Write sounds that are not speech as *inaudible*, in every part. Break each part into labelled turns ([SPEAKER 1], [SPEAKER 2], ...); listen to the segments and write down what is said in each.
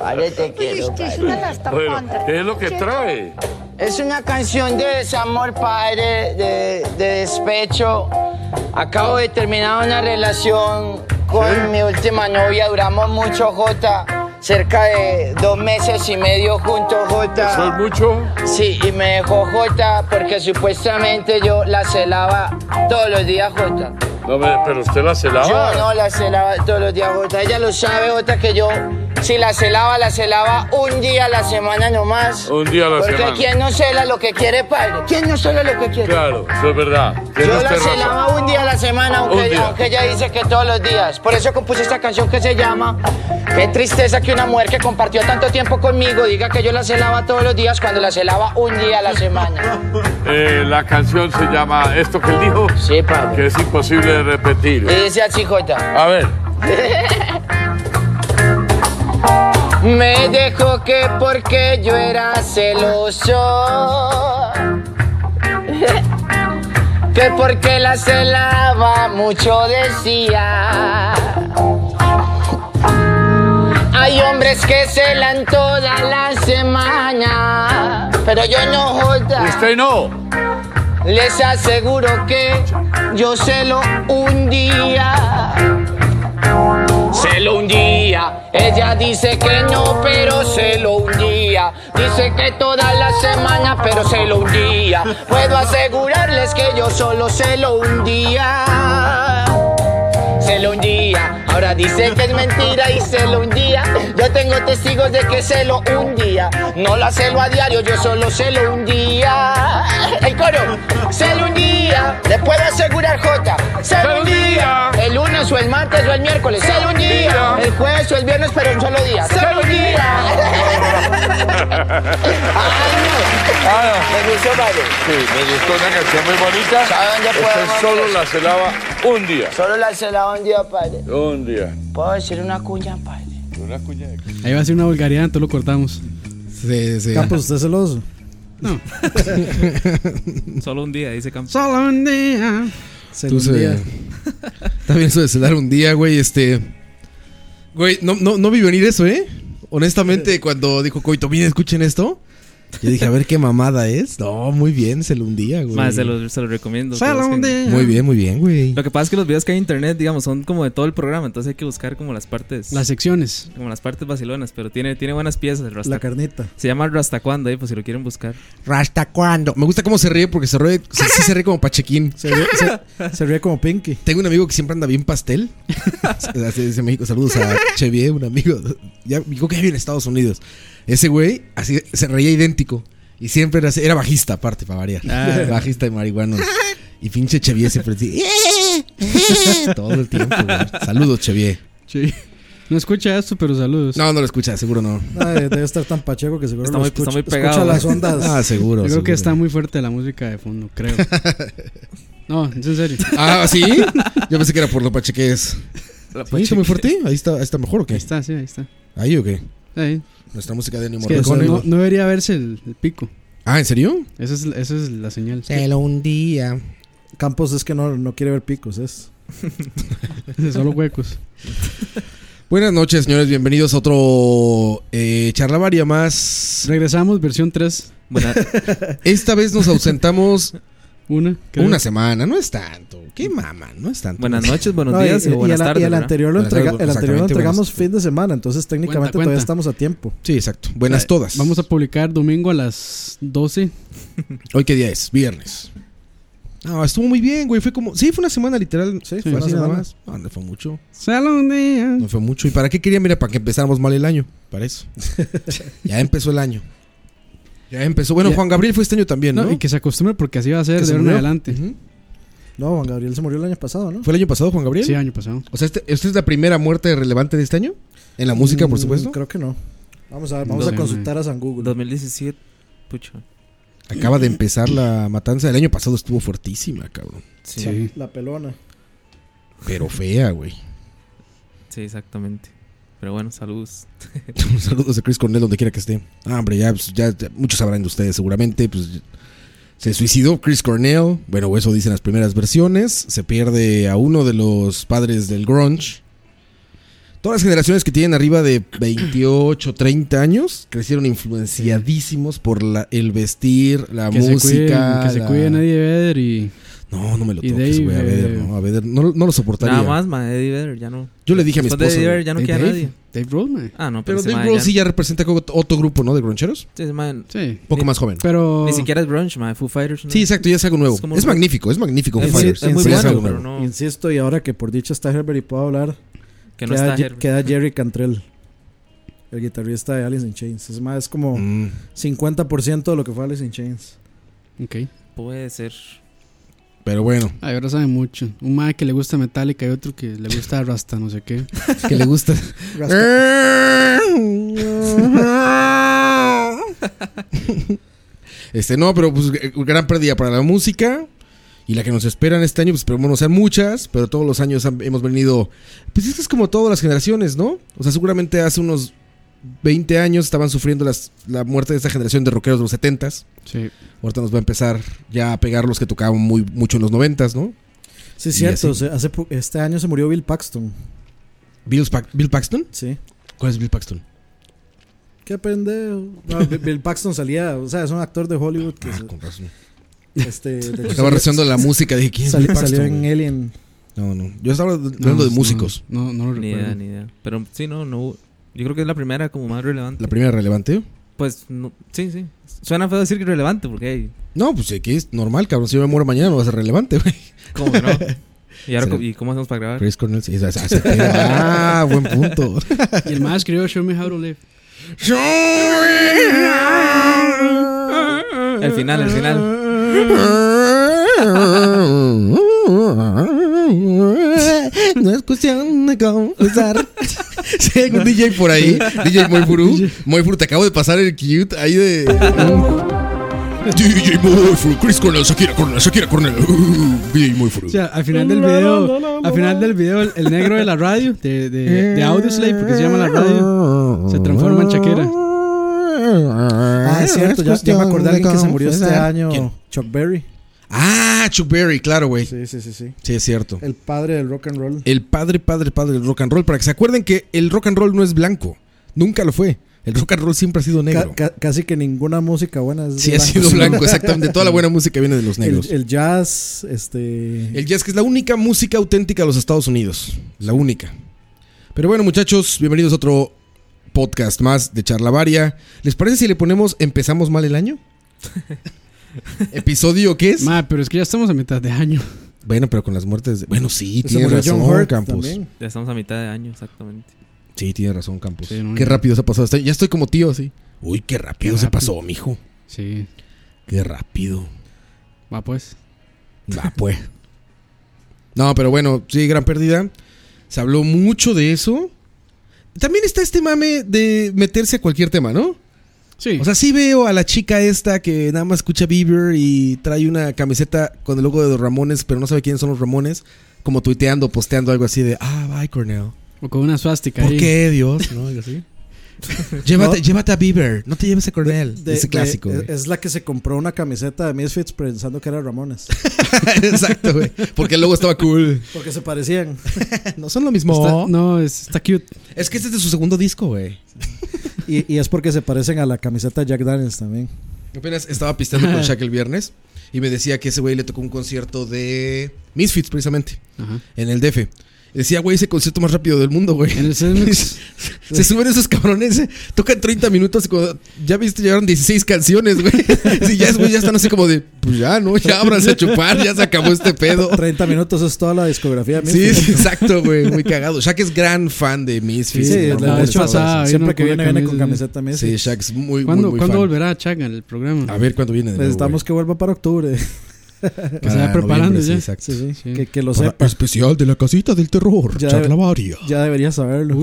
[SPEAKER 1] Vale, te quiero. padre.
[SPEAKER 2] Bueno, ¿qué es lo que trae?
[SPEAKER 1] Es una canción de desamor, padre, de, de despecho. Acabo de terminar una relación con mi última novia. Duramos mucho, Jota. Cerca de dos meses y medio juntos, Jota.
[SPEAKER 2] ¿Eso es mucho?
[SPEAKER 1] Sí, y me dejó Jota porque supuestamente yo la celaba todos los días, Jota.
[SPEAKER 2] No me- pero usted la celaba.
[SPEAKER 1] Yo no la celaba todos los días, Jota. Ella lo sabe, Jota, que yo si la celaba, la celaba un día a la semana nomás.
[SPEAKER 2] Un día a la
[SPEAKER 1] Porque
[SPEAKER 2] semana.
[SPEAKER 1] quien no cela lo que quiere, padre. ¿Quién no cela lo que quiere?
[SPEAKER 2] Claro, eso es verdad. Tiene
[SPEAKER 1] Yo la
[SPEAKER 2] usted razón.
[SPEAKER 1] celaba un día a la semana,
[SPEAKER 2] Un
[SPEAKER 1] aunque,
[SPEAKER 2] día.
[SPEAKER 1] aunque ella dice que todos los días. Por eso compuse esta canción que se llama Qué tristeza que una mujer que compartió tanto tiempo conmigo diga que yo la celaba todos los días cuando la celaba un día a la semana.
[SPEAKER 2] Eh, la canción se llama Esto que él dijo,
[SPEAKER 1] Sí, padre.
[SPEAKER 2] que es imposible de repetir.
[SPEAKER 1] Y dice así, Jota.
[SPEAKER 2] A ver,
[SPEAKER 1] Me dejó que porque yo era celoso. *laughs* Que porque la celaba mucho decía. Hay hombres que celan toda la semana. Pero yo no joda.
[SPEAKER 2] usted no.
[SPEAKER 1] Les aseguro que yo celo un día. Celo un día. Ella dice que no, pero celo un día. Dice que toda la semana, pero celo un día. Puedo asegurarles que yo solo celo un día. Celo un día, ahora dice que es mentira y celo un día. Yo tengo testigos de que celo un día. No la celo a diario, yo solo celo un día. El coro, celo un día. Le puedo asegurar, Jota, celo un día. El lunes o el martes o el miércoles, celo un día. El jueves o el viernes, pero un solo día, celo un día. *laughs* Ay, Ah, no. Me gustó, vale.
[SPEAKER 2] Sí, me gustó una canción muy bonita.
[SPEAKER 1] ¿Sabe dónde
[SPEAKER 2] Usted
[SPEAKER 1] podemos
[SPEAKER 2] solo
[SPEAKER 1] ver?
[SPEAKER 2] la celaba un día.
[SPEAKER 1] Solo la celaba un día, padre.
[SPEAKER 2] Un día.
[SPEAKER 1] ¿Puedo decir una cuña, padre?
[SPEAKER 2] Una cuña de-
[SPEAKER 3] Ahí va a ser una vulgaridad, entonces lo cortamos.
[SPEAKER 4] Sí, sí.
[SPEAKER 5] Campos, Ah, pues, usted es celoso.
[SPEAKER 6] Solo un día, dice Campos.
[SPEAKER 3] Solo un día.
[SPEAKER 5] Segundo
[SPEAKER 4] Tú se-
[SPEAKER 5] día.
[SPEAKER 4] *laughs* También eso de celar un día, güey, este... Güey, no, no, no vi venir eso, ¿eh? Honestamente, cuando dijo Coito, miren, escuchen esto. Yo dije, a ver qué mamada es. No, muy bien, se un día, güey.
[SPEAKER 6] Más, se los, se los recomiendo. que
[SPEAKER 3] Solo un
[SPEAKER 6] busquen.
[SPEAKER 3] día.
[SPEAKER 4] Muy bien, muy bien, güey.
[SPEAKER 6] Lo que pasa es que los videos que hay en internet, digamos, son como de todo el programa, entonces hay que buscar como las partes.
[SPEAKER 3] Las secciones.
[SPEAKER 6] Como las partes vacilonas, pero tiene, tiene buenas piezas. el Rasta-
[SPEAKER 5] La carnita.
[SPEAKER 6] se llama Rasta Cuando, ahí, pues si lo quieren buscar.
[SPEAKER 4] Rasta cuando. Me gusta cómo se ríe porque se ríe, se- sí se ríe como pachequín.
[SPEAKER 5] Se ríe, se- se ríe como Pinky.
[SPEAKER 4] Tengo un amigo que siempre anda bien pastel. *laughs* Así dice México. Saludos a Chevier, un amigo. Ya, digo que vive en Estados Unidos. Ese güey así se reía idéntico. Y siempre era, así- era bajista, aparte, para variar.
[SPEAKER 3] Ah.
[SPEAKER 4] Bajista de marihuanos. Y pinche Chevier siempre así. "Eh, Todo el tiempo, güey. Saludos, Chevier.
[SPEAKER 3] Sí. No escucha esto, pero saludos.
[SPEAKER 4] No, no lo escucha, seguro no.
[SPEAKER 5] Ay, debe estar tan pacheco que seguro
[SPEAKER 6] Está
[SPEAKER 5] lo
[SPEAKER 6] muy-
[SPEAKER 5] escucha,
[SPEAKER 6] está muy
[SPEAKER 5] escucha
[SPEAKER 6] pegado.
[SPEAKER 5] las ondas.
[SPEAKER 4] Ah, seguro.
[SPEAKER 3] Yo creo que está
[SPEAKER 4] seguro.
[SPEAKER 3] muy fuerte la música de fondo, creo.
[SPEAKER 4] *laughs*
[SPEAKER 3] No, es en serio.
[SPEAKER 4] Ah, ¿sí? Yo pensé que era por lo pacheques. ¿Sí? ¿Está muy fuerte? ¿Ahí está, ahí está mejor o
[SPEAKER 3] Ahí
[SPEAKER 4] qué?
[SPEAKER 3] está, sí, ahí está.
[SPEAKER 4] ¿Ahí o qué?
[SPEAKER 3] Ahí.
[SPEAKER 4] Nuestra música de
[SPEAKER 3] Es
[SPEAKER 4] Animal
[SPEAKER 3] que
[SPEAKER 5] Morricone,
[SPEAKER 3] no,
[SPEAKER 5] güey.
[SPEAKER 3] no debería verse el, el pico.
[SPEAKER 4] Ah, ¿en serio?
[SPEAKER 3] Esa es, esa es la señal. *laughs*
[SPEAKER 4] Solo un día.
[SPEAKER 5] Campos es que no, no quiere ver picos, es.
[SPEAKER 3] Solo huecos.
[SPEAKER 4] Buenas noches, señores. Bienvenidos a otro eh, charlavaria más.
[SPEAKER 3] Regresamos, versión 3.
[SPEAKER 6] Buena-
[SPEAKER 4] Esta vez nos ausentamos *laughs*
[SPEAKER 3] Una. creo.
[SPEAKER 4] una semana. No es tanto. Qué mama, no es tanto.
[SPEAKER 6] buenas noches, buenos
[SPEAKER 5] No, y-
[SPEAKER 6] días
[SPEAKER 5] y,
[SPEAKER 6] y,
[SPEAKER 5] y
[SPEAKER 6] buenas
[SPEAKER 5] el-
[SPEAKER 6] tardes.
[SPEAKER 5] y el
[SPEAKER 6] ¿verdad?
[SPEAKER 5] anterior lo,
[SPEAKER 4] Buenas tardes,
[SPEAKER 5] entrega- el anterior lo
[SPEAKER 4] exactamente,
[SPEAKER 5] entregamos
[SPEAKER 4] buenas-
[SPEAKER 5] fin de semana, entonces técnicamente
[SPEAKER 3] Cuenta,
[SPEAKER 5] todavía
[SPEAKER 3] cuenta.
[SPEAKER 5] estamos a tiempo.
[SPEAKER 4] Sí, exacto. Buenas todas.
[SPEAKER 3] Eh, Vamos a publicar domingo a las 12.
[SPEAKER 4] Hoy qué día es? Viernes. No, estuvo muy bien, güey. Fue como. Sí, fue una semana literal.
[SPEAKER 5] Sí,
[SPEAKER 4] fue Mm.
[SPEAKER 5] fue
[SPEAKER 4] así
[SPEAKER 5] una
[SPEAKER 4] nada
[SPEAKER 5] semana.
[SPEAKER 4] más. No, no fue mucho.
[SPEAKER 3] Solo un día.
[SPEAKER 4] No fue mucho. ¿Y para qué quería? Mira, para que empezáramos mal el año. Para *laughs* eso. ya empezó el año. Ya empezó. Bueno,
[SPEAKER 3] Ya.
[SPEAKER 4] Juan Gabriel fue este año también, ¿no?
[SPEAKER 3] No, y que se acostumbre porque así va a ser
[SPEAKER 4] ¿Que
[SPEAKER 3] de
[SPEAKER 4] se
[SPEAKER 3] ahora en
[SPEAKER 4] murió?
[SPEAKER 3] adelante.
[SPEAKER 4] Ujú.
[SPEAKER 5] No, Juan Gabriel se murió el año pasado, ¿no?
[SPEAKER 4] ¿Fue el año pasado, Juan Gabriel?
[SPEAKER 3] Sí, año pasado.
[SPEAKER 4] O sea, este- ¿esta es la primera muerte relevante de este año? En la música, por
[SPEAKER 5] Mm,
[SPEAKER 4] supuesto.
[SPEAKER 5] Creo que no. Vamos a ver, vamos
[SPEAKER 3] No
[SPEAKER 5] a
[SPEAKER 3] sé,
[SPEAKER 5] consultar a San Google.
[SPEAKER 6] 2017, pucho.
[SPEAKER 4] Acaba de empezar la matanza. El año pasado estuvo fuertísima, cabrón.
[SPEAKER 6] Sí,
[SPEAKER 5] La-
[SPEAKER 6] sí,
[SPEAKER 3] Sí.
[SPEAKER 5] La pelona.
[SPEAKER 4] Pero fea, güey. *laughs*
[SPEAKER 6] exactamente. Pero bueno, saludos.
[SPEAKER 4] Saludos a Chris Cornell donde quiera que esté. Ah, hombre, ya, pues, ya, ya muchos sabrán de ustedes seguramente. Pues se suicidó Chris Cornell. Bueno, eso dicen las primeras versiones. Se pierde a uno de los padres del grunge. Todas las generaciones que tienen arriba de 28, 30 años crecieron influenciadísimos por la, el vestir, la
[SPEAKER 3] que
[SPEAKER 4] música.
[SPEAKER 3] se cuiden, que se
[SPEAKER 4] la-
[SPEAKER 3] cuiden Eddie Vedder y
[SPEAKER 4] No, no me lo
[SPEAKER 3] Y
[SPEAKER 4] toques,
[SPEAKER 3] Dave,
[SPEAKER 4] güey. A ver,
[SPEAKER 3] eh,
[SPEAKER 4] no, a ver, no, no lo soportaría.
[SPEAKER 6] Nada más, ma, Eddie Vedder, ya no.
[SPEAKER 4] Yo le dije a mi
[SPEAKER 6] Después de
[SPEAKER 4] esposa.
[SPEAKER 6] Eddie
[SPEAKER 4] güey,
[SPEAKER 6] Vedder ya no
[SPEAKER 3] Dave
[SPEAKER 6] queda
[SPEAKER 3] Dave.
[SPEAKER 6] nadie.
[SPEAKER 3] Dave Grohl, mae.
[SPEAKER 6] Ah, no, pero,
[SPEAKER 4] Pero
[SPEAKER 6] ese
[SPEAKER 4] Dave
[SPEAKER 6] mae
[SPEAKER 4] Grohl
[SPEAKER 6] ya-
[SPEAKER 4] sí ya representa como otro grupo, ¿no? De groncheros.
[SPEAKER 6] ese mae
[SPEAKER 3] Sí.
[SPEAKER 4] Poco
[SPEAKER 6] Ni-
[SPEAKER 4] más joven.
[SPEAKER 3] Pero
[SPEAKER 6] Ni siquiera es grunge, ma, Foo Fighters. ¿no?
[SPEAKER 4] Sí, exacto, ya es algo nuevo.
[SPEAKER 6] Es como
[SPEAKER 4] Es
[SPEAKER 6] un-
[SPEAKER 4] magnífico, es magnífico.
[SPEAKER 6] Es,
[SPEAKER 4] Foo
[SPEAKER 6] muy-
[SPEAKER 4] Fighters.
[SPEAKER 6] es muy
[SPEAKER 4] Pero es
[SPEAKER 6] bueno,
[SPEAKER 4] algo
[SPEAKER 6] pero
[SPEAKER 4] nuevo.
[SPEAKER 6] no.
[SPEAKER 5] Insisto, y ahora que por dicha está Herbert y puedo hablar,
[SPEAKER 6] Que no
[SPEAKER 5] queda,
[SPEAKER 6] está
[SPEAKER 5] Ye-
[SPEAKER 6] Herbert.
[SPEAKER 5] queda Jerry Cantrell, el guitarrista de Alice in Chains. Es más, es como
[SPEAKER 4] Mm.
[SPEAKER 5] 50% de lo que fue Alice in Chains.
[SPEAKER 3] Ok.
[SPEAKER 6] Puede ser.
[SPEAKER 4] Pero bueno,
[SPEAKER 3] Ay, ahora sabe mucho. Un mae que le gusta Metallica y otro que le
[SPEAKER 4] *laughs*
[SPEAKER 3] gusta Rasta, no sé qué.
[SPEAKER 4] que le gusta.
[SPEAKER 5] Rasca-
[SPEAKER 4] *laughs* este, no, pero pues eh, gran pérdida para la música. Y la que nos esperan este año, pues esperemos no sean muchas, pero todos los años han- hemos venido. Pues es que es como todas las generaciones, ¿no? O sea, seguramente hace unos 20 años estaban sufriendo las- la muerte de esta generación de rockeros de los 70s.
[SPEAKER 3] Sí.
[SPEAKER 4] Ahorita nos va a empezar ya a pegar los que tocaban muy, mucho en los 90s, ¿no?
[SPEAKER 5] sí, es
[SPEAKER 4] Y
[SPEAKER 5] cierto.
[SPEAKER 4] así.
[SPEAKER 5] se- hace po- este año se murió Bill Paxton.
[SPEAKER 4] Bill, Pac- Bill Paxton.
[SPEAKER 5] Sí.
[SPEAKER 4] ¿Cuál es Bill Paxton?
[SPEAKER 5] Qué pendejo. No, Bi- Bill Paxton salía, o sea, es un actor de Hollywood que se-
[SPEAKER 4] Con razón.
[SPEAKER 5] este, de hecho,
[SPEAKER 4] Estaba
[SPEAKER 5] salió-
[SPEAKER 4] rezando la música, dije, ¿quién es
[SPEAKER 5] salió-
[SPEAKER 4] Bill Paxton,
[SPEAKER 5] salió en
[SPEAKER 4] güey?
[SPEAKER 5] Alien.
[SPEAKER 4] No, no. Yo estaba hablando de músicos.
[SPEAKER 3] No, no, no lo
[SPEAKER 6] Ni idea,
[SPEAKER 3] recuerdo.
[SPEAKER 6] ni idea. Pero sí, no, no. hubo- Yo creo que es la primera como más relevante.
[SPEAKER 4] Mm. La primera relevante.
[SPEAKER 6] Pues no, sí, sí. Suena feo decir que relevante porque hey,
[SPEAKER 4] No, pues aquí es normal, cabrón. Si yo me muero mañana no va a ser relevante, güey.
[SPEAKER 6] ¿cómo que no?
[SPEAKER 4] *laughs*
[SPEAKER 6] ¿Y ahora
[SPEAKER 4] Sí. Pues
[SPEAKER 6] co- ¿y cómo hacemos para grabar?
[SPEAKER 4] Chris Cornell. sí, esa- esa- *laughs* ese pedo. ah, buen punto.
[SPEAKER 3] Y el mae escribió Show Me How to Live.
[SPEAKER 6] El final, el final.
[SPEAKER 4] No es cuestión de confesar. Si hay algún DJ por ahí, DJ Moifuru, Moifuru, te acabo de pasar el cute ahí de. DJ Moifuru, Chris Cornell, Shakira Cornell, Shakira Cornell, uh, DJ Moifuru.
[SPEAKER 3] O sea, al final del video, al final del video, el, el negro de la radio, de, de, de Audioslave, porque se llama la
[SPEAKER 4] *laughs*
[SPEAKER 3] radio. se transforma en Shakira.
[SPEAKER 5] Ah, es cierto, ya, ya me acordé de alguien que se murió este año.
[SPEAKER 4] ¿Quién?
[SPEAKER 5] Chuck Berry.
[SPEAKER 4] Ah, Chuck Berry, claro, güey.
[SPEAKER 5] Sí, sí, sí, sí.
[SPEAKER 4] Sí, es cierto.
[SPEAKER 5] El padre del rock and roll.
[SPEAKER 4] El padre, padre, padre del rock and roll. Para que se acuerden que el rock and roll no es blanco. Nunca lo fue. El rock and roll siempre ha sido negro.
[SPEAKER 5] Ca- ca- casi que ninguna música buena es de
[SPEAKER 4] Sí, ha sido blanco, exactamente. Toda la buena música viene de los negros.
[SPEAKER 5] El,
[SPEAKER 4] El,
[SPEAKER 5] el jazz, este.
[SPEAKER 4] jazz, que es la única música auténtica de los Estados Unidos. La única. Pero bueno, muchachos, bienvenidos a otro podcast más de Charla Varia. ¿Les parece si le ponemos Empezamos mal
[SPEAKER 3] *laughs*
[SPEAKER 4] el año? ¿Episodio qué es?
[SPEAKER 3] Mae, pero es que ya estamos a mitad de año.
[SPEAKER 4] Bueno, pero con las muertes. de- Bueno, sí,
[SPEAKER 5] se
[SPEAKER 4] tiene
[SPEAKER 5] murió
[SPEAKER 4] razón,
[SPEAKER 5] Hurt
[SPEAKER 4] Campos.
[SPEAKER 5] también.
[SPEAKER 6] Ya estamos a mitad de año, exactamente.
[SPEAKER 4] Sí, tiene razón, Campos.
[SPEAKER 3] Sí, no,
[SPEAKER 4] qué
[SPEAKER 3] ya.
[SPEAKER 4] rápido se ha pasado. este- Ya estoy como tío, así. Uy, qué rápido
[SPEAKER 3] Qué
[SPEAKER 4] se
[SPEAKER 3] rápido.
[SPEAKER 4] pasó, mijo.
[SPEAKER 3] Sí.
[SPEAKER 4] Qué rápido.
[SPEAKER 3] Va pues.
[SPEAKER 4] Va, pues. No, pero bueno, sí, gran pérdida. Se habló mucho de eso. También está este mame de meterse a cualquier tema, ¿no?
[SPEAKER 3] Sí.
[SPEAKER 4] O sea, sí veo a la chica esta que nada más escucha Bieber y trae una camiseta con el logo de los Ramones, pero no sabe quiénes son los Ramones, como tuiteando, posteando algo así de, ah, bye, Cornell.
[SPEAKER 3] o con una suástica
[SPEAKER 4] ¿Por
[SPEAKER 3] ahí.
[SPEAKER 4] qué Dios? ¿No? Algo así. llévate,
[SPEAKER 5] No.
[SPEAKER 4] llévate a Bieber, no te lleves a Cornell.
[SPEAKER 5] De-
[SPEAKER 4] Ese
[SPEAKER 5] de- eh,
[SPEAKER 4] clásico.
[SPEAKER 5] es-
[SPEAKER 4] güey.
[SPEAKER 5] es la que se compró una camiseta de Misfits pensando que era Ramones.
[SPEAKER 4] *laughs* Exacto, güey. Porque el logo estaba cool.
[SPEAKER 5] Porque se parecían.
[SPEAKER 4] No son lo mismo.
[SPEAKER 3] Está- no, es- está cute.
[SPEAKER 4] Es que este es de su segundo disco, güey.
[SPEAKER 5] Y, y es porque se parecen a la camiseta de Jack Daniels también.
[SPEAKER 4] Apenas estaba pisteando con Shaq el viernes y me decía que ese güey le tocó un concierto de Misfits, precisamente,
[SPEAKER 3] Ajá.
[SPEAKER 4] en el DF. Decía, güey, ese concierto más rápido del mundo, güey.
[SPEAKER 3] En el CEDMEX.
[SPEAKER 4] *laughs* Se suben esos cabrones, eh, tocan 30 minutos y cuando ya viste, llegaron 16 canciones, güey. *laughs* Sí, ya, es- güey, ya están así como de, pues ya, ¿no? Ya ábranse a chupar, ya se acabó este pedo.
[SPEAKER 5] 30 minutos es toda la discografía de
[SPEAKER 4] Sí,
[SPEAKER 5] Misfits.
[SPEAKER 4] sí, exacto, güey, muy cagado. Shaq es gran fan de Misfits.
[SPEAKER 5] Sí,
[SPEAKER 4] Sí,
[SPEAKER 5] de-
[SPEAKER 3] la
[SPEAKER 5] de
[SPEAKER 3] vez
[SPEAKER 5] hecho,
[SPEAKER 3] pasada
[SPEAKER 5] siempre
[SPEAKER 3] vino
[SPEAKER 5] que
[SPEAKER 3] con
[SPEAKER 5] viene,
[SPEAKER 3] la
[SPEAKER 5] viene con
[SPEAKER 3] camisa-
[SPEAKER 5] camiseta
[SPEAKER 4] sí
[SPEAKER 5] Misfits.
[SPEAKER 4] Shaq es muy, muy,
[SPEAKER 3] ¿Cuándo,
[SPEAKER 4] muy
[SPEAKER 3] ¿cuándo
[SPEAKER 4] fan. Ah,
[SPEAKER 3] volverá a Chaga el programa?
[SPEAKER 4] A ver cuándo viene. de nuevo,
[SPEAKER 5] Necesitamos que vuelva para octubre.
[SPEAKER 4] güey.
[SPEAKER 3] que se vaya
[SPEAKER 4] Para
[SPEAKER 3] preparando
[SPEAKER 4] Ah, noviembre, sí,
[SPEAKER 3] ya.
[SPEAKER 4] exacto.
[SPEAKER 5] Sí, sí,
[SPEAKER 3] Sí.
[SPEAKER 5] Que, que lo
[SPEAKER 4] Para
[SPEAKER 5] sepa.
[SPEAKER 4] especial de la casita del terror,
[SPEAKER 5] Ya-
[SPEAKER 4] charla varia.
[SPEAKER 5] Ya debería saberlo.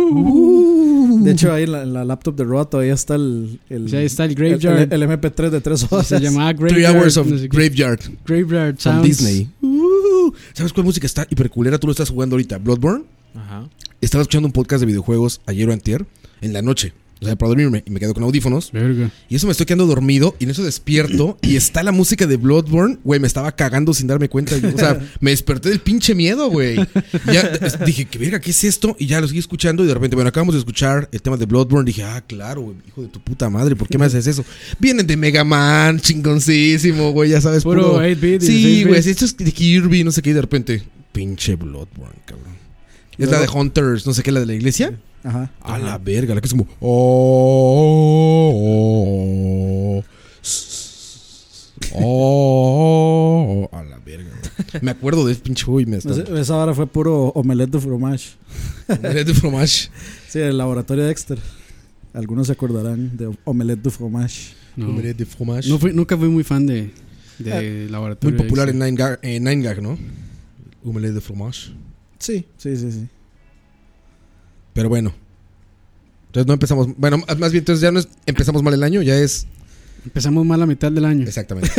[SPEAKER 5] Uh. De hecho, ahí en la, en la laptop de Roa todavía está el. el
[SPEAKER 3] O sea, ahí está el
[SPEAKER 5] el-
[SPEAKER 3] Graveyard.
[SPEAKER 5] el- el MP3 de 3 horas.
[SPEAKER 3] se llamaba Graveyard.
[SPEAKER 4] Three hours of
[SPEAKER 3] no sé qué.
[SPEAKER 4] Graveyard from
[SPEAKER 3] Graveyard Sounds.
[SPEAKER 4] Disney. Uh, ¿Sabes cuál música está hiperculera? Tú lo estás jugando ahorita. Bloodborne.
[SPEAKER 6] Ajá.
[SPEAKER 4] Estaba escuchando un podcast de videojuegos ayer o antier, en la noche. O sea, para dormirme. Y me quedo con audífonos.
[SPEAKER 3] Verga.
[SPEAKER 4] Y eso me estoy quedando dormido. Y en eso despierto. Y está la música de Bloodborne. Güey, me estaba cagando sin darme cuenta.
[SPEAKER 3] *laughs*
[SPEAKER 4] O sea, me desperté del pinche miedo, güey. Ya es- dije, ¿qué verga? ¿Qué es esto? Y ya lo seguí escuchando. Y de repente, bueno, acabamos de escuchar el tema de Bloodborne. Dije, ah, claro, güey. Hijo de tu puta madre. ¿Por qué me haces eso? Vienen de Mega Man, chingoncísimo, güey. Ya sabes,
[SPEAKER 3] Puro 8-bit,
[SPEAKER 4] Sí,
[SPEAKER 3] 16-bit.
[SPEAKER 4] güey. Esto es de Kirby, no sé qué. Y de repente, pinche Bloodborne, cabrón. Es la de Hunters, no sé qué, la de la iglesia.
[SPEAKER 5] Ajá.
[SPEAKER 4] A la verga, la que es como. Oh, oh, oh, oh, a la verga. güey. Me acuerdo de ese pinche uy, me está.
[SPEAKER 5] Ese- Esa hora fue puro omelette de fromage.
[SPEAKER 4] Omelette de fromage.
[SPEAKER 5] Sí, el laboratorio de Dexter. Algunos se acordarán de omelette de fromage.
[SPEAKER 3] No.
[SPEAKER 4] Omelette de fromage.
[SPEAKER 3] No fui- nunca fui muy fan de, de
[SPEAKER 4] Ah, Muy
[SPEAKER 3] laboratorio.
[SPEAKER 4] popular en
[SPEAKER 3] Dexter.
[SPEAKER 4] Nine Gag, eh, Nine Gag, ¿no? Omelette de fromage.
[SPEAKER 5] Sí. Sí, sí, sí.
[SPEAKER 4] Pero bueno. Entonces no empezamos. Bueno, más- más bien, entonces ya no es- empezamos mal el año, ya es.
[SPEAKER 3] Empezamos mal la mitad del año.
[SPEAKER 4] Exactamente.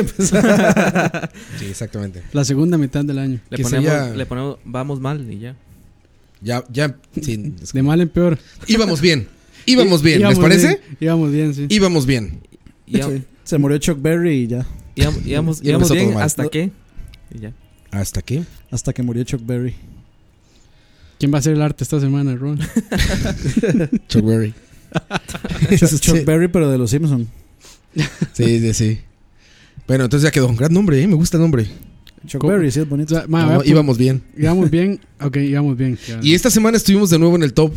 [SPEAKER 4] sí, exactamente.
[SPEAKER 3] La segunda mitad del año.
[SPEAKER 6] Le
[SPEAKER 4] Que
[SPEAKER 6] ponemos,
[SPEAKER 4] sería-
[SPEAKER 6] le ponemos, vamos mal
[SPEAKER 4] *laughs*
[SPEAKER 6] y ya.
[SPEAKER 4] Ya, ya. sí, es-
[SPEAKER 3] De mal en peor.
[SPEAKER 4] íbamos bien.
[SPEAKER 3] *laughs*
[SPEAKER 4] Íbamos bien, ¿les
[SPEAKER 3] Íbamos
[SPEAKER 4] parece?
[SPEAKER 3] bien, íbamos bien, sí.
[SPEAKER 4] Íbamos bien.
[SPEAKER 6] Y ya-
[SPEAKER 5] Sí. Se murió Chuck Berry y ya.
[SPEAKER 4] *laughs*
[SPEAKER 6] Íbamos, íbamos,
[SPEAKER 4] Ya
[SPEAKER 6] íbamos
[SPEAKER 4] empezó todo
[SPEAKER 6] bien
[SPEAKER 4] mal.
[SPEAKER 6] hasta
[SPEAKER 5] No.
[SPEAKER 6] que. Y ya.
[SPEAKER 4] ¿Hasta qué?
[SPEAKER 5] Hasta que murió Chuck
[SPEAKER 3] *laughs*
[SPEAKER 5] Berry.
[SPEAKER 3] ¿Quién va a hacer el arte esta semana, Ron?
[SPEAKER 4] Chuck Berry.
[SPEAKER 5] Chuck, Chuck
[SPEAKER 4] Sí.
[SPEAKER 5] Berry, pero de los Simpsons.
[SPEAKER 4] Sí, sí, sí. Bueno, entonces ya quedó. Gran nombre, ¿eh? Me gusta el nombre.
[SPEAKER 5] Chuck
[SPEAKER 3] ¿Cómo?
[SPEAKER 5] Berry, sí es
[SPEAKER 3] O
[SPEAKER 5] bonito.
[SPEAKER 3] sea, Ah, ma,
[SPEAKER 4] *laughs* No,
[SPEAKER 3] voy a pues.
[SPEAKER 4] no,
[SPEAKER 3] pon-
[SPEAKER 4] íbamos bien.
[SPEAKER 3] íbamos bien. Ok, íbamos bien.
[SPEAKER 4] Y esta semana estuvimos de nuevo en el top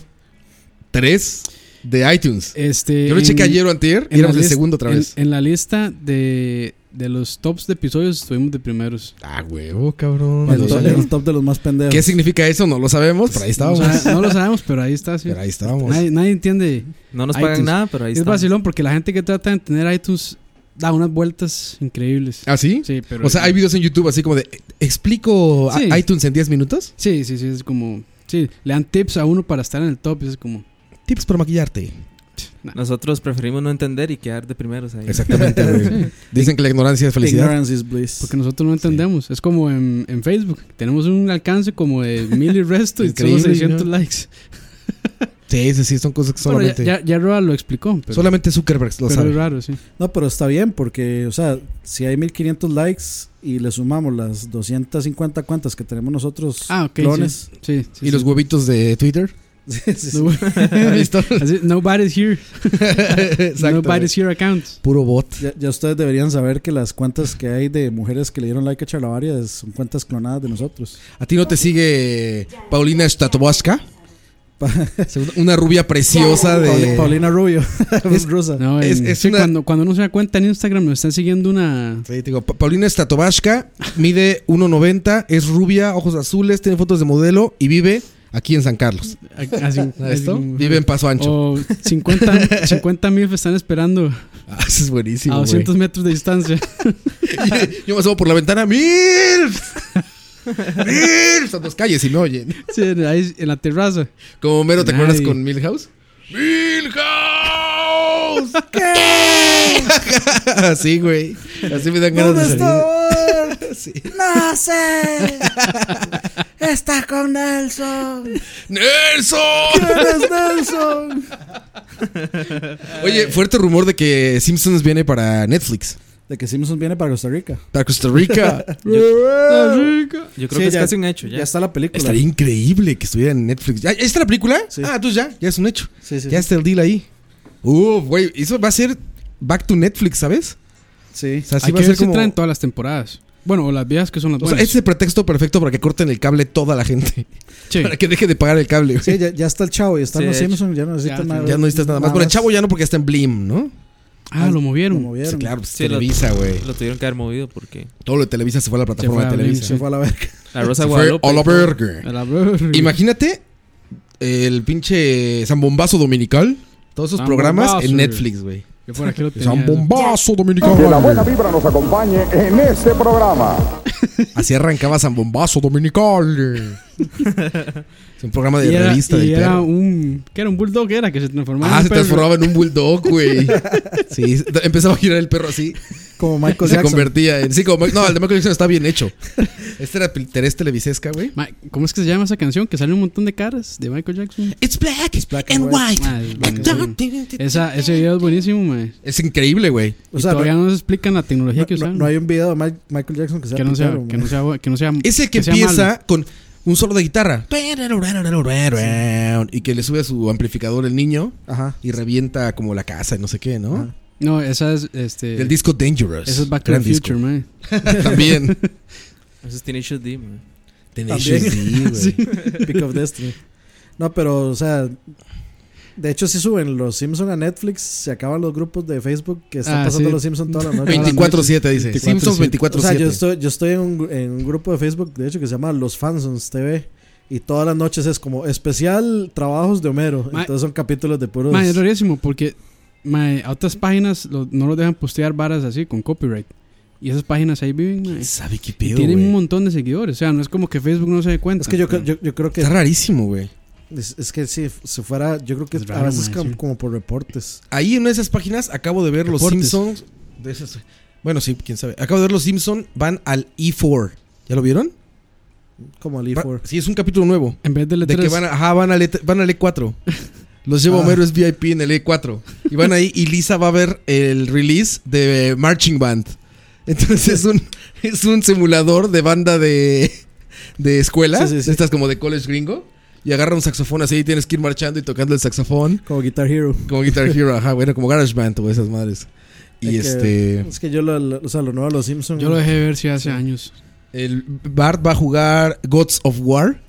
[SPEAKER 4] 3 de iTunes.
[SPEAKER 3] este,
[SPEAKER 4] Yo lo
[SPEAKER 3] en-
[SPEAKER 4] chequé ayer o antier y
[SPEAKER 3] en la
[SPEAKER 4] éramos el
[SPEAKER 3] lis-
[SPEAKER 4] segundo otra
[SPEAKER 3] en-
[SPEAKER 4] vez.
[SPEAKER 3] En, la lista de, de los tops de episodios estuvimos de primeros.
[SPEAKER 4] Ah, huevo, cabrón.
[SPEAKER 5] el,
[SPEAKER 4] Los
[SPEAKER 5] top,
[SPEAKER 4] años.
[SPEAKER 5] el top de los más pendejos.
[SPEAKER 4] ¿Qué significa eso? No lo sabemos, pero ahí estábamos.
[SPEAKER 3] O sea, Ah, no lo sabemos, pero ahí está, sí.
[SPEAKER 4] Pero ahí estábamos.
[SPEAKER 3] Nadie, nadie entiende.
[SPEAKER 6] No nos
[SPEAKER 3] Ahí
[SPEAKER 6] pagan
[SPEAKER 3] tus-
[SPEAKER 6] nada, pero ahí
[SPEAKER 3] es
[SPEAKER 6] está.
[SPEAKER 3] vacilón porque la gente que trata de tener iTunes da unas vueltas increíbles.
[SPEAKER 4] ¿Ah, sí?
[SPEAKER 3] Sí, pero.
[SPEAKER 4] O sea, hay videos en YouTube así como de... ¿Explico a-
[SPEAKER 3] Sí.
[SPEAKER 4] iTunes en 10 minutos?
[SPEAKER 3] Sí, sí, sí, es como. Sí, le dan tips a uno para estar en el top. y Es como. *sniffs*
[SPEAKER 4] Tips para maquillarte.
[SPEAKER 6] Nosotros preferimos no entender y quedar de primeros ahí.
[SPEAKER 4] Exactamente, güey. Dicen que la ignorancia es felicidad.
[SPEAKER 5] Ignorance is bliss.
[SPEAKER 3] Porque nosotros no entendemos. Es como en, en Facebook. Tenemos un alcance como
[SPEAKER 4] *laughs*
[SPEAKER 3] de mil y resto y solo
[SPEAKER 4] Increíble,
[SPEAKER 3] 600
[SPEAKER 4] ¿no?
[SPEAKER 3] likes.
[SPEAKER 4] Sí, sí, sí, son cosas que
[SPEAKER 3] Bueno, ya-
[SPEAKER 4] solamente...
[SPEAKER 3] ya, ya Roa lo explicó. Pero,
[SPEAKER 4] solamente Zuckerberg lo
[SPEAKER 3] pero
[SPEAKER 4] sabe.
[SPEAKER 3] es raro, sí.
[SPEAKER 5] No, pero está bien porque, o sea, si hay 1500 likes y le sumamos las 250 cuantas que tenemos nosotros,
[SPEAKER 3] Ah, ok.
[SPEAKER 5] clones.
[SPEAKER 3] Sí, sí, sí,
[SPEAKER 4] ¿Y los
[SPEAKER 3] sí.
[SPEAKER 4] huevitos de
[SPEAKER 3] *laughs*
[SPEAKER 4] Twitter?
[SPEAKER 5] *laughs* Sí, sí, sí.
[SPEAKER 3] No-
[SPEAKER 4] ¿Listo?
[SPEAKER 3] *laughs* Así, Nobody's here.
[SPEAKER 4] Exacto.
[SPEAKER 3] Nobody's here account.
[SPEAKER 4] Puro bot.
[SPEAKER 5] Ya, ya ustedes deberían saber que las cuentas que hay de mujeres que le dieron like a Charlavaria son cuentas clonadas de nosotros.
[SPEAKER 4] ¿A ti no te sigue Paulina Statowaska? *laughs* Una rubia preciosa
[SPEAKER 5] Pauli-
[SPEAKER 4] de...
[SPEAKER 5] Paulina Rubio, *laughs* es
[SPEAKER 4] Es-
[SPEAKER 5] rusa.
[SPEAKER 3] No,
[SPEAKER 4] Es-
[SPEAKER 3] en-
[SPEAKER 4] es
[SPEAKER 3] sí,
[SPEAKER 4] una-
[SPEAKER 3] cuando, cuando uno se da cuenta en Instagram, me están siguiendo una.
[SPEAKER 4] Sí, te digo, Pa- Paulina Statowaska mide 1.90, es rubia, ojos azules, tiene fotos de modelo y vive aquí en San Carlos.
[SPEAKER 3] a-
[SPEAKER 4] *laughs*
[SPEAKER 3] así- así
[SPEAKER 4] ¿Esto?
[SPEAKER 3] como-
[SPEAKER 4] Vive en Paso Ancho.
[SPEAKER 3] O
[SPEAKER 4] *laughs*
[SPEAKER 3] 50, 50 mil están esperando
[SPEAKER 4] Ah, eso es buenísimo,
[SPEAKER 3] a
[SPEAKER 4] güey.
[SPEAKER 3] 200 metros de distancia.
[SPEAKER 4] *laughs* Yo me asomo por la
[SPEAKER 7] *laughs*
[SPEAKER 4] ventana, ¡Milf! ¡Milf! Son dos calles y me oyen.
[SPEAKER 3] Sí, ahí en la terraza.
[SPEAKER 4] Como mero, ¿te
[SPEAKER 3] Nadie.
[SPEAKER 4] acuerdas con Milhouse? *laughs* ¡Milhouse! Así, güey. Así me dan ganas de salir. *laughs* Sí.
[SPEAKER 7] ¡No sé! ¡Está con Nelson!
[SPEAKER 4] ¡Nelson!
[SPEAKER 7] Nelson!
[SPEAKER 4] Oye, fuerte rumor de que Simpsons viene para Netflix.
[SPEAKER 5] De que Simpsons viene para Costa Rica.
[SPEAKER 4] Para
[SPEAKER 7] *laughs*
[SPEAKER 4] Costa Rica.
[SPEAKER 6] Yo creo
[SPEAKER 5] Sí,
[SPEAKER 6] que es
[SPEAKER 5] ya-
[SPEAKER 6] casi un hecho ya.
[SPEAKER 5] Ya está la película.
[SPEAKER 4] Estaría increíble que estuviera en Netflix. ¿Ya ya está la película?
[SPEAKER 5] Sí.
[SPEAKER 4] Ah, tú ya. Ya es un hecho.
[SPEAKER 5] Sí, sí,
[SPEAKER 4] Ya
[SPEAKER 5] sí.
[SPEAKER 4] está el deal ahí. Uh, güey. Eso va a ser back to Netflix, ¿sabes?
[SPEAKER 5] Sí.
[SPEAKER 4] O sea, sí
[SPEAKER 3] Hay
[SPEAKER 4] va
[SPEAKER 3] que
[SPEAKER 4] a ser
[SPEAKER 3] ver si
[SPEAKER 4] como...
[SPEAKER 3] traen todas las temporadas. Bueno, o las viejas que son las
[SPEAKER 4] O sea,
[SPEAKER 3] buenas.
[SPEAKER 4] ese es el pretexto perfecto para que corten el cable toda la gente.
[SPEAKER 3] Sí.
[SPEAKER 4] *laughs* Para que deje de pagar el cable. güey.
[SPEAKER 5] Sí, ya, ya está el chavo y están
[SPEAKER 6] Sí,
[SPEAKER 5] los
[SPEAKER 6] de hecho.
[SPEAKER 5] Simpsons, ya no
[SPEAKER 3] Ya,
[SPEAKER 5] necesitan nada.
[SPEAKER 4] Ya no necesitas nada más. Bueno, el chavo ya no porque está en Blim, ¿no?
[SPEAKER 3] Ah, lo
[SPEAKER 5] lo
[SPEAKER 3] movieron.
[SPEAKER 5] movieron.
[SPEAKER 4] Sí, claro, pues
[SPEAKER 6] Sí, lo-
[SPEAKER 4] Televisa, güey.
[SPEAKER 6] Lo tuvieron que haber movido porque
[SPEAKER 4] Todo lo de Televisa se fue a la
[SPEAKER 3] Se
[SPEAKER 4] plataforma
[SPEAKER 3] fue
[SPEAKER 4] de
[SPEAKER 3] a
[SPEAKER 4] Televisa.
[SPEAKER 5] Se fue a la verga.
[SPEAKER 6] la Rosa
[SPEAKER 4] Se
[SPEAKER 6] de
[SPEAKER 4] fue
[SPEAKER 6] Guadalupe.
[SPEAKER 4] a la verga.
[SPEAKER 3] A la verga.
[SPEAKER 4] Imagínate el pinche Zambombazo Dominical. Todos esos programas
[SPEAKER 3] Zambombazo.
[SPEAKER 4] en Netflix, güey.
[SPEAKER 3] Yo por aquí lo tenía.
[SPEAKER 4] Zambombazo
[SPEAKER 8] Que la buena
[SPEAKER 4] Dominical.
[SPEAKER 8] vibra nos acompañe en este programa.
[SPEAKER 4] *laughs* Así arrancaba Zambombazo Dominical. es un programa de
[SPEAKER 3] Y era,
[SPEAKER 4] revista
[SPEAKER 3] y
[SPEAKER 4] del
[SPEAKER 3] era
[SPEAKER 4] perro.
[SPEAKER 3] un... ¿Qué era? ¿Un bulldog era? Que se transformaba en
[SPEAKER 4] Ah,
[SPEAKER 3] un
[SPEAKER 4] se
[SPEAKER 3] perro.
[SPEAKER 4] transformaba en un bulldog, güey. Sí, empezaba a girar el perro así.
[SPEAKER 5] como Michael
[SPEAKER 4] se
[SPEAKER 5] Jackson.
[SPEAKER 4] convertía en. Sí, como, no, el de Michael Jackson está bien hecho. Este era Terés Televisesca, güey.
[SPEAKER 3] Ma- ¿Cómo es que se llama esa canción? Que sale un montón de caras de Michael Jackson.
[SPEAKER 4] It's black, it's
[SPEAKER 5] black
[SPEAKER 4] and
[SPEAKER 5] and
[SPEAKER 4] white.
[SPEAKER 3] Ma, es
[SPEAKER 4] and
[SPEAKER 3] buenísimo.
[SPEAKER 4] dark.
[SPEAKER 3] Esa, ese video es buenísimo, mae.
[SPEAKER 4] Es increíble, güey.
[SPEAKER 5] O sea,
[SPEAKER 3] Todavía
[SPEAKER 5] no,
[SPEAKER 3] no se explican la tecnología que
[SPEAKER 5] no-
[SPEAKER 3] usaron.
[SPEAKER 5] no hay un video de Mike- Michael Jackson que sea
[SPEAKER 3] que no sea,
[SPEAKER 5] pitero,
[SPEAKER 3] que
[SPEAKER 5] man.
[SPEAKER 3] no sea, bu- que no sea
[SPEAKER 4] Es el que,
[SPEAKER 3] sea
[SPEAKER 4] empieza
[SPEAKER 3] malo.
[SPEAKER 4] con un solo de guitarra. Y que le sube a su amplificador el niño
[SPEAKER 5] Ajá.
[SPEAKER 4] y revienta como la casa y no sé qué, ¿no?
[SPEAKER 3] No, esa es este
[SPEAKER 4] El disco Dangerous.
[SPEAKER 3] ese Ah, es Back to the
[SPEAKER 4] Gran
[SPEAKER 3] Future, mae. *laughs*
[SPEAKER 4] disco. *laughs* También.
[SPEAKER 6] Eso es Tenacious D, man.
[SPEAKER 4] Tenacious D,
[SPEAKER 3] *laughs*
[SPEAKER 4] güey.
[SPEAKER 5] Pick of Destiny. No, pero, o sea. De hecho, si suben los Simpsons a Netflix, se acaban los grupos de Facebook que están
[SPEAKER 3] Ah,
[SPEAKER 5] pasando
[SPEAKER 3] sí.
[SPEAKER 5] los Simpsons toda la noche.
[SPEAKER 4] 24-7 dice. Simpsons 24-7.
[SPEAKER 5] O sea, yo estoy, yo estoy en, un, gru- en un grupo de Facebook, de hecho, que se llama Los Fansons TV. Y todas las noches es como especial trabajos de Homero.
[SPEAKER 3] Ma-
[SPEAKER 5] Entonces son capítulos de puros.
[SPEAKER 3] Mae, es rarísimo porque mae, a otras páginas lo- no los dejan postear varas así con copyright. Y esas páginas ahí viven, mae.
[SPEAKER 4] ¿Sabe qué
[SPEAKER 3] Y
[SPEAKER 4] pedo,
[SPEAKER 3] tienen un
[SPEAKER 4] güey?
[SPEAKER 3] montón de seguidores, o sea, no es como que Facebook no se dé cuenta.
[SPEAKER 5] es que yo, cre- yo, yo creo que.
[SPEAKER 4] Está rarísimo, güey.
[SPEAKER 5] Es, es que si, si fuera. Yo creo que
[SPEAKER 3] Es raro,
[SPEAKER 5] a veces
[SPEAKER 3] ma,
[SPEAKER 5] como,
[SPEAKER 3] sí.
[SPEAKER 5] como por reportes.
[SPEAKER 4] Ahí en una de esas páginas acabo de ver los
[SPEAKER 3] Reportes.
[SPEAKER 4] Simpsons. de esas- bueno, sí, quién sabe. Acabo de ver los Simpsons van al E4. ¿Ya lo vieron?
[SPEAKER 5] Como el
[SPEAKER 3] E
[SPEAKER 4] Va-
[SPEAKER 5] E4.
[SPEAKER 4] sí, es un capítulo nuevo.
[SPEAKER 3] en vez de
[SPEAKER 4] De
[SPEAKER 3] letras
[SPEAKER 4] que van, a- ajá, van, al, E- van al E4. Los lleva
[SPEAKER 5] Ah.
[SPEAKER 4] Homero es VIP en el E4. Y van ahí y Lisa va a ver el release de Marching Band. Entonces es un, *laughs* es un simulador de banda de, de escuela.
[SPEAKER 5] Sí, sí, sí.
[SPEAKER 4] de Estas como de college gringo. Y agarra un saxofón así y tienes que ir marchando y tocando el saxofón.
[SPEAKER 5] Como Guitar Hero.
[SPEAKER 4] Como Guitar Hero, ajá, bueno, como Garage Band o esas madres. Y
[SPEAKER 5] Es que-
[SPEAKER 4] este.
[SPEAKER 5] Es que yo lo, lo- o sea, lo nuevo de los Simpsons.
[SPEAKER 3] yo lo dejé de ver si hace años.
[SPEAKER 4] El Bart va a jugar Gods of War.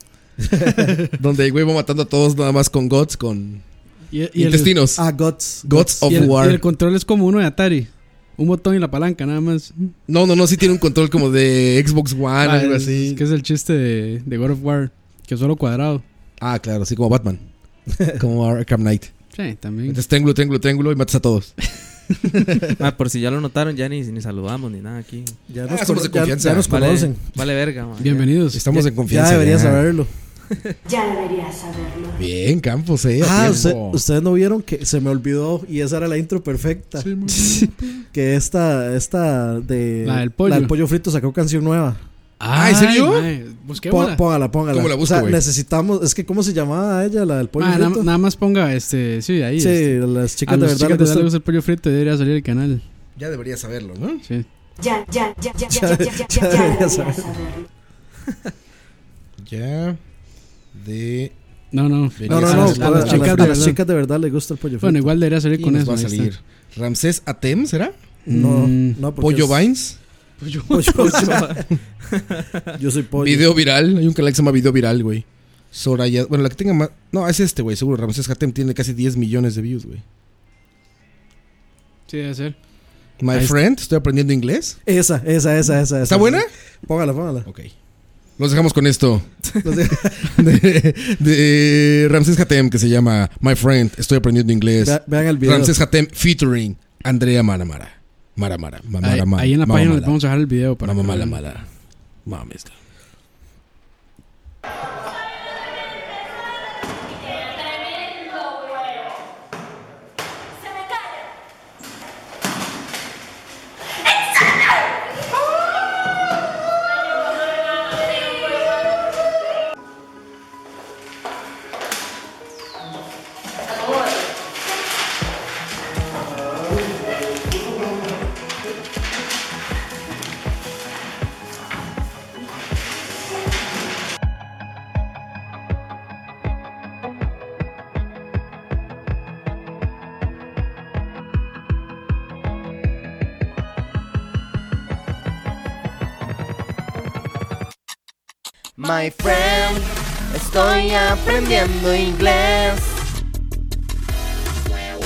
[SPEAKER 4] donde el güey va matando a todos nada más con Gods, con
[SPEAKER 3] Y, y el,
[SPEAKER 4] intestinos.
[SPEAKER 5] Ah, Guts.
[SPEAKER 4] Gods of
[SPEAKER 3] y el-
[SPEAKER 4] War.
[SPEAKER 3] y el control es como uno de Atari. Un botón y la palanca, nada más.
[SPEAKER 4] No, no, no, sí tiene un control como de Xbox One,
[SPEAKER 3] Ah,
[SPEAKER 4] algo
[SPEAKER 3] es-
[SPEAKER 4] así.
[SPEAKER 3] Es que es el chiste de, de God of War, que es solo cuadrado.
[SPEAKER 4] Ah, claro, así como
[SPEAKER 3] *laughs*
[SPEAKER 4] Batman. como Arkham Knight.
[SPEAKER 3] Sí, también.
[SPEAKER 4] Entonces triángulo, triángulo, triángulo y matas a todos.
[SPEAKER 3] Pues
[SPEAKER 6] Ah, por si ya lo notaron, ya ni, ni saludamos ni nada aquí.
[SPEAKER 5] Ya
[SPEAKER 4] Ah,
[SPEAKER 5] nos,
[SPEAKER 4] somos de
[SPEAKER 5] cono- ya-
[SPEAKER 4] confianza.
[SPEAKER 5] ya nos
[SPEAKER 6] Vale,
[SPEAKER 5] conocen.
[SPEAKER 6] vale verga, man.
[SPEAKER 3] Bienvenidos.
[SPEAKER 4] Estamos en
[SPEAKER 5] Ya
[SPEAKER 4] confianza.
[SPEAKER 5] deberían saberlo.
[SPEAKER 9] Ya deberías saberlo.
[SPEAKER 4] Bien, Campos, eh. a
[SPEAKER 5] Ah,
[SPEAKER 4] tiempo.
[SPEAKER 5] usted- ustedes no vieron que se me olvidó y esa era la intro perfecta. Que esta, esta de
[SPEAKER 3] La del pollo.
[SPEAKER 5] frito sacó canción nueva.
[SPEAKER 4] Ah, ¿en serio?
[SPEAKER 3] Ay, mae, busquémosla.
[SPEAKER 5] Pon- póngala, póngala.
[SPEAKER 4] ¿Cómo la busco,
[SPEAKER 5] o sea,
[SPEAKER 4] güey?
[SPEAKER 5] necesitamos, es que cómo se llamaba ella, la del pollo
[SPEAKER 3] Mae, na-
[SPEAKER 5] frito.
[SPEAKER 3] Ah, nada más ponga este. Sí, ahí.
[SPEAKER 5] sí,
[SPEAKER 3] este,
[SPEAKER 5] las
[SPEAKER 3] a
[SPEAKER 5] chicas de
[SPEAKER 3] los
[SPEAKER 5] verdad
[SPEAKER 3] chicas
[SPEAKER 5] les
[SPEAKER 3] de
[SPEAKER 5] gusta-
[SPEAKER 3] Dale Gusta el pollo frito debería salir el canal.
[SPEAKER 4] Ya debería saberlo, ¿no?
[SPEAKER 3] Sí.
[SPEAKER 9] Ya, ya, ya, ya,
[SPEAKER 5] Ya-
[SPEAKER 9] ya, ya, ya, ya,
[SPEAKER 5] ya
[SPEAKER 9] ya
[SPEAKER 5] deberías
[SPEAKER 9] deberías
[SPEAKER 5] saberlo.
[SPEAKER 9] saberlo.
[SPEAKER 4] Ya de.
[SPEAKER 3] No, no.
[SPEAKER 5] No, no,
[SPEAKER 3] A
[SPEAKER 5] no,
[SPEAKER 3] las-
[SPEAKER 5] a,
[SPEAKER 3] a las
[SPEAKER 5] las,
[SPEAKER 3] chicas
[SPEAKER 5] a
[SPEAKER 3] de
[SPEAKER 5] las
[SPEAKER 3] verdad.
[SPEAKER 5] chicas de verdad les gusta el pollo frito.
[SPEAKER 3] Bueno, igual debería salir
[SPEAKER 4] ¿Quién
[SPEAKER 3] con
[SPEAKER 4] nos
[SPEAKER 3] eso.
[SPEAKER 4] va a
[SPEAKER 3] ahí está.
[SPEAKER 4] salir? ¿Ramsés Atem será?
[SPEAKER 5] no,
[SPEAKER 3] Mm.
[SPEAKER 5] no, porque
[SPEAKER 4] ¿Pollo
[SPEAKER 5] es- *laughs*
[SPEAKER 4] Vines?
[SPEAKER 5] Yo soy pollo.
[SPEAKER 4] Video viral. Hay un canal que se llama Video Viral, güey. Soraya. Bueno, la que tenga más. No, es este, güey. Seguro Ramsés Atem tiene casi 10 millones de views, güey.
[SPEAKER 3] Sí, debe ser.
[SPEAKER 4] My
[SPEAKER 3] Ahí está.
[SPEAKER 4] friend, estoy aprendiendo inglés.
[SPEAKER 5] Esa, esa, esa, esa.
[SPEAKER 4] ¿Está
[SPEAKER 5] esa.
[SPEAKER 4] buena?
[SPEAKER 5] Póngala, póngala.
[SPEAKER 4] Ok. Los dejamos con esto. de, de Ramsés Hatem, que se llama My Friend, estoy aprendiendo inglés.
[SPEAKER 5] Vea- vean el video.
[SPEAKER 4] Ramsés Hatem featuring Andrea Maramara. Maramara.
[SPEAKER 3] Ahí,
[SPEAKER 4] Maramara.
[SPEAKER 3] ahí en la
[SPEAKER 4] Mamá
[SPEAKER 3] página les
[SPEAKER 4] mala.
[SPEAKER 3] vamos a dejar el video para.
[SPEAKER 4] Mamá
[SPEAKER 3] que
[SPEAKER 4] mala,
[SPEAKER 3] vean.
[SPEAKER 4] mala. Mames.
[SPEAKER 10] My friend, estoy aprendiendo inglés.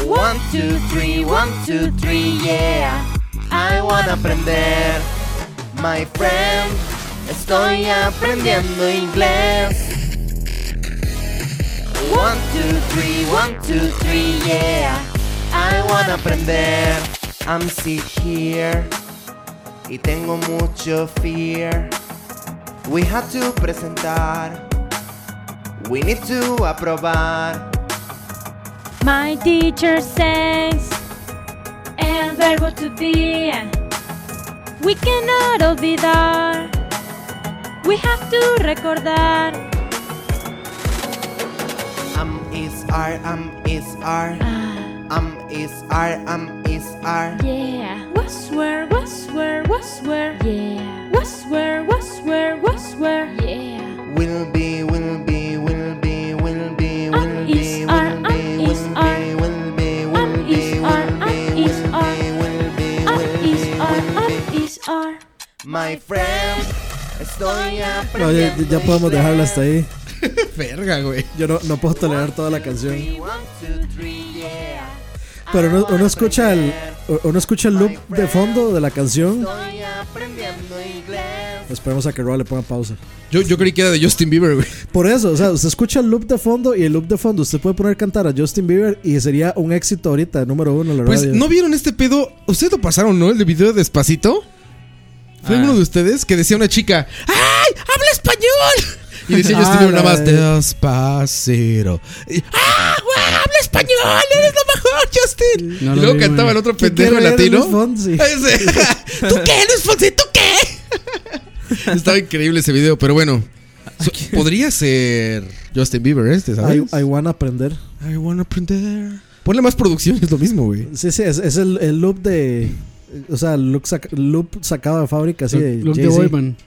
[SPEAKER 10] One, two, three, one, two, three, yeah. I wanna aprender. My friend, estoy aprendiendo inglés. One, two, three, one, two, three, yeah. I wanna aprender. I'm sick here. Y tengo mucho fear. We have to presentar. We need to aprobar.
[SPEAKER 11] My teacher says el verbo to be We cannot olvidar. We have to recordar.
[SPEAKER 10] Am is are, am is are. Am is are, am is are.
[SPEAKER 11] Ah. Yeah. What's where? What's where? What's where? Yeah. What's where? What's where? What's where? Yeah.
[SPEAKER 10] Will be, will be, will be, will be, will
[SPEAKER 11] Is
[SPEAKER 10] be,
[SPEAKER 11] are. Am
[SPEAKER 10] will be,
[SPEAKER 11] is
[SPEAKER 10] will
[SPEAKER 11] are.
[SPEAKER 10] be, will be, will
[SPEAKER 11] Am is
[SPEAKER 10] be,
[SPEAKER 11] are.
[SPEAKER 10] will
[SPEAKER 11] Am is are.
[SPEAKER 10] be, will be, will be,
[SPEAKER 11] Am
[SPEAKER 10] will
[SPEAKER 11] is
[SPEAKER 10] be,
[SPEAKER 11] are.
[SPEAKER 10] will be.
[SPEAKER 11] Am is are.
[SPEAKER 10] My friend, estoy
[SPEAKER 5] No, ya,
[SPEAKER 10] aprendiendo.
[SPEAKER 5] ya podemos dejarla hasta ahí.
[SPEAKER 4] Verga, güey.
[SPEAKER 5] Yo no, no puedo tolerar toda la canción.
[SPEAKER 10] One, two, three, yeah.
[SPEAKER 5] Pero uno, uno escucha el uno escucha el loop de fondo de la canción.
[SPEAKER 10] Estoy aprendiendo inglés.
[SPEAKER 5] Esperemos a que Roa le ponga pausa.
[SPEAKER 4] Yo, yo creí que era de Justin Bieber, güey.
[SPEAKER 5] Por eso, o sea, usted escucha el loop de fondo y el loop de fondo usted puede poner a cantar a Justin Bieber y sería un éxito ahorita, número uno en la
[SPEAKER 4] Pues,
[SPEAKER 5] radio.
[SPEAKER 4] ¿no vieron este pedo? ¿Ustedes lo pasaron, no? El de video de Despacito. ¿Fue
[SPEAKER 6] Ah.
[SPEAKER 4] uno de ustedes que decía una chica, ¡Ay! ¡Habla *laughs* español! Y decía
[SPEAKER 5] Ah,
[SPEAKER 4] Justin Bieber nada
[SPEAKER 5] la
[SPEAKER 4] más,
[SPEAKER 5] de-
[SPEAKER 4] Despacito. Y, ¡Ah! güey, ¡Habla español! ¡Eres lo mejor, Justin!
[SPEAKER 3] No lo
[SPEAKER 4] y luego
[SPEAKER 3] vi,
[SPEAKER 4] cantaba
[SPEAKER 3] güey.
[SPEAKER 4] el otro
[SPEAKER 5] ¿Qué
[SPEAKER 4] pendejo
[SPEAKER 5] quiere ver Luis
[SPEAKER 4] latino. *laughs*
[SPEAKER 5] Fonsi?
[SPEAKER 4] Ese. ¿Tú qué, Luis Fonsi? ¿Tú qué? *laughs* Estaba increíble ese video, pero bueno. so- podría ser Justin Bieber este, ¿sabes?
[SPEAKER 5] I, I wanna aprender.
[SPEAKER 4] I wanna aprender. Ponle más producción, es lo mismo, güey.
[SPEAKER 5] Sí, sí, es, es el, el loop de. O sea, el loop, sac- loop sacado de fábrica, así de.
[SPEAKER 3] Look de
[SPEAKER 5] Jay-Z.
[SPEAKER 3] Boyman.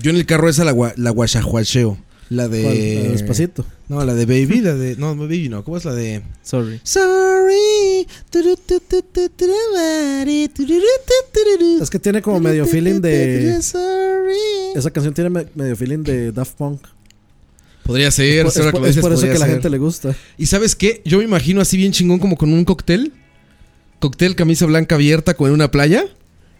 [SPEAKER 4] Yo en el carro esa la, gua- la guachajuacheo. La de.
[SPEAKER 5] ¿Cuál? La de eh, Despacito.
[SPEAKER 4] No, la de Baby, la de. No, no, Baby no. ¿Cómo es la de.?
[SPEAKER 6] Sorry.
[SPEAKER 4] Sorry. turu, tu, tu, tu, turu, mari, tururu, tu, tururu,
[SPEAKER 5] Es que tiene como medio feeling de.
[SPEAKER 4] Sorry.
[SPEAKER 5] Esa canción tiene me- medio feeling de Daft Punk.
[SPEAKER 4] Podría ser,
[SPEAKER 5] Es,
[SPEAKER 4] ahora
[SPEAKER 5] por-
[SPEAKER 4] lo
[SPEAKER 5] es
[SPEAKER 4] dices,
[SPEAKER 5] por eso
[SPEAKER 4] podría
[SPEAKER 5] que la
[SPEAKER 4] ser.
[SPEAKER 5] gente le gusta.
[SPEAKER 4] ¿Y sabes qué? Yo me imagino así bien chingón, como con un cóctel. Cóctel, camisa blanca abierta, con una playa.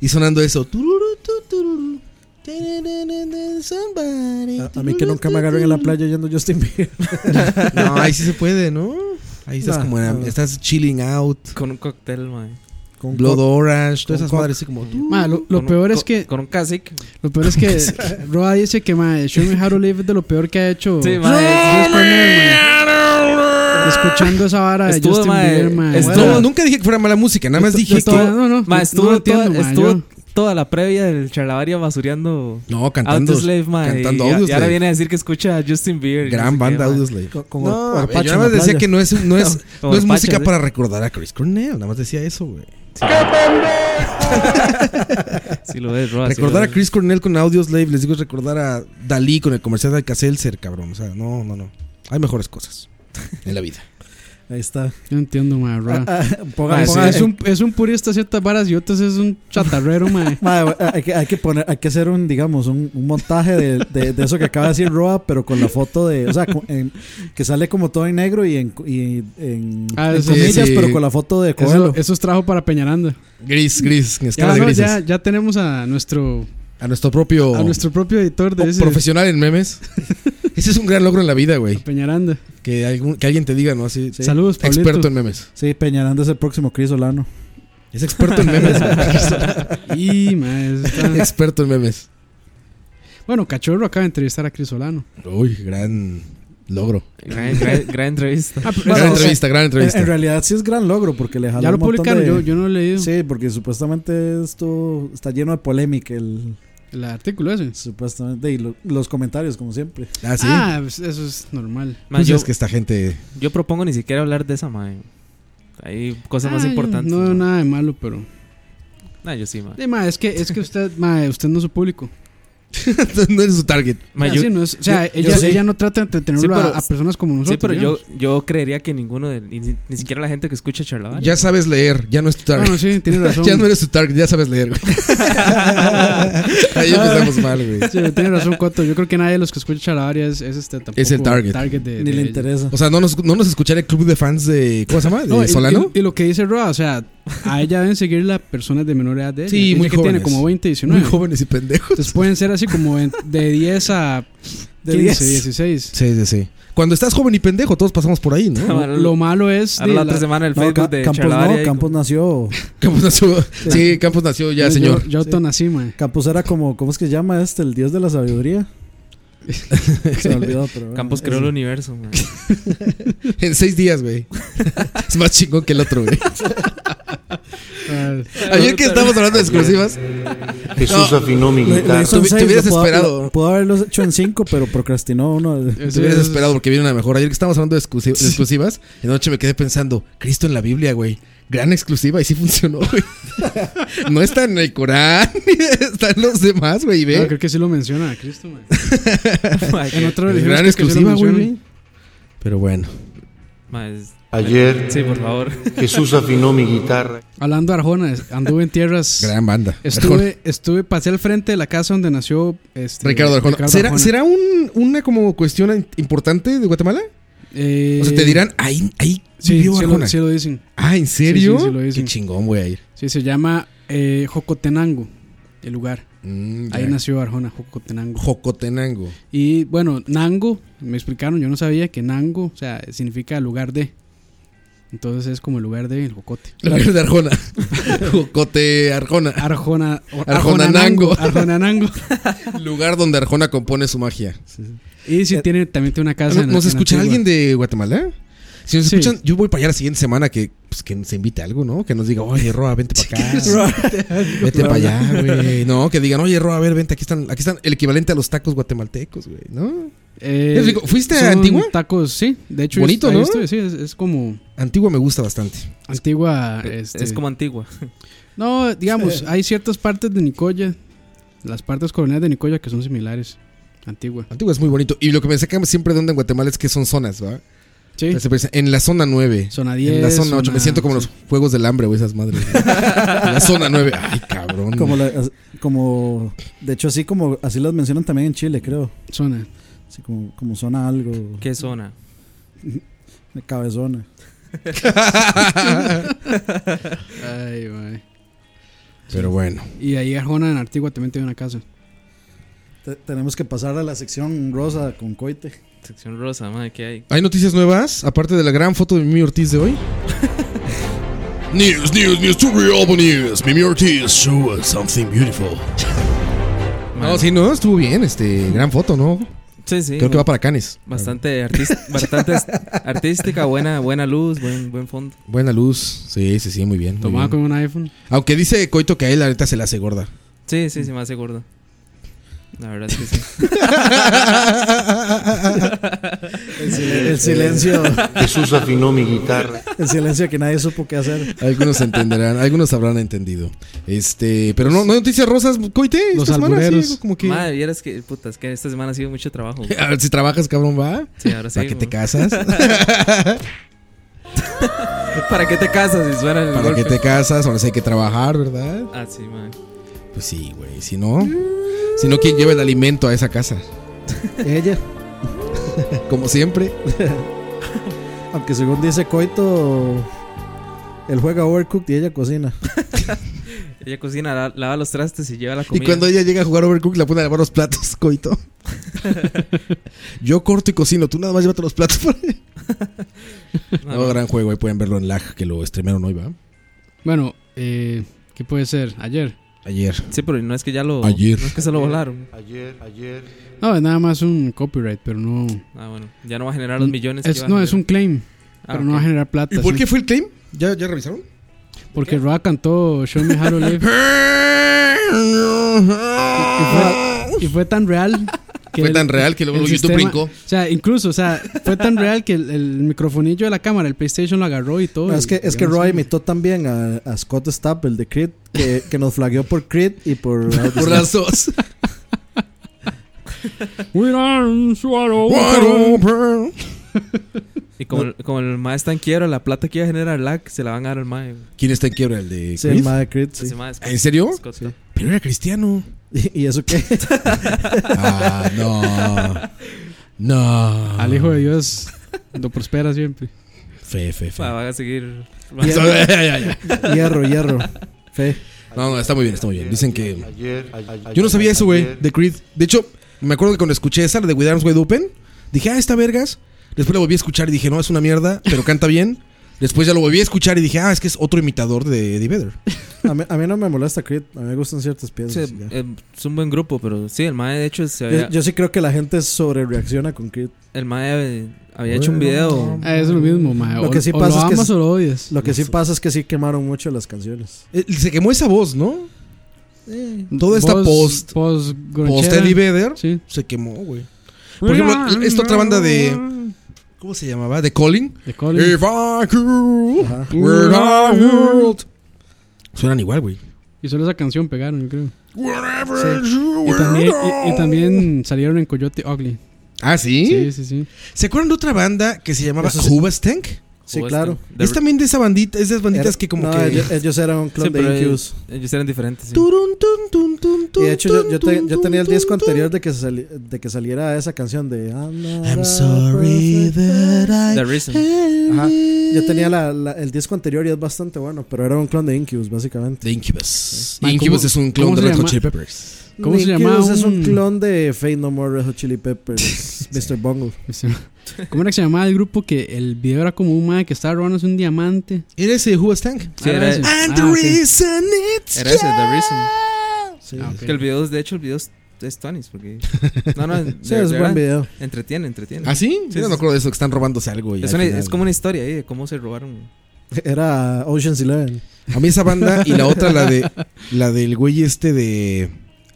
[SPEAKER 4] Y sonando eso. Tururu, tu, tururu, tararara, somebody,
[SPEAKER 5] A, a mí que nunca me agarren en la playa yendo
[SPEAKER 4] *laughs*
[SPEAKER 5] Justin Bieber.
[SPEAKER 4] No, ahí sí se puede, ¿no? Ahí estás
[SPEAKER 5] No,
[SPEAKER 4] como en-
[SPEAKER 5] no.
[SPEAKER 4] estás chilling out,
[SPEAKER 6] Con un cóctel, mae.
[SPEAKER 5] Con
[SPEAKER 4] blood
[SPEAKER 5] co-
[SPEAKER 4] orange, todas
[SPEAKER 5] con
[SPEAKER 4] esas
[SPEAKER 5] coca.
[SPEAKER 4] madres así como tú.
[SPEAKER 3] Ma, lo,
[SPEAKER 6] Con
[SPEAKER 3] lo
[SPEAKER 6] un-
[SPEAKER 3] peor es
[SPEAKER 6] con-
[SPEAKER 3] que.
[SPEAKER 6] Con un cacique.
[SPEAKER 3] Lo peor es que. Roa dice que, ma, Show Me How to Live es de lo peor que ha hecho.
[SPEAKER 6] Sí,
[SPEAKER 3] Bruce
[SPEAKER 6] mae.
[SPEAKER 3] Cornell, ma. Escuchando esa vara de
[SPEAKER 6] Estuvo,
[SPEAKER 3] Justin
[SPEAKER 6] ma,
[SPEAKER 3] Bieber, ma.
[SPEAKER 6] estuvo-
[SPEAKER 4] No, nunca dije que fuera mala música, nada más
[SPEAKER 3] Yo
[SPEAKER 4] dije
[SPEAKER 3] toda-
[SPEAKER 4] que
[SPEAKER 3] no, no,
[SPEAKER 6] Mae,
[SPEAKER 3] no
[SPEAKER 6] estuvo,
[SPEAKER 3] entiendo,
[SPEAKER 6] toda,
[SPEAKER 3] ma,
[SPEAKER 6] estuvo
[SPEAKER 3] yo-
[SPEAKER 6] toda la previa del charlavaria basureando.
[SPEAKER 4] no
[SPEAKER 6] Cantando,
[SPEAKER 4] cantando
[SPEAKER 6] mae.
[SPEAKER 4] cantando
[SPEAKER 6] y, y ahora
[SPEAKER 4] Audioslave.
[SPEAKER 6] viene a decir que escucha a Justin Bieber. y no sé
[SPEAKER 4] gran
[SPEAKER 6] qué,
[SPEAKER 4] banda
[SPEAKER 6] mae.
[SPEAKER 4] Audioslave.
[SPEAKER 5] con- con
[SPEAKER 4] No,
[SPEAKER 5] Orpacho
[SPEAKER 4] yo
[SPEAKER 5] en
[SPEAKER 4] nada
[SPEAKER 5] la
[SPEAKER 4] más decía
[SPEAKER 5] playa.
[SPEAKER 4] que no es no es
[SPEAKER 6] Como
[SPEAKER 4] no es
[SPEAKER 6] Apache,
[SPEAKER 4] música
[SPEAKER 6] sí.
[SPEAKER 4] para recordar a Chris Cornell, nada más decía eso, güey.
[SPEAKER 6] Sí lo ves, Roa. Ah, sí lo
[SPEAKER 4] Recordar a
[SPEAKER 6] ves.
[SPEAKER 4] Chris Cornell con Audioslave, les digo, es recordar a Dalí con el comercial de Alcacelser, cabrón, o sea, no, no, no. Hay mejores cosas en la vida.
[SPEAKER 5] Ahí está. *laughs*
[SPEAKER 3] Yo entiendo, ma, Roa.
[SPEAKER 5] Ah, ponga-
[SPEAKER 3] Ma,
[SPEAKER 5] ponga-
[SPEAKER 3] es,
[SPEAKER 4] *laughs*
[SPEAKER 3] un, es un purista a ciertas varas y otros es un chatarrero,
[SPEAKER 5] *laughs*
[SPEAKER 3] ma.
[SPEAKER 5] Madre, eh, hay, que, hay que poner, hay que hacer un, digamos, un, un montaje de, de- de eso que acaba de decir Roa, pero con la foto de, o sea, con- en- que sale como todo en negro y en, y en,
[SPEAKER 3] Ah,
[SPEAKER 5] en
[SPEAKER 3] sí,
[SPEAKER 5] comillas,
[SPEAKER 4] sí.
[SPEAKER 5] pero con la foto de Coelho.
[SPEAKER 3] Eso, eso es trabajo para Peñaranda.
[SPEAKER 4] Gris, gris, en
[SPEAKER 3] Ya,
[SPEAKER 4] escala de
[SPEAKER 3] no,
[SPEAKER 4] grises. Oh.
[SPEAKER 3] ya, ya tenemos a nuestro,
[SPEAKER 4] A nuestro propio
[SPEAKER 3] a nuestro propio editor de
[SPEAKER 4] po-
[SPEAKER 3] ese,
[SPEAKER 4] profesional en memes. *laughs* Ese es un gran logro en la vida, güey.
[SPEAKER 3] Peñaranda.
[SPEAKER 4] Que, algún- que alguien te diga, ¿no? Así,
[SPEAKER 3] Saludos, Pablito.
[SPEAKER 4] experto en memes.
[SPEAKER 5] Sí, Peñaranda es el próximo Cris Olano.
[SPEAKER 4] Es experto en memes.
[SPEAKER 5] *laughs*
[SPEAKER 4] güey.
[SPEAKER 3] Y, ma, eso está-
[SPEAKER 4] *laughs* experto en memes.
[SPEAKER 3] Bueno, Cachorro acaba de entrevistar a Crisolano.
[SPEAKER 4] Uy, gran logro.
[SPEAKER 6] Gran, gran- gran entrevista.
[SPEAKER 4] gran entrevista, gran
[SPEAKER 5] En,
[SPEAKER 4] entrevista.
[SPEAKER 5] en realidad sí es gran logro porque le jaló
[SPEAKER 3] ya lo
[SPEAKER 5] un montón
[SPEAKER 3] publicaron,
[SPEAKER 5] de-
[SPEAKER 3] yo, yo no he leído
[SPEAKER 5] Sí, porque supuestamente esto está lleno de polémica, el,
[SPEAKER 3] el artículo ese.
[SPEAKER 5] supuestamente, y lo- los comentarios, como siempre.
[SPEAKER 4] ah, sí.
[SPEAKER 3] Ah, pues eso es normal.
[SPEAKER 6] Mae,
[SPEAKER 4] Pues
[SPEAKER 6] yo,
[SPEAKER 4] es que esta gente. *laughs*
[SPEAKER 6] yo propongo ni siquiera hablar de esa, mae. Hay cosas más
[SPEAKER 3] Ah,
[SPEAKER 6] importantes.
[SPEAKER 3] No,
[SPEAKER 6] mae.
[SPEAKER 3] nada de malo, pero.
[SPEAKER 6] Ah, yo sí, mae.
[SPEAKER 3] Sí, ma, es que, es que usted, ma, usted no es su público.
[SPEAKER 4] no eres su target.
[SPEAKER 6] Mae,
[SPEAKER 3] Ah,
[SPEAKER 6] yo-
[SPEAKER 3] sí, no es- o sea, ella,
[SPEAKER 6] yo sí.
[SPEAKER 3] ella no trata de entretenerlo
[SPEAKER 6] Sí, pero-
[SPEAKER 3] a, a personas como nosotros.
[SPEAKER 6] Sí, pero yo,
[SPEAKER 3] digamos.
[SPEAKER 6] yo creería que ninguno, de, ni, ni siquiera la gente que escucha charlavaria. *laughs*
[SPEAKER 4] Ya sabes leer, ya no es tu target.
[SPEAKER 3] Bueno, Ah, sí,
[SPEAKER 4] *laughs*
[SPEAKER 3] tiene razón.
[SPEAKER 4] ya no eres tu target, ya
[SPEAKER 3] *laughs*
[SPEAKER 4] sabes leer, güey. Ahí empezamos mal, güey.
[SPEAKER 3] Sí, tiene razón, Coto. Yo creo que nadie de los que escucha Chalabaria es, es este tampoco.
[SPEAKER 4] Es el target.
[SPEAKER 3] de- de
[SPEAKER 5] Ni le
[SPEAKER 3] ella.
[SPEAKER 5] interesa.
[SPEAKER 4] O sea, no nos, no nos escuchará el club de fans de. ¿Cómo se llama? ¿De
[SPEAKER 3] No, y-
[SPEAKER 4] Solano?
[SPEAKER 3] Y, y lo que dice Roa, o sea, a ella deben seguirla personas de menor edad de ella.
[SPEAKER 4] Sí,
[SPEAKER 3] Ella
[SPEAKER 4] muy
[SPEAKER 3] que
[SPEAKER 4] jóvenes.
[SPEAKER 3] tiene como 20, 19.
[SPEAKER 4] Muy jóvenes y pendejos.
[SPEAKER 3] Entonces pueden ser así como en- de 10
[SPEAKER 4] *laughs*
[SPEAKER 3] a 15, 16.
[SPEAKER 4] Sí, sí, sí. Cuando estás joven y pendejo, todos pasamos por ahí, ¿no?
[SPEAKER 6] Ahora-
[SPEAKER 3] Lo malo es.
[SPEAKER 6] ahora la,
[SPEAKER 3] de
[SPEAKER 6] otra
[SPEAKER 3] la-
[SPEAKER 6] semana el
[SPEAKER 5] No,
[SPEAKER 6] Facebook
[SPEAKER 5] Ca-
[SPEAKER 6] de
[SPEAKER 5] Campos
[SPEAKER 6] charlavaria.
[SPEAKER 5] no,
[SPEAKER 6] y-
[SPEAKER 5] Campos nació,
[SPEAKER 4] Campos nació. Sí, Campos nació ya,
[SPEAKER 3] yo-
[SPEAKER 4] señor.
[SPEAKER 3] Yo, yo nací, mae.
[SPEAKER 5] Campos era como, ¿cómo es que se llama este? El dios de
[SPEAKER 6] *laughs*
[SPEAKER 5] la sabiduría. Se me olvidó, pero. bueno,
[SPEAKER 6] Campos creó el universo, mae.
[SPEAKER 3] *laughs*
[SPEAKER 4] En seis días, güey. es más chingón que el otro, güey.
[SPEAKER 3] Ah,
[SPEAKER 4] Ayer que estábamos hablando de exclusivas.
[SPEAKER 5] Jesús
[SPEAKER 4] afinó mi
[SPEAKER 5] Lo- lo hizo en
[SPEAKER 4] Te,
[SPEAKER 5] seis,
[SPEAKER 4] hubieras
[SPEAKER 5] lo pudo-
[SPEAKER 4] esperado.
[SPEAKER 5] lo Pudo haberlo hecho en 5, pero procrastinó uno.
[SPEAKER 6] *laughs*
[SPEAKER 4] Te hubieras esperado porque viene una mejor. Ayer que estábamos hablando de, exclusi- de exclusivas, de noche me quedé pensando, Cristo en la Biblia, güey. Gran exclusiva y sí
[SPEAKER 3] *laughs*
[SPEAKER 4] funcionó, güey. No está en el Corán, *laughs* están los demás, güey. y Ve.
[SPEAKER 3] No, creo que sí lo menciona a Cristo, man. en otra religión. creo que sí lo
[SPEAKER 4] Gran exclusiva,
[SPEAKER 3] mencionan.
[SPEAKER 4] güey. Pero bueno.
[SPEAKER 12] Ayer
[SPEAKER 6] Sí, por favor.
[SPEAKER 12] Jesús afinó mi guitarra.
[SPEAKER 3] Hablando de Arjona, anduve en tierras.
[SPEAKER 4] Gran banda. Arjona.
[SPEAKER 3] Estuve, estuve, pasé al frente de la casa donde nació este,
[SPEAKER 4] Ricardo Arjona. ¿Será, será un- una como cuestión in- importante de Guatemala?
[SPEAKER 3] Eh,
[SPEAKER 4] o sea, te dirán, ahí, ahí
[SPEAKER 3] sí,
[SPEAKER 4] vivió
[SPEAKER 3] sí lo-
[SPEAKER 4] Arjona.
[SPEAKER 3] sí lo dicen.
[SPEAKER 4] Ah, ¿en
[SPEAKER 3] Sí,
[SPEAKER 4] serio?
[SPEAKER 3] sí, sí lo dicen.
[SPEAKER 4] Qué chingón, güey.
[SPEAKER 3] Sí, se llama eh, Jocotenango, el lugar. Ahí
[SPEAKER 4] Mm, ya.
[SPEAKER 3] nació Arjona, Jocotenango.
[SPEAKER 4] Jocotenango.
[SPEAKER 3] Y bueno, Nango, me explicaron, yo no sabía que Nango, o sea, significa lugar de. Entonces es como el lugar de el jocote.
[SPEAKER 4] Lugar de Arjona. *laughs* Jocote Arjona.
[SPEAKER 3] Arjona.
[SPEAKER 4] Arjonanango.
[SPEAKER 3] Arjonanango.
[SPEAKER 4] Lugar donde Arjona compone su magia.
[SPEAKER 3] Y sí, tiene, también tiene una casa.
[SPEAKER 4] Eh, ¿No-
[SPEAKER 3] en-
[SPEAKER 4] ¿Nos
[SPEAKER 3] en
[SPEAKER 4] escucha
[SPEAKER 3] Antigua.
[SPEAKER 4] alguien de Guatemala? Si nos
[SPEAKER 3] Sí.
[SPEAKER 4] escuchan, yo voy para allá la siguiente semana que, pues, que se invite algo, ¿no? Que nos diga, oye,
[SPEAKER 3] *laughs*
[SPEAKER 4] Roa, vente para
[SPEAKER 3] Roa,
[SPEAKER 4] acá.
[SPEAKER 3] vente
[SPEAKER 4] vete para allá, güey. No, que digan, oye, Roa, a ver, vente, aquí están, aquí están el equivalente a los tacos guatemaltecos, güey, ¿no?
[SPEAKER 3] Eh,
[SPEAKER 4] Les digo, ¿Fuiste a
[SPEAKER 3] son
[SPEAKER 4] Antigua?
[SPEAKER 3] Tacos, sí. De hecho,
[SPEAKER 4] Bonito,
[SPEAKER 3] es- ahí
[SPEAKER 4] ¿no?
[SPEAKER 3] estuve, sí, es, es como
[SPEAKER 4] Antigua me gusta bastante.
[SPEAKER 3] antigua. este-
[SPEAKER 6] Es como antigua.
[SPEAKER 3] No, digamos,
[SPEAKER 4] Eh.
[SPEAKER 3] hay ciertas partes de Nicoya, las partes coloniales de Nicoya que son similares. Antigua.
[SPEAKER 4] Antigua es muy bonito. Y lo que me saca siempre de onda en Guatemala es que son zonas, ¿va?
[SPEAKER 3] Sí.
[SPEAKER 4] Entonces, pues, En la zona 9. Zona
[SPEAKER 3] 10,
[SPEAKER 4] En la zona 8.
[SPEAKER 3] zona-
[SPEAKER 4] Me siento como los juegos del hambre, güey, esas madres. güey. la zona 9. Ay, cabrón.
[SPEAKER 5] Como, la- as- como, de hecho, así como así las mencionan también en Chile, creo.
[SPEAKER 3] Zona.
[SPEAKER 5] Así como, como zona algo.
[SPEAKER 6] ¿Qué zona?
[SPEAKER 5] De cabezona.
[SPEAKER 3] Ay, güey.
[SPEAKER 4] *laughs* Pero bueno.
[SPEAKER 3] Y ahí Arjona en Antigua también tiene una casa.
[SPEAKER 5] Te- tenemos que pasar a la sección rosa con coite.
[SPEAKER 6] Sección rosa, madre, ¿qué hay?
[SPEAKER 4] ¿Hay noticias nuevas? Aparte de la gran foto de Mimi Ortiz
[SPEAKER 6] *laughs*
[SPEAKER 4] de hoy. news, news, news, to real news. Mimi Ortiz, show us something
[SPEAKER 6] *laughs*
[SPEAKER 4] beautiful. No, sí, no, estuvo bien, este, gran foto, ¿no?
[SPEAKER 6] Sí, sí.
[SPEAKER 4] Creo que va para Canes.
[SPEAKER 6] Bastante, artis- bastante est- artística, buena, buena luz, buen, buen fondo.
[SPEAKER 4] Buena luz, sí, sí, sí, muy bien. muy
[SPEAKER 6] Tomada con
[SPEAKER 4] bien.
[SPEAKER 3] un iPhone.
[SPEAKER 4] Aunque dice Coito que a él la neta se la hace gorda.
[SPEAKER 6] Sí, sí, sí, me hace gordo. La verdad es que sí.
[SPEAKER 5] El, silen- el silencio.
[SPEAKER 12] Jesús afinó mi guitarra.
[SPEAKER 5] El silencio que nadie supo qué hacer.
[SPEAKER 4] Algunos entenderán, algunos habrán entendido. Este, pero no, no hay noticias rosas, coite.
[SPEAKER 5] Los
[SPEAKER 4] esta semana,
[SPEAKER 5] albureros.
[SPEAKER 4] sí, como que.
[SPEAKER 6] Madre, vieras que, puta, es que esta semana ha sido mucho trabajo. güey.
[SPEAKER 4] A ver si trabajas, cabrón, va.
[SPEAKER 6] Sí, ahora sí.
[SPEAKER 4] ¿Para que te
[SPEAKER 6] güey.
[SPEAKER 4] casas?
[SPEAKER 6] *laughs* ¿Para qué te casas? Si suena el
[SPEAKER 4] ¿Para
[SPEAKER 6] golpe.
[SPEAKER 4] que te casas? Ahora sí hay que trabajar, ¿verdad?
[SPEAKER 6] Ah, sí, madre.
[SPEAKER 4] Pues sí, güey. Si no, si no, ¿quién lleva el alimento a esa casa?
[SPEAKER 5] Ella.
[SPEAKER 4] Como siempre.
[SPEAKER 5] Aunque según dice Coito, él juega Overcooked y ella cocina.
[SPEAKER 6] Ella cocina, la- lava los trastes y lleva la
[SPEAKER 4] Y
[SPEAKER 6] comida.
[SPEAKER 4] cuando ella llega a jugar Overcook, la pone a lavar los platos,
[SPEAKER 6] *laughs*
[SPEAKER 4] coito. Yo corto y cocino, tú nada más llévate los platos. por
[SPEAKER 6] *laughs*
[SPEAKER 4] ahí. no, gran juego, ahí pueden verlo en lag, que lo streamearon hoy, ¿va?
[SPEAKER 3] Bueno, eh, ¿qué puede ser? Ayer.
[SPEAKER 4] Ayer.
[SPEAKER 6] Sí, pero no es que ya lo.
[SPEAKER 4] Ayer.
[SPEAKER 6] No es que se lo volaron.
[SPEAKER 12] Ayer, ayer.
[SPEAKER 3] No, es nada más un copyright, pero no.
[SPEAKER 6] Ah, bueno. Ya no va a generar los millones.
[SPEAKER 3] Mm, Es-
[SPEAKER 6] que iba a
[SPEAKER 3] no, es
[SPEAKER 6] generar.
[SPEAKER 3] un claim,
[SPEAKER 6] Ah,
[SPEAKER 3] pero no va a
[SPEAKER 6] ok.
[SPEAKER 3] generar plata.
[SPEAKER 4] ¿Y por
[SPEAKER 3] sí.
[SPEAKER 4] qué fue el claim? ¿Ya, ya revisaron?
[SPEAKER 3] Porque Roa cantó Show Me How to
[SPEAKER 5] *laughs*
[SPEAKER 3] Live. y, fue, y fue tan real.
[SPEAKER 4] Fue tan real que luego
[SPEAKER 3] el
[SPEAKER 4] YouTube brincó.
[SPEAKER 3] O sea, incluso, o sea, fue tan real que el, el microfonillo de la cámara, el PlayStation lo agarró y todo.
[SPEAKER 5] No, es que,
[SPEAKER 3] Y
[SPEAKER 5] es que
[SPEAKER 3] no sé.
[SPEAKER 5] Roy imitó también a, a Scott Stapp, el de Creed, que, que nos flagueó por Creed y por.
[SPEAKER 4] Por las dos. *laughs*
[SPEAKER 6] Y como, el- como el mae está en quiebra, la plata que iba a generar LAC se la van a dar al mae.
[SPEAKER 4] ¿Quién está en quiebra? ¿El de
[SPEAKER 5] Sí,
[SPEAKER 4] Creed?
[SPEAKER 5] el mae de Creed, sí.
[SPEAKER 6] Ese mae es-
[SPEAKER 4] ¿En serio?
[SPEAKER 6] Scott.
[SPEAKER 4] Pero era cristiano.
[SPEAKER 5] *laughs* ¿Y, y eso qué?
[SPEAKER 4] Ah, *laughs* no. No.
[SPEAKER 3] Al hijo de Dios lo prospera siempre.
[SPEAKER 4] Fe, fe, fe.
[SPEAKER 6] Ah, van a seguir.
[SPEAKER 5] Hierro, hierro. Fe.
[SPEAKER 4] No, no, está muy bien, está muy bien. Dicen que.
[SPEAKER 12] Ayer, ayer.
[SPEAKER 4] Yo no sabía eso, güey, de Creed. De hecho, me acuerdo que cuando escuché esa, la de With Arms Wide Open, dije, ah, está vergas. Después la volví a escuchar y dije, no, es una mierda, pero canta bien. Después ya lo volví a escuchar y dije, ah, es que es otro imitador de Eddie Vedder.
[SPEAKER 5] A mí, a mí no me molesta Creed, a mí me gustan ciertas
[SPEAKER 6] Sí,
[SPEAKER 5] piezas. ya.
[SPEAKER 6] eh, es un buen grupo, pero sí, el Mae, de hecho, se había-
[SPEAKER 5] yo, yo sí creo que la gente sobre reacciona con Creed.
[SPEAKER 6] el Mae había hecho un video.
[SPEAKER 3] Ah, es lo mismo, mae.
[SPEAKER 5] Lo
[SPEAKER 3] O-
[SPEAKER 5] que sí
[SPEAKER 3] o
[SPEAKER 5] pasa
[SPEAKER 3] lo
[SPEAKER 5] es que
[SPEAKER 3] amas o lo odias.
[SPEAKER 5] Lo que sí
[SPEAKER 3] Eso.
[SPEAKER 5] pasa es que sí quemaron mucho las canciones.
[SPEAKER 4] Eh, Se quemó esa voz, ¿no? Toda esta
[SPEAKER 3] Eh, Voz-
[SPEAKER 4] post.
[SPEAKER 3] voz gronchera.
[SPEAKER 4] Post Eddie Vedder. Se quemó, güey. Por ejemplo, esta otra banda de. Eh, ¿Cómo se llamaba? ¿De Calling?
[SPEAKER 3] De
[SPEAKER 4] Calling. If I could, where I would. Suenan igual, güey.
[SPEAKER 3] Y solo esa canción pegaron, yo creo. Y también, y- y también salieron en Coyote Ugly.
[SPEAKER 4] Ah, ¿sí?
[SPEAKER 3] Sí, sí, sí.
[SPEAKER 4] ¿Se acuerdan de otra banda que se
[SPEAKER 5] Ah,
[SPEAKER 4] llamaba
[SPEAKER 3] Eso sí.
[SPEAKER 4] Hoobastank?
[SPEAKER 5] Sí,
[SPEAKER 6] este,
[SPEAKER 5] claro.
[SPEAKER 4] Es también de esa bandita, es de esas banditas
[SPEAKER 5] Era-
[SPEAKER 4] que como
[SPEAKER 5] no,
[SPEAKER 4] que. *laughs*
[SPEAKER 5] ellos, ellos eran un clon
[SPEAKER 6] Sí, pero
[SPEAKER 5] de Incubus.
[SPEAKER 6] ellos- ellos eran diferentes. sí.
[SPEAKER 5] Y de hecho, yo, yo, te- yo tenía el disco anterior de que, se sali- de que saliera esa canción de I'm, not
[SPEAKER 4] I'm
[SPEAKER 5] a
[SPEAKER 4] sorry
[SPEAKER 5] perfect
[SPEAKER 4] that I
[SPEAKER 6] The Reason.
[SPEAKER 5] Ajá. Yo tenía la- la- el disco anterior y es bastante bueno, pero era un clon de Incubus, básicamente.
[SPEAKER 4] De Incubus.
[SPEAKER 5] Man,
[SPEAKER 4] Incubus
[SPEAKER 5] ¿cómo-
[SPEAKER 4] es un clon
[SPEAKER 5] cómo
[SPEAKER 4] de
[SPEAKER 5] se
[SPEAKER 4] Red Hot
[SPEAKER 5] llama?
[SPEAKER 4] Chili Peppers.
[SPEAKER 5] ¿Cómo se llama?
[SPEAKER 3] llamaba
[SPEAKER 5] es un
[SPEAKER 3] un- *laughs*
[SPEAKER 5] clon de Fade No More, Red Hot Chili Peppers, Mr. Bungle.
[SPEAKER 3] ¿Cómo era que se llamaba el grupo que el video era como un mae que estaba robándose un diamante?
[SPEAKER 4] ¿Era ese Who Stank?
[SPEAKER 5] Ah,
[SPEAKER 6] Sí, era ese.
[SPEAKER 4] And the reason it's
[SPEAKER 6] Era ese, The Reason.
[SPEAKER 5] Sí.
[SPEAKER 3] Ah, ok.
[SPEAKER 6] Que el video, de hecho, el video es, es tuanis, porque... No, no, de-
[SPEAKER 5] Sí, es
[SPEAKER 6] de
[SPEAKER 5] buen
[SPEAKER 6] verdad,
[SPEAKER 5] video.
[SPEAKER 6] Entretiene, entretiene.
[SPEAKER 4] ¿Ah, sí? Yo no me acuerdo de eso, que están robándose algo. y
[SPEAKER 6] Es,
[SPEAKER 4] al
[SPEAKER 6] una-
[SPEAKER 4] final-
[SPEAKER 6] es como una historia ahí de cómo se robaron.
[SPEAKER 5] Era Ocean's Eleven.
[SPEAKER 4] A mí esa banda y la otra, la de la del güey este de.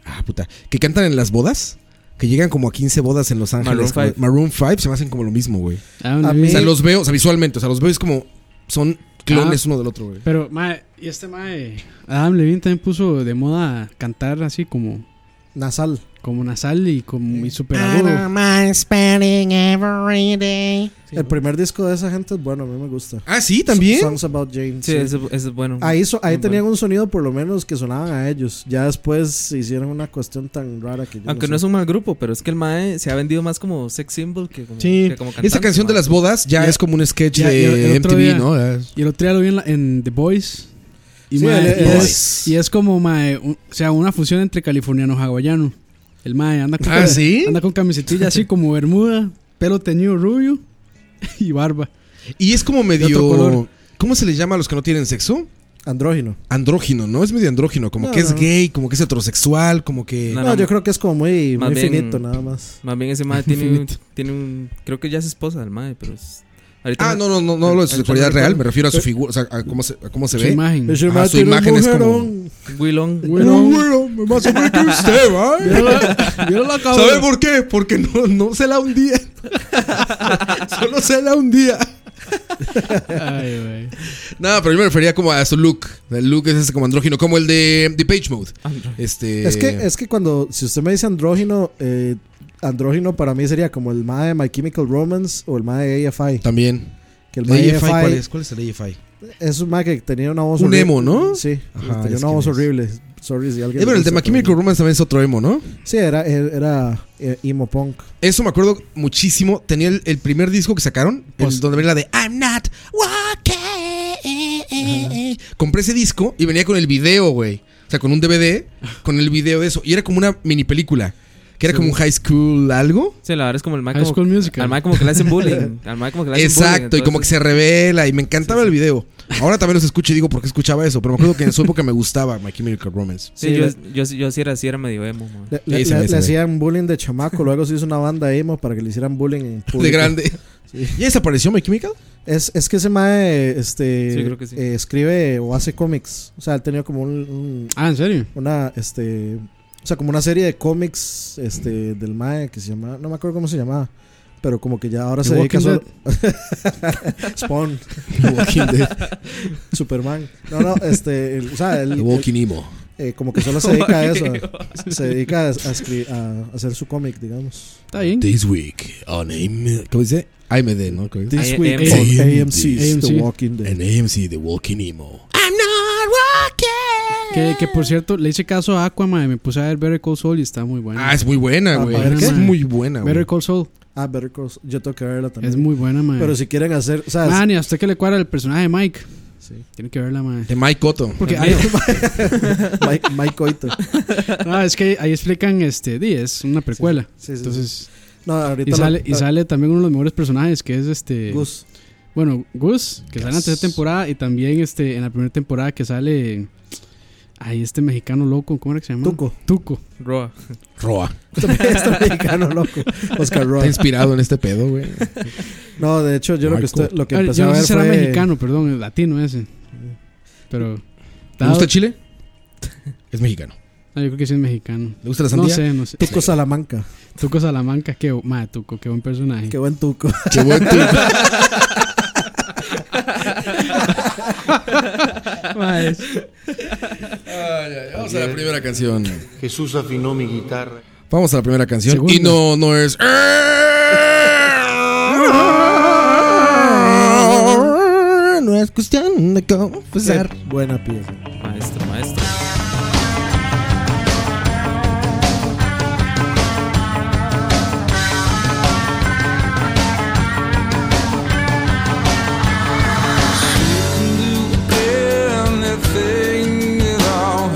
[SPEAKER 4] Ah, puta. Que cantan en las bodas. Que llegan como a 15 bodas en Los Ángeles.
[SPEAKER 6] Maroon
[SPEAKER 4] como- Maroon 5 se me hacen como lo mismo, güey.
[SPEAKER 3] Ah,
[SPEAKER 4] o
[SPEAKER 3] no.
[SPEAKER 4] sea, los veo, o sea, visualmente, o sea, los veo y es como. Son clones
[SPEAKER 3] Ah.
[SPEAKER 4] uno del otro, güey.
[SPEAKER 3] Pero, mae, y este mae, Adam Levine también puso de moda cantar así como.
[SPEAKER 5] Nasal.
[SPEAKER 3] Como nasal y como y super
[SPEAKER 4] Ah,
[SPEAKER 3] agudo.
[SPEAKER 5] el primer disco de esa gente es bueno, a mí me gusta.
[SPEAKER 4] Ah, sí, también.
[SPEAKER 5] So- Songs About Jane.
[SPEAKER 6] Sí, ese- ese es bueno.
[SPEAKER 5] Ahí, so- Ah, ahí
[SPEAKER 6] Muy
[SPEAKER 5] tenían un sonido por lo menos que sonaban a ellos. Ya después se hicieron una cuestión tan rara que yo
[SPEAKER 6] Aunque no,
[SPEAKER 5] no
[SPEAKER 6] es un mal grupo, pero es que el Mae se ha vendido más como sex symbol que como,
[SPEAKER 4] Sí.
[SPEAKER 6] que como cantante.
[SPEAKER 4] Esta canción de
[SPEAKER 6] mae.
[SPEAKER 4] las bodas ya, es como un sketch
[SPEAKER 3] Ya, y el- el
[SPEAKER 4] de
[SPEAKER 3] otro
[SPEAKER 4] MTV,
[SPEAKER 3] día-
[SPEAKER 4] ¿no? Ya-
[SPEAKER 3] Y el otro día lo vi en, la- en The Voice. Y,
[SPEAKER 5] Sí,
[SPEAKER 3] mae,
[SPEAKER 5] el-
[SPEAKER 3] y
[SPEAKER 5] el-
[SPEAKER 3] es, y es como, mae, un- o sea, una fusión entre californiano y hawaiano. El mae anda con,
[SPEAKER 4] ¿Ah, sí?
[SPEAKER 3] anda con camisetilla así como bermuda, pelo teñido rubio *laughs* y barba.
[SPEAKER 4] Y es como
[SPEAKER 3] otro color.
[SPEAKER 4] medio. ¿Cómo se les llama a los que no tienen sexo?
[SPEAKER 5] Andrógino.
[SPEAKER 4] Andrógino, ¿no? Es medio andrógino, como
[SPEAKER 5] No,
[SPEAKER 4] que es
[SPEAKER 5] no.
[SPEAKER 4] gay, como que es heterosexual, como que.
[SPEAKER 6] Ah,
[SPEAKER 5] No, yo creo que es como muy, muy finito, nada más.
[SPEAKER 6] Más bien ese Mae tiene, un, tiene un... Creo que ya es esposa del Mae, pero es... ahorita
[SPEAKER 4] Ah, no, no, no, no hablo de
[SPEAKER 6] ahorita
[SPEAKER 4] su sexualidad
[SPEAKER 6] no
[SPEAKER 4] real,
[SPEAKER 6] recuerdo.
[SPEAKER 4] me refiero a su figura, o sea, a cómo se, a cómo se ve.
[SPEAKER 5] Ese
[SPEAKER 4] Ajá,
[SPEAKER 5] mae
[SPEAKER 4] Mm. Ah, su
[SPEAKER 5] tiene un
[SPEAKER 4] imagen es como.
[SPEAKER 5] mujerón.
[SPEAKER 6] Willon.
[SPEAKER 4] Pero, bueno, me más o
[SPEAKER 5] *laughs*
[SPEAKER 4] menos que usted, ¿va?
[SPEAKER 3] Mira la cabra.
[SPEAKER 4] ¿Sabe por qué? Porque no, no se la un día. *laughs* Solo se la un día.
[SPEAKER 3] Ay, güey.
[SPEAKER 4] Nada, pero yo me refería como a su look. El look es ese como andrógino, como el de, de Page Mode. Este.
[SPEAKER 5] Es que, es que cuando, si usted me dice andrógino, eh, andrógino para mí sería como el mae de My Chemical Romance o el mae de AFI.
[SPEAKER 4] También.
[SPEAKER 5] Que el
[SPEAKER 4] ¿La
[SPEAKER 5] mae
[SPEAKER 4] AFI cuál
[SPEAKER 5] AFI
[SPEAKER 4] es? ¿Cuál es el AFI?
[SPEAKER 5] es un mae que tenía una voz
[SPEAKER 4] Un
[SPEAKER 5] horri-
[SPEAKER 4] emo, ¿no?
[SPEAKER 5] Sí, este,
[SPEAKER 4] Ajá,
[SPEAKER 5] tenía
[SPEAKER 4] es
[SPEAKER 5] una
[SPEAKER 4] que
[SPEAKER 5] voz
[SPEAKER 4] es.
[SPEAKER 5] horrible. Sorry si alguien.
[SPEAKER 4] Eh, pero el de My Chemical Romance también es otro emo, ¿no?
[SPEAKER 5] Sí, era, era, era, eh, emo punk.
[SPEAKER 4] Eso me acuerdo muchísimo. Tenía el, el primer disco que sacaron, el
[SPEAKER 6] Pues-
[SPEAKER 4] donde venía la de I'm not walking. Compré ese disco y venía con el video, güey. O sea, con un DVD, con el video de eso. Y era como una mini película. Que era como un high school algo.
[SPEAKER 6] Sí, la verdad es como el Mae
[SPEAKER 3] High
[SPEAKER 6] como...
[SPEAKER 3] School Musical.
[SPEAKER 6] Al Mae como que le hacen bullying. Al Mae como que le hacen bullying.
[SPEAKER 4] Exacto, y como que se revela. Y me encantaba el video. Ahora también los escucho y digo por qué escuchaba eso. Pero me acuerdo que en su época me gustaba My Chemical Romance.
[SPEAKER 6] Sí, yo, yo, yo sí, era, sí era medio emo, mae.
[SPEAKER 5] Le,
[SPEAKER 4] Ese,
[SPEAKER 5] le- le-
[SPEAKER 4] ese,
[SPEAKER 5] le
[SPEAKER 4] ese.
[SPEAKER 5] hacían bullying de chamaco. Luego se hizo una banda emo para que le hicieran bullying en público.
[SPEAKER 4] De grande. ¿Ya desapareció My Chemical?
[SPEAKER 5] Es, es que ese mae este,
[SPEAKER 6] Sí, creo que sí.
[SPEAKER 5] eh, escribe o hace cómics. O sea, él tenía como un, un-
[SPEAKER 3] Ah, ¿en serio?
[SPEAKER 5] una este o sea, como una serie de cómics este del mae que se llama, no me acuerdo cómo se llamaba, pero como que ya ahora
[SPEAKER 3] The
[SPEAKER 5] se dedica
[SPEAKER 3] Walking
[SPEAKER 5] solo *laughs* Spawn,
[SPEAKER 4] *laughs* Walking Dead.
[SPEAKER 5] Superman. No, no, este, el- o sea, el,
[SPEAKER 4] The Walking Emo.
[SPEAKER 5] eh, como que solo se dedica a eso. Se dedica a, a escri- a hacer su cómic, digamos.
[SPEAKER 3] Está bien.
[SPEAKER 4] This week on AM, ¿cómo dice? AMD, ¿no? ¿Cómo dice?
[SPEAKER 5] This
[SPEAKER 6] AM.
[SPEAKER 5] week
[SPEAKER 4] AM.
[SPEAKER 5] on AMC's
[SPEAKER 3] AMC.
[SPEAKER 5] The Walking Dead.
[SPEAKER 4] En AMC The Walking Emo.
[SPEAKER 3] Que, que por cierto, le hice caso a Aqua, mae. Me puse a ver Better Call Saul y está muy bueno.
[SPEAKER 4] Ah, es muy buena, güey.
[SPEAKER 5] ¿para
[SPEAKER 4] Es
[SPEAKER 5] qué?
[SPEAKER 4] muy buena, güey.
[SPEAKER 3] Better Call Saul
[SPEAKER 5] Ah, Better Call Saul. Yo tengo que verla también.
[SPEAKER 3] es muy buena, mae.
[SPEAKER 5] Pero si quieren hacer, o sea, es-
[SPEAKER 3] Man, y a usted que le cuadra el personaje de Mike.
[SPEAKER 5] Sí.
[SPEAKER 3] Tiene que verla, mae.
[SPEAKER 4] De Mike Cotto.
[SPEAKER 3] Porque ah, hay,
[SPEAKER 5] *laughs* Mike, Mike Coito.
[SPEAKER 3] *laughs* no, es que ahí explican, este, di, es una precuela.
[SPEAKER 5] Sí, sí,
[SPEAKER 3] Entonces,
[SPEAKER 5] No,
[SPEAKER 3] y,
[SPEAKER 5] ahorita lo-
[SPEAKER 3] sale, y
[SPEAKER 5] lo-
[SPEAKER 3] sale también uno de los mejores personajes, que es este...
[SPEAKER 5] Gus.
[SPEAKER 3] Bueno, Gus, que sale en la tercera temporada y también este, en la primera temporada que sale... Ay, este mexicano loco, ¿cómo era que se llama? Tuco. Tuco.
[SPEAKER 6] Roa.
[SPEAKER 4] Roa.
[SPEAKER 5] *laughs* Este mexicano loco. Oscar Roa.
[SPEAKER 4] Está inspirado en este pedo, güey.
[SPEAKER 5] No, de hecho, yo lo que,
[SPEAKER 4] Marco.
[SPEAKER 5] estoy, lo que
[SPEAKER 3] Ah,
[SPEAKER 5] empecé
[SPEAKER 3] yo
[SPEAKER 5] a
[SPEAKER 3] no sé
[SPEAKER 5] ver
[SPEAKER 3] si
[SPEAKER 5] fue...
[SPEAKER 3] era mexicano, perdón, el latino ese. Pero.
[SPEAKER 4] ¿Te gusta Chile? Es mexicano.
[SPEAKER 3] Ah, yo creo que sí es mexicano.
[SPEAKER 4] ¿Le gusta la sandía?
[SPEAKER 3] No sé, no sé.
[SPEAKER 5] Tuco Salamanca.
[SPEAKER 3] Tuco Salamanca, qué, bu- madre, Tuco, qué buen personaje.
[SPEAKER 5] Qué buen
[SPEAKER 3] *laughs*
[SPEAKER 5] Tuco.
[SPEAKER 4] Qué buen Tuco.
[SPEAKER 3] Madre,
[SPEAKER 4] Vamos a la primera canción.
[SPEAKER 12] Jesús afinó mi guitarra.
[SPEAKER 4] Vamos a la primera canción.
[SPEAKER 12] Segunda.
[SPEAKER 4] Y no, no es. No es cuestión de confesar.
[SPEAKER 5] Buena pieza.
[SPEAKER 6] Maestro, maestro.
[SPEAKER 7] anything without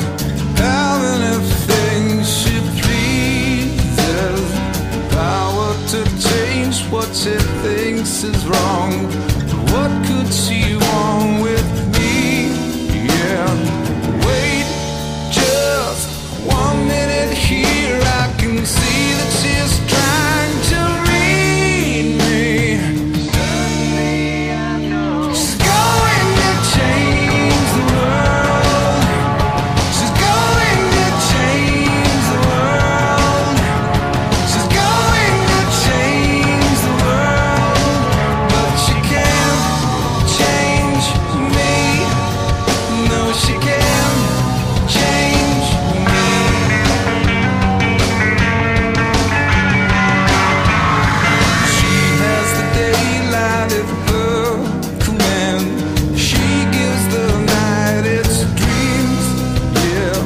[SPEAKER 7] having a thing she pleases. Power to change what she thinks is wrong. What could she want with me? Yeah. Wait just one minute here. I can see that she's trying to read me. She's going to change the world. She's going to change the world. She's going to change the world. But she can't change me. No, she can't change me. She has the daylight at her command. She gives the night its dreams. Yeah,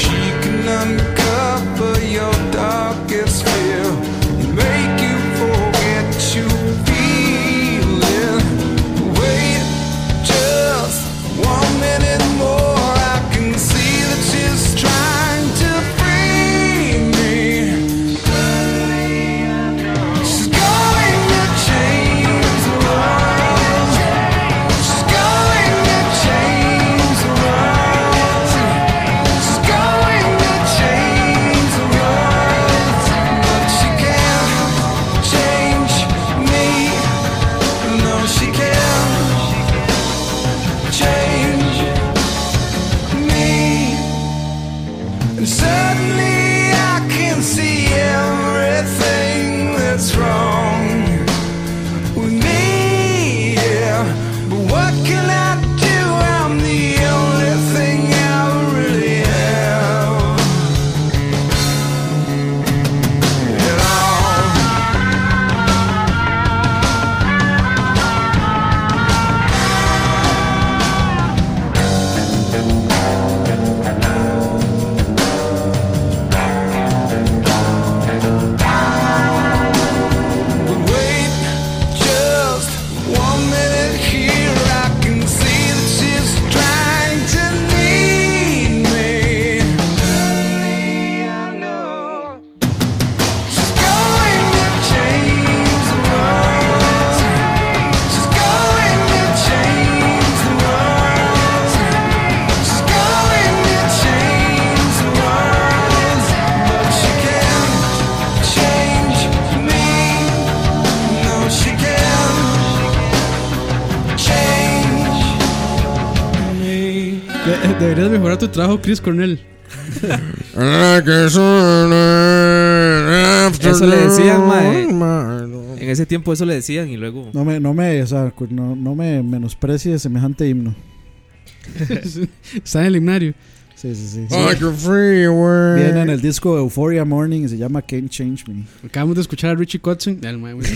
[SPEAKER 7] she can uncover your darkest fear and make you forget you feel it. Wait just one minute more. I can see that she's trying to free me. She's going to change the world. She's going to change the world. She's going to change the world. But she can't change me. No, she can't change me. And suddenly I can see everything that's wrong with me. Yeah. But what can I do? I'm the only thing I really am. At all. Wait just one minute here. I can see that she's trying to need me. She's going to change the world. She's going to change the world. She's going to change the world, but she can't change me. No, she can change.
[SPEAKER 3] de- eh, deberías mejorar tu trabajo, Chris Cornell.
[SPEAKER 4] Eh,
[SPEAKER 6] Eso le decían, mae.
[SPEAKER 4] mae.
[SPEAKER 6] En ese tiempo eso le decían y luego.
[SPEAKER 5] No me, no me, o sea, cu- no, no me menosprecie semejante himno.
[SPEAKER 3] Está en el himnario.
[SPEAKER 5] Sí, sí, sí.
[SPEAKER 3] Ay,
[SPEAKER 5] Sí.
[SPEAKER 3] qué frío, güey.
[SPEAKER 5] Viene en el disco Euphoria Morning y se llama Can't Change Me.
[SPEAKER 3] Acabamos de escuchar a Richie Kotzen. Ya, el
[SPEAKER 5] *laughs*
[SPEAKER 3] mae, güey.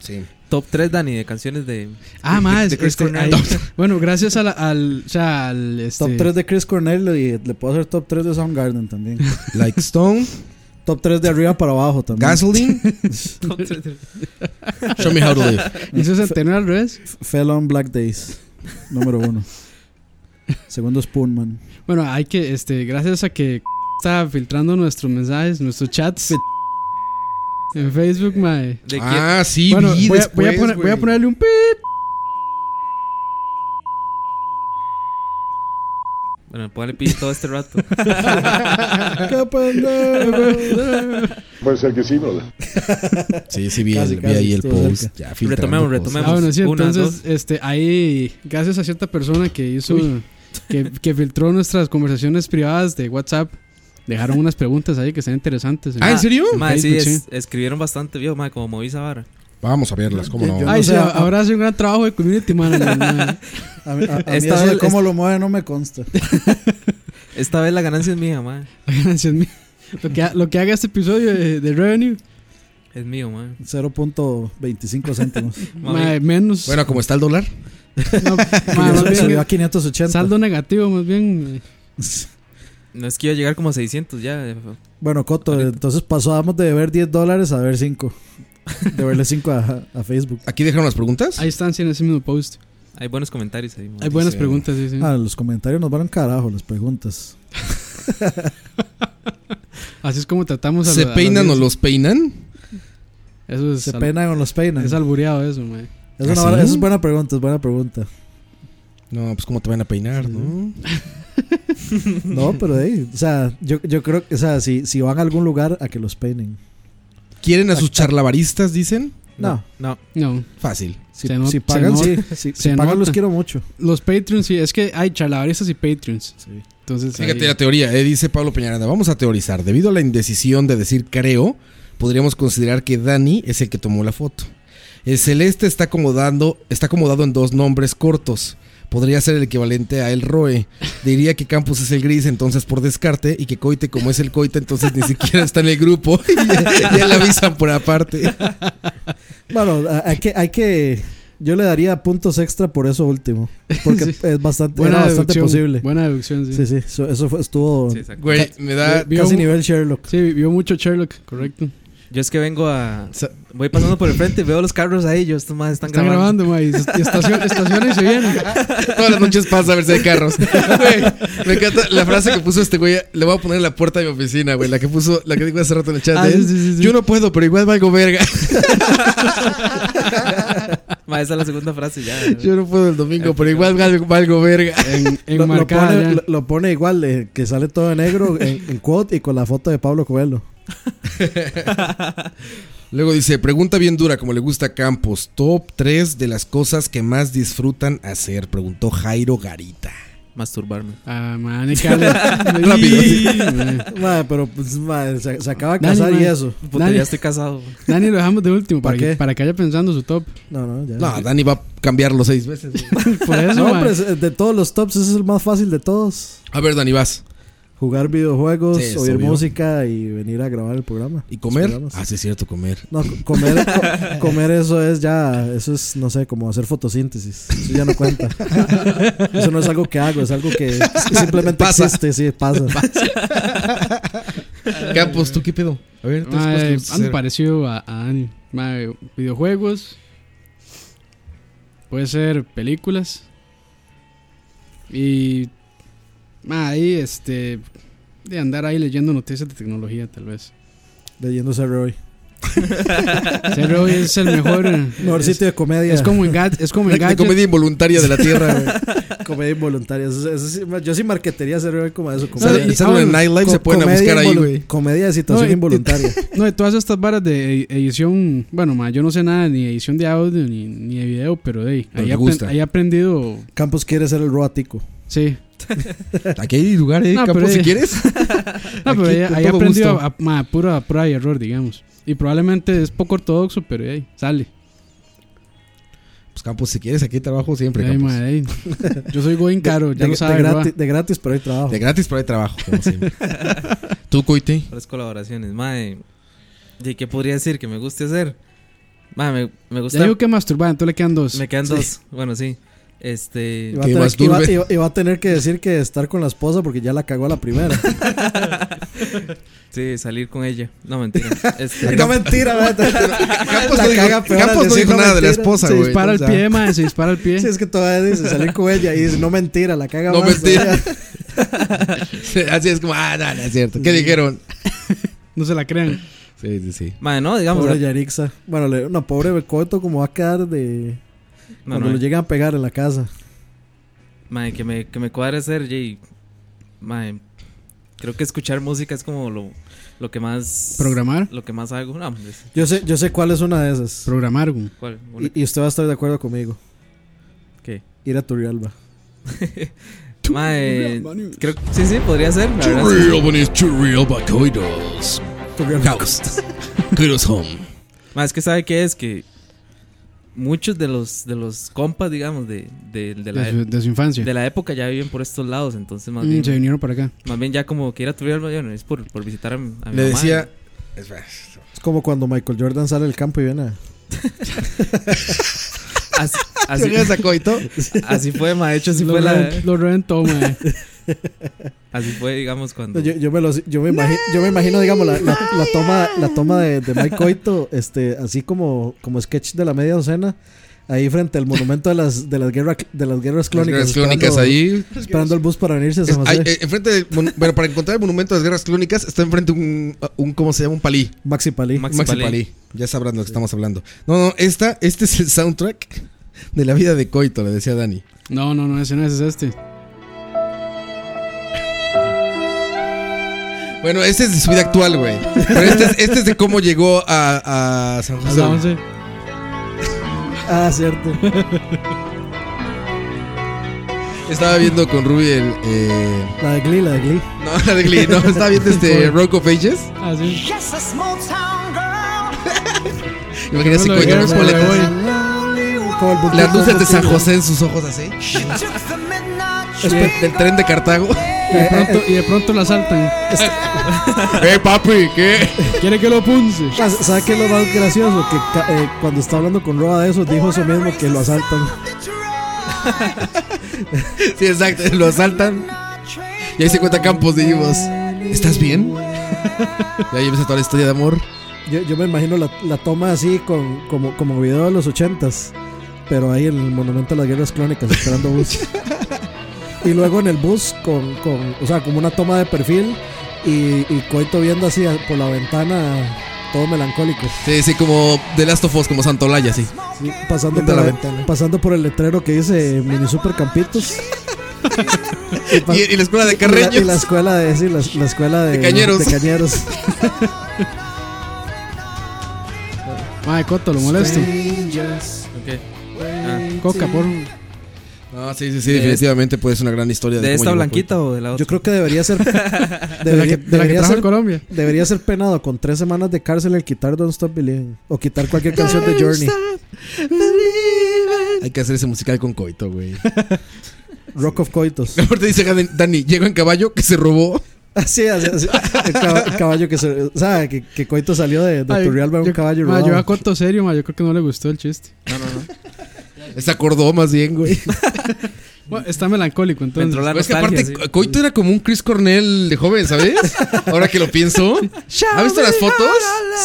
[SPEAKER 4] Sí.
[SPEAKER 6] Top 3, Dani, de canciones de.
[SPEAKER 3] Ah, más.
[SPEAKER 6] de Chris
[SPEAKER 3] este,
[SPEAKER 6] Cornell.
[SPEAKER 3] ahí- bueno, gracias a la- al. O sea, al. Este,
[SPEAKER 5] Top 3 de Chris Cornell y le puedo hacer top 3 de Soundgarden
[SPEAKER 3] *laughs*
[SPEAKER 5] también.
[SPEAKER 4] Like Stone.
[SPEAKER 5] Top 3 de arriba para abajo también.
[SPEAKER 4] Gasoline.
[SPEAKER 6] Top tres de-
[SPEAKER 4] Show me how to live.
[SPEAKER 3] ¿Y eso es tener al revés?
[SPEAKER 5] Fell on Black Days, número 1. Segundo Spoonman.
[SPEAKER 3] Bueno, hay que. este Gracias a que está filtrando nuestros mensajes, nuestros chats. En Facebook, mae.
[SPEAKER 6] ¿De quién?
[SPEAKER 4] Ah, sí,
[SPEAKER 3] Bueno,
[SPEAKER 4] vi
[SPEAKER 3] voy a- voy, a,
[SPEAKER 4] después,
[SPEAKER 3] poner- voy a
[SPEAKER 4] pues, güey.
[SPEAKER 3] ponerle un pip.
[SPEAKER 6] Bueno, póngale pi todo este rato.
[SPEAKER 5] ¡Qué pendejo!
[SPEAKER 8] Puede ser que sí, brother.
[SPEAKER 4] Sí, sí, vi,
[SPEAKER 3] Casi,
[SPEAKER 4] el- vi
[SPEAKER 3] casi,
[SPEAKER 4] ahí el
[SPEAKER 3] estuvo
[SPEAKER 4] post.
[SPEAKER 3] cerca.
[SPEAKER 4] Ya, filtrando cosas.
[SPEAKER 3] Ah, bueno, sí, entonces, este, ahí, gracias a cierta persona que hizo, *laughs* que, que filtró nuestras conversaciones privadas de WhatsApp, dejaron unas preguntas ahí que están interesantes.
[SPEAKER 6] Mae, sí,
[SPEAKER 3] Facebook,
[SPEAKER 6] es- escribieron bastante, vio, mae, como Moisés Vara.
[SPEAKER 4] Vamos a verlas, cómo no.
[SPEAKER 3] Ay, sí, ahora hace un gran trabajo de community
[SPEAKER 5] *laughs*
[SPEAKER 3] manager. mae.
[SPEAKER 5] A mí, a- a mí
[SPEAKER 6] Esta
[SPEAKER 5] eso de
[SPEAKER 6] vez-
[SPEAKER 5] cómo lo mueve no me consta.
[SPEAKER 6] Esta vez la ganancia es mía, mae.
[SPEAKER 3] La ganancia es mía. Lo que, ha- lo que haga este episodio de, de revenue,
[SPEAKER 6] Es mío, mae.
[SPEAKER 5] 0.25 céntimos.
[SPEAKER 3] mae, menos.
[SPEAKER 4] Bueno, como está el dólar.
[SPEAKER 3] *laughs*
[SPEAKER 5] *laughs*
[SPEAKER 3] No, mae, *laughs* más bien,
[SPEAKER 5] Subió a 580.
[SPEAKER 3] saldo negativo, más bien.
[SPEAKER 6] No es que iba a llegar como a 600 ya. eh,
[SPEAKER 5] Bueno, Coto, entonces pasamos de ver 10 dólares a ver 5. De verle 5 a, a Facebook.
[SPEAKER 4] ¿Aquí dejaron las preguntas?
[SPEAKER 3] Ahí están, sí, en ese mismo post.
[SPEAKER 6] Hay buenos comentarios ahí, mae.
[SPEAKER 3] Hay buenas preguntas, sí, sí.
[SPEAKER 5] Ah, los comentarios nos van a un carajo, las preguntas.
[SPEAKER 3] Así es como tratamos a
[SPEAKER 4] ¿Se
[SPEAKER 3] lo- a
[SPEAKER 4] peinan
[SPEAKER 3] los-
[SPEAKER 4] o los peinan?
[SPEAKER 3] Eso es
[SPEAKER 5] ¿Se
[SPEAKER 3] al-
[SPEAKER 5] peinan o los peinan?
[SPEAKER 3] Es albureado eso, mae.
[SPEAKER 5] Es una
[SPEAKER 4] ¿Ah,
[SPEAKER 5] buena-
[SPEAKER 4] sí?
[SPEAKER 5] Esa es buena pregunta, es buena pregunta.
[SPEAKER 4] No, pues cómo te van a peinar, ¿no?
[SPEAKER 3] *laughs*
[SPEAKER 5] No, pero de ahí, o sea, yo, yo creo que, o sea, si, si van a algún lugar, a que los peinen.
[SPEAKER 4] ¿Quieren a sus charlavaristas, dicen?
[SPEAKER 5] No.
[SPEAKER 6] No.
[SPEAKER 3] No.
[SPEAKER 4] Fácil.
[SPEAKER 5] Si,
[SPEAKER 3] Se not-
[SPEAKER 5] si
[SPEAKER 3] se
[SPEAKER 5] pagan,
[SPEAKER 3] not-
[SPEAKER 5] sí. Si, si
[SPEAKER 3] se
[SPEAKER 5] pagan, los
[SPEAKER 3] nota.
[SPEAKER 5] quiero mucho.
[SPEAKER 3] Los Patreons, sí, es que hay charlavaristas y Patreons. Entonces,
[SPEAKER 4] Fíjate
[SPEAKER 3] ahí-
[SPEAKER 4] la teoría, eh, dice Pablo Peñaranda. Vamos a teorizar. Debido a la indecisión de decir creo, podríamos considerar que Dani es el que tomó la foto. El celeste está acomodando, está acomodado en dos nombres cortos. Podría ser el equivalente a el Roe. Diría que Campos es el gris, entonces por descarte, y que Coite, como es el Coite, entonces ni siquiera está en el grupo. *laughs* Y ya, ya le avisan por aparte.
[SPEAKER 5] Bueno, a- hay que, hay que, yo le daría puntos extra por eso último. Porque
[SPEAKER 3] *laughs*
[SPEAKER 5] es bastante,
[SPEAKER 3] Buena
[SPEAKER 5] era bastante
[SPEAKER 3] deducción,
[SPEAKER 5] posible.
[SPEAKER 3] Buena deducción, sí.
[SPEAKER 5] Sí, sí, eso, eso fue- estuvo
[SPEAKER 4] Güey, me da.
[SPEAKER 3] Vio
[SPEAKER 5] casi
[SPEAKER 3] mu-
[SPEAKER 5] nivel Sherlock.
[SPEAKER 3] Sí, vio mucho Sherlock, correcto.
[SPEAKER 6] Yo es que vengo a. Voy pasando por el frente, veo los carros ahí, yo, estos más están
[SPEAKER 3] Está grabando, mae. y Estación, estaciones se
[SPEAKER 4] *laughs*
[SPEAKER 3] vienen.
[SPEAKER 4] Todas las noches pasa a ver si
[SPEAKER 3] *laughs*
[SPEAKER 4] hay carros. Güey, me encanta la frase que puso este güey. Le voy a poner en la puerta de mi oficina, güey. La que puso, la que dijo hace rato en el chat.
[SPEAKER 3] Ah,
[SPEAKER 4] de él.
[SPEAKER 3] sí, sí, sí.
[SPEAKER 4] Yo no puedo, pero igual valgo verga. *laughs*
[SPEAKER 6] Mae, esa es la segunda frase ya.
[SPEAKER 5] *laughs*
[SPEAKER 4] Yo no puedo el domingo, pero igual valgo, valgo verga.
[SPEAKER 3] En,
[SPEAKER 5] Lo, lo
[SPEAKER 3] enmarcada
[SPEAKER 5] pone,
[SPEAKER 3] ya.
[SPEAKER 5] lo- lo pone igual, de que sale todo de negro en, en quote y con la foto de Pablo Coelho.
[SPEAKER 4] Luego dice, pregunta bien dura, como le gusta a Campos. Top 3 de las cosas que más disfrutan hacer, preguntó Jairo Garita.
[SPEAKER 6] Masturbarme.
[SPEAKER 3] Ah, man,
[SPEAKER 5] *laughs*
[SPEAKER 3] cale.
[SPEAKER 4] Rápido, sí.
[SPEAKER 5] Madre, pero pues, madre, se, se acaba de
[SPEAKER 3] Dani,
[SPEAKER 5] casar y
[SPEAKER 3] madre.
[SPEAKER 5] eso.
[SPEAKER 6] Puta,
[SPEAKER 3] Dani.
[SPEAKER 6] ya estoy casado.
[SPEAKER 3] Dani, lo dejamos de último para,
[SPEAKER 5] ¿Para
[SPEAKER 3] que,
[SPEAKER 5] qué?
[SPEAKER 3] para que vaya pensando su top.
[SPEAKER 5] No, no, ya.
[SPEAKER 3] Eh.
[SPEAKER 4] No, Dani va a cambiarlo seis veces.
[SPEAKER 3] *laughs*
[SPEAKER 4] güey.
[SPEAKER 3] Por
[SPEAKER 5] *laughs*
[SPEAKER 3] eso,
[SPEAKER 5] No,
[SPEAKER 3] mae.
[SPEAKER 5] pero es- eh, de todos los tops, ese es el más fácil de todos.
[SPEAKER 4] A ver, Dani, vas.
[SPEAKER 5] Jugar videojuegos,
[SPEAKER 4] Sí, es
[SPEAKER 5] oír
[SPEAKER 4] obvio.
[SPEAKER 5] música y venir a grabar el programa.
[SPEAKER 4] ¿Y comer?
[SPEAKER 5] Los programas.
[SPEAKER 4] Ah, sí, es cierto, comer.
[SPEAKER 5] No, co- comer, co- comer eso es ya, eso es, no sé, como hacer fotosíntesis. Eso ya no cuenta. Eso no es algo que hago, es algo que simplemente
[SPEAKER 4] Pasa.
[SPEAKER 5] existe, sí, pasa.
[SPEAKER 4] Campos, ¿tú qué pedo? A ver, tres
[SPEAKER 3] Mae,
[SPEAKER 4] cosas que gusta
[SPEAKER 3] ando
[SPEAKER 4] hacer.
[SPEAKER 3] parecido a, a Dani. Mae, videojuegos. Puede ser películas. Y. mae, ahí, este. De andar ahí leyendo noticias de tecnología, tal vez.
[SPEAKER 5] Leyéndose Roy.
[SPEAKER 4] *laughs*
[SPEAKER 3] Cero es el mejor. eh,
[SPEAKER 5] Mejor
[SPEAKER 3] es,
[SPEAKER 5] sitio de comedia.
[SPEAKER 3] es como en Gadget. Es
[SPEAKER 4] *laughs*
[SPEAKER 3] como en
[SPEAKER 4] La
[SPEAKER 3] Gadget.
[SPEAKER 4] comedia involuntaria de la tierra, güey.
[SPEAKER 5] comedia involuntaria. Eso- eso sí, yo sí marketería ser Roy como eso.
[SPEAKER 3] No,
[SPEAKER 5] Comedia,
[SPEAKER 4] Salen
[SPEAKER 3] y-
[SPEAKER 4] salen en
[SPEAKER 3] ah,
[SPEAKER 4] Nightlife, se
[SPEAKER 5] co-
[SPEAKER 4] pueden a
[SPEAKER 5] comedia
[SPEAKER 4] buscar ahí,
[SPEAKER 5] involu-
[SPEAKER 4] güey.
[SPEAKER 5] Comedia de situación
[SPEAKER 3] No, y-
[SPEAKER 5] *laughs* involuntaria.
[SPEAKER 3] No, de todas estas varas de e- edición. Bueno, mae, yo no sé nada ni de edición de audio ni, ni de video, pero de ahí,
[SPEAKER 4] Pero
[SPEAKER 3] ahí,
[SPEAKER 4] te
[SPEAKER 3] apren-
[SPEAKER 4] gusta.
[SPEAKER 3] ahí he aprendido.
[SPEAKER 5] Campos quiere ser el roatico.
[SPEAKER 3] Sí.
[SPEAKER 4] Aquí hay lugar, eh,
[SPEAKER 3] No,
[SPEAKER 4] Campos,
[SPEAKER 3] pero,
[SPEAKER 4] si
[SPEAKER 3] eh,
[SPEAKER 4] quieres.
[SPEAKER 3] No, pero
[SPEAKER 4] Aquí,
[SPEAKER 3] ahí,
[SPEAKER 4] con
[SPEAKER 3] ahí
[SPEAKER 4] todo
[SPEAKER 3] aprendió
[SPEAKER 4] gusto.
[SPEAKER 3] a, a- ma, puro- a prueba y error, digamos. Y probablemente es poco ortodoxo, pero ahí sale.
[SPEAKER 4] Pues Campos, si quieres, aquí hay trabajo siempre,
[SPEAKER 3] Ahí,
[SPEAKER 4] Campos.
[SPEAKER 3] ma, ahí. Yo soy Goin Caro, ya
[SPEAKER 5] de,
[SPEAKER 3] lo
[SPEAKER 5] de
[SPEAKER 3] sabes.
[SPEAKER 5] gratis, de gratis, pero hay trabajo.
[SPEAKER 4] De gratis, pero hay trabajo, como siempre. *laughs* ¿Tú, Coite?
[SPEAKER 6] Tres colaboraciones, mae. ¿De qué podría decir que me guste hacer? Mae, me, me
[SPEAKER 3] Ya
[SPEAKER 6] gusta.
[SPEAKER 3] digo que masturbar, entonces le quedan dos.
[SPEAKER 6] Me quedan
[SPEAKER 3] Sí.
[SPEAKER 6] dos. Bueno, sí. Este.
[SPEAKER 5] Y *laughs* va, a
[SPEAKER 4] Que
[SPEAKER 5] tener,
[SPEAKER 4] masturbe.
[SPEAKER 5] y va- y va- y va a tener que decir que estar con la esposa porque ya la cagó a la
[SPEAKER 4] *laughs*
[SPEAKER 5] primera. *laughs*
[SPEAKER 6] Sí, salir con ella. No, mentira. Este,
[SPEAKER 5] no
[SPEAKER 4] *laughs*
[SPEAKER 5] mentira,
[SPEAKER 4] Campos
[SPEAKER 5] La
[SPEAKER 4] no dijo,
[SPEAKER 5] caga
[SPEAKER 4] Campos
[SPEAKER 5] peor al
[SPEAKER 4] no
[SPEAKER 5] decir
[SPEAKER 4] dijo
[SPEAKER 5] no
[SPEAKER 4] nada de la
[SPEAKER 5] mentira.
[SPEAKER 4] esposa,
[SPEAKER 3] Se
[SPEAKER 4] güey.
[SPEAKER 3] dispara el
[SPEAKER 4] entonces,
[SPEAKER 3] pie, ma, se dispara el pie.
[SPEAKER 5] *laughs* Sí, es que todavía dice salir con ella y dice, no mentira, la caga
[SPEAKER 4] No
[SPEAKER 5] más, *laughs*
[SPEAKER 4] mentira.
[SPEAKER 5] ¿verdad?
[SPEAKER 4] *laughs* ah, Así es como, ah, no, no es cierto. ¿Qué dijeron?
[SPEAKER 3] No se la crean.
[SPEAKER 4] Sí, sí, sí.
[SPEAKER 6] mae, no, digamos.
[SPEAKER 5] Pobre Yarixa. Bueno, le- no, pobre Coto como va a quedar de...
[SPEAKER 6] no,
[SPEAKER 5] cuando
[SPEAKER 6] no,
[SPEAKER 5] lo llegan a pegar en la casa.
[SPEAKER 6] mae, que me, que me cuadre hacer, Jay. mae, creo que escuchar música es como lo, lo que más.
[SPEAKER 5] ¿Programar?
[SPEAKER 6] Lo que más hago. No, hombre, es-
[SPEAKER 5] Yo sé, yo sé cuál es una de esas.
[SPEAKER 3] Programar, güey.
[SPEAKER 6] ¿Cuál?
[SPEAKER 5] Y, y usted va a estar de acuerdo conmigo.
[SPEAKER 6] ¿Qué?
[SPEAKER 5] Ir a Turrialba.
[SPEAKER 6] Mae, creo, sí, sí, podría ser. la verdad, sí.
[SPEAKER 4] Churrial, bonito, churrial, bacoidos. House. Kudos home.
[SPEAKER 6] Más es que sabe qué es que muchos de los de los compas, digamos, de, de, de la
[SPEAKER 3] De su- de su infancia.
[SPEAKER 6] De la época ya viven por estos lados, entonces más
[SPEAKER 3] Mm,
[SPEAKER 6] bien
[SPEAKER 3] se vinieron para acá.
[SPEAKER 6] Más bien ya como que ir a Turrialba, bueno, es por, por visitar a, mi- a mi
[SPEAKER 4] Le
[SPEAKER 6] mamá.
[SPEAKER 4] decía.
[SPEAKER 5] Es como cuando Michael Jordan sale del campo y viene a... *laughs*
[SPEAKER 6] Así,
[SPEAKER 5] Yo creo que sacó y todo.
[SPEAKER 6] *laughs* así fue, ma, de hecho, así
[SPEAKER 5] Lo
[SPEAKER 6] fue la.
[SPEAKER 5] reventó, lo reventó, ma.
[SPEAKER 6] Así fue, digamos, cuando.
[SPEAKER 5] No, yo, yo me los- yo me imagi- yo me imagino, digamos, la, la- la toma, la toma de, de Mike Coito, este, así como, como sketch de la media docena, ahí frente al monumento de las, de las, guerra- de las guerras clónicas.
[SPEAKER 4] guerras clónicas
[SPEAKER 5] esperando-
[SPEAKER 4] ahí.
[SPEAKER 5] Esperando el bus para venirse a San
[SPEAKER 4] Hay-
[SPEAKER 5] José.
[SPEAKER 4] eh, enfrente del monu- bueno, para encontrar el monumento de las guerras clónicas está enfrente un, uh, un ¿cómo se llama? Un palí.
[SPEAKER 5] Maxi Palí.
[SPEAKER 4] Maxi,
[SPEAKER 5] Maxi
[SPEAKER 4] palí.
[SPEAKER 5] Palí.
[SPEAKER 4] Ya sabrán de lo que estamos hablando. No, no, esta, este es el soundtrack de la vida de Coito, le decía Dani.
[SPEAKER 3] No, no, no, ese no es, es este.
[SPEAKER 4] Bueno, este es de su vida actual, güey. Pero este es, este es de cómo llegó a, a San José.
[SPEAKER 3] A la once.
[SPEAKER 5] Ah, cierto.
[SPEAKER 4] Estaba viendo con Ruby el. eh,
[SPEAKER 5] La de Glee, la de Glee.
[SPEAKER 4] No, *laughs* la de Glee, no, estaba viendo este Rock of Ages.
[SPEAKER 3] Ah, sí.
[SPEAKER 7] Yes, a small town girl.
[SPEAKER 4] Imagínate si
[SPEAKER 7] No,
[SPEAKER 4] Coito
[SPEAKER 7] no,
[SPEAKER 4] en
[SPEAKER 7] no,
[SPEAKER 4] boletas.
[SPEAKER 5] Como el
[SPEAKER 4] Las
[SPEAKER 5] buquito
[SPEAKER 4] luces de San
[SPEAKER 5] tigre.
[SPEAKER 4] José en sus ojos así. Del tren de Cartago.
[SPEAKER 3] Y de pronto, y de pronto la saltan.
[SPEAKER 4] ¡Eh, papi! ¿Qué?
[SPEAKER 3] ¿Quiere que lo punce?
[SPEAKER 5] Ah, ¿Sabes qué es lo más gracioso? Que ca- eh, cuando está hablando con Roa de eso, dijo eso mismo, que lo asaltan.
[SPEAKER 4] Sí, exacto, *laughs* lo asaltan. Y ahí se cuenta Campos, dijimos, ¿estás bien? *laughs* Y ahí empieza toda la historia de amor.
[SPEAKER 5] Yo, yo me imagino la, la toma así con, como, como video de los ochentas, pero ahí en el monumento a las guerras clónicas esperando
[SPEAKER 4] *laughs*
[SPEAKER 5] bus. y luego en el bus con, con, o sea, como una toma de perfil y, y Coito viendo así a- por la ventana todo melancólico.
[SPEAKER 4] Sí, sí, como The Last of Us, como Santolaya, sí.
[SPEAKER 5] Sí, pasando,
[SPEAKER 4] Viendo
[SPEAKER 5] por
[SPEAKER 4] la
[SPEAKER 5] la-
[SPEAKER 4] ventana.
[SPEAKER 5] pasando por el letrero que dice Mini
[SPEAKER 4] *laughs*
[SPEAKER 5] Supercampitos.
[SPEAKER 4] Y, y la escuela de
[SPEAKER 5] Carreños. Y la,
[SPEAKER 4] Carreños.
[SPEAKER 5] escuela de, sí, la, la escuela de,
[SPEAKER 4] De Cañeros. *laughs*
[SPEAKER 5] de Cañeros.
[SPEAKER 3] Mae, Coto, lo molesto.
[SPEAKER 6] Ok. Ah.
[SPEAKER 3] Coca, por.
[SPEAKER 4] No, Ah, sí, sí, sí, definitivamente puede ser una gran historia.
[SPEAKER 6] ¿De
[SPEAKER 4] cómo
[SPEAKER 6] esta
[SPEAKER 4] llegó
[SPEAKER 6] blanquita o de la otra?
[SPEAKER 5] Yo creo que debería
[SPEAKER 3] *laughs*
[SPEAKER 5] ser.
[SPEAKER 3] De la que- de la que trajo de Colombia.
[SPEAKER 5] Debería ser penado con tres semanas de cárcel el quitar Don't Stop Believing. O quitar cualquier canción de Journey.
[SPEAKER 4] Coito. Hay que hacer ese musical con Coito, güey. *laughs*
[SPEAKER 5] Rock of Coitos.
[SPEAKER 4] Aparte dice Dani- Dani, llegó en caballo que se robó. *laughs*
[SPEAKER 5] Así, así, así. El caba- el caballo que se. O sea, que, que Coito salió de, de
[SPEAKER 3] Ay,
[SPEAKER 5] Turrialba en un
[SPEAKER 3] yo-
[SPEAKER 5] caballo
[SPEAKER 3] mae, yo
[SPEAKER 5] robado.
[SPEAKER 3] a Coto serio, mae, yo creo que no le gustó el chiste.
[SPEAKER 6] No, no, no.
[SPEAKER 4] Se acordó más bien, güey.
[SPEAKER 3] Bueno, está melancólico, entonces.
[SPEAKER 4] Pero es que aparte, Coito era como un Chris Cornell de joven, ¿sabes? Ahora que lo pienso. ¿Has visto las fotos?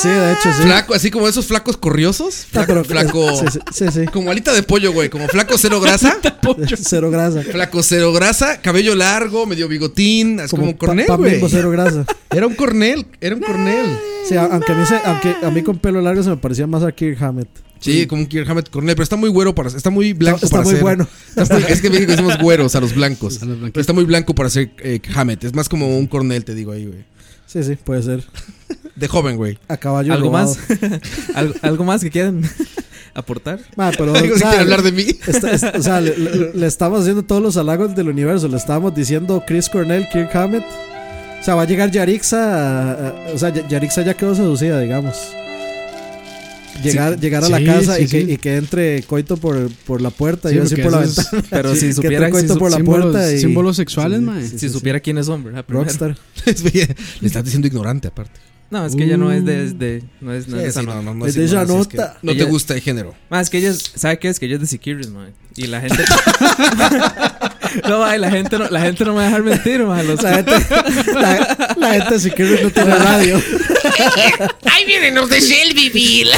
[SPEAKER 5] Sí, de hecho, sí.
[SPEAKER 4] Flaco, así como esos flacos corriosos.
[SPEAKER 5] Ah,
[SPEAKER 4] Flaco,
[SPEAKER 5] pero-
[SPEAKER 4] flaco-
[SPEAKER 5] Sí, sí, sí.
[SPEAKER 4] Como alita de pollo, güey. Como flaco cero grasa.
[SPEAKER 5] sí. *laughs* Cero grasa.
[SPEAKER 4] flaco cero grasa, cabello largo, medio bigotín. Es como, un
[SPEAKER 5] pa-
[SPEAKER 4] Cornell,
[SPEAKER 5] pan
[SPEAKER 4] güey.
[SPEAKER 5] Bimbo cero grasa.
[SPEAKER 4] Era un Cornell, era un Cornell.
[SPEAKER 5] Sí, a- aunque a, mí se- aunque a mí con pelo largo se me parecía más a Kirk Hammett.
[SPEAKER 4] Sí, como un Kirk Hammett Cornell, pero está muy güero para está muy blanco
[SPEAKER 5] Está- está
[SPEAKER 4] para
[SPEAKER 5] muy
[SPEAKER 4] ser-
[SPEAKER 5] bueno.
[SPEAKER 4] está muy- es que en México decimos güeros a los blancos.
[SPEAKER 3] A los blanquitos.
[SPEAKER 4] pero está muy blanco para ser eh, Hammett, es más como un Cornell, te digo ahí, güey.
[SPEAKER 5] Sí, sí, puede ser.
[SPEAKER 4] De joven, güey.
[SPEAKER 5] A caballo
[SPEAKER 6] ¿Algo
[SPEAKER 5] robado.
[SPEAKER 6] más? *laughs* ¿Algo, algo más que
[SPEAKER 5] *laughs*
[SPEAKER 6] quieran aportar?
[SPEAKER 5] Ma, Ah,
[SPEAKER 4] *laughs*
[SPEAKER 5] pero,
[SPEAKER 4] ¿Algo
[SPEAKER 5] o
[SPEAKER 4] que
[SPEAKER 5] sea,
[SPEAKER 4] quiere hablar de mí? *laughs*
[SPEAKER 5] está- es- o sea, le, le- le estamos haciendo todos los halagos del universo. Le estábamos diciendo Chris Cornell, Kirk Hammett. O sea, va a llegar Yarixa. a- a- o sea, Ya- Yarixa ya quedó seducida, digamos. Llegar,
[SPEAKER 3] Sí.
[SPEAKER 5] llegar a la
[SPEAKER 3] Sí,
[SPEAKER 5] casa
[SPEAKER 3] sí,
[SPEAKER 5] y, que,
[SPEAKER 3] sí.
[SPEAKER 5] y que entre coito por, por la puerta
[SPEAKER 3] Sí,
[SPEAKER 5] y así
[SPEAKER 3] porque
[SPEAKER 5] por la
[SPEAKER 3] eso es-
[SPEAKER 5] ventana.
[SPEAKER 3] *laughs*
[SPEAKER 6] Pero si
[SPEAKER 5] Que entre
[SPEAKER 6] supiera- si
[SPEAKER 5] coito
[SPEAKER 6] su-
[SPEAKER 5] por la
[SPEAKER 3] símbolos-
[SPEAKER 5] puerta y-
[SPEAKER 3] símbolos sexuales, eh. mae.
[SPEAKER 6] si supiera quiénes son, ¿verdad? Primero.
[SPEAKER 5] Rockstar.
[SPEAKER 4] Le estás diciendo ignorante aparte.
[SPEAKER 6] No, es que ella no es de. es de- no es, no es de
[SPEAKER 4] Mm. Sí,
[SPEAKER 6] esa
[SPEAKER 4] sí,
[SPEAKER 6] nota.
[SPEAKER 4] no, no, no
[SPEAKER 5] Es
[SPEAKER 4] es
[SPEAKER 5] de
[SPEAKER 4] ignorancia, es que
[SPEAKER 5] Janota.
[SPEAKER 4] No te
[SPEAKER 6] Ella-
[SPEAKER 4] gusta el
[SPEAKER 5] *laughs*
[SPEAKER 4] género.
[SPEAKER 6] Más que ellos, ¿sabe qué es? Que ellos de Sikiris, man. Y la gente. no, *laughs* man, la gente no, la gente no me va a dejar mentir, man. Los...
[SPEAKER 5] La gente, la, la gente si quiere no tiene radio.
[SPEAKER 1] ¡Ahí vienen los de Shelbyville!
[SPEAKER 4] *laughs*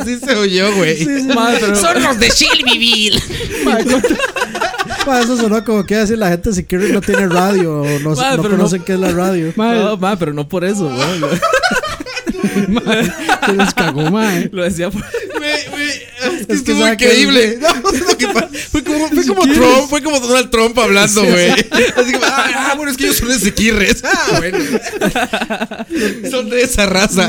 [SPEAKER 4] Así se oyó, güey.
[SPEAKER 6] Man, pero-
[SPEAKER 1] ¡Son los de Shelbyville!
[SPEAKER 5] Ma, eso sonó como que decir la gente si quiere no tiene radio. o No,
[SPEAKER 6] Ma,
[SPEAKER 5] no
[SPEAKER 6] pero no-
[SPEAKER 5] conocen qué es la radio.
[SPEAKER 3] Mae,
[SPEAKER 6] No, man, pero no por eso, man. Lo, *laughs*
[SPEAKER 3] se los cagó, eh. mae.
[SPEAKER 5] *laughs*
[SPEAKER 6] lo decía por.
[SPEAKER 4] Güey, güey, es que
[SPEAKER 5] que
[SPEAKER 4] estuvo
[SPEAKER 5] sabe que-
[SPEAKER 4] *laughs* increíble. No, es lo que pa- Fue como como, fue como Trump, fue como Donald Trump hablando, güey. *laughs* Así que, ah, ah, bueno, es que ellos son esquiquirres. *laughs* Ah, bueno. Son de esa raza.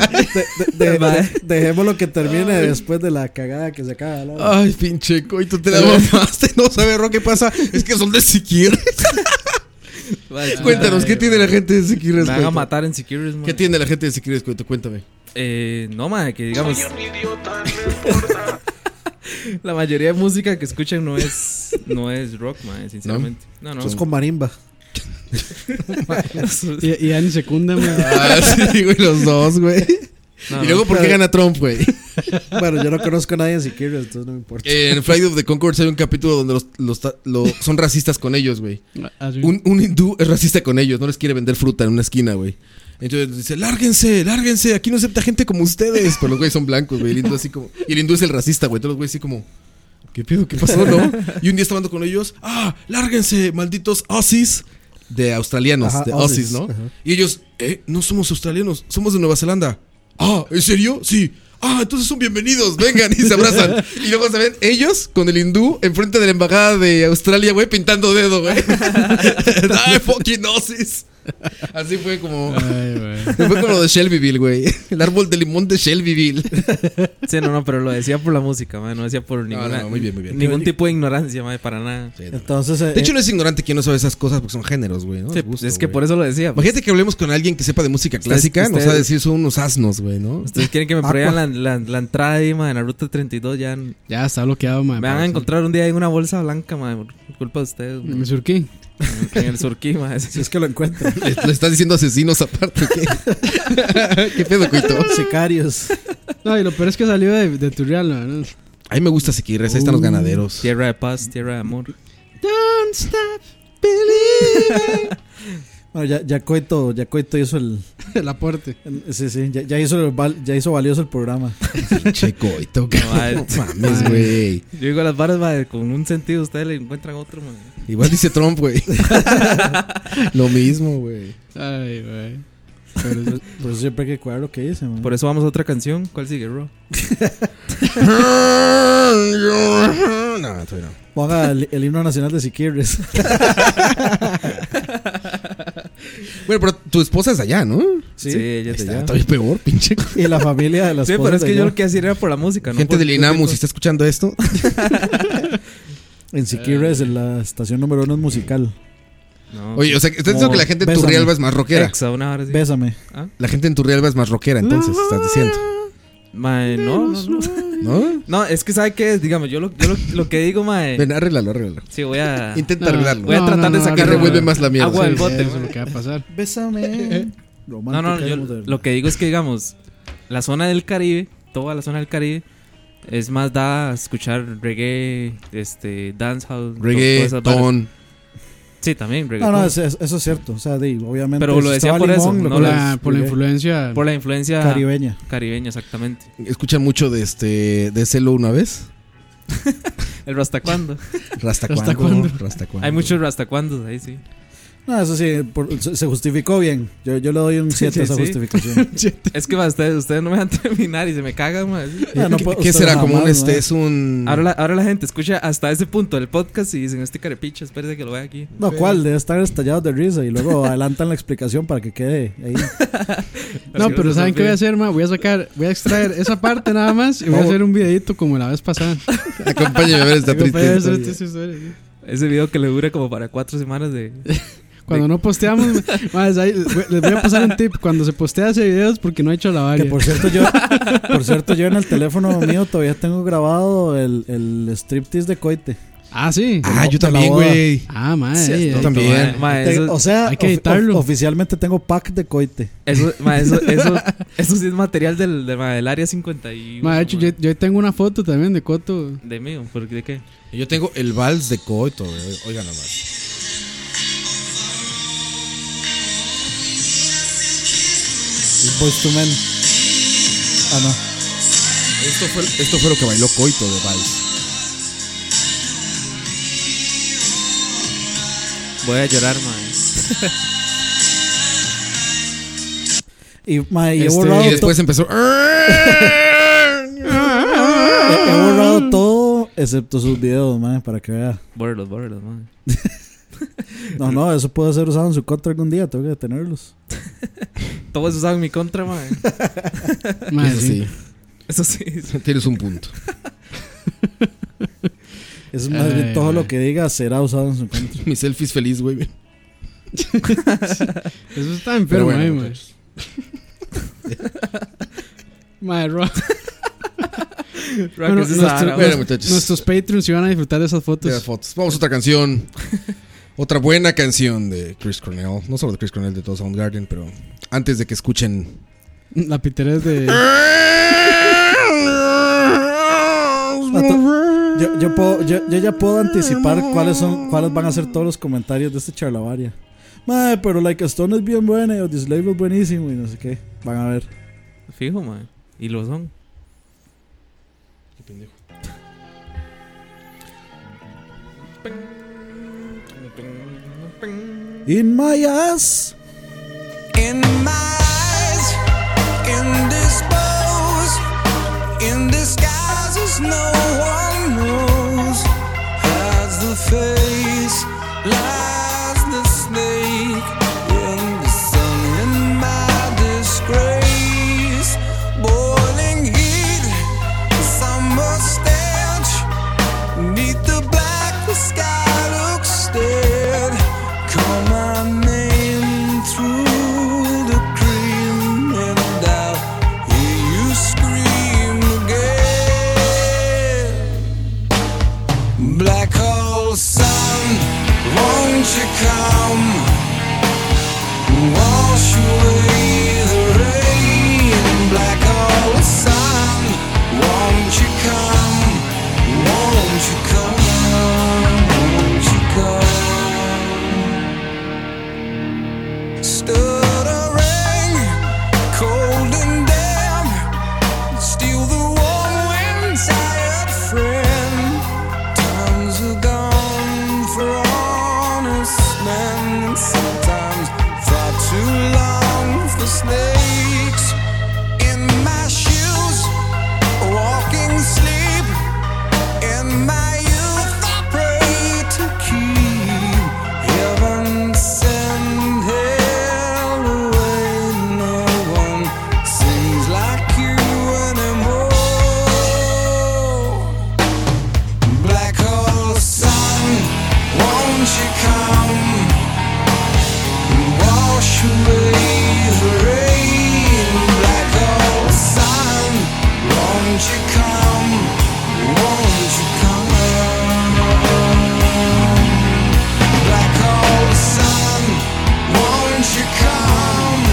[SPEAKER 5] De- de- dejémoslo que termine después de la cagada que se acaba. ¿no?
[SPEAKER 4] Ay, pinche coito, te la mamaste. No sabes, Ro, qué pasa. Es que son de Siquirres. Cuéntanos, ¿qué tiene la gente de Siquirres?
[SPEAKER 6] Me haga
[SPEAKER 4] Coito?
[SPEAKER 6] matar en Siquirres,
[SPEAKER 4] ¿Qué tiene la gente de Siquirres, Coito? Cuéntame.
[SPEAKER 6] Eh, no, madre, que digamos. *laughs* la mayoría de música que escuchan no es, no es rock, madre, sinceramente. No, no.
[SPEAKER 5] Eso es Pues con marimba. *laughs*
[SPEAKER 3] y, y Ani secunda,
[SPEAKER 5] *laughs*
[SPEAKER 3] güey.
[SPEAKER 4] Ah, sí, güey, los dos, güey.
[SPEAKER 3] No,
[SPEAKER 4] y luego,
[SPEAKER 3] no.
[SPEAKER 4] ¿por qué
[SPEAKER 3] Pero-
[SPEAKER 4] gana Trump, güey?
[SPEAKER 5] Bueno, yo no conozco a nadie en Siquirres, entonces no me
[SPEAKER 6] Eh,
[SPEAKER 5] importa.
[SPEAKER 4] En Flight of the Concords hay un capítulo donde los, los ta- lo- son racistas con ellos, güey.
[SPEAKER 3] Ah, sí.
[SPEAKER 4] Un, un hindú es racista con ellos, no les quiere vender fruta en una esquina, güey. Entonces dice, lárguense, lárguense, aquí no acepta gente como ustedes. Pero los güeyes son blancos, güey. El hindú así como. Y el hindú es el racista, güey. Todos los güeyes así como. ¿Qué pedo? ¿Qué pasó, no? Y un día estaba hablando con ellos. ¡Ah! ¡Lárguense, malditos Aussies! De australianos,
[SPEAKER 2] Ajá,
[SPEAKER 4] de
[SPEAKER 2] Aussies,
[SPEAKER 4] Aussies, ¿no?
[SPEAKER 2] ajá.
[SPEAKER 4] Y ellos, eh, no somos australianos, somos de Nueva Zelanda. Ah, ¿en serio? Sí. Ah, entonces son bienvenidos, vengan y se abrazan. Y luego se ven ellos con el hindú enfrente de la embajada de Australia, güey, pintando dedo, güey. *laughs* Ay, fucking Aussies. Así fue como. Fue como lo de Shelbyville, güey. El árbol de limón de Shelbyville.
[SPEAKER 6] Sí, no, no, pero lo decía por la música, madre, no decía por ninguna,
[SPEAKER 4] no, muy bien, muy bien.
[SPEAKER 6] ningún tipo de ignorancia, madre, para nada.
[SPEAKER 5] Entonces, eh,
[SPEAKER 4] De hecho, no es ignorante quien no sabe esas cosas porque son géneros, güey.
[SPEAKER 6] Eh.
[SPEAKER 4] ¿no?
[SPEAKER 6] Sí,
[SPEAKER 4] Les gusta,
[SPEAKER 6] es que
[SPEAKER 4] güey.
[SPEAKER 6] por eso lo decía. pues.
[SPEAKER 4] Imagínate que hablemos con alguien que sepa de música
[SPEAKER 6] Ustedes-
[SPEAKER 4] clásica, nos va a
[SPEAKER 6] ustedes-
[SPEAKER 4] decir son unos asnos,
[SPEAKER 6] *laughs*
[SPEAKER 4] güey, ¿no?
[SPEAKER 6] Ustedes quieren que
[SPEAKER 4] *laughs*
[SPEAKER 6] me
[SPEAKER 4] Aqua.
[SPEAKER 6] prueben la, la, la entrada ahí, madre, en la ruta 32, ya.
[SPEAKER 3] Ya está bloqueado,
[SPEAKER 4] Ah,
[SPEAKER 3] madre.
[SPEAKER 6] Me van a encontrar un día en una bolsa blanca, madre, por culpa de
[SPEAKER 4] *laughs*
[SPEAKER 6] ustedes.
[SPEAKER 3] ¿En el surquí?
[SPEAKER 6] En el surquí, madre. Si
[SPEAKER 5] es que lo encuentran.
[SPEAKER 4] Le, le estás diciendo asesinos aparte,
[SPEAKER 6] *laughs*
[SPEAKER 4] ¿qué? ¿Qué pedo, coito?
[SPEAKER 5] eh, Sicarios.
[SPEAKER 3] No, y lo peor es que salió de, de Turrial, *laughs* ¿no?
[SPEAKER 4] A mí me gusta Siquirres, ahí están
[SPEAKER 6] Uh,
[SPEAKER 4] los ganaderos.
[SPEAKER 6] Tierra de paz, tierra de amor.
[SPEAKER 3] Don't stop
[SPEAKER 5] *laughs* Bueno, ya, ya Coito, ya Coito hizo el,
[SPEAKER 3] el aporte.
[SPEAKER 5] Sí, sí, ya, ya hizo el val- ya hizo valioso el programa.
[SPEAKER 4] che Coito,
[SPEAKER 6] *laughs* No, madre.
[SPEAKER 4] mames, güey.
[SPEAKER 6] Yo digo las varas, madre, con un sentido, ustedes le encuentran otro, madre.
[SPEAKER 4] Igual dice
[SPEAKER 6] *laughs*
[SPEAKER 4] Trump, güey. Lo mismo, güey.
[SPEAKER 3] Ay, güey.
[SPEAKER 5] Por *laughs* eso, por eso siempre hay que cuidar lo que dice, man.
[SPEAKER 6] Por eso vamos a otra canción. ¿Cuál sigue, bro?
[SPEAKER 4] no, todavía no.
[SPEAKER 5] Ponga el, el himno nacional de Siquirres. *laughs*
[SPEAKER 4] Bueno, pero tu esposa es allá, ¿no?
[SPEAKER 5] Sí, Sí, ella es de
[SPEAKER 4] Está
[SPEAKER 5] allá.
[SPEAKER 4] todavía peor,
[SPEAKER 6] *laughs*
[SPEAKER 4] pinche.
[SPEAKER 5] y la familia de las
[SPEAKER 6] Sí, pero es que yo lo que hacía era por la música, ¿no?
[SPEAKER 4] Gente
[SPEAKER 6] por-
[SPEAKER 4] del Inamu, si está escuchando esto.
[SPEAKER 5] En
[SPEAKER 6] Eh.
[SPEAKER 5] Siquirres, en la estación número uno es musical.
[SPEAKER 6] No.
[SPEAKER 4] Oye, o sea, ¿estás diciendo
[SPEAKER 5] Como
[SPEAKER 4] que la gente en
[SPEAKER 5] Bésame.
[SPEAKER 4] Turrialba es más rockera?
[SPEAKER 6] Exa, una hora así.
[SPEAKER 5] Bésame.
[SPEAKER 6] ¿Ah?
[SPEAKER 4] La gente en Turrialba es más rockera, entonces, estás diciendo.
[SPEAKER 6] Mae, no, no, no.
[SPEAKER 4] ¿No?
[SPEAKER 6] No, es que ¿sabe qué es? Digamos, yo lo, yo lo, lo que digo, mae...
[SPEAKER 4] Ven, arréglalo, arréglalo.
[SPEAKER 6] Sí, voy a...
[SPEAKER 3] *laughs*
[SPEAKER 4] Intenta arreglarlo.
[SPEAKER 6] Voy a
[SPEAKER 4] No,
[SPEAKER 6] tratar
[SPEAKER 4] no,
[SPEAKER 6] de
[SPEAKER 4] no,
[SPEAKER 6] sacar...
[SPEAKER 4] que revuelve más la mierda.
[SPEAKER 6] Agua del
[SPEAKER 4] Sí,
[SPEAKER 6] bote.
[SPEAKER 4] eso es
[SPEAKER 6] mae.
[SPEAKER 4] lo que va a
[SPEAKER 3] pasar.
[SPEAKER 6] *laughs*
[SPEAKER 5] Bésame.
[SPEAKER 6] No, Eh, no, yo lo que digo es que, digamos, la zona del Caribe, toda la zona del Caribe, es más da a escuchar reggae, este, dancehall... to-
[SPEAKER 4] Reggae,
[SPEAKER 6] todas esas varas.
[SPEAKER 4] ton.
[SPEAKER 6] Sí, también, reggae.
[SPEAKER 5] No, no, eso, eso es cierto. O sea, digo, obviamente.
[SPEAKER 6] Pero lo
[SPEAKER 5] si
[SPEAKER 6] decía
[SPEAKER 5] estaba
[SPEAKER 6] por eso,
[SPEAKER 5] Limón, lo
[SPEAKER 6] no
[SPEAKER 5] que-
[SPEAKER 6] la-
[SPEAKER 3] por la influencia-
[SPEAKER 6] Por la influencia...
[SPEAKER 5] Caribeña.
[SPEAKER 6] Caribeña, exactamente.
[SPEAKER 4] ¿Escuchan mucho de este de Celo una vez?
[SPEAKER 6] El rastacuando.
[SPEAKER 4] Rastacuando, Rastacuando. rastacuando.
[SPEAKER 6] Hay muchos rastacuandos ahí, sí.
[SPEAKER 5] No, eso sí, por- se se justificó bien. Yo, yo le doy un 7 a esa
[SPEAKER 6] Sí, sí.
[SPEAKER 5] justificación.
[SPEAKER 6] es que ma, ustedes, ustedes no me van a terminar y se me cagan, ma.
[SPEAKER 3] Mm.
[SPEAKER 5] Ah, no ¿Qué- puedo- qué será?
[SPEAKER 4] Como un, este,
[SPEAKER 5] ¿eh?
[SPEAKER 6] ma.
[SPEAKER 4] es un-
[SPEAKER 6] Ahora la, ahora la gente escucha hasta ese punto del podcast y dicen, este carepicha, espérate que lo vea aquí.
[SPEAKER 5] No, ¿cuál? Debe estar estallado de risa y luego adelantan la explicación para que quede ahí.
[SPEAKER 3] No, pero ¿saben qué voy a hacer, ma? Voy a sacar, voy a extraer esa parte nada más y voy a hacer un videito como la vez pasada.
[SPEAKER 4] Acompáñame a ver
[SPEAKER 3] *laughs*
[SPEAKER 4] esta
[SPEAKER 3] Acompáñame a ver
[SPEAKER 4] triste
[SPEAKER 3] esta triste historia, sí.
[SPEAKER 6] Ese video que le dura como para cuatro semanas de...
[SPEAKER 3] Cuando no posteamos, ma, es ahí, les voy a pasar un tip. Cuando se postea ese video es porque no he hecho la varia.
[SPEAKER 5] Que por cierto, yo, por cierto, yo en el teléfono mío todavía tengo grabado el, el striptease de coite.
[SPEAKER 3] Ah, sí.
[SPEAKER 5] De la- de la boda.
[SPEAKER 3] Ah, madre.
[SPEAKER 5] Sí,
[SPEAKER 3] ahí,
[SPEAKER 5] yo
[SPEAKER 3] ahí.
[SPEAKER 5] también.
[SPEAKER 6] Ah,
[SPEAKER 5] Te- o sea,
[SPEAKER 3] hay que
[SPEAKER 5] of-
[SPEAKER 3] editarlo.
[SPEAKER 5] of- oficialmente tengo pack de coite.
[SPEAKER 6] Eso, ma, eso, eso, eso sí es material del, de- ma, del área 51.
[SPEAKER 3] Ma, de hecho, yo, yo tengo una foto también de Coto.
[SPEAKER 6] De mío, ¿por ¿de qué?
[SPEAKER 4] Yo tengo el vals de Coito, güey. Oigan nomás.
[SPEAKER 5] Boys to Men. Ah, no.
[SPEAKER 4] Esto fue, esto fue lo que bailó Coito de vals.
[SPEAKER 6] Voy a llorar, ma.
[SPEAKER 5] Y, ma, y he
[SPEAKER 6] Este,
[SPEAKER 5] borrado
[SPEAKER 6] y después
[SPEAKER 5] to-
[SPEAKER 6] empezó.
[SPEAKER 3] Ah,
[SPEAKER 5] he he borrado todo Excepto sus videos, man, para que vea.
[SPEAKER 6] Bórrelos, bórrelos, man.
[SPEAKER 5] No, no, eso puede ser usado en su contra algún día, tengo que detenerlos.
[SPEAKER 6] Todo eso sabe en mi contra, man.
[SPEAKER 5] Mae, Eso sí. sí.
[SPEAKER 6] Eso sí.
[SPEAKER 4] Tienes un punto. *laughs*
[SPEAKER 5] Es más
[SPEAKER 6] Eh,
[SPEAKER 5] bien todo lo que diga será usado en su contra.
[SPEAKER 4] Mi selfie es feliz, güey.
[SPEAKER 3] Eso está enfermo,
[SPEAKER 4] Pero
[SPEAKER 3] eh,
[SPEAKER 4] bueno,
[SPEAKER 3] mae. *laughs* Mae, Ro-
[SPEAKER 4] Bueno,
[SPEAKER 3] Bueno,
[SPEAKER 4] nuestro-
[SPEAKER 3] nuestro-
[SPEAKER 4] Bueno,
[SPEAKER 3] nuestros,
[SPEAKER 4] muchachos.
[SPEAKER 3] Patreons iban a disfrutar de esas fotos.
[SPEAKER 4] De las fotos. Vamos a otra canción. Otra buena canción de Chris Cornell. No solo de Chris Cornell, de todo Soundgarden, pero antes de que escuchen.
[SPEAKER 3] La piterés de.
[SPEAKER 5] Pato, Yo, yo, puedo- yo- yo ya puedo anticipar cuáles son cuáles van a ser todos los comentarios de este charlavaria. Mae, pero Like a Stone es bien buena y Audislave es buenísimo y no sé qué. Van a ver.
[SPEAKER 6] Fijo, man. Y lo son.
[SPEAKER 4] Qué pendejo.
[SPEAKER 5] In my ass.
[SPEAKER 7] In my eyes, indisposed, in disguises no one knows. Hides the face, lies the snake, in the sun, in my disgrace. Boiling heat, summer stench, neath the black, the sky looks dead. Call my name through the cream, and I'll hear you scream again. Black hole sun, won't you come? Wash away the rain. Black hole sun, won't you come? Won't you come? Won't you come? Stood a ring, cold and damp. Still the warm wind, tired friend. Times are gone for honest men. Sometimes far too long for snakes. In my shoes, walking sleep. In my youth, I pray to keep heaven send hell away. No one sings like you anymore. Black hole sun, won't you come? Wash away the rain. Black hole sun, won't you come? Won't you come? Black hole sun, won't you come?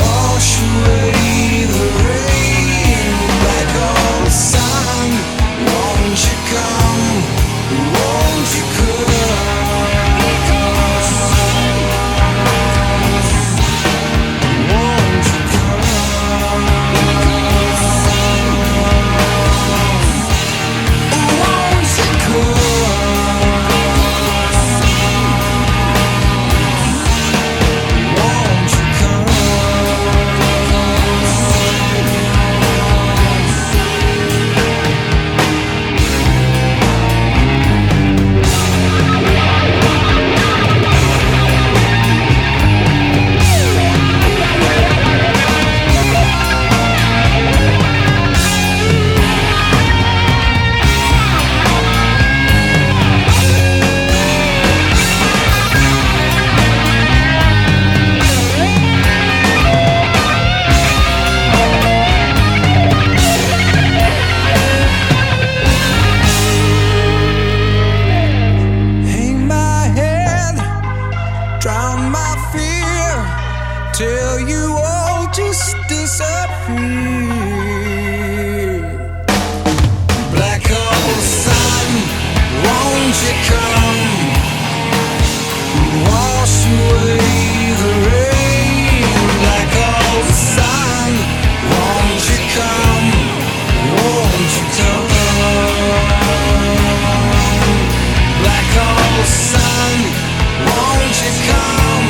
[SPEAKER 7] Wash away the rain. Black hole sun, won't you come? Won't you come? Won't you
[SPEAKER 8] Hang
[SPEAKER 7] my head, drown my fear, till you all just disappear. Black hole sun, won't you come? Wash away the rain. Black hole sun, won't you come? Won't you come? Black hole sun, won't you come?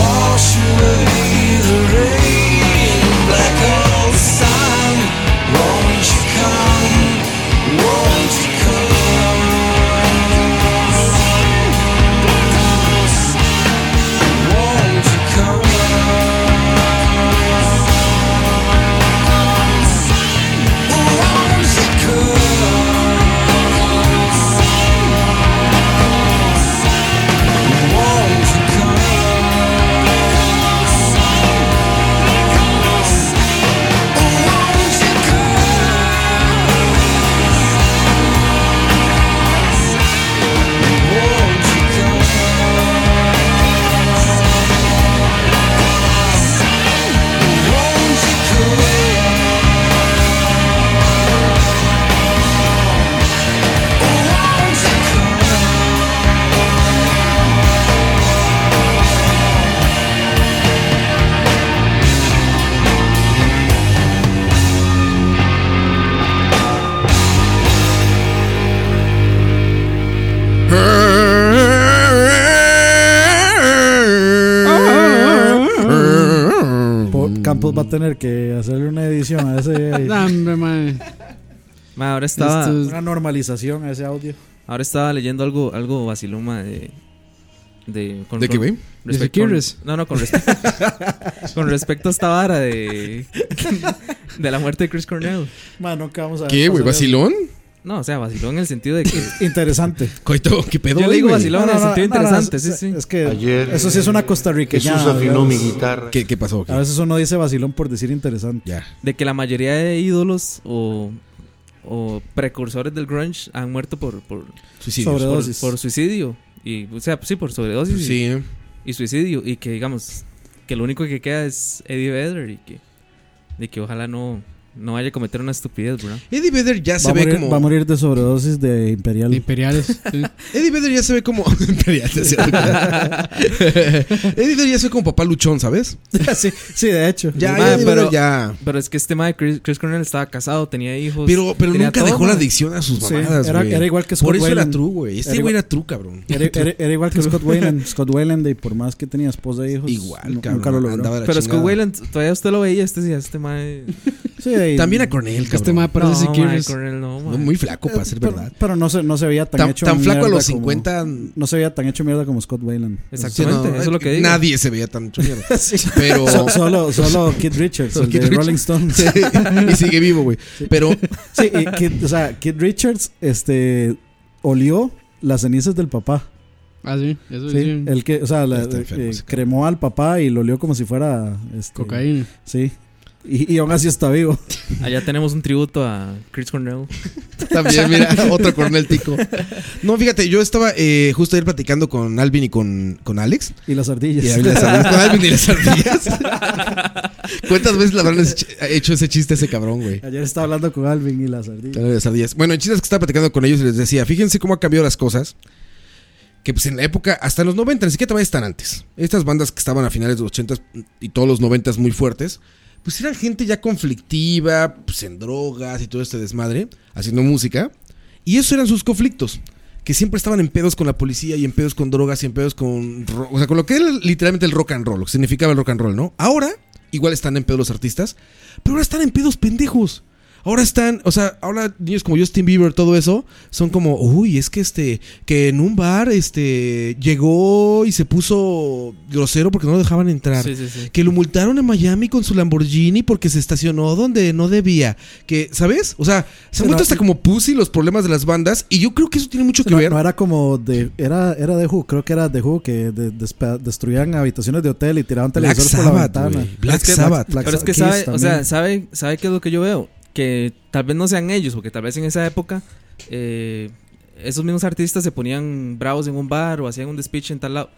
[SPEAKER 7] Wash away the rain. Black hole sun, won't you come?
[SPEAKER 6] Mm.
[SPEAKER 5] tener que hacerle una edición a ese.
[SPEAKER 6] *laughs*
[SPEAKER 3] No, hombre, mae.
[SPEAKER 6] Ma, ahora estaba.
[SPEAKER 5] Esto es- Una normalización a ese audio.
[SPEAKER 6] Ahora estaba leyendo algo, algo vacilón, ma, de. ¿De, con-
[SPEAKER 4] ¿De qué,
[SPEAKER 6] con-
[SPEAKER 4] güey?
[SPEAKER 3] ¿De
[SPEAKER 6] respect-
[SPEAKER 3] Sequires?
[SPEAKER 6] con- No, no, con respecto. *laughs* con respecto a esta vara de. De la muerte de Chris Cornell.
[SPEAKER 5] Ma, nunca vamos a
[SPEAKER 4] ¿Qué, güey?
[SPEAKER 5] pasar eso.
[SPEAKER 4] ¿Vacilón?
[SPEAKER 6] No, o sea, vacilón en el sentido de que.
[SPEAKER 5] Interesante.
[SPEAKER 4] Coito, ¿qué pedo?
[SPEAKER 6] Yo le
[SPEAKER 4] ahí,
[SPEAKER 6] digo
[SPEAKER 4] güey?
[SPEAKER 6] vacilón en el sentido interesante, sí,
[SPEAKER 5] es-
[SPEAKER 6] sí.
[SPEAKER 5] Es que
[SPEAKER 6] Ayer,
[SPEAKER 5] eso sí es una costarriqueña.
[SPEAKER 6] Jesús afinó mi
[SPEAKER 4] guitarra. ¿Qué- qué pasó?
[SPEAKER 5] A veces uno dice vacilón por decir interesante.
[SPEAKER 6] de que la mayoría de ídolos o, o precursores del grunge han muerto por, por
[SPEAKER 5] Suicidios. Sobredosis.
[SPEAKER 6] Por, por suicidio. Y, o sea, sí, por sobredosis. y-
[SPEAKER 4] Sí.
[SPEAKER 6] Y, suicidio. Y que, digamos, que lo único que queda es Eddie Vedder y que, de que ojalá no, no vaya a cometer una estupidez, ¿verdad?
[SPEAKER 4] Eddie Vedder ya
[SPEAKER 5] Va,
[SPEAKER 4] se
[SPEAKER 5] a
[SPEAKER 4] ve
[SPEAKER 5] morir,
[SPEAKER 4] como.
[SPEAKER 5] va a morir de sobredosis de Imperial.
[SPEAKER 4] *laughs*
[SPEAKER 3] imperiales.
[SPEAKER 4] Eddie Vedder ya se ve como. *laughs* Imperial, te hacía-
[SPEAKER 5] *laughs*
[SPEAKER 4] Eddie Vedder ya se ve como papá luchón, ¿sabes?
[SPEAKER 5] Ah, sí, sí, de hecho.
[SPEAKER 4] Ya,
[SPEAKER 6] Mae,
[SPEAKER 4] Eddie Vedder
[SPEAKER 6] pero,
[SPEAKER 4] ya.
[SPEAKER 6] pero es que este mae, Chris, Chris Cornell, estaba casado, tenía hijos.
[SPEAKER 4] Pero, pero
[SPEAKER 6] tenía
[SPEAKER 4] nunca
[SPEAKER 6] todo,
[SPEAKER 4] dejó la
[SPEAKER 6] mae.
[SPEAKER 4] adicción a sus
[SPEAKER 5] pues, Sí,
[SPEAKER 4] mamadas,
[SPEAKER 5] era-
[SPEAKER 4] güey.
[SPEAKER 5] era igual
[SPEAKER 4] Por
[SPEAKER 5] que Scott
[SPEAKER 4] eso era
[SPEAKER 5] Wayland.
[SPEAKER 4] true, güey. Este
[SPEAKER 5] Era
[SPEAKER 4] güey
[SPEAKER 5] igual-
[SPEAKER 4] era true, cabrón.
[SPEAKER 5] Era, era- era igual que Scott
[SPEAKER 4] *laughs*
[SPEAKER 5] Wayland. Scott Wayland, y por más que tenía esposa e hijos,
[SPEAKER 4] Igual,
[SPEAKER 5] nu-
[SPEAKER 4] cabrón,
[SPEAKER 5] nunca lo logró.
[SPEAKER 4] andaba de la
[SPEAKER 6] Pero es que
[SPEAKER 4] chingada.
[SPEAKER 6] Wayland, todavía usted lo veía, este sí, este mae.
[SPEAKER 5] Sí,
[SPEAKER 4] *laughs*
[SPEAKER 5] ahí-
[SPEAKER 4] También a Cornell, cabrón.
[SPEAKER 3] Este mae parece
[SPEAKER 6] No, mae,
[SPEAKER 3] Sequires.
[SPEAKER 6] Cornell no, mae.
[SPEAKER 4] Muy flaco, para ser
[SPEAKER 5] Eh, pero,
[SPEAKER 4] verdad.
[SPEAKER 5] pero no se, no se veía tan,
[SPEAKER 4] Tan-
[SPEAKER 5] hecho
[SPEAKER 4] tan flaco a
[SPEAKER 5] mierda
[SPEAKER 4] los
[SPEAKER 5] como-
[SPEAKER 4] 50.
[SPEAKER 5] no se veía tan hecho mierda como Scott Wayland.
[SPEAKER 6] Exactamente, eso es lo que digo.
[SPEAKER 4] Nadie se veía tan hecho mierda.
[SPEAKER 5] *laughs*
[SPEAKER 4] *laughs*
[SPEAKER 5] Sí.
[SPEAKER 4] Pero.
[SPEAKER 5] So- solo, solo Kid Richards,
[SPEAKER 4] Solo
[SPEAKER 5] el
[SPEAKER 4] Keith
[SPEAKER 5] de
[SPEAKER 4] Richards.
[SPEAKER 5] Rolling Stones.
[SPEAKER 4] Sí, y sigue vivo, güey. Pero
[SPEAKER 5] Sí, y Kid- o sea, Kid Richards este, olió las cenizas del papá.
[SPEAKER 3] Ah, sí, eso
[SPEAKER 5] Sí,
[SPEAKER 3] sí.
[SPEAKER 5] el que, o sea, la-
[SPEAKER 4] Está enfermo
[SPEAKER 5] eh,
[SPEAKER 4] ese
[SPEAKER 5] cremó al papá y lo olió como si fuera este,
[SPEAKER 3] Cocaína.
[SPEAKER 5] Sí. Y, y aún así está vivo. *laughs*
[SPEAKER 6] Allá tenemos un tributo a Chris Cornell.
[SPEAKER 4] también,
[SPEAKER 5] *laughs*
[SPEAKER 4] mira, otro Cornell tico. No, fíjate, yo estaba eh, justo ayer platicando con Alvin y con, con Alex.
[SPEAKER 5] Y las ardillas.
[SPEAKER 4] Y Alvin las ardillas- con Alvin y las ardillas. ¿Cuántas veces le habrán hecho- hecho ese chiste a ese cabrón, güey?
[SPEAKER 5] *laughs* Ayer estaba hablando con Alvin y las ardillas.
[SPEAKER 4] Claro, de las ardillas. Bueno, en chistes que estaba platicando con ellos y les decía, fíjense cómo han cambiado las cosas. Que pues en la época, hasta los 90, ni siquiera te vayas tan antes. Estas bandas que estaban a finales de los 80 y todos los 90 muy fuertes, pues eran gente ya conflictiva, pues en drogas y todo este desmadre, haciendo música. Y esos eran sus conflictos. Que siempre estaban en pedos con la policía y en pedos con drogas y en pedos con... ro- O sea, con lo que era literalmente el rock and roll, lo que significaba el rock and roll, ¿no? Ahora, igual están en pedos los artistas, pero ahora están en pedos pendejos. Ahora están, o sea, ahora niños como Justin Bieber, todo eso, son como, uy, es que este, que en un bar, este, llegó y se puso grosero porque no lo dejaban entrar.
[SPEAKER 6] Sí, sí, sí.
[SPEAKER 4] Que lo multaron en Miami con su Lamborghini porque se estacionó donde no debía. Que, ¿sabes? O sea, se han
[SPEAKER 5] Pero-
[SPEAKER 4] vuelto hasta como pussy los problemas de las bandas y yo creo que eso tiene mucho que
[SPEAKER 5] No,
[SPEAKER 4] ver.
[SPEAKER 5] no era como de. Era, era de Who, creo que era de Who que de- despe- destruían habitaciones de hotel y tiraban
[SPEAKER 4] Black
[SPEAKER 5] televisores por la
[SPEAKER 4] Sabbath,
[SPEAKER 5] ventana.
[SPEAKER 4] güey. Black
[SPEAKER 6] Es que-
[SPEAKER 4] Sabbath.
[SPEAKER 5] Black
[SPEAKER 6] Pero es que
[SPEAKER 5] Sabbath,
[SPEAKER 6] sabe,
[SPEAKER 5] Kiss
[SPEAKER 6] o sea,
[SPEAKER 5] también.
[SPEAKER 6] sabe, sabe qué es lo que yo veo. Que tal vez no sean ellos, porque tal vez en esa época eh, esos mismos artistas se ponían bravos en un bar o hacían un despiche en tal lado.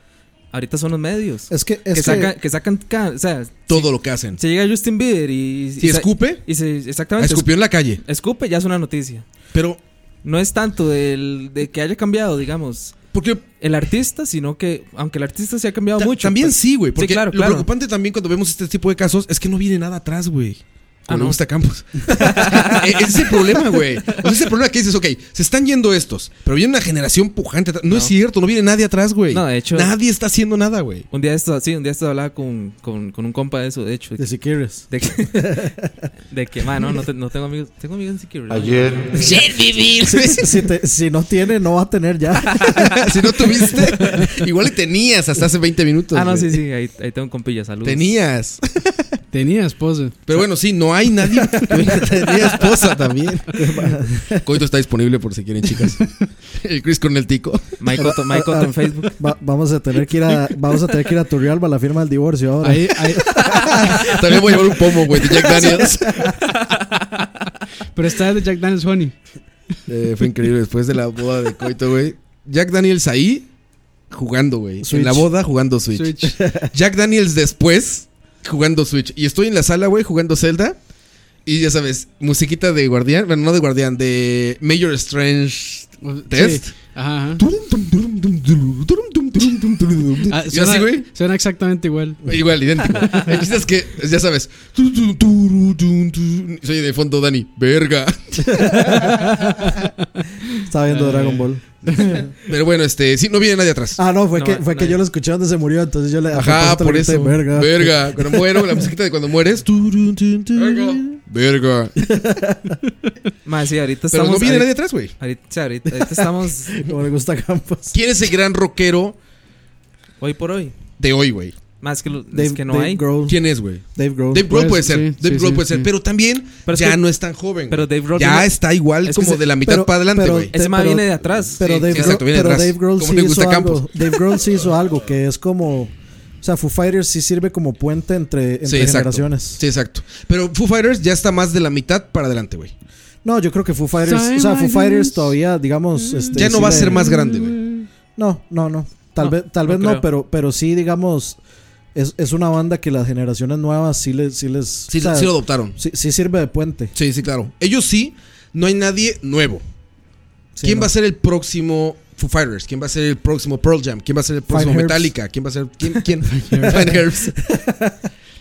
[SPEAKER 6] Ahorita son los medios.
[SPEAKER 5] Es que, es
[SPEAKER 6] que,
[SPEAKER 5] que-
[SPEAKER 6] sacan, que sacan ca- o sea,
[SPEAKER 4] todo lo que hacen.
[SPEAKER 6] se llega Justin Bieber y...
[SPEAKER 4] Si
[SPEAKER 6] y sa-
[SPEAKER 4] escupe,
[SPEAKER 6] y se- exactamente.
[SPEAKER 4] escupió en la calle.
[SPEAKER 6] es- Escupe ya es una noticia.
[SPEAKER 4] Pero,
[SPEAKER 6] No es tanto del, de que haya cambiado, digamos,
[SPEAKER 4] porque
[SPEAKER 6] el artista, sino que aunque el artista se ha cambiado
[SPEAKER 4] ta-
[SPEAKER 6] mucho.
[SPEAKER 4] también
[SPEAKER 6] pues-
[SPEAKER 4] sí, güey. Porque
[SPEAKER 6] claro,
[SPEAKER 4] lo
[SPEAKER 6] claro.
[SPEAKER 4] preocupante también cuando vemos este tipo de casos es que no viene nada atrás, güey.
[SPEAKER 6] Ah,
[SPEAKER 4] Como le
[SPEAKER 6] no.
[SPEAKER 4] gusta a Campos. *laughs* E- ese es el problema, güey. O sea, ese es el problema que dices, ok, se están yendo estos, pero viene una generación pujante. atrás. No, es cierto, no viene nadie atrás, güey.
[SPEAKER 6] No, de hecho-
[SPEAKER 4] Nadie está haciendo
[SPEAKER 6] *laughs*
[SPEAKER 4] nada, güey.
[SPEAKER 6] Un día esto, sí, un día esto hablaba con, con, con un compa de eso, de hecho.
[SPEAKER 5] De si quieres.
[SPEAKER 6] De que, de que *laughs* man, no, no, te- no tengo amigos. Tengo amigos en Security.
[SPEAKER 12] Ayer
[SPEAKER 5] Si, si te- si no tiene, no va a tener ya.
[SPEAKER 4] *laughs* si no tuviste, igual y tenías hasta hace 20 minutos.
[SPEAKER 6] Ah, no,
[SPEAKER 4] güey.
[SPEAKER 6] sí, sí, ahí, ahí tengo un compilla, saludos.
[SPEAKER 4] Tenías.
[SPEAKER 3] Tenía esposa.
[SPEAKER 4] Pero bueno, sí, no hay nadie que tenía
[SPEAKER 6] *laughs*
[SPEAKER 4] esposa también. Coito está disponible por si quieren, chicas. El Chris con el tico.
[SPEAKER 6] Mike Cotton, Mike Cotton en Facebook.
[SPEAKER 5] Ah, Va- vamos a tener que ir a vamos a tener que ir a Turrialba a la firma del divorcio
[SPEAKER 4] *laughs*
[SPEAKER 5] ahora.
[SPEAKER 3] Ahí, ahí-
[SPEAKER 4] También voy a llevar un pomo, güey, de Jack Daniels.
[SPEAKER 3] pero está de Jack Daniels Honey.
[SPEAKER 4] Eh, fue increíble. Después de la boda de Coito, güey. Jack Daniels ahí jugando, güey. En
[SPEAKER 5] Switch.
[SPEAKER 4] la boda jugando Switch. *laughs*
[SPEAKER 3] Switch.
[SPEAKER 4] Jack Daniels después jugando Switch. Y estoy en la sala, güey, jugando Zelda. Y ya sabes, musiquita de Guardián. Bueno, no de Guardián, de Major Strange Test.
[SPEAKER 3] Sí, Ajá. ajá. Ah,
[SPEAKER 4] Y así, güey.
[SPEAKER 3] suena exactamente igual.
[SPEAKER 4] Igual, idéntico. El chiste es que, ya sabes. tu, tu, tu, tu, tu. Soy de fondo, Dani. Verga.
[SPEAKER 5] Estaba viendo Dragon Ball.
[SPEAKER 4] Pero bueno, este, sí, no viene nadie atrás.
[SPEAKER 5] Ah, no, fue que, fue que yo lo escuché donde se murió, entonces yo le "Ah, pues, a
[SPEAKER 4] Ajá,
[SPEAKER 5] propósito le
[SPEAKER 4] por
[SPEAKER 5] grité,
[SPEAKER 4] eso.
[SPEAKER 5] Verga.
[SPEAKER 4] Verga. Cuando muero, la musiquita de cuando mueres. turun, tun, tun. Verga.
[SPEAKER 6] Más sí, ahorita
[SPEAKER 4] Pero
[SPEAKER 6] estamos.
[SPEAKER 4] no viene
[SPEAKER 6] ahorita-
[SPEAKER 4] nadie atrás, güey.
[SPEAKER 6] Ahorita, sí, ahorita, ahorita estamos.
[SPEAKER 5] *laughs* Como le gusta Campos.
[SPEAKER 4] ¿Quién es el gran rockero
[SPEAKER 6] Hoy por hoy.
[SPEAKER 4] de hoy, güey?
[SPEAKER 6] Más que, lo- es
[SPEAKER 4] Dave-
[SPEAKER 6] que no
[SPEAKER 4] Dave
[SPEAKER 6] hay.
[SPEAKER 4] Grohl. ¿Quién es, güey?
[SPEAKER 5] Dave Grohl.
[SPEAKER 4] Dave Grohl puede ser. Dave Grohl puede ser. Pero también
[SPEAKER 6] Pero es
[SPEAKER 4] ya
[SPEAKER 6] que-
[SPEAKER 4] no es tan joven.
[SPEAKER 6] Pero
[SPEAKER 4] güey.
[SPEAKER 6] Dave Grohl
[SPEAKER 4] Ya
[SPEAKER 6] viene-
[SPEAKER 4] está igual
[SPEAKER 6] es que
[SPEAKER 4] como
[SPEAKER 6] se-
[SPEAKER 4] de la mitad
[SPEAKER 6] pero-
[SPEAKER 4] para adelante,
[SPEAKER 6] pero-
[SPEAKER 4] güey.
[SPEAKER 6] Ese más viene de atrás.
[SPEAKER 5] Pero
[SPEAKER 4] Sí,
[SPEAKER 5] Dave
[SPEAKER 4] sí,
[SPEAKER 5] Grohl,
[SPEAKER 4] exacto, viene de
[SPEAKER 5] pero
[SPEAKER 4] atrás.
[SPEAKER 5] Dave Grohl
[SPEAKER 4] ¿Cómo
[SPEAKER 5] sí
[SPEAKER 4] le gusta
[SPEAKER 5] hizo
[SPEAKER 4] Campos?
[SPEAKER 5] algo. Dave Grohl sí hizo algo que es como. O sea, Foo Fighters sí sirve como puente entre, entre
[SPEAKER 4] Sí, exacto.
[SPEAKER 5] generaciones.
[SPEAKER 4] Sí, exacto. Pero Foo Fighters ya está más de la mitad para adelante, güey.
[SPEAKER 5] No, yo creo que Foo Fighters. O sea, Foo Fighters todavía, digamos. Este,
[SPEAKER 4] Ya no
[SPEAKER 5] sí
[SPEAKER 4] va a
[SPEAKER 5] le-
[SPEAKER 4] ser más grande, güey.
[SPEAKER 5] No, no, no. Tal
[SPEAKER 4] No,
[SPEAKER 5] vez, tal
[SPEAKER 4] no
[SPEAKER 5] vez no,
[SPEAKER 4] creo.
[SPEAKER 5] pero, pero sí, digamos. Es, es una banda que las generaciones nuevas sí les. Sí, les,
[SPEAKER 4] Sí, sí lo adoptaron.
[SPEAKER 5] Sí, sí sirve de puente.
[SPEAKER 4] Sí, sí, claro. Ellos sí, no hay nadie nuevo. ¿Quién
[SPEAKER 5] no.
[SPEAKER 4] va a ser el próximo Foo Fighters? ¿Quién va a ser el próximo Pearl Jam? ¿Quién va a ser el próximo
[SPEAKER 5] Fine Herbs.
[SPEAKER 4] Metallica? ¿Quién va a ser quién? quién? Fine Herbs.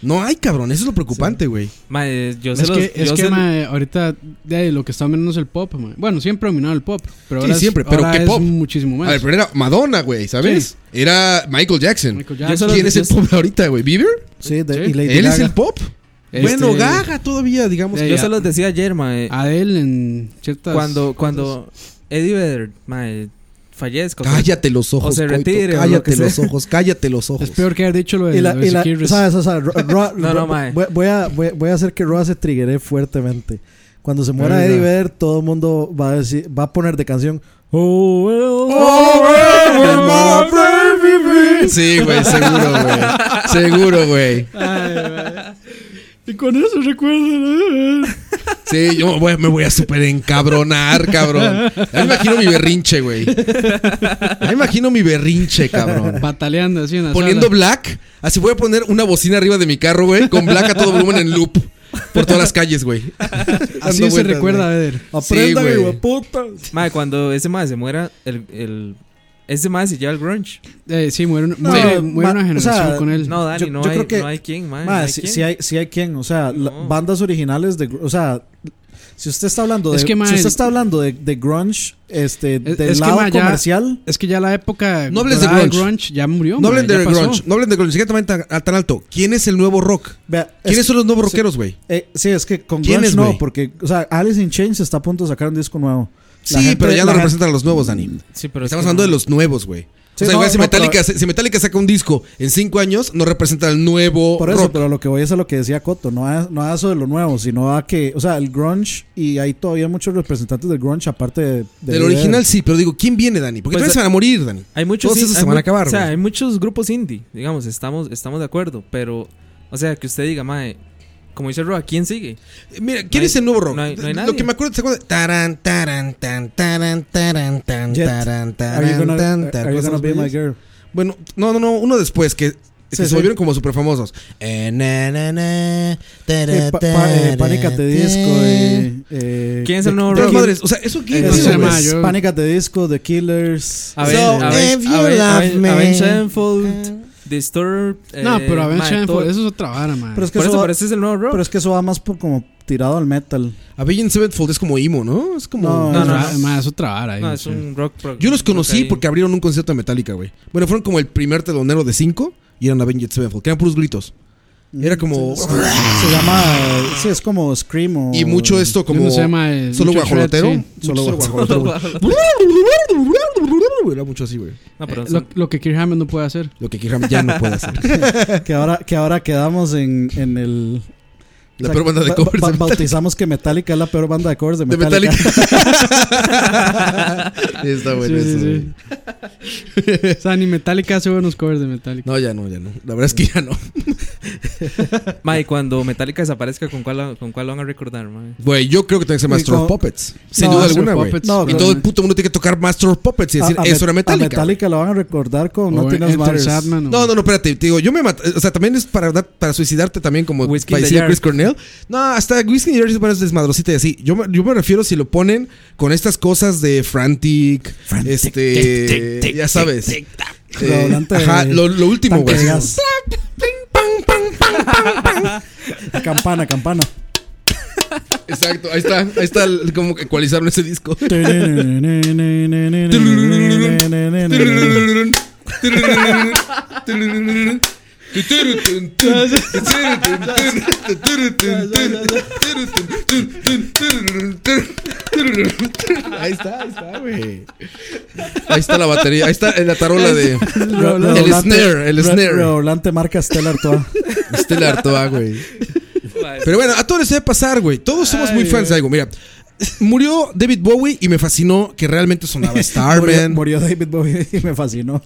[SPEAKER 4] No hay, cabrón, eso es lo preocupante, güey.
[SPEAKER 6] Ma, eh, yo
[SPEAKER 3] es
[SPEAKER 6] se los.
[SPEAKER 3] que, es
[SPEAKER 6] yo
[SPEAKER 3] que,
[SPEAKER 6] se-
[SPEAKER 3] mae, ahorita de lo que está menos el pop, mae. Bueno, siempre ha dominado el pop. Pero
[SPEAKER 4] Sí,
[SPEAKER 3] ahora es-
[SPEAKER 4] siempre, pero
[SPEAKER 3] ahora
[SPEAKER 4] qué
[SPEAKER 3] es
[SPEAKER 4] pop.
[SPEAKER 3] muchísimo más.
[SPEAKER 4] A ver, pero era Madonna, güey, ¿sabes?
[SPEAKER 3] Sí.
[SPEAKER 4] Era Michael Jackson.
[SPEAKER 3] Michael Jackson. Yo solo-
[SPEAKER 4] ¿Quién es
[SPEAKER 3] yo
[SPEAKER 4] el
[SPEAKER 3] solo-
[SPEAKER 4] pop ahorita, güey? ¿Bieber?
[SPEAKER 5] Sí, de-
[SPEAKER 3] Sí.
[SPEAKER 5] y Lady
[SPEAKER 4] ¿Él es
[SPEAKER 5] Gaga.
[SPEAKER 4] el pop?
[SPEAKER 3] este,
[SPEAKER 4] Bueno, Gaga todavía, digamos.
[SPEAKER 6] Este, eh,
[SPEAKER 4] Ah,
[SPEAKER 6] Yo se los decía ayer, mae.
[SPEAKER 3] Adele en ciertas.
[SPEAKER 6] Cuando, cuando Eddie Vedder, mae, fallezca. o sea,
[SPEAKER 4] Cállate los ojos,
[SPEAKER 6] O se
[SPEAKER 4] coito,
[SPEAKER 6] retire. o lo que
[SPEAKER 4] cállate los
[SPEAKER 6] sea.
[SPEAKER 4] ojos, cállate los ojos.
[SPEAKER 3] Es peor que haber dicho lo de
[SPEAKER 5] Y la,
[SPEAKER 3] lo de
[SPEAKER 5] y la-
[SPEAKER 3] Siquirres.
[SPEAKER 5] ¿sabes? O sea, Ro- Ro-
[SPEAKER 6] No, no,
[SPEAKER 5] Ro-
[SPEAKER 6] mae.
[SPEAKER 5] voy, voy a, voy, voy a hacer que Roa se triggeré fuertemente. Cuando se muera
[SPEAKER 3] Verga.
[SPEAKER 5] Eddie Vedder, todo el mundo va a, decir, va a poner de canción. Oh, well,
[SPEAKER 4] oh, Sí, güey, seguro, güey. Seguro, güey.
[SPEAKER 3] Y con eso recuerden.
[SPEAKER 4] Sí, yo me voy, me voy a super encabronar, cabrón. Ya me imagino mi berrinche, güey. Ya me imagino mi berrinche, cabrón.
[SPEAKER 3] Bataleando así en la
[SPEAKER 4] Poniendo
[SPEAKER 3] sala.
[SPEAKER 4] black, así voy a poner una bocina arriba de mi carro, güey, con black a todo volumen en loop. Por todas las calles, güey.
[SPEAKER 3] Así
[SPEAKER 4] Dando
[SPEAKER 3] se
[SPEAKER 4] vueltas,
[SPEAKER 3] recuerda eh. a
[SPEAKER 4] güey.
[SPEAKER 3] Vedder.
[SPEAKER 4] Sí,
[SPEAKER 6] Aprendan,
[SPEAKER 4] güey.
[SPEAKER 6] Mae, cuando ese mae se muera, el. el ese mae se lleva el grunge.
[SPEAKER 3] Eh, sí, muere, un- muere- muere una generación con él.
[SPEAKER 6] No, Dani,
[SPEAKER 5] Yo-
[SPEAKER 6] no,
[SPEAKER 5] yo
[SPEAKER 6] hay,
[SPEAKER 5] creo que-
[SPEAKER 6] no hay quien, mae.
[SPEAKER 5] Mae,
[SPEAKER 6] no hay
[SPEAKER 5] si,
[SPEAKER 6] quien.
[SPEAKER 5] si hay, si hay quien, o sea, la- bandas originales de, gr- o sea, si usted está hablando de,
[SPEAKER 3] Es que, mae,
[SPEAKER 5] si usted está hablando de, de grunge, este,
[SPEAKER 3] Es-
[SPEAKER 5] del
[SPEAKER 3] es que,
[SPEAKER 5] lado
[SPEAKER 3] mae, ya-
[SPEAKER 5] comercial,
[SPEAKER 3] Es que ya la época.
[SPEAKER 4] No hables de
[SPEAKER 3] dorada del
[SPEAKER 4] grunge.
[SPEAKER 3] ya murió.
[SPEAKER 4] No hablen
[SPEAKER 3] mae, ya
[SPEAKER 4] de
[SPEAKER 3] pasó.
[SPEAKER 4] grunge, no hablen de grunge, ni siquiera tomen tan, tan alto. ¿Quién es el nuevo rock?
[SPEAKER 5] vea,
[SPEAKER 4] ¿Quiénes
[SPEAKER 5] es-
[SPEAKER 4] son los nuevos
[SPEAKER 5] sí,
[SPEAKER 4] rockeros, güey?
[SPEAKER 5] eh, sí, es que con
[SPEAKER 4] ¿Quién
[SPEAKER 5] grunge
[SPEAKER 4] es,
[SPEAKER 5] no,
[SPEAKER 4] güey?
[SPEAKER 5] porque, o sea, Alice in Chains está a punto de sacar un disco nuevo. La
[SPEAKER 4] Sí,
[SPEAKER 5] gente-
[SPEAKER 4] pero ya
[SPEAKER 5] la
[SPEAKER 4] no
[SPEAKER 5] gen-
[SPEAKER 4] representan a los nuevos, Dani.
[SPEAKER 6] Sí, pero es
[SPEAKER 4] Estamos
[SPEAKER 6] que
[SPEAKER 4] hablando
[SPEAKER 6] no.
[SPEAKER 4] de los nuevos, güey.
[SPEAKER 5] Sí,
[SPEAKER 4] o sea,
[SPEAKER 5] no,
[SPEAKER 4] igual si,
[SPEAKER 5] no,
[SPEAKER 4] Metallica,
[SPEAKER 5] pero-
[SPEAKER 4] si Metallica saca un disco en cinco años, no representa al nuevo
[SPEAKER 5] Por eso,
[SPEAKER 4] Oh, rock.
[SPEAKER 5] pero lo que voy es a lo que decía Coto, no a, no a eso de lo nuevo, sino a que, o sea, el grunge y hay todavía muchos representantes del grunge aparte de, de
[SPEAKER 4] Del
[SPEAKER 5] Vedder.
[SPEAKER 4] original sí, pero digo, ¿quién viene, Dani? Porque
[SPEAKER 6] Pues,
[SPEAKER 4] todavía se van a morir, Dani.
[SPEAKER 6] Hay muchos
[SPEAKER 4] Todos
[SPEAKER 6] in-
[SPEAKER 4] esos
[SPEAKER 6] hay
[SPEAKER 4] se van
[SPEAKER 6] mu-
[SPEAKER 4] a acabar,
[SPEAKER 6] O sea,
[SPEAKER 4] güey.
[SPEAKER 6] hay muchos grupos indie, digamos, estamos, estamos de acuerdo, pero, o sea, que usted diga, mae, como dice Roa, ¿quién sigue?
[SPEAKER 4] Eh, Mira, ¿quién
[SPEAKER 6] no
[SPEAKER 4] es
[SPEAKER 6] hay-
[SPEAKER 4] el nuevo rock?
[SPEAKER 6] no hay- no hay
[SPEAKER 4] Lo
[SPEAKER 6] nadie.
[SPEAKER 4] que me acuerdo, ¿se acuerdan? Taran, taran, tan, taran, taran, tan,
[SPEAKER 5] Jet,
[SPEAKER 4] taran,
[SPEAKER 5] Are you
[SPEAKER 4] taran,
[SPEAKER 5] gonna-
[SPEAKER 4] tan,
[SPEAKER 5] are you
[SPEAKER 4] tan.
[SPEAKER 5] gonna be my girl?
[SPEAKER 4] Bueno, no, no, no, uno después que... que
[SPEAKER 5] Sí,
[SPEAKER 4] se
[SPEAKER 5] sí.
[SPEAKER 4] volvieron como súper famosos. Eh, na, na, na, tara,
[SPEAKER 5] Eh, pa- pa- eh, Pánicate disco. eh, eh,
[SPEAKER 6] ¿Quién es el
[SPEAKER 5] The-
[SPEAKER 6] nuevo
[SPEAKER 5] The
[SPEAKER 6] rock?
[SPEAKER 5] Kill-
[SPEAKER 4] madres, o sea, ¿eso qué
[SPEAKER 5] Eh,
[SPEAKER 4] es,
[SPEAKER 5] sí,
[SPEAKER 4] güey?
[SPEAKER 5] pues,
[SPEAKER 4] Yo-
[SPEAKER 5] Pánicate disco, The Killers. eh,
[SPEAKER 6] A ver,
[SPEAKER 4] So,
[SPEAKER 6] a ver,
[SPEAKER 4] if you
[SPEAKER 6] a ver, a
[SPEAKER 4] love
[SPEAKER 6] ver,
[SPEAKER 4] me. eh,
[SPEAKER 6] Avenged Sevenfold, Disturbed,
[SPEAKER 3] No,
[SPEAKER 6] eh,
[SPEAKER 3] pero a
[SPEAKER 6] mae, todo-
[SPEAKER 3] eso es otra vara, mae.
[SPEAKER 5] Pero es que
[SPEAKER 6] Por
[SPEAKER 5] eso,
[SPEAKER 6] eso,
[SPEAKER 5] va-
[SPEAKER 6] pero ese es el nuevo rock.
[SPEAKER 5] pero es que eso va más por como tirado al metal.
[SPEAKER 4] Avenged Sevenfold es como emo, ¿no? Es como...
[SPEAKER 5] No,
[SPEAKER 3] No,
[SPEAKER 5] no,
[SPEAKER 3] no, mae, es otra vara. ahí,
[SPEAKER 6] No, es
[SPEAKER 3] sí.
[SPEAKER 6] un rock. pro-
[SPEAKER 4] Yo los conocí
[SPEAKER 6] rock ahí. *laughs*
[SPEAKER 4] porque abrieron un concierto de Metallica, güey. Bueno, fueron como el primer telonero de cinco y eran Avenged Sevenfold, que eran puros gritos.
[SPEAKER 5] Mm.
[SPEAKER 4] Era como...
[SPEAKER 5] Se llama. eh, Sí, es como Scream o-
[SPEAKER 4] Y mucho esto como...
[SPEAKER 3] Uno se llama, eh,
[SPEAKER 4] solo
[SPEAKER 3] mucho
[SPEAKER 4] guajolotero.
[SPEAKER 3] shred, sí.
[SPEAKER 4] Solo
[SPEAKER 3] Mucho
[SPEAKER 4] guajolotero.
[SPEAKER 6] guajolotero.
[SPEAKER 4] *laughs* Era mucho así, güey.
[SPEAKER 6] No,
[SPEAKER 3] Eh,
[SPEAKER 6] pero
[SPEAKER 3] lo,
[SPEAKER 6] son-
[SPEAKER 3] lo que Kirk Hammett no puede hacer.
[SPEAKER 4] Lo que Kirham ya no puede hacer.
[SPEAKER 5] que, ahora, que ahora quedamos en, en el.
[SPEAKER 4] La peor banda de
[SPEAKER 5] ba-
[SPEAKER 4] covers
[SPEAKER 5] ba-
[SPEAKER 4] de
[SPEAKER 5] bautizamos que Metallica es la peor banda de covers de
[SPEAKER 4] De
[SPEAKER 5] Metallica. *laughs*
[SPEAKER 4] Metallica. Está
[SPEAKER 3] Sí,
[SPEAKER 4] bueno eso,
[SPEAKER 3] sí,
[SPEAKER 4] güey.
[SPEAKER 3] sí. O sea, ni Metallica hace buenos covers de Metallica.
[SPEAKER 4] No, ya no, ya no. La verdad es que ya no.
[SPEAKER 6] Mae, cuando Metallica desaparezca, ¿con cuál, con cuál lo van a recordar, mae?
[SPEAKER 4] Güey, yo creo que tiene que ser Master of
[SPEAKER 5] como-
[SPEAKER 4] Puppets. Sin
[SPEAKER 5] No,
[SPEAKER 4] duda
[SPEAKER 5] Master of
[SPEAKER 4] alguna, güey.
[SPEAKER 5] Puppets. No,
[SPEAKER 4] y
[SPEAKER 5] no,
[SPEAKER 4] todo
[SPEAKER 5] no.
[SPEAKER 4] el puto mundo tiene que tocar Master of Puppets y decir,
[SPEAKER 5] A- a
[SPEAKER 4] eso era
[SPEAKER 5] Met- a
[SPEAKER 4] Metallica. güey.
[SPEAKER 5] Metallica la van a recordar con
[SPEAKER 3] O
[SPEAKER 5] Nothing Else
[SPEAKER 3] Enter
[SPEAKER 5] Matters. *laughs*
[SPEAKER 3] Sandman, o-
[SPEAKER 4] No, no, no, espérate, te digo, yo me maté, o sea, también es para, dar- para suicidarte también como
[SPEAKER 6] Whiskey in the
[SPEAKER 4] parecía
[SPEAKER 6] Jar.
[SPEAKER 4] Chris Cornell. No, hasta Whiskey in the Jar es para desmadrosita y así. Yo me, yo me refiero si lo ponen con estas cosas de Frantic, este, ya sabes.
[SPEAKER 5] Lo
[SPEAKER 4] Eh,
[SPEAKER 5] hablante
[SPEAKER 4] ajá,
[SPEAKER 5] de-
[SPEAKER 4] lo, lo último,
[SPEAKER 5] tanque
[SPEAKER 4] güey.
[SPEAKER 5] de gas.
[SPEAKER 6] *laughs*
[SPEAKER 5] Campana, campana.
[SPEAKER 4] *laughs* Exacto, ahí está, ahí está el- como que ecualizaron ese disco. Ahí está, ahí está, güey. Ahí está la batería, ahí está la tarola de el snare, el snare.
[SPEAKER 5] Redoblante marca
[SPEAKER 4] *laughs*
[SPEAKER 5] Stella Artois.
[SPEAKER 4] Estela Artois, güey. Pero bueno, a todos les debe pasar, güey. Todos somos muy fans de algo. Mira, murió David Bowie y me fascinó que realmente sonaba
[SPEAKER 5] Murió,
[SPEAKER 4] Starman.
[SPEAKER 5] murió David Bowie y me fascinó.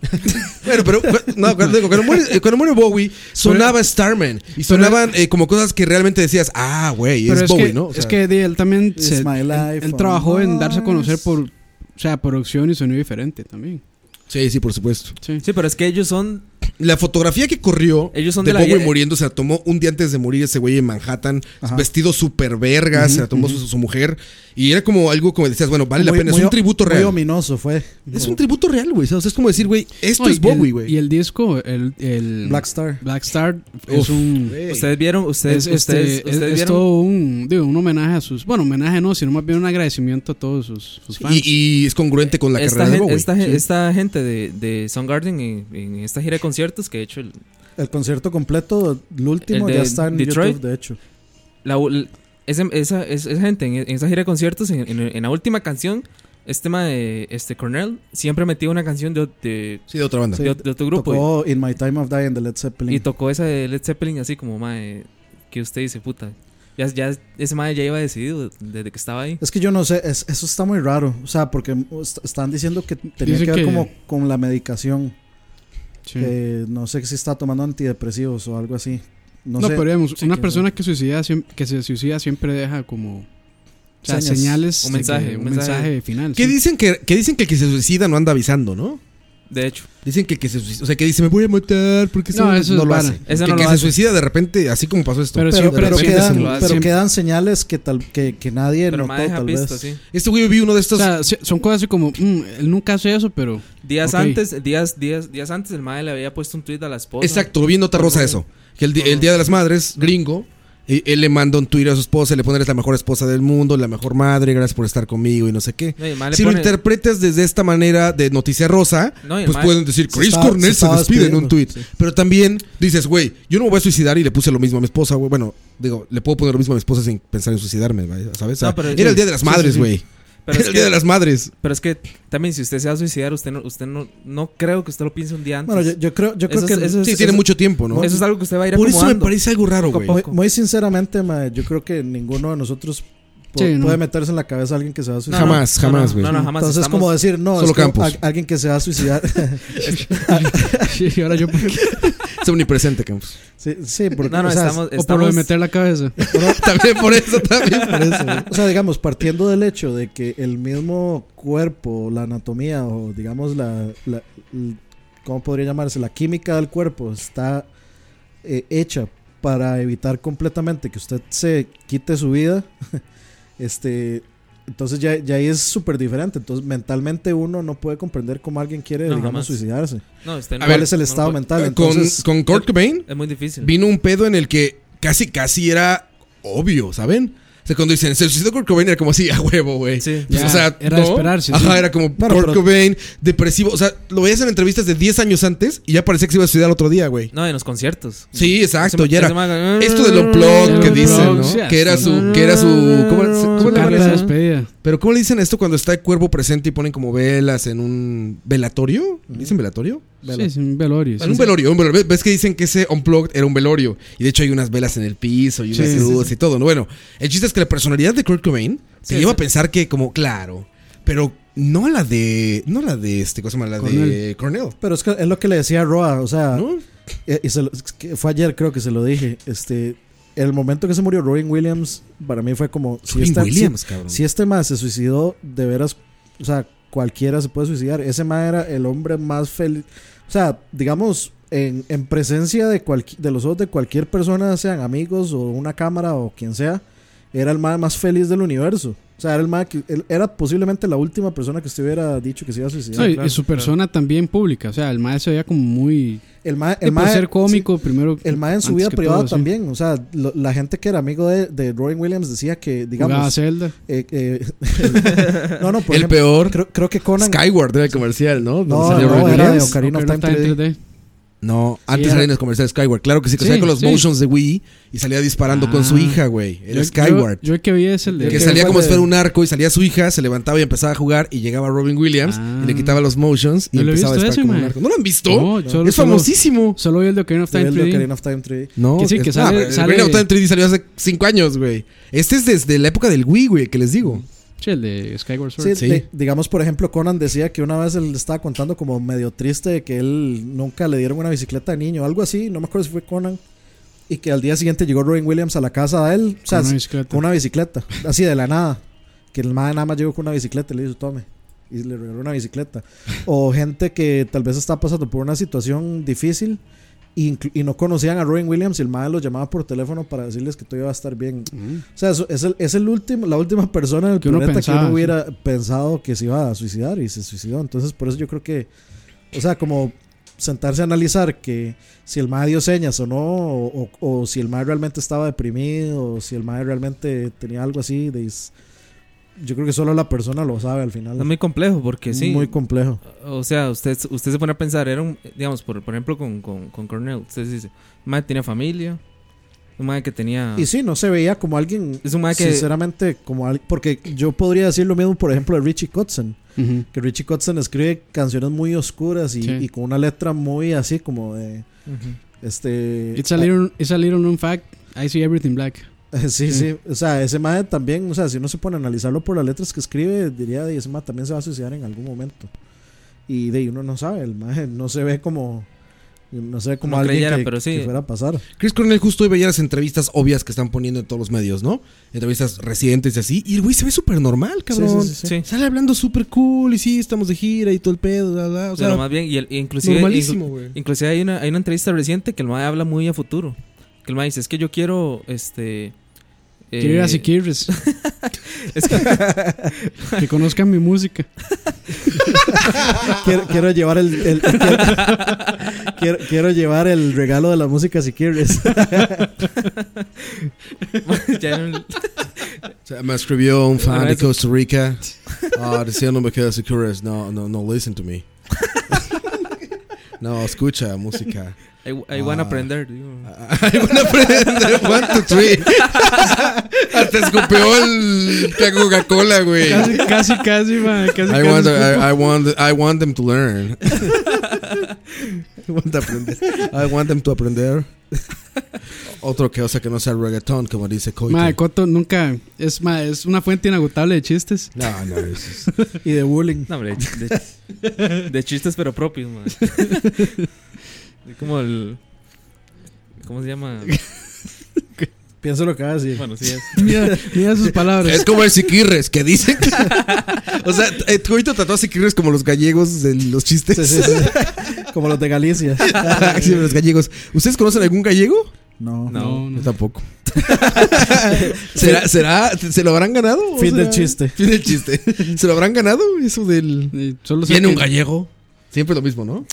[SPEAKER 4] Bueno, pero no, cuando, cuando muere, eh, cuando muere Bowie, sonaba Starman. Y sonaban eh, como cosas que realmente decías, ah, güey, es,
[SPEAKER 3] Pero es,
[SPEAKER 4] Bowie,
[SPEAKER 3] que,
[SPEAKER 4] ¿no? O
[SPEAKER 3] es
[SPEAKER 4] sea,
[SPEAKER 3] que di, él también
[SPEAKER 5] It's
[SPEAKER 3] se-
[SPEAKER 5] my
[SPEAKER 3] él-
[SPEAKER 5] life
[SPEAKER 3] él,
[SPEAKER 5] on
[SPEAKER 3] trabajó en darse a conocer por o sea, producción y sonido diferente también.
[SPEAKER 4] Sí, sí, por supuesto.
[SPEAKER 3] Sí.
[SPEAKER 6] pero es que ellos son.
[SPEAKER 4] La fotografía que corrió
[SPEAKER 6] Ellos son
[SPEAKER 4] de,
[SPEAKER 6] de la
[SPEAKER 4] Bowie
[SPEAKER 6] guerra-
[SPEAKER 4] muriendo se la tomó un día antes de morir ese güey en Manhattan, vestido súper verga, se la tomó su, su mujer. Y era como algo como decías, bueno, vale la
[SPEAKER 5] Muy-
[SPEAKER 4] pena,
[SPEAKER 5] muy-
[SPEAKER 4] es un tributo
[SPEAKER 5] muy
[SPEAKER 4] real.
[SPEAKER 5] ominoso fue.
[SPEAKER 4] Es un tributo real, güey. O sea, es como decir, güey, esto
[SPEAKER 3] No, y
[SPEAKER 4] es Bowie,
[SPEAKER 3] el-
[SPEAKER 4] güey.
[SPEAKER 3] Y el disco, el, el
[SPEAKER 5] Black Star.
[SPEAKER 3] Black Star es un
[SPEAKER 6] Ustedes vieron, ustedes,
[SPEAKER 3] es, este,
[SPEAKER 6] ustedes,
[SPEAKER 3] es-
[SPEAKER 6] ustedes
[SPEAKER 3] es
[SPEAKER 6] vieron.
[SPEAKER 3] todo un, digo, un homenaje a sus. Bueno, homenaje no, sino más bien un agradecimiento a todos sus, sus fans.
[SPEAKER 4] Y, y es congruente con la
[SPEAKER 6] esta,
[SPEAKER 4] carrera de
[SPEAKER 6] gen-
[SPEAKER 4] Bowie.
[SPEAKER 6] esta, gen-
[SPEAKER 4] Sí.
[SPEAKER 6] esta gente de, de Soundgarden en, en esta gira de conciertos, que de hecho el-
[SPEAKER 5] El concierto completo, el último,
[SPEAKER 6] El de
[SPEAKER 5] ya está en
[SPEAKER 6] Detroit.
[SPEAKER 5] YouTube, de hecho.
[SPEAKER 6] la, ul- ese- esa, es- esa gente en, en esa gira de conciertos, en, en- en la última canción, este tema de este Cornell siempre metía una canción de, de,
[SPEAKER 4] Sí, de otra banda.
[SPEAKER 6] de-
[SPEAKER 5] Sí,
[SPEAKER 6] de otro grupo.
[SPEAKER 5] Tocó In My Time of Dying de Led Zeppelin.
[SPEAKER 6] Y tocó esa de Led Zeppelin así como, mae, que usted dice, puta. Ya, ya ese mae ya iba decidido desde que estaba ahí.
[SPEAKER 5] Es que yo no sé, es- eso está muy raro. O sea, porque est- están diciendo que tenía
[SPEAKER 3] Dicen
[SPEAKER 5] que ver
[SPEAKER 3] que-
[SPEAKER 5] como con la medicación.
[SPEAKER 3] Sí.
[SPEAKER 5] Que no sé si está tomando antidepresivos o algo así. No,
[SPEAKER 3] no,
[SPEAKER 5] sé.
[SPEAKER 3] pero digamos,
[SPEAKER 6] Sí,
[SPEAKER 3] una
[SPEAKER 6] que
[SPEAKER 3] persona que, suicida, siem- que se suicida siempre deja como. O sea,
[SPEAKER 5] Señas.
[SPEAKER 3] señales.
[SPEAKER 6] Un
[SPEAKER 3] de
[SPEAKER 6] mensaje,
[SPEAKER 3] que-
[SPEAKER 6] un
[SPEAKER 3] un mensaje,
[SPEAKER 6] mensaje.
[SPEAKER 3] final.
[SPEAKER 4] ¿Qué
[SPEAKER 3] sí.
[SPEAKER 4] dicen que, que dicen que el que se suicida no anda avisando, ¿no?
[SPEAKER 6] De hecho,
[SPEAKER 4] Dicen que el que se suicida, o sea, que dice, me voy a matar porque
[SPEAKER 3] No, eso es
[SPEAKER 4] lo
[SPEAKER 3] vara.
[SPEAKER 4] hace.
[SPEAKER 6] Eso
[SPEAKER 4] que
[SPEAKER 6] no
[SPEAKER 4] que
[SPEAKER 6] lo
[SPEAKER 4] se
[SPEAKER 6] hace.
[SPEAKER 4] suicida de repente, así como pasó esto.
[SPEAKER 3] Pero
[SPEAKER 5] Pero,
[SPEAKER 3] siempre-
[SPEAKER 5] pero
[SPEAKER 3] siempre
[SPEAKER 5] quedan,
[SPEAKER 3] se lo
[SPEAKER 5] pero
[SPEAKER 3] hace. Siempre-
[SPEAKER 5] quedan señales que, tal, que, que nadie
[SPEAKER 6] pero
[SPEAKER 5] notó,
[SPEAKER 6] mae deja
[SPEAKER 5] tal vez.
[SPEAKER 6] pistas, sí.
[SPEAKER 4] Este güey vi uno de
[SPEAKER 3] O
[SPEAKER 4] estos.
[SPEAKER 3] sea, sí, son cosas así como. mm, él nunca hace eso, pero.
[SPEAKER 6] Días
[SPEAKER 3] Ok.
[SPEAKER 6] antes, días, días, días antes el mae le había puesto un tweet a la esposa.
[SPEAKER 4] exacto, vi en nota rosa eso. Que el, di- el día de las madres, gringo. y Él le manda un Twitter a su esposa, le pone eres la mejor esposa del mundo, la mejor madre, gracias por estar conmigo y no sé qué.
[SPEAKER 6] No, y el mae le
[SPEAKER 4] si lo
[SPEAKER 6] pone-
[SPEAKER 4] interpretas desde esta manera de noticia rosa,
[SPEAKER 6] No, y el
[SPEAKER 4] pues
[SPEAKER 6] mae-
[SPEAKER 4] pueden decir,
[SPEAKER 5] Se
[SPEAKER 4] Chris
[SPEAKER 5] estaba-
[SPEAKER 4] Cornell
[SPEAKER 5] se
[SPEAKER 4] se,
[SPEAKER 5] estaba
[SPEAKER 4] despide en un tweet.
[SPEAKER 5] despidiendo,
[SPEAKER 4] Pero también dices, güey, yo no me voy a suicidar y le puse lo mismo a mi esposa, güey. Bueno, digo, le puedo poner lo mismo a mi esposa sin pensar en suicidarme, ¿vale? ¿sabes? O sea,
[SPEAKER 6] No, pero-
[SPEAKER 4] era el Día de las
[SPEAKER 6] sí, sí,
[SPEAKER 4] Madres,
[SPEAKER 6] sí.
[SPEAKER 4] güey.
[SPEAKER 6] Pero
[SPEAKER 4] Era
[SPEAKER 6] es
[SPEAKER 4] el Día
[SPEAKER 6] que-
[SPEAKER 4] de las Madres.
[SPEAKER 6] Pero es que también si usted se va a suicidar, usted no, usted no, no creo que usted lo piense un día antes.
[SPEAKER 5] Bueno, yo, yo creo, yo creo
[SPEAKER 6] Eso
[SPEAKER 5] que.
[SPEAKER 6] es- eso
[SPEAKER 4] Sí, tiene mucho tiempo, ¿no?
[SPEAKER 6] Eso es algo que usted va a ir
[SPEAKER 4] Por eso me
[SPEAKER 6] acomodando.
[SPEAKER 4] parece algo raro, güey.
[SPEAKER 5] muy, muy sinceramente, mae, yo creo que ninguno de nosotros po-
[SPEAKER 3] Sí, no.
[SPEAKER 5] puede meterse en la cabeza a alguien que se va a
[SPEAKER 6] No,
[SPEAKER 5] suicidar.
[SPEAKER 6] no,
[SPEAKER 4] Jamás,
[SPEAKER 6] no,
[SPEAKER 4] jamás, güey.
[SPEAKER 6] No, no, jamás.
[SPEAKER 5] Entonces,
[SPEAKER 6] estamos-
[SPEAKER 5] como decir, no,
[SPEAKER 4] Solo
[SPEAKER 5] es que
[SPEAKER 4] Campos.
[SPEAKER 5] a- alguien que se va a suicidar. *laughs*
[SPEAKER 3] Sí, y ahora yo. ¿por qué?
[SPEAKER 4] Es omnipresente, Campos.
[SPEAKER 5] sí, sí, porque
[SPEAKER 6] No, no,
[SPEAKER 5] o sea,
[SPEAKER 6] estamos,
[SPEAKER 3] O por lo
[SPEAKER 6] estamos-
[SPEAKER 3] de meter la cabeza.
[SPEAKER 4] también por eso, también.
[SPEAKER 5] Por eso, güey. O sea, digamos, partiendo del hecho de que el mismo cuerpo, la anatomía o digamos la, la- l- ¿cómo podría llamarse? La química del cuerpo está eh, hecha para evitar completamente que usted se quite su vida. *laughs* Este, entonces ya, ya ahí es súper diferente. Entonces mentalmente uno no puede comprender cómo alguien quiere,
[SPEAKER 6] No,
[SPEAKER 5] digamos,
[SPEAKER 6] jamás.
[SPEAKER 5] suicidarse.
[SPEAKER 6] No, usted no-
[SPEAKER 5] ¿Cuál es el
[SPEAKER 6] no eh,
[SPEAKER 5] estado
[SPEAKER 6] puede-
[SPEAKER 5] mental?
[SPEAKER 4] Con-
[SPEAKER 5] Entonces,
[SPEAKER 4] con Kurt Cobain,
[SPEAKER 6] Es muy difícil.
[SPEAKER 4] vino un pedo en el que casi, casi era obvio, ¿saben? O sea, cuando dicen, se suicidó Kurt Cobain, era como así, a huevo, güey.
[SPEAKER 6] Sí.
[SPEAKER 4] Pues,
[SPEAKER 3] Ya,
[SPEAKER 4] o sea,
[SPEAKER 3] era
[SPEAKER 4] ¿no?
[SPEAKER 3] de esperarse,
[SPEAKER 4] Ajá,
[SPEAKER 3] sí.
[SPEAKER 4] era como
[SPEAKER 5] Bueno,
[SPEAKER 4] Kurt
[SPEAKER 5] pero-
[SPEAKER 4] Cobain, depresivo. O sea, lo veías en entrevistas de 10 años antes y ya parecía que se iba a suicidar al otro día, güey.
[SPEAKER 6] No, en los conciertos.
[SPEAKER 4] Sí, exacto,
[SPEAKER 6] Ese-
[SPEAKER 4] ya
[SPEAKER 6] ese
[SPEAKER 4] era.
[SPEAKER 6] man-
[SPEAKER 4] Esto del unplug que
[SPEAKER 3] Unplugged,
[SPEAKER 4] dicen,
[SPEAKER 3] sí,
[SPEAKER 4] ¿no? Que era
[SPEAKER 3] así.
[SPEAKER 4] su. Que era su ¿Cómo, le- cómo
[SPEAKER 3] Su
[SPEAKER 4] le llaman
[SPEAKER 3] carta de
[SPEAKER 4] eso?
[SPEAKER 3] despedida.
[SPEAKER 4] Pero ¿cómo le dicen esto cuando está el cuerpo presente y ponen como velas en un velatorio? ¿Dicen velatorio?
[SPEAKER 3] Sí, es un velorio.
[SPEAKER 4] En un
[SPEAKER 3] sí.
[SPEAKER 4] velorio, un velorio. Ves que dicen que ese unplugged era un velorio. Y de hecho hay unas velas en el piso y unas
[SPEAKER 3] Sí, sí,
[SPEAKER 4] luces y todo. ¿no? Bueno, el chiste es que la personalidad de Kurt Cobain te
[SPEAKER 6] Sí,
[SPEAKER 4] lleva
[SPEAKER 6] sí.
[SPEAKER 4] a pensar que, como, claro, pero no la de. No la de este, ¿cómo se llama? La de Cornell.
[SPEAKER 5] pero es, que es lo que le decía Roa, o sea,
[SPEAKER 4] ¿No?
[SPEAKER 5] Eh, y se lo- es que fue ayer, creo que se lo dije. Este, el momento que se murió Robin Williams, para mí fue como. Si
[SPEAKER 4] Robin
[SPEAKER 5] este,
[SPEAKER 4] Williams,
[SPEAKER 5] si-
[SPEAKER 4] cabrón.
[SPEAKER 5] si este más se suicidó, de veras. O sea, cualquiera se puede suicidar. Ese más era el hombre más feliz. O sea, digamos, en, en presencia de, cualqui- de los ojos de cualquier persona, sean amigos o una cámara o quien sea. era el más, más feliz del universo. O sea, era, el mae que, él- era posiblemente la última persona que usted hubiera dicho que se iba a suicidar.
[SPEAKER 3] No, y- y su persona también pública, o sea, el mae se veía como muy...
[SPEAKER 5] El mae,
[SPEAKER 3] Sí,
[SPEAKER 5] el
[SPEAKER 3] por
[SPEAKER 5] mae-
[SPEAKER 3] ser cómico, primero...
[SPEAKER 5] El mae en su
[SPEAKER 3] antes
[SPEAKER 5] vida
[SPEAKER 3] que
[SPEAKER 5] privada
[SPEAKER 3] todo, sí.
[SPEAKER 5] también. O sea, lo- la gente que era amigo de, de Robin Williams decía que, digamos.
[SPEAKER 3] Jugaba Zelda.
[SPEAKER 5] eh, eh, *laughs* no, no, por
[SPEAKER 4] el
[SPEAKER 5] ejemplo,
[SPEAKER 4] peor.
[SPEAKER 5] Creo, creo que Conan.
[SPEAKER 4] Skyward era el comercial, ¿no? Donde
[SPEAKER 5] No,
[SPEAKER 4] salió
[SPEAKER 5] no,
[SPEAKER 4] Robin
[SPEAKER 5] era de
[SPEAKER 4] Williams.
[SPEAKER 5] Ocarina of Time 3D.
[SPEAKER 4] No, antes
[SPEAKER 5] era-
[SPEAKER 4] salía en el comercial Skyward. Claro que sí, que salía
[SPEAKER 5] Sí,
[SPEAKER 4] con los
[SPEAKER 5] sí.
[SPEAKER 4] motions de Wii y salía disparando con su
[SPEAKER 3] Ah.
[SPEAKER 4] hija, güey. Era
[SPEAKER 3] Yo-
[SPEAKER 4] Skyward.
[SPEAKER 3] Yo, yo el que vi es el de...
[SPEAKER 4] que salía como si fuera un arco y salía su hija, se levantaba y empezaba a jugar y llegaba Robin Williams y le quitaba los motions y
[SPEAKER 3] Ah. No lo he
[SPEAKER 4] empezaba a
[SPEAKER 3] visto
[SPEAKER 4] disparar
[SPEAKER 3] ese,
[SPEAKER 4] como un
[SPEAKER 3] mae.
[SPEAKER 4] arco. ¿No lo han visto?
[SPEAKER 3] No, solo-
[SPEAKER 4] es
[SPEAKER 3] solo-
[SPEAKER 4] famosísimo.
[SPEAKER 3] Solo vi el de Ocarina of
[SPEAKER 5] Yo
[SPEAKER 3] Time
[SPEAKER 5] vi el de
[SPEAKER 3] 3D.
[SPEAKER 5] Ocarina of Time 3D.
[SPEAKER 4] No,
[SPEAKER 3] que sí, que
[SPEAKER 4] es-
[SPEAKER 3] sale...
[SPEAKER 4] ah, el
[SPEAKER 3] sale
[SPEAKER 4] Ocarina of Time 3D salió hace 5 años, güey. Este es desde la época del Wii, güey, que les digo.
[SPEAKER 3] Sí, el de Skyward Sword.
[SPEAKER 5] Sí, de- digamos, por ejemplo, Conan decía que una vez él estaba contando como medio triste de que él nunca le dieron una bicicleta de niño, algo así, no me acuerdo si fue Conan. Y que al día siguiente llegó Robin Williams a la casa de él, o sea,
[SPEAKER 3] Con una
[SPEAKER 5] s-
[SPEAKER 3] bicicleta.
[SPEAKER 5] con una bicicleta, así de la nada. Que el madre nada más llegó con una bicicleta y le dijo, tome. Y le regaló una bicicleta. O gente que tal vez está pasando por una situación difícil y, inclu- y no conocían a Robin Williams y el madre lo llamaba por teléfono para decirles que todo iba a estar bien. O sea, eso- es, el, es el último, la última persona en el
[SPEAKER 3] Mm. Que uno
[SPEAKER 5] planeta que
[SPEAKER 3] pensaba,
[SPEAKER 5] uno
[SPEAKER 3] sí.
[SPEAKER 5] hubiera pensado que se iba a suicidar y se suicidó. Entonces, por eso yo creo que, o sea, como sentarse a analizar que si el mae dio señas o no, o, o- o si el mae realmente estaba deprimido, o si el mae realmente tenía algo así, de, is- yo creo que solo la persona lo sabe al final.
[SPEAKER 6] Es muy complejo porque sí.
[SPEAKER 5] Muy complejo.
[SPEAKER 6] O sea, usted, usted se pone a pensar, era un, digamos, por, por ejemplo, con, con, con Cornell. Usted dice, un madre tenía familia, un madre que tenía...
[SPEAKER 5] Y sí, no se veía como alguien,
[SPEAKER 6] Ah. Es un mae que-
[SPEAKER 5] sinceramente, como al- porque yo podría decir lo mismo, por ejemplo, de Richie Kotzen.
[SPEAKER 3] Ujú.
[SPEAKER 5] Que Richie Kotzen escribe canciones muy oscuras y,
[SPEAKER 3] Sí.
[SPEAKER 5] y con una letra muy así como de...
[SPEAKER 6] Ujú.
[SPEAKER 5] Este...
[SPEAKER 3] It's a, little, it's a little known fact. I see everything black.
[SPEAKER 5] *laughs* Sí, sí. O sea, ese mae también, o sea, si uno se pone a analizarlo por las letras que escribe, diría, "Y ese mae también se va a suicidar en algún momento. Y de ahí uno no sabe, el mae no se ve como... No se ve como
[SPEAKER 6] No
[SPEAKER 5] alguien
[SPEAKER 6] creyera,
[SPEAKER 5] que,
[SPEAKER 6] pero sí.
[SPEAKER 5] que fuera a pasar.
[SPEAKER 4] Chris Cornell justo hoy veía las entrevistas obvias que están poniendo en todos los medios, ¿no? Entrevistas recientes y así. Y el güey se ve súper normal, cabrón.
[SPEAKER 6] sí, sí, sí.
[SPEAKER 4] Sale hablando súper cool y sí, estamos de gira y todo el pedo, bla, bla. O sea,
[SPEAKER 6] Pero más bien, y el- y inclusive,
[SPEAKER 4] normalísimo,
[SPEAKER 6] inclu-
[SPEAKER 3] Eh,
[SPEAKER 4] güey.
[SPEAKER 6] inclusive hay una, hay una entrevista reciente que el mae habla muy a futuro. Que el mae dice, es que yo quiero, este... eh,
[SPEAKER 3] Quiero ir a *laughs* Siquirres. *laughs* que conozcan mi música.
[SPEAKER 5] quiero, quiero llevar el, el- quiero, quiero- quiero llevar el regalo de la música si quieres.
[SPEAKER 6] *laughs* Ya no-
[SPEAKER 4] O sea, me escribió un fan
[SPEAKER 6] Bueno,
[SPEAKER 4] de
[SPEAKER 6] eso.
[SPEAKER 4] Costa Rica. Ah, decía, no me quedas secures. No, no, no, listen to me. No, escucha música.
[SPEAKER 6] I, I wanna
[SPEAKER 4] Ah.
[SPEAKER 6] aprender. digo.
[SPEAKER 4] I wanna aprender. One, two, three. Hasta escupeó el que Coca-Cola,
[SPEAKER 3] *laughs*
[SPEAKER 4] güey.
[SPEAKER 3] Casi, casi, casi, man. Casi,
[SPEAKER 4] I
[SPEAKER 3] casi
[SPEAKER 4] want,
[SPEAKER 3] escupo.
[SPEAKER 4] I, I want, I want them to learn. I want to aprender. I want them to aprender. Otro que, o sea, que no sea reggaetón, como dice Coito.
[SPEAKER 3] Mae, Coto nunca. Es, mae, es una fuente inagotable de chistes.
[SPEAKER 4] No, no, es-
[SPEAKER 5] y de bullying.
[SPEAKER 6] No,
[SPEAKER 4] *laughs*
[SPEAKER 6] hombre, de, de chistes pero propios, mae. Como el... ¿Cómo se llama?
[SPEAKER 5] Pienso lo que va a decir.
[SPEAKER 6] Bueno, sí es.
[SPEAKER 3] Mira, mira sus palabras.
[SPEAKER 4] Es como el Siquirres, que dicen. *laughs* o sea, eh, Coito trató a Siquirres como los gallegos de los chistes.
[SPEAKER 5] Sí, sí, sí. Como los de Galicia.
[SPEAKER 4] *laughs* Sí, los gallegos. ¿Ustedes conocen algún gallego?
[SPEAKER 5] No.
[SPEAKER 3] No, no.
[SPEAKER 4] Yo tampoco. ¿Será, será, ¿Se lo habrán ganado? ¿O
[SPEAKER 5] Fin del
[SPEAKER 4] será-
[SPEAKER 5] chiste.
[SPEAKER 4] Fin del chiste. ¿Se lo habrán ganado? Eso del.
[SPEAKER 3] Eh, Solo sé
[SPEAKER 4] Viene
[SPEAKER 3] que-
[SPEAKER 4] un gallego. Siempre lo mismo, ¿no?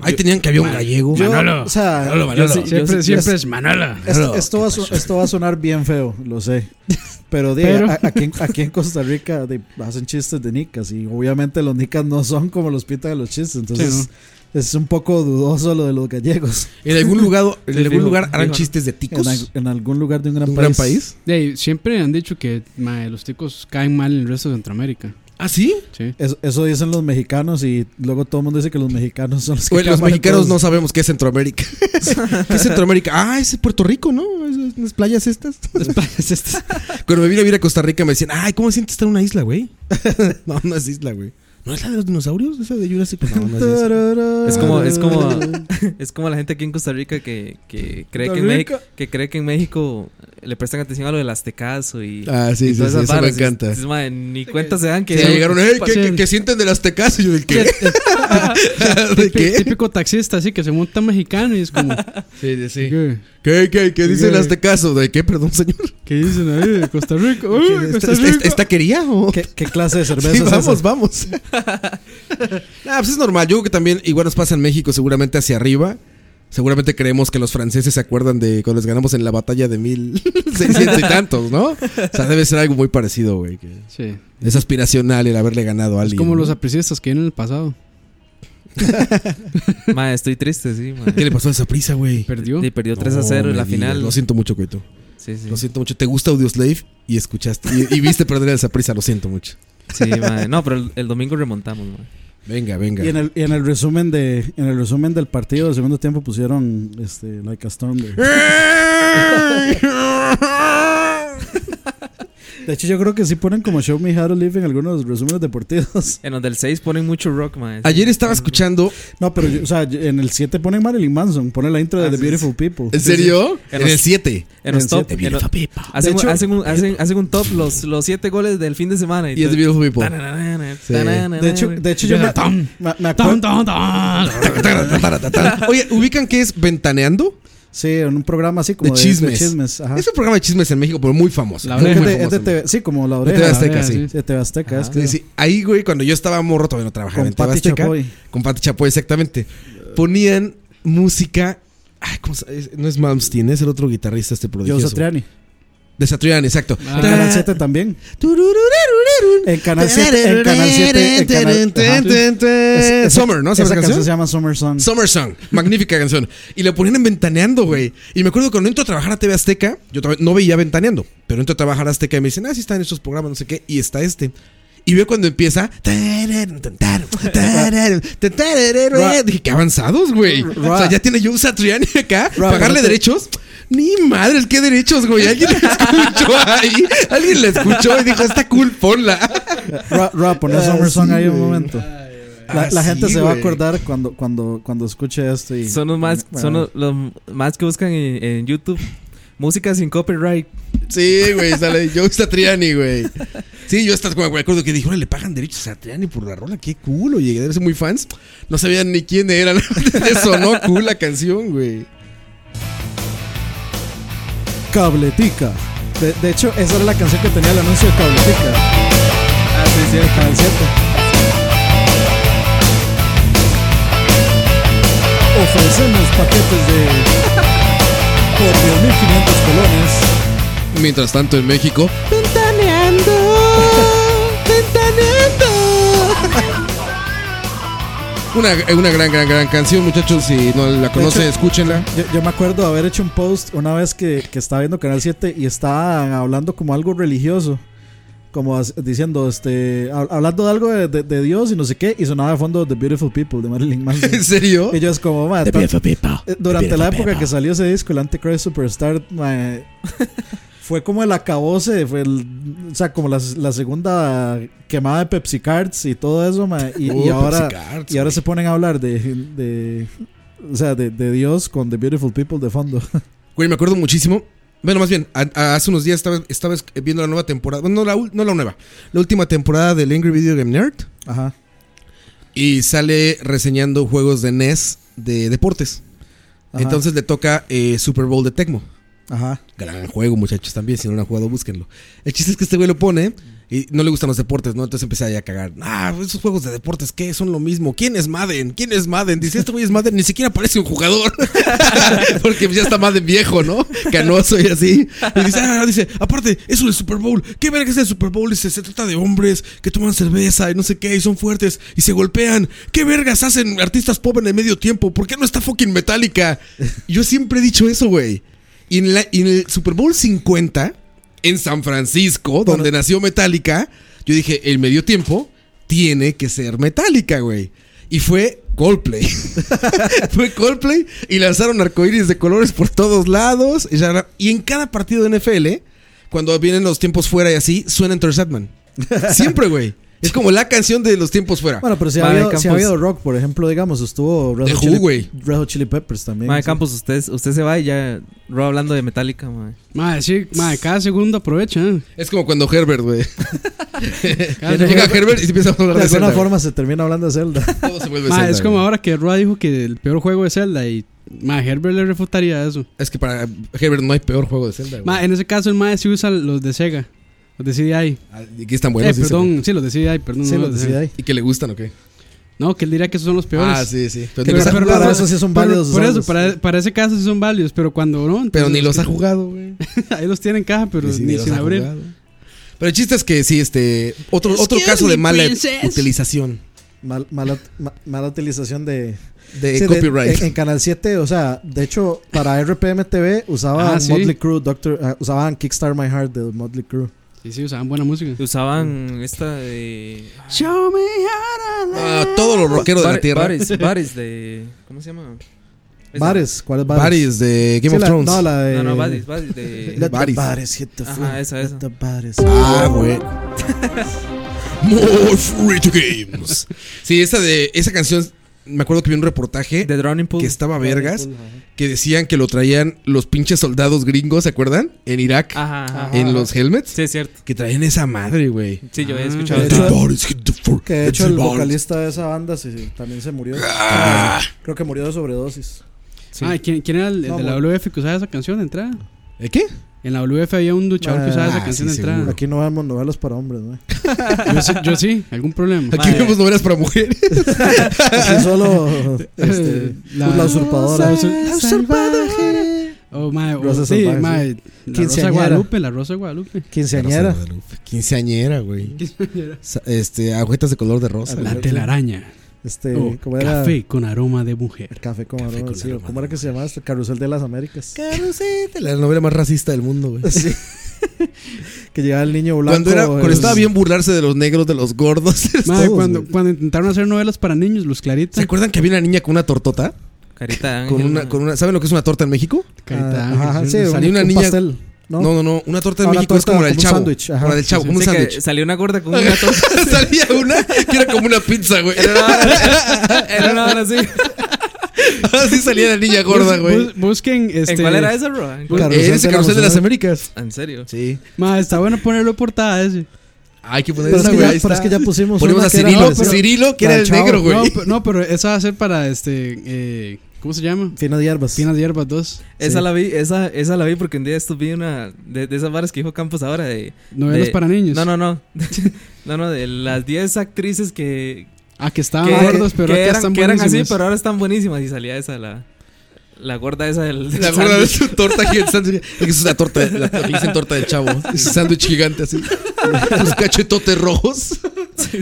[SPEAKER 4] Ahí tenían que había un gallego.
[SPEAKER 5] Yo,
[SPEAKER 4] Manolo.
[SPEAKER 5] o sea,
[SPEAKER 4] Manolo,
[SPEAKER 5] yo
[SPEAKER 4] Manolo.
[SPEAKER 5] sí- yo
[SPEAKER 3] Siempre,
[SPEAKER 5] sí-
[SPEAKER 3] siempre
[SPEAKER 5] yo-
[SPEAKER 3] es Manola.
[SPEAKER 4] Manolo,
[SPEAKER 5] Esto, esto va a, su- esto va a sonar bien feo, lo sé. Pero, de,
[SPEAKER 3] Pero-
[SPEAKER 5] a- aquí, en- aquí en Costa Rica de- hacen chistes de nicas y obviamente los nicas no son como los pitas de los chistes. Entonces
[SPEAKER 3] Sí,
[SPEAKER 5] es un poco dudoso lo de los gallegos.
[SPEAKER 4] En algún lugar, en
[SPEAKER 6] Sí,
[SPEAKER 4] algún
[SPEAKER 6] fijo,
[SPEAKER 4] lugar harán
[SPEAKER 6] fijo.
[SPEAKER 4] chistes de
[SPEAKER 5] En,
[SPEAKER 4] ticos.
[SPEAKER 5] al- en algún lugar de un gran,
[SPEAKER 4] ¿Un
[SPEAKER 5] país.
[SPEAKER 4] gran país?
[SPEAKER 3] Ey, siempre han dicho que mae, los ticos caen mal en el resto de Centroamérica.
[SPEAKER 4] ¿Ah, sí?
[SPEAKER 3] Sí.
[SPEAKER 5] Eso, eso dicen los mexicanos y luego todo el mundo dice que los mexicanos son los que
[SPEAKER 4] Güey, los
[SPEAKER 5] acaban
[SPEAKER 4] mexicanos no
[SPEAKER 5] todos.
[SPEAKER 4] sabemos qué es Centroamérica. ¿Qué es Centroamérica? Ah, es Puerto Rico, ¿no? Es- es- Las playas estas.
[SPEAKER 3] Las playas estas.
[SPEAKER 4] *laughs* Cuando me vine a vivir a Costa Rica me decían, ay, ¿cómo sientes estar en una isla, güey? no, no es isla, güey. ¿No es la de los dinosaurios? ¿Esa de Jurassic? No, no es esa.
[SPEAKER 6] Es como, es como, es como la gente aquí en Costa Rica que, que cree que en
[SPEAKER 5] Costa
[SPEAKER 6] México,
[SPEAKER 5] Rica.
[SPEAKER 6] que cree que en México le prestan atención a lo del aztecaso y.
[SPEAKER 4] Ah, sí,
[SPEAKER 6] y
[SPEAKER 4] sí,
[SPEAKER 6] todas
[SPEAKER 4] sí,
[SPEAKER 6] esas
[SPEAKER 4] eso me
[SPEAKER 6] varas. Y
[SPEAKER 4] encanta.
[SPEAKER 6] es- mae, ni cuenta se dan que.
[SPEAKER 4] Sí, llegaron, ¿eh? "Ey, ¿qué- qué- qué sienten del Aztecaso? Y yo,
[SPEAKER 6] *laughs*
[SPEAKER 4] ¿el qué? *laughs*
[SPEAKER 3] Típico, típico taxista, así que se monta mexicano y es
[SPEAKER 4] *laughs*
[SPEAKER 3] como.
[SPEAKER 4] Sí, sí, sí. ¿Qué, qué, qué dice el
[SPEAKER 3] ¿Qué?
[SPEAKER 4] Aztecaso? ¿De qué, perdón, señor?
[SPEAKER 3] ¿Qué dicen ahí de Costa Rica? ¡Uy, Costa Rica!
[SPEAKER 4] ¿Esta quería o...?
[SPEAKER 5] ¿Qué, clase de
[SPEAKER 4] *laughs*
[SPEAKER 5] cerveza
[SPEAKER 4] Sí,
[SPEAKER 5] es
[SPEAKER 4] vamos,
[SPEAKER 5] esa?
[SPEAKER 4] vamos. ¿eh? *laughs* Nah, pues es normal. Yo creo que también igual nos pasa en México, seguramente hacia arriba. Seguramente creemos que los franceses se acuerdan de cuando les ganamos en la batalla de *laughs* 1600 y tantos, ¿no? O sea, debe ser algo muy parecido, güey. que
[SPEAKER 3] Sí.
[SPEAKER 4] Es aspiracional el haberle ganado a
[SPEAKER 3] Es
[SPEAKER 4] alguien.
[SPEAKER 3] como
[SPEAKER 4] ¿no?
[SPEAKER 3] los apresistas que vienen en el pasado.
[SPEAKER 6] Mae, estoy triste, sí, mae.
[SPEAKER 4] ¿Qué le pasó a esa prisa, güey?
[SPEAKER 3] Perdió.
[SPEAKER 6] Sí, perdió 3 a
[SPEAKER 4] No
[SPEAKER 6] 0 en
[SPEAKER 4] me
[SPEAKER 6] la
[SPEAKER 4] digas.
[SPEAKER 6] final.
[SPEAKER 4] Lo siento mucho, Coito.
[SPEAKER 6] Sí, sí.
[SPEAKER 4] Lo siento mucho. ¿Te gusta Audioslave? Y escuchaste. Y, y viste perder a esa prisa, lo siento mucho.
[SPEAKER 6] Sí, mae. No, pero el, el domingo remontamos, mae.
[SPEAKER 4] Venga, venga.
[SPEAKER 5] Y en, el, y en el resumen de en el resumen del partido del segundo tiempo pusieron este Like a Storm. De, De hecho yo creo que sí ponen como Show Me How to Live en algunos resúmenes deportivos. *laughs*
[SPEAKER 6] En los del 6 ponen mucho rock, mae.
[SPEAKER 4] *laughs* Ayer estaba escuchando.
[SPEAKER 5] No, pero yo- o sea, yo- en el 7 ponen Marilyn Manson, ponen la intro de The Beautiful People.
[SPEAKER 4] Ah, ¿En serio? En el 7.
[SPEAKER 6] En los top.
[SPEAKER 5] siete.
[SPEAKER 6] en los-
[SPEAKER 5] De
[SPEAKER 6] hacen,
[SPEAKER 5] hecho-
[SPEAKER 6] hacen un, hacen, hacen un top los, los siete goles del fin de semana.
[SPEAKER 4] Y es The Beautiful People.
[SPEAKER 6] Tananana,
[SPEAKER 4] Sí.
[SPEAKER 6] tananana.
[SPEAKER 5] De hecho, de hecho yo me,
[SPEAKER 3] Tan,
[SPEAKER 5] me- me
[SPEAKER 3] tan,
[SPEAKER 5] acuerdo.
[SPEAKER 3] tan, tan.
[SPEAKER 4] *laughs* Oye, ¿ubican qué es Ventaneando?
[SPEAKER 5] Sí, en un programa así
[SPEAKER 4] De
[SPEAKER 5] como de-
[SPEAKER 4] chismes.
[SPEAKER 5] De chismes ajá.
[SPEAKER 4] Es un programa de chismes en México, pero muy famoso.
[SPEAKER 3] La
[SPEAKER 4] muy,
[SPEAKER 5] Es
[SPEAKER 4] muy
[SPEAKER 5] de- es
[SPEAKER 4] famoso
[SPEAKER 5] de
[SPEAKER 4] en
[SPEAKER 5] TV sí, como la
[SPEAKER 4] De
[SPEAKER 5] oreja.
[SPEAKER 4] TV Azteca, sí.
[SPEAKER 3] sí.
[SPEAKER 5] De TV Azteca, es
[SPEAKER 4] Sí,
[SPEAKER 5] que-
[SPEAKER 4] sí. Ahí, güey, cuando yo estaba morro, todavía no trabajaba
[SPEAKER 5] Con
[SPEAKER 4] en TV
[SPEAKER 5] Pati
[SPEAKER 4] Azteca.
[SPEAKER 5] Chapoy.
[SPEAKER 4] Con Pati Chapoy, exactamente. Ponían música. Ay, ¿cómo se- es- No es Malmsteen, es el otro guitarrista este
[SPEAKER 5] Joe
[SPEAKER 4] prodigioso.
[SPEAKER 5] Satriani.
[SPEAKER 4] De Satriani, exacto.
[SPEAKER 5] En Canal 7 también. En Canal 7. En Canal 7. En Canal- ajá. Es- esa-
[SPEAKER 4] Eh, Summer, ¿no? ¿Se llama
[SPEAKER 5] Esa
[SPEAKER 4] la
[SPEAKER 5] canción
[SPEAKER 4] canción?
[SPEAKER 5] se llama Summer Song.
[SPEAKER 4] Summer Song, magnífica canción. Y la ponían en Ventaneando, güey. Y me acuerdo que cuando entro a trabajar a TV Azteca, yo tra- no veía Ventaneando, pero entro a trabajar a Azteca y me dicen, ah, sí están estos programas, no sé qué, y está este. Y veo cuando empieza. tararán, tararán, tararán, tararán. Dije, qué avanzados, güey. O sea, ya tiene Joe Satriani acá.
[SPEAKER 5] pero
[SPEAKER 4] Pagarle
[SPEAKER 5] te-
[SPEAKER 4] derechos. Ni madres, qué derechos, güey. Alguien la escuchó ahí. Alguien la escuchó y dijo, está cool, ponla.
[SPEAKER 5] Ra, ra, poner Summer Song ahí un momento. La, la
[SPEAKER 4] Ah,
[SPEAKER 5] gente
[SPEAKER 4] sí,
[SPEAKER 5] se va a
[SPEAKER 4] güey.
[SPEAKER 5] acordar cuando, cuando, cuando escuche esto. Y,
[SPEAKER 6] Son los más,
[SPEAKER 5] Bueno,
[SPEAKER 6] son los, los más que buscan en, en YouTube. Música sin copyright.
[SPEAKER 4] Sí, güey, sale Joe Satriani, güey. Sí, yo hasta me acuerdo que dije, "Órale, le pagan derechos a Satriani por la rola, qué culo. Llegué a ser muy fans. No sabían ni quién era. *laughs* Te sonó cool la canción, güey.
[SPEAKER 5] Cabletica. De, de hecho, esa era la canción que tenía el anuncio de Cabletica. Ah, sí, sí, Canal 7. Ofrecemos paquetes de. por 2.500 colones.
[SPEAKER 4] Mientras tanto, en México.
[SPEAKER 7] Ventaneando, ventaneando.
[SPEAKER 4] Una, una gran, gran, gran canción, muchachos. Si no la conocen,
[SPEAKER 5] hecho-
[SPEAKER 4] escúchenla.
[SPEAKER 5] Yo, yo me acuerdo de haber hecho un post una vez que, que estaba viendo Canal 7 y estaban hablando como algo religioso. Como as- diciendo, este, hab- hablando de algo de, de- de Dios y no sé qué, y sonaba de fondo The Beautiful People de
[SPEAKER 4] *laughs*
[SPEAKER 5] Marilyn Manson.
[SPEAKER 4] ¿En serio?
[SPEAKER 5] Y yo es como, ma, tan- eh, durante la época que salió ese disco, el Antichrist Superstar, ma, *laughs* eh, fue como el acabose, fue el, o sea, como la, la segunda quemada de Pepsi Cards y todo eso, ma, y, y
[SPEAKER 4] Uh, Pepsi
[SPEAKER 5] ahora,
[SPEAKER 4] Cards,
[SPEAKER 5] y ahora
[SPEAKER 4] güey.
[SPEAKER 5] se ponen a hablar de, de o sea, de, de Dios con The Beautiful People de fondo. *laughs*
[SPEAKER 4] Güey, me acuerdo muchísimo. Bueno, más bien, a- a- hace unos días estaba, estaba es- viendo la nueva temporada. Bueno, no la, ul- no la nueva. La última temporada del Angry Video Game Nerd.
[SPEAKER 5] Ajá.
[SPEAKER 4] Y sale reseñando juegos de NES de deportes.
[SPEAKER 5] Ajá.
[SPEAKER 4] Entonces le toca eh, Super Bowl de Tecmo.
[SPEAKER 5] Ajá.
[SPEAKER 4] Gran juego, muchachos, también. Si no lo han jugado, búsquenlo. El chiste es que este güey lo pone y no le gustan los deportes, ¿no? Entonces empecé ahí a cagar. Ah, esos juegos de deportes, ¿qué? Son lo mismo. ¿Quién es Madden? ¿Quién es Madden? Dice, este güey es Madden, ni siquiera parece un jugador. *laughs* Porque ya está Madden viejo, ¿no? Canoso y así. Y dice, ah, dice, aparte, eso del Super Bowl. ¿Qué verga es el Super Bowl? Dice, se trata de hombres que toman cerveza y no sé qué, y son fuertes y se golpean. ¿Qué vergas hacen artistas pop en el medio tiempo? ¿Por qué no está fucking Metallica? Yo siempre he dicho eso, güey. Y en, la- y en el Super Bowl 50, en San Francisco, donde nació Metallica, yo dije, el medio tiempo tiene que ser Metallica, güey. Y fue Coldplay. *laughs* fue Coldplay y lanzaron arcoíris de colores por todos lados. Y, ya- y en cada partido de NFL, cuando vienen los tiempos fuera y así, suena Enter Sandman. Siempre, güey. Es como la canción de los tiempos fuera.
[SPEAKER 5] Bueno, pero si ha,
[SPEAKER 4] Mae,
[SPEAKER 5] habido, si ha
[SPEAKER 4] Campos.
[SPEAKER 5] habido rock, por ejemplo, digamos, estuvo Red,
[SPEAKER 4] The
[SPEAKER 5] Hot
[SPEAKER 4] Who,
[SPEAKER 5] Chili-
[SPEAKER 4] güey.
[SPEAKER 5] Red Hot Chili Peppers también.
[SPEAKER 6] Mae,
[SPEAKER 5] sí.
[SPEAKER 6] Campos, usted, usted se va y ya Rob hablando de Metallica, mae.
[SPEAKER 3] Madre, sí, madre, cada segundo aprovecha. ¿eh?
[SPEAKER 4] Es como cuando Herbert,
[SPEAKER 5] *laughs*
[SPEAKER 4] güey.
[SPEAKER 3] Cada
[SPEAKER 4] Llega
[SPEAKER 3] segundo-
[SPEAKER 4] Herbert y se empieza a hablar de
[SPEAKER 5] De alguna
[SPEAKER 4] Zelda,
[SPEAKER 5] forma Ah, se termina hablando de Zelda. *laughs*
[SPEAKER 4] Todo se
[SPEAKER 3] Mae,
[SPEAKER 4] vuelve Pues Zelda,
[SPEAKER 3] es como ahora que Roa dijo que el peor juego es Zelda y mae, Herbert le refutaría eso.
[SPEAKER 4] Es que para Herbert no hay peor juego de Zelda, güey.
[SPEAKER 3] Mae, en ese caso el Mae sí usa los de Sega, los de CDI.
[SPEAKER 4] Ah, y que están buenos,
[SPEAKER 3] Eh,
[SPEAKER 4] dice,
[SPEAKER 3] perdón, sí, los de CDI, perdón.
[SPEAKER 4] Mm, Sí,
[SPEAKER 3] no
[SPEAKER 4] los de
[SPEAKER 3] Sega.
[SPEAKER 4] ¿Y que le gustan o qué?
[SPEAKER 3] No, que él diría que esos son los peores.
[SPEAKER 4] Ah, sí, sí. Pero ni los ha jugado. Para eso sí son
[SPEAKER 3] pero-
[SPEAKER 4] válidos
[SPEAKER 3] Por eso,
[SPEAKER 4] usarlos.
[SPEAKER 3] para, para ese caso sí son válidos, pero cuando no.
[SPEAKER 4] Pero ni los ha
[SPEAKER 3] jugado, güey. *laughs* Ahí los tiene en caja, pero
[SPEAKER 4] Sí, sí,
[SPEAKER 3] ni
[SPEAKER 4] ni los
[SPEAKER 3] sin
[SPEAKER 4] ha
[SPEAKER 3] abrir.
[SPEAKER 4] jugado. Pero el chiste es que sí, este. Otro, otro
[SPEAKER 5] Excuse
[SPEAKER 4] caso de
[SPEAKER 5] me,
[SPEAKER 4] mala
[SPEAKER 5] princess.
[SPEAKER 4] utilización.
[SPEAKER 5] Mal- mala, ma- mala utilización de,
[SPEAKER 4] De Eh, copyright.
[SPEAKER 5] en, en Canal 7, o sea, de hecho, para RPM TV usaban
[SPEAKER 3] Ah, sí.
[SPEAKER 5] Motley Crue, Doctor, ah, usaban Kickstart My Heart de Motley Crue.
[SPEAKER 3] Sí, sí, usaban buena música.
[SPEAKER 6] Usaban esta de.
[SPEAKER 3] Show me
[SPEAKER 4] Ah, todos los rockeros de la
[SPEAKER 6] Bares-
[SPEAKER 4] tierra.
[SPEAKER 6] Bares, bares de. ¿Cómo se llama? Esa.
[SPEAKER 5] Bares, ¿cuál es Bares?
[SPEAKER 4] Bares eh, de Game
[SPEAKER 5] Sí,
[SPEAKER 4] of
[SPEAKER 5] la-
[SPEAKER 4] Thrones.
[SPEAKER 5] no, la de-
[SPEAKER 6] No, no, bares, bares de.
[SPEAKER 5] Let the bares hit the floor.
[SPEAKER 6] Ajá, esa,
[SPEAKER 5] Let
[SPEAKER 6] esa.
[SPEAKER 5] the bares-
[SPEAKER 4] Ah, güey. *laughs* More free to games. Sí, esa de esa canción me acuerdo que vi un reportaje
[SPEAKER 6] de Drowning Pool
[SPEAKER 4] que estaba
[SPEAKER 6] Drowning
[SPEAKER 4] vergas
[SPEAKER 6] Pool, ajá.
[SPEAKER 4] que decían que lo traían los pinches soldados gringos, ¿se acuerdan? En Irak,
[SPEAKER 6] Ajá, ajá,
[SPEAKER 4] en
[SPEAKER 6] ajá.
[SPEAKER 4] los helmets.
[SPEAKER 6] Sí, es cierto.
[SPEAKER 4] Que traían esa madre, güey.
[SPEAKER 6] Sí, yo he
[SPEAKER 4] Ah.
[SPEAKER 6] escuchado
[SPEAKER 4] Let
[SPEAKER 6] eso.
[SPEAKER 4] the bodies hit the floor.
[SPEAKER 5] Que de
[SPEAKER 4] Let
[SPEAKER 5] hecho
[SPEAKER 4] the
[SPEAKER 5] el
[SPEAKER 4] bodies-
[SPEAKER 5] vocalista de esa banda se- se- también se murió. Creo que murió de sobredosis.
[SPEAKER 3] Ah, ¿quién, quién era el, el
[SPEAKER 5] No,
[SPEAKER 3] de la WF que usaba esa canción de entrada?
[SPEAKER 4] ¿Eh, qué?
[SPEAKER 3] En la WF había un duchador que usaba esa
[SPEAKER 5] Ah,
[SPEAKER 3] canción
[SPEAKER 5] sí,
[SPEAKER 3] de entrada.
[SPEAKER 5] seguro. Aquí no vemos novelas para hombres, ¿no?
[SPEAKER 3] Yo sí, yo sí, algún problema. *laughs*
[SPEAKER 4] Aquí
[SPEAKER 3] Mae.
[SPEAKER 4] vemos novelas para mujeres.
[SPEAKER 5] Aquí solo este, la, usurpadora.
[SPEAKER 3] La, usur- la usurpadora. Oh, mae, oh,
[SPEAKER 5] Rosa
[SPEAKER 3] sí,
[SPEAKER 5] salvaje,
[SPEAKER 3] mae,
[SPEAKER 5] sí.
[SPEAKER 3] La Rosa
[SPEAKER 5] Quinceañera.
[SPEAKER 3] Guadalupe, la Rosa Guadalupe.
[SPEAKER 5] *laughs* Quinceañera.
[SPEAKER 4] Quinceañera, güey.
[SPEAKER 3] Quinceañera.
[SPEAKER 4] Sa- Este, agujetas de color de rosa.
[SPEAKER 3] La
[SPEAKER 4] güey.
[SPEAKER 3] telaraña.
[SPEAKER 5] Este,
[SPEAKER 3] Oh,
[SPEAKER 5] ¿cómo era?
[SPEAKER 3] Café con aroma de mujer.
[SPEAKER 5] Café con aroma, sí, o ¿Cómo era que se llamaba este? Carrusel de las Américas.
[SPEAKER 4] Carrusel de La novela más racista del mundo, güey.
[SPEAKER 5] Sí. que llegaba el niño blanco.
[SPEAKER 4] Cuando, era, cuando
[SPEAKER 5] el-
[SPEAKER 4] estaba bien burlarse de los negros, de los gordos. *laughs*
[SPEAKER 3] Mae,
[SPEAKER 4] Todos,
[SPEAKER 3] cuando,
[SPEAKER 4] güey.
[SPEAKER 3] cuando intentaron hacer novelas para niños, Luz Clarita.
[SPEAKER 4] ¿Se acuerdan que había una niña con una tortota?
[SPEAKER 6] Carita de ángel,
[SPEAKER 4] Con una,
[SPEAKER 6] mae.
[SPEAKER 4] con una, ¿Saben lo que es una torta en México?
[SPEAKER 3] Carita
[SPEAKER 5] Ah, ajá,
[SPEAKER 3] ángel,
[SPEAKER 5] sí,
[SPEAKER 3] sí,
[SPEAKER 5] un-
[SPEAKER 4] Salió una
[SPEAKER 5] un
[SPEAKER 4] niña.
[SPEAKER 5] pastel, ¿no?
[SPEAKER 4] ¿no? no, no, Una torta en
[SPEAKER 5] Ah, una
[SPEAKER 4] México es
[SPEAKER 5] torta
[SPEAKER 4] como la del
[SPEAKER 5] como un
[SPEAKER 4] chavo.
[SPEAKER 5] sándwich, ajá.
[SPEAKER 4] Como la del chavo,
[SPEAKER 5] Sí,
[SPEAKER 4] como un
[SPEAKER 6] Sí, que
[SPEAKER 4] sándwich.
[SPEAKER 6] Salió una gorda con un gato.
[SPEAKER 4] *laughs* Salía una que era como una pizza, güey.
[SPEAKER 6] *laughs*
[SPEAKER 4] *laughs*
[SPEAKER 6] Era una hora así.
[SPEAKER 4] Así salía la niña gorda,
[SPEAKER 5] Pues,
[SPEAKER 3] Bus-
[SPEAKER 4] güey.
[SPEAKER 3] bus- busquen este.
[SPEAKER 6] ¿En cuál era esa, bro? ¿En cuál?
[SPEAKER 5] Claro.
[SPEAKER 4] Eh, Eres el carrusel de las Américas.
[SPEAKER 6] ¿En serio?
[SPEAKER 4] Sí.
[SPEAKER 3] Mae, está bueno ponerlo portada ese.
[SPEAKER 4] Hay que poner
[SPEAKER 5] Pero es,
[SPEAKER 4] esa,
[SPEAKER 5] que
[SPEAKER 4] güey.
[SPEAKER 5] ya,
[SPEAKER 4] ahí
[SPEAKER 5] pero es
[SPEAKER 4] está.
[SPEAKER 5] que ya pusimos.
[SPEAKER 4] Ponemos
[SPEAKER 5] una
[SPEAKER 4] a
[SPEAKER 5] que era-
[SPEAKER 4] Cirilo.
[SPEAKER 5] no, pero-
[SPEAKER 4] Cirilo, que
[SPEAKER 5] la
[SPEAKER 4] era
[SPEAKER 5] del
[SPEAKER 4] el
[SPEAKER 5] chavo.
[SPEAKER 4] negro, güey.
[SPEAKER 3] No, pe- no, pero esa va a ser para este. eh, ¿Cómo se llama?
[SPEAKER 5] Finas hierbas.
[SPEAKER 3] Finas de hierbas 2.
[SPEAKER 6] Esa
[SPEAKER 5] Sí.
[SPEAKER 6] la vi, esa, esa la vi porque un día esto vi una de, de esas varas que dijo Campos ahora de
[SPEAKER 3] Novelas
[SPEAKER 6] de-
[SPEAKER 3] para niños.
[SPEAKER 6] No, no, no. *laughs* no, no, de las 10 actrices que
[SPEAKER 3] Ah, que estaban
[SPEAKER 6] que,
[SPEAKER 3] gordos, pero
[SPEAKER 6] que
[SPEAKER 3] acá
[SPEAKER 6] eran,
[SPEAKER 3] están
[SPEAKER 6] que eran así,
[SPEAKER 3] buenísimas.
[SPEAKER 6] pero ahora están buenísimas y salía esa la la gorda esa del del
[SPEAKER 4] *laughs* La gorda de
[SPEAKER 6] sándwich.
[SPEAKER 4] su torta gigante. sándwich. Es que es la torta, la, la que dicen torta del chavo. Es un sándwich gigante así. Sus cachetotes rojos. *laughs*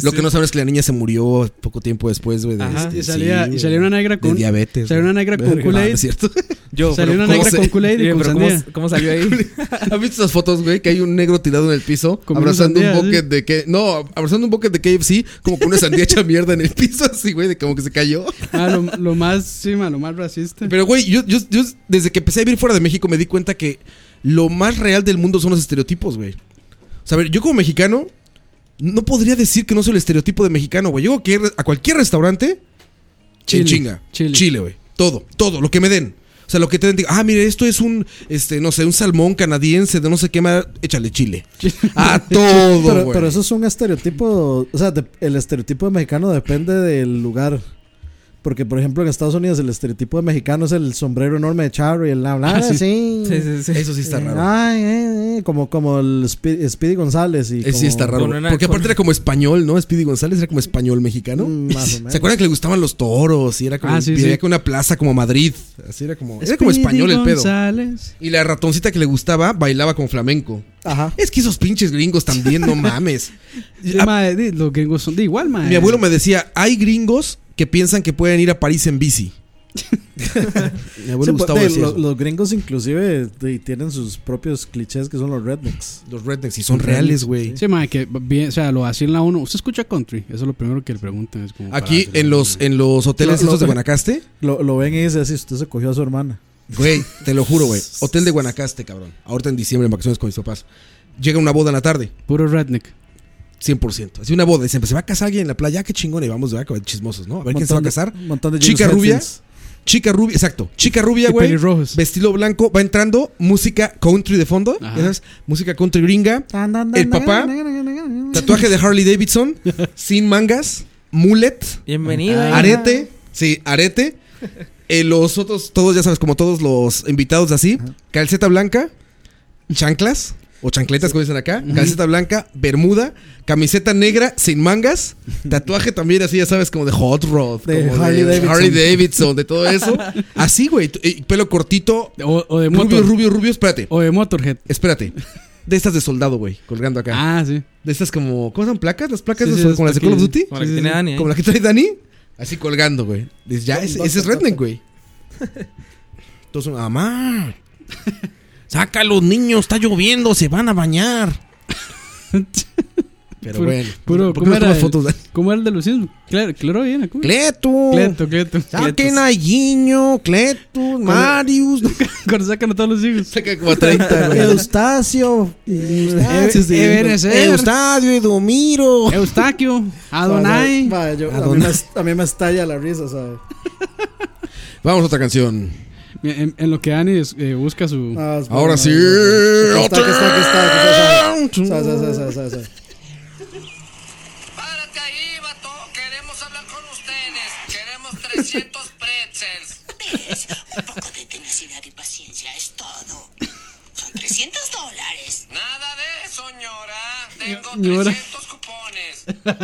[SPEAKER 4] Lo que no saben es que la niña se murió poco tiempo después, güey. de
[SPEAKER 6] Ajá.
[SPEAKER 4] este,
[SPEAKER 3] Y salía,
[SPEAKER 4] sí,
[SPEAKER 3] y
[SPEAKER 4] güey.
[SPEAKER 3] salía una negra
[SPEAKER 4] De
[SPEAKER 3] con.
[SPEAKER 4] diabetes.
[SPEAKER 3] Salía una
[SPEAKER 4] güey.
[SPEAKER 3] negra con
[SPEAKER 4] Verga, no,
[SPEAKER 3] Kool-Aid.
[SPEAKER 4] no es cierto.
[SPEAKER 6] Yo,
[SPEAKER 3] Salió
[SPEAKER 6] pero
[SPEAKER 3] una
[SPEAKER 4] ¿cómo
[SPEAKER 3] negra
[SPEAKER 4] se-
[SPEAKER 3] con Kool-Aid y
[SPEAKER 6] Oye,
[SPEAKER 3] con
[SPEAKER 6] pero ¿cómo,
[SPEAKER 3] sandía.
[SPEAKER 6] cómo salió
[SPEAKER 3] *laughs*
[SPEAKER 6] ahí?
[SPEAKER 4] *laughs* ¿Has visto esas fotos, güey? Que hay un negro tirado en el piso,
[SPEAKER 3] Comiendo
[SPEAKER 4] abrazando
[SPEAKER 3] sandía,
[SPEAKER 4] un bucket de que. No, abrazando un bucket de KFC, como con una sandía hecha mierda en el piso, así, güey, de como que se cayó.
[SPEAKER 3] Ah, lo, lo más, sí, ma, lo más racista.
[SPEAKER 4] Pero, güey, yo, yo, yo desde que empecé a vivir fuera de México me di cuenta que lo más real del mundo son los estereotipos, güey. O sea, a ver, yo como mexicano no podría decir que no soy el estereotipo de mexicano, güey. Yo a cualquier, a cualquier restaurante,
[SPEAKER 3] Chile,
[SPEAKER 4] en chinga.
[SPEAKER 3] chile.
[SPEAKER 4] Chile. güey. Todo, todo, lo que me den. O sea, lo que te den, digo, ah, mire, esto es un, este, no sé, un salmón canadiense de no sé qué más, échale chile. A todo,
[SPEAKER 5] Pero, pero
[SPEAKER 4] güey.
[SPEAKER 5] eso es un estereotipo. O sea, de- el estereotipo de mexicano depende del lugar. Porque, por ejemplo, en Estados Unidos el estereotipo de mexicano es el sombrero enorme de charro y el bla bla. sí.
[SPEAKER 6] Sí, sí, sí.
[SPEAKER 4] Eso Ah, sí está raro.
[SPEAKER 5] Ay, eh, eh, como, como el Spe- Speedy González. Y
[SPEAKER 4] Ese Eh, sí
[SPEAKER 5] como-
[SPEAKER 4] está raro.
[SPEAKER 6] Con una-
[SPEAKER 4] porque aparte
[SPEAKER 6] con-
[SPEAKER 4] era como español, ¿no? Speedy González era como español mexicano.
[SPEAKER 5] Mm, más o
[SPEAKER 4] *laughs*
[SPEAKER 5] menos.
[SPEAKER 4] ¿Se acuerdan que le gustaban los toros? Y era como
[SPEAKER 3] Ah, sí,
[SPEAKER 4] vivía
[SPEAKER 3] sí.
[SPEAKER 4] que una plaza como Madrid. Así era como. Era como español el pedo.
[SPEAKER 3] González.
[SPEAKER 4] Y la ratoncita que le gustaba bailaba con flamenco.
[SPEAKER 5] Ajá.
[SPEAKER 4] Es que esos pinches gringos
[SPEAKER 3] *laughs*
[SPEAKER 4] también, no mames.
[SPEAKER 3] Sí,
[SPEAKER 4] Ah,
[SPEAKER 3] ma, di- los gringos son de igual, ma.
[SPEAKER 4] mi abuelo me decía: hay gringos que piensan que pueden ir a París en bici. mi abuelo
[SPEAKER 5] Sí, pues,
[SPEAKER 4] Gustavo
[SPEAKER 5] de-
[SPEAKER 4] decía
[SPEAKER 5] lo-
[SPEAKER 4] eso.
[SPEAKER 5] los gringos inclusive de- tienen sus propios clichés que son los rednecks.
[SPEAKER 4] Los rednecks, y son reales, güey.
[SPEAKER 3] Sí, ma, que bien, o sea, lo hacía en la 1. ¿Usted escucha country? Eso es lo primero que le preguntan. Es como
[SPEAKER 4] Aquí
[SPEAKER 3] para-
[SPEAKER 4] en los, en los hoteles
[SPEAKER 5] Lo- lo-
[SPEAKER 4] estos de Guanacaste,
[SPEAKER 5] Lo, lo ven y dicen así, usted se cogió a su hermana.
[SPEAKER 4] Güey, te lo juro, güey. Hotel de Guanacaste, cabrón. Ahorita en diciembre, en vacaciones con mis papás. Llega una boda en la tarde.
[SPEAKER 3] Puro redneck.
[SPEAKER 4] 100%. Así una boda. Y siempre se va a casar alguien en la playa. ah, Qué chingón. Y vamos a ver, chismosos, ¿no? A ver quién se va a
[SPEAKER 5] Montón de-
[SPEAKER 4] casar.
[SPEAKER 5] montón de
[SPEAKER 4] Chica
[SPEAKER 5] James
[SPEAKER 4] rubia.
[SPEAKER 5] Hetfields.
[SPEAKER 4] Chica rubia, exacto. Chica rubia,
[SPEAKER 5] Y
[SPEAKER 4] güey. Vestido blanco. Va entrando. Música country de fondo. ya sabes, Música country gringa. El papá. Tatuaje de Harley
[SPEAKER 5] *laughs*
[SPEAKER 4] Davidson. sin mangas. Mullet.
[SPEAKER 6] Bienvenido.
[SPEAKER 3] Ah,
[SPEAKER 4] Arete. Sí, arete. Eh, los otros, todos, ya sabes, como todos los invitados así. Calceta blanca. Chanclas. O chancletas, como dicen acá. Calceta blanca, bermuda, camiseta negra, sin mangas. Tatuaje también así, ya sabes, como de Hot Rod.
[SPEAKER 5] De
[SPEAKER 4] como
[SPEAKER 5] Harley Davidson.
[SPEAKER 4] Harley Davidson, de todo eso. Así, güey. t- eh, Pelo cortito.
[SPEAKER 3] O, de
[SPEAKER 4] Rubio,
[SPEAKER 3] Motor-
[SPEAKER 4] rubio, rubio, espérate.
[SPEAKER 3] O de Motorhead.
[SPEAKER 4] Espérate. De estas de soldado, güey, colgando acá.
[SPEAKER 3] Ah, sí.
[SPEAKER 4] De estas como. ¿Cómo son placas? ¿Las placas
[SPEAKER 3] Sí,
[SPEAKER 4] de
[SPEAKER 3] sí,
[SPEAKER 4] sol-
[SPEAKER 3] las
[SPEAKER 4] como las de Call of
[SPEAKER 3] plaquillas.
[SPEAKER 4] Duty?
[SPEAKER 6] Como la que
[SPEAKER 4] Sí, sí,
[SPEAKER 6] tiene
[SPEAKER 4] sí.
[SPEAKER 6] Dani ¿eh? ahí.
[SPEAKER 4] Como la que trae Dani. Así colgando, güey. Dices, Ya, ese, ese es Redneck,
[SPEAKER 3] *laughs*
[SPEAKER 4] güey. Entonces, mamá. Saca a los niños, está lloviendo, se van
[SPEAKER 3] *laughs*
[SPEAKER 4] a bañar. Pero
[SPEAKER 3] Puro-
[SPEAKER 4] bueno.
[SPEAKER 3] puro-
[SPEAKER 4] ¿Por
[SPEAKER 3] ¿cómo,
[SPEAKER 4] qué no
[SPEAKER 3] era
[SPEAKER 4] tomas
[SPEAKER 3] el,
[SPEAKER 4] fotos?
[SPEAKER 3] ¿Cómo era el de Lucismo? Claro, claro, bien. ¿cómo?
[SPEAKER 4] Cleto.
[SPEAKER 3] Cleto, Cleto.
[SPEAKER 4] Saquen a Guiño, Cletus, Marius.
[SPEAKER 3] *laughs* Cuando sacan a todos los hijos.
[SPEAKER 4] Sacan como a *laughs* 30, güey.
[SPEAKER 5] Eustacio. Eustacio.
[SPEAKER 3] Eustacio.
[SPEAKER 4] Eustacio, Edomiro.
[SPEAKER 3] Eustaquio. Adonai.
[SPEAKER 5] Va, yo- a, mí
[SPEAKER 4] Adonai.
[SPEAKER 5] me, est- a mí me estalla la risa, ¿sabes?
[SPEAKER 4] Vamos a otra canción.
[SPEAKER 3] Mira, En, en lo que Dani es- eh, busca su.
[SPEAKER 5] Ah, es
[SPEAKER 4] Ahora
[SPEAKER 5] buena,
[SPEAKER 4] sí.
[SPEAKER 5] güey. Está, que está, que está, que está, que está, sabe, sabe, sabe, sabe, sabe, sabe.
[SPEAKER 1] Un poco de tenacidad y paciencia es todo. Son 300 dólares. Nada de eso, señora. Tengo
[SPEAKER 3] Señora.
[SPEAKER 1] 300 cupones. Debe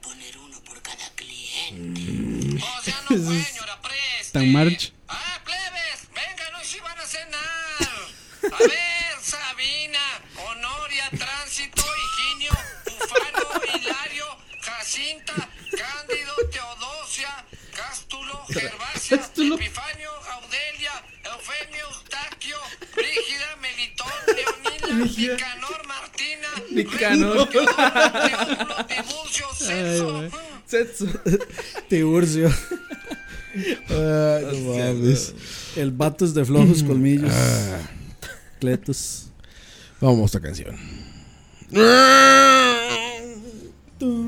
[SPEAKER 1] poner uno por cada cliente. O sea, no
[SPEAKER 3] Eso
[SPEAKER 1] fue,
[SPEAKER 3] es
[SPEAKER 1] señora, preste.
[SPEAKER 3] Tan march.
[SPEAKER 1] Ah, plebes, vengan hoy si van a cenar. A ver, Sabina, Honoria, Tránsito, Higinio, Bufano, Hilario, Jacinta, Cándido, Teodosia, Cástulo, Gervasia,
[SPEAKER 3] Cástulo.
[SPEAKER 1] Epifanio, Audelia, Eufemio, Eustaquio, Brígida, Melitón, Leonila, Nicanor, Martina,
[SPEAKER 6] Nicanor.
[SPEAKER 1] Teodoro, Teodulo, Tiburcio, Celso,
[SPEAKER 5] Tiburcio. Ay, no mames. El Batus de
[SPEAKER 4] Mm.
[SPEAKER 5] flojos colmillos.
[SPEAKER 4] Ah.
[SPEAKER 5] Cletus.
[SPEAKER 4] Vamos a esta canción.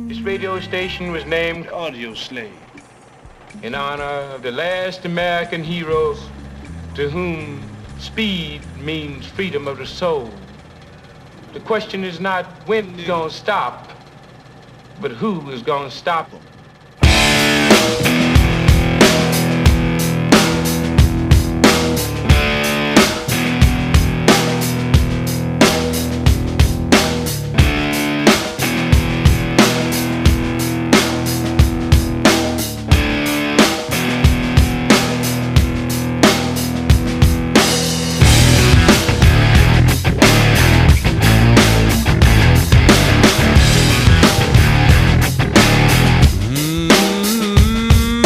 [SPEAKER 2] This radio station was named Audio Slave in honor of the last American heroes to whom speed means freedom of the soul. The question is not when it's gonna stop, but who is gonna stop them.
[SPEAKER 1] Thank
[SPEAKER 6] oh,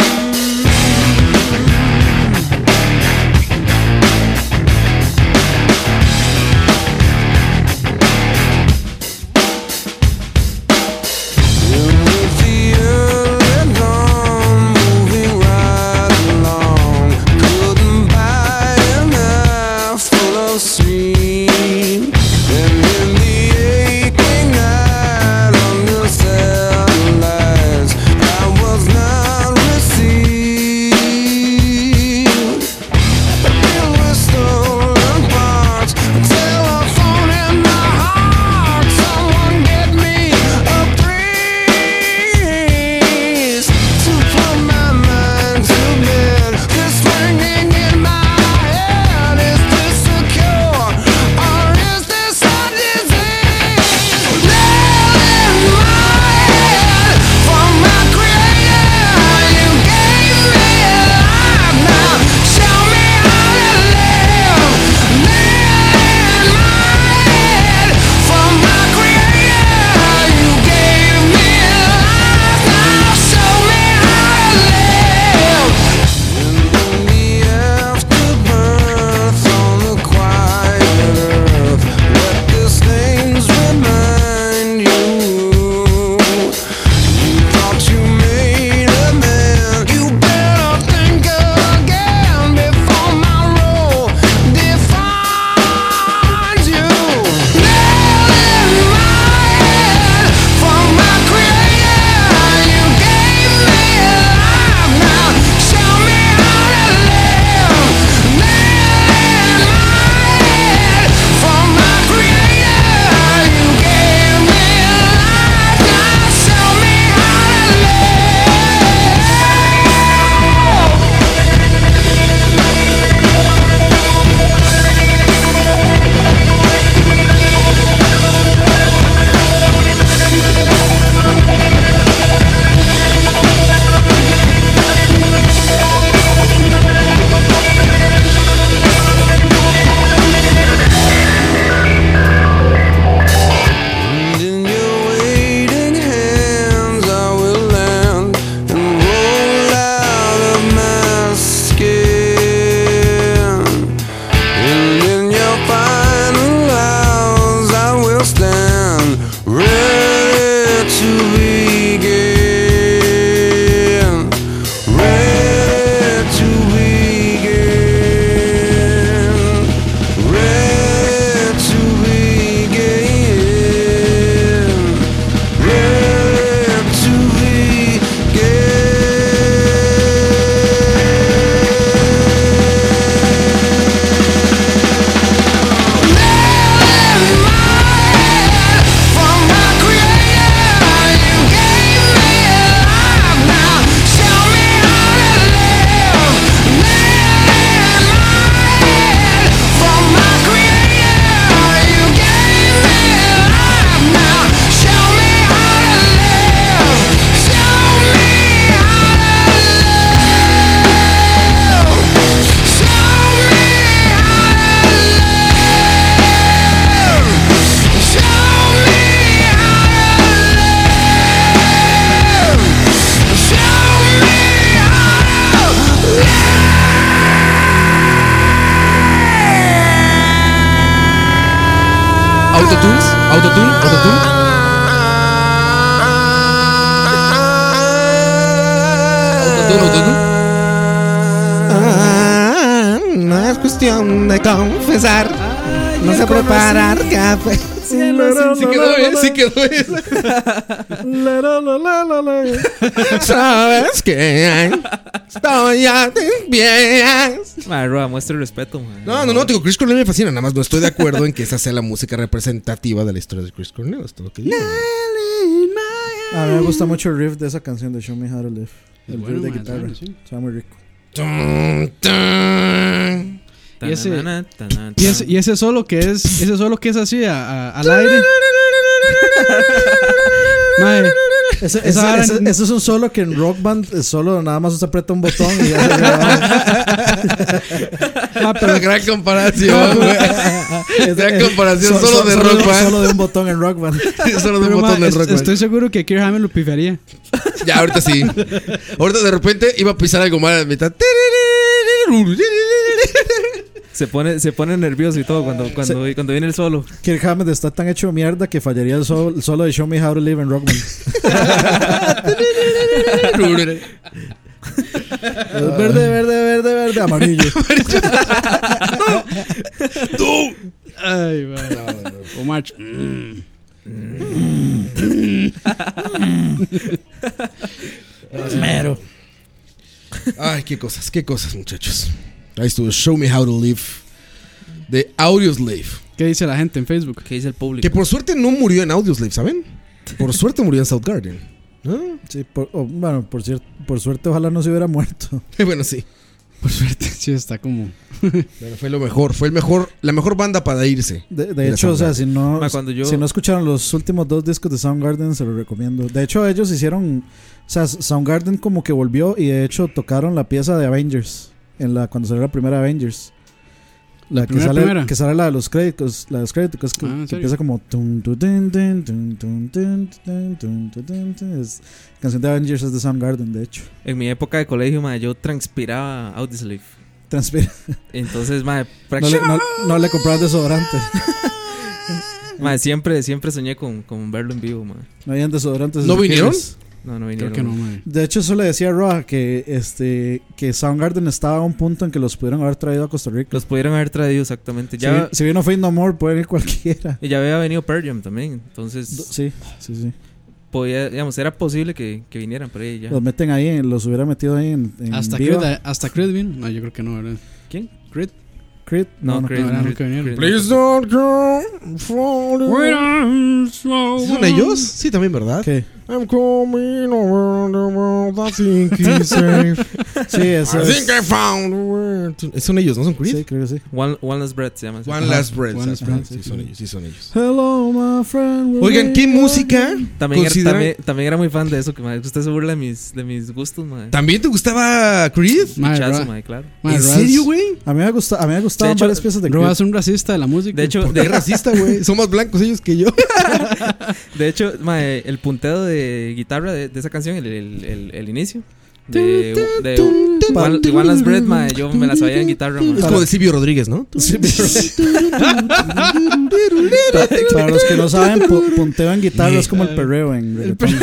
[SPEAKER 10] cuestión de confesar. no sé preparar café.
[SPEAKER 4] Sí quedó bien, sí quedó bien.
[SPEAKER 10] ¿Sabes qué? Estoy a tus pies.
[SPEAKER 6] Madre, Roa, muestra el respeto, man.
[SPEAKER 4] No, no, no, digo, Chris Cornell me fascina. Nada más no estoy de acuerdo en que esa sea la música representativa de la historia de Chris Cornell. Es todo lo que digo.
[SPEAKER 5] A mí me gusta mucho el riff de esa canción de Show Me How to Live. El
[SPEAKER 3] Bueno,
[SPEAKER 5] riff de
[SPEAKER 3] madre,
[SPEAKER 5] guitarra.
[SPEAKER 3] bueno, sí.
[SPEAKER 5] Está muy rico.
[SPEAKER 4] *laughs*
[SPEAKER 3] Y ese, y ese, y ese solo que es, ese solo que es así a- a- al
[SPEAKER 4] *laughs*
[SPEAKER 3] aire. Madre, esa
[SPEAKER 5] Ese, ese-
[SPEAKER 3] vara-
[SPEAKER 5] ese- ese es un solo que en Rock Band es solo nada más usted aprieta un botón
[SPEAKER 4] *laughs*
[SPEAKER 5] y ya se graba.
[SPEAKER 4] Ah, pero gran comparación, güey. Gran comparación, solo de Rock Band.
[SPEAKER 5] eh, Solo de un botón en Rock Band.
[SPEAKER 4] *laughs* Solo de un
[SPEAKER 3] Pero, ma,
[SPEAKER 4] botón de
[SPEAKER 3] es-
[SPEAKER 4] rock.
[SPEAKER 3] Estoy seguro que Kirk Hammett lo pifiaría.
[SPEAKER 4] Ya, ahorita sí. Ahorita de repente iba a pisar algo mal a la mitad.
[SPEAKER 6] Se pone, se pone nervioso y todo cuando, cuando, cuando viene el solo.
[SPEAKER 5] Kirk Hammett está tan hecho mierda que fallaría el sol- el solo, de Show Me How to Live en Rock Band. Es verde, verde, verde, verde,
[SPEAKER 4] *laughs*
[SPEAKER 5] amarillo.
[SPEAKER 3] Ay, madre. Omar.
[SPEAKER 4] Mero. Ay, qué cosas, qué cosas, muchachos. Ahí estuvo Show Me How to Live de Audioslave.
[SPEAKER 3] ¿Qué dice la gente en Facebook?
[SPEAKER 6] ¿Qué dice el público?
[SPEAKER 4] Que por suerte no murió en Audioslave, ¿saben? Por suerte murió en South Garden.
[SPEAKER 5] Sí, por- oh, bueno, por, cier- por suerte, ojalá no se hubiera muerto.
[SPEAKER 4] bueno, sí.
[SPEAKER 3] Por suerte, *laughs* sí, está como.
[SPEAKER 4] Bueno, fue lo mejor, fue el mejor, la mejor banda para irse.
[SPEAKER 5] De, de
[SPEAKER 4] Era
[SPEAKER 5] hecho, o sea,
[SPEAKER 4] Soundgarden.
[SPEAKER 5] si no,
[SPEAKER 6] Ma, cuando yo-
[SPEAKER 5] si no escucharon los últimos dos discos de Soundgarden, se los recomiendo. De hecho, ellos hicieron. O sea, Soundgarden como que volvió y de hecho tocaron la pieza de Avengers. En la, cuando salió la primera Avengers. La, que,
[SPEAKER 3] primera,
[SPEAKER 5] sale,
[SPEAKER 3] primera?
[SPEAKER 5] que sale la de los créditos. La de los créditos que es que,
[SPEAKER 3] Ah, ¿en
[SPEAKER 5] que
[SPEAKER 3] serio?
[SPEAKER 5] empieza como. tun, tu, tin, tin, tun, tun, tin, tin, tun, tu, tin, tin. Es- la canción de Avengers es de Soundgarden, de hecho.
[SPEAKER 6] En mi época de colegio, madre, yo transpiraba Audioslave.
[SPEAKER 5] Transpira.
[SPEAKER 6] Entonces, madre,
[SPEAKER 5] No le,
[SPEAKER 6] prácticamente.
[SPEAKER 5] no, no le compras desodorante. *laughs*
[SPEAKER 6] Madre, siempre, siempre soñé con, con verlo en vivo, madre.
[SPEAKER 5] No habían desodorantes.
[SPEAKER 4] ¿No vinieron?
[SPEAKER 6] No, no vinieron.
[SPEAKER 3] que no,
[SPEAKER 6] madre.
[SPEAKER 3] madre.
[SPEAKER 5] De hecho, eso le decía Roa que este que Soundgarden estaba a un punto en que los pudieron haber traído a Costa Rica.
[SPEAKER 6] Los pudieron haber traído exactamente.
[SPEAKER 5] Si,
[SPEAKER 6] Ya,
[SPEAKER 5] vi- si vino Fade No More, puede ir cualquiera.
[SPEAKER 6] Y ya había venido Pearl Jam también. Entonces,
[SPEAKER 5] Sí, sí, sí.
[SPEAKER 6] podía, digamos, era posible que, que vinieran por ahí ya.
[SPEAKER 5] Los meten ahí, en- los hubiera metido ahí en. en
[SPEAKER 3] Hasta
[SPEAKER 5] Viva.
[SPEAKER 3] Creed, eh, hasta Creed vino. No, yo creo que no, ¿verdad?
[SPEAKER 6] ¿Quién?
[SPEAKER 3] Creed.
[SPEAKER 5] Creed. No, no,
[SPEAKER 6] Creed,
[SPEAKER 5] no,
[SPEAKER 3] no,
[SPEAKER 6] Creed,
[SPEAKER 3] nunca vinieron.
[SPEAKER 6] Creed,
[SPEAKER 4] Please don't go for it. ¿Son ellos? Sí, también, ¿verdad?
[SPEAKER 5] ¿Qué?
[SPEAKER 4] I'm coming over the world, I think it's safe.
[SPEAKER 5] Sí, eso
[SPEAKER 4] I
[SPEAKER 5] es.
[SPEAKER 4] think I found a way to- Son ellos, ¿no son Creed?
[SPEAKER 5] Sí, creo que sí.
[SPEAKER 6] One, One Last Breath se llama. ese.
[SPEAKER 4] One Last Breath.
[SPEAKER 3] One Last
[SPEAKER 4] exacto.
[SPEAKER 3] Breath,
[SPEAKER 4] Sí, son ellos, sí, son ellos.
[SPEAKER 5] Hello, my friend.
[SPEAKER 4] Oigan, ¿qué música
[SPEAKER 6] También, era,
[SPEAKER 4] consideran-
[SPEAKER 6] también, también era muy fan de eso, que madre, usted se burla de mis, de mis gustos, madre.
[SPEAKER 4] ¿También te gustaba Creed? *laughs*
[SPEAKER 3] Madre,
[SPEAKER 6] Chazo,
[SPEAKER 3] Roa-
[SPEAKER 6] madre, claro.
[SPEAKER 3] madre,
[SPEAKER 4] ¿En
[SPEAKER 3] Roa
[SPEAKER 4] serio,
[SPEAKER 3] es-
[SPEAKER 4] güey?
[SPEAKER 5] A mí me, gusta, a mí me gustaban
[SPEAKER 6] hecho,
[SPEAKER 5] varias piezas de Creed.
[SPEAKER 3] Roa es un racista de la música.
[SPEAKER 6] De hecho,
[SPEAKER 4] Porque es
[SPEAKER 6] de,
[SPEAKER 4] racista, güey. Son más blancos ellos que yo.
[SPEAKER 6] de hecho madre, el punteo de guitarra de, de esa canción, el, el, el, el inicio. De, de, One, de One Last Breath, madre, yo me la sabía en guitarra, madre.
[SPEAKER 4] Es como de Silvio Rodríguez, ¿no? *laughs*
[SPEAKER 5] *laughs* Pa- Para los que no saben, pu- punteo en guitarra es como el perreo en reggaetón.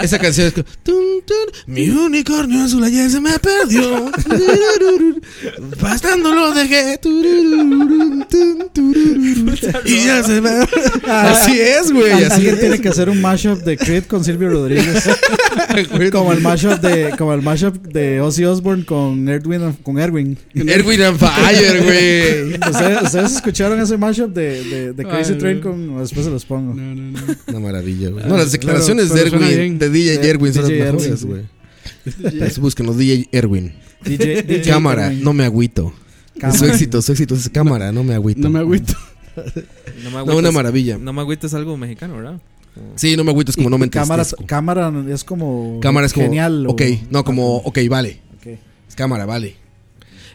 [SPEAKER 4] Esa canción es como, "Tun, tun, Mi unicornio azul ayer se me perdió Bastando lo dejé turururun, tun, turururun, Y ya se me... Así es, güey Así
[SPEAKER 5] Alguien
[SPEAKER 4] es
[SPEAKER 5] tiene que hacer un mashup de Creed con Silvio Rodríguez. Como el mashup de como el mashup de Ozzy Osbourne con Erwin con Erwin.
[SPEAKER 4] Erwin and Fire, güey
[SPEAKER 5] ¿Ustedes, ustedes escucharon ese mashup de, de, de Crazy
[SPEAKER 3] Ay,
[SPEAKER 5] Train
[SPEAKER 3] no.
[SPEAKER 5] con después se los pongo.
[SPEAKER 3] No, no, no.
[SPEAKER 4] Una maravilla, güey No, las
[SPEAKER 3] Pero-
[SPEAKER 4] declaraciones de
[SPEAKER 3] pero suena
[SPEAKER 4] Erwin
[SPEAKER 3] bien.
[SPEAKER 4] De DJ
[SPEAKER 5] De-
[SPEAKER 4] Erwin son las
[SPEAKER 5] DJ Erwin,
[SPEAKER 4] mejores,
[SPEAKER 5] sí.
[SPEAKER 4] güey Pues Entonces, Búsquenos, DJ Erwin
[SPEAKER 5] DJ, DJ
[SPEAKER 4] Cámara,
[SPEAKER 5] Erwin.
[SPEAKER 4] no me agüito Su
[SPEAKER 5] Cámara.
[SPEAKER 4] éxito, su éxito es cámara, no me agüito
[SPEAKER 3] No me agüito.
[SPEAKER 6] No me
[SPEAKER 4] No, una
[SPEAKER 6] agüitas-
[SPEAKER 4] maravilla
[SPEAKER 6] No me agüitas algo mexicano, ¿verdad? Como-
[SPEAKER 4] Sí, no me agüito, es como no me
[SPEAKER 5] cámara,
[SPEAKER 4] entristezco.
[SPEAKER 5] cámara es como
[SPEAKER 4] Cámara es como.
[SPEAKER 5] genial. o-
[SPEAKER 4] Ok, no, como. Ok, vale.
[SPEAKER 5] Ok.
[SPEAKER 4] Es cámara, vale.